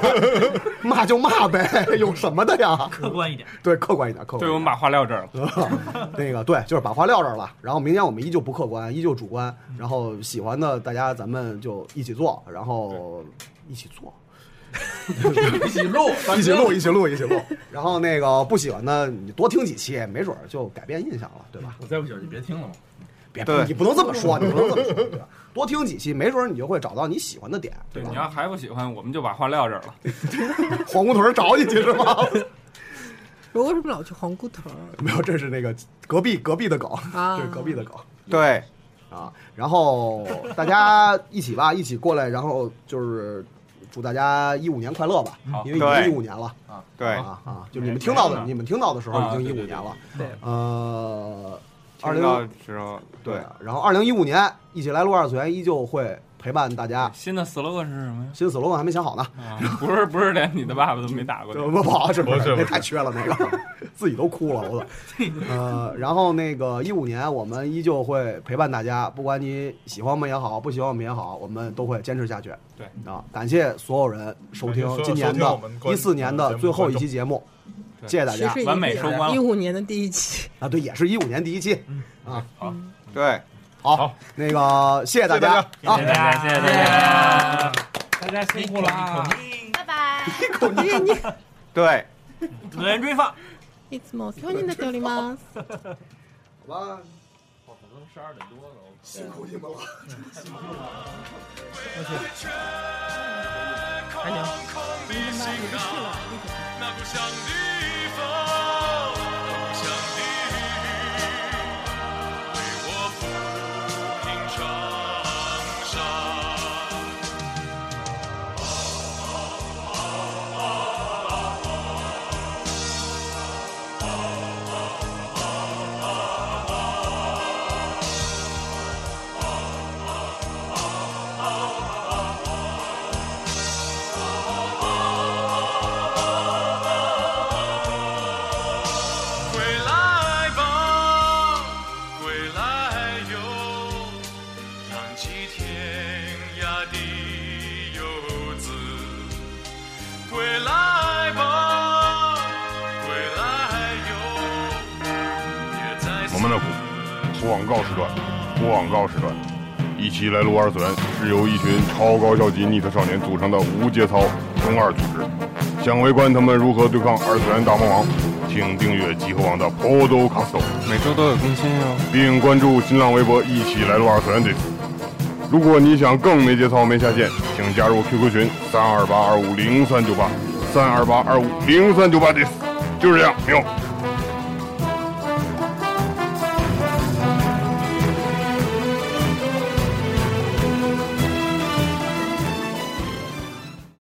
Speaker 7: 骂就骂呗，有什么的呀？
Speaker 9: 客观一点。
Speaker 7: 对，客观一点，客观一点。嗯
Speaker 5: 对，我们把话撂这儿了。
Speaker 7: 那个对，就是把话撂这儿了。然后明年我们依旧不客观，依旧主观。
Speaker 11: 嗯
Speaker 7: 然后喜欢的大家咱们就一起做，然后一起做，
Speaker 11: 一起录
Speaker 7: 一起录，一起录，一起录。然后那个不喜欢的，你多听几期，没准儿就改变印象了，对吧？
Speaker 11: 我再不喜欢就别听了嘛。
Speaker 7: 别，
Speaker 11: 对
Speaker 7: 你不能这么 说，你不能这么说，对吧多听几期，没准儿你就会找到你喜欢的点。
Speaker 5: 对，你要还不喜欢，我们就把话撂这儿了。
Speaker 7: 黄姑屯找你去是吗？
Speaker 6: 我为什么老去皇姑屯儿？
Speaker 7: 没有，这是那个隔壁隔壁的狗，
Speaker 6: 啊
Speaker 7: 这是隔壁的狗。
Speaker 2: 对，
Speaker 7: 啊，然后大家一起吧，一起过来，然后就是祝大家一五年快乐吧，嗯因为已经
Speaker 2: 对
Speaker 7: 一五年了
Speaker 2: 啊对
Speaker 7: 啊啊，就你们听到的，你们听到的时
Speaker 5: 啊
Speaker 7: 候已经一五年了，
Speaker 2: 对
Speaker 7: 呃，二
Speaker 2: 听到
Speaker 7: 零
Speaker 2: 的时候，对，
Speaker 7: 然后二零一五年一起来录二次元依旧会陪伴大家。
Speaker 5: 新的 slogan 是什么呀？
Speaker 7: 新 slogan 还没想好呢，
Speaker 5: 啊，不是不是，连你的爸爸都没打过你。
Speaker 7: 这嗯不好，这
Speaker 5: 不是
Speaker 7: 那太缺了，那个自己都哭了，我操！呃，然后那个一五年，我们依旧会陪伴大家，不管你喜欢我们也好，不喜欢我们也好，我们都会坚持下去。
Speaker 5: 对
Speaker 7: 啊，感谢所有人收听
Speaker 5: 感谢所有
Speaker 7: 今年
Speaker 5: 收听我
Speaker 7: 的
Speaker 5: 们观呃
Speaker 7: 一四年的最后一期节目，
Speaker 5: 对
Speaker 7: 谢谢大家
Speaker 6: 其实，一五年的第一期，
Speaker 7: 啊，对，也是一五年第一期
Speaker 5: 嗯
Speaker 7: 啊，
Speaker 6: 好，
Speaker 2: 对，
Speaker 7: 好，那个谢谢大家啊，
Speaker 9: 谢谢大家谢谢大家，
Speaker 5: 大家辛苦 了啊！
Speaker 6: 谢你。
Speaker 2: 对，
Speaker 9: 主持人追放。
Speaker 6: いつもお世話になっており
Speaker 14: 嗯
Speaker 6: ます。
Speaker 9: 嗯
Speaker 7: 好吧，
Speaker 11: 我哦可能十二点多了，嗯
Speaker 7: 辛苦你们了，真的辛苦你们 了。
Speaker 9: 还行。
Speaker 13: 那故乡地方，故乡的雨，为我抚平创伤。归来吧，归来哟，浪迹天涯的游子。归来吧，归来哟，别再
Speaker 1: 我们的广告时段，广告时段，一起来撸二次元是由一群超高校级逆特少年组成的无节操中二组织。想围观他们如何对抗二次元大魔王，请订阅集合网的 Podcast，每周都有更新哦哟、并关注新浪微博“一起来撸二次元”队伍。如果你想更没节操、没下限，请加入 QQ 群三二八二五零三九八三二八二五零三九八，这就是这样，没有。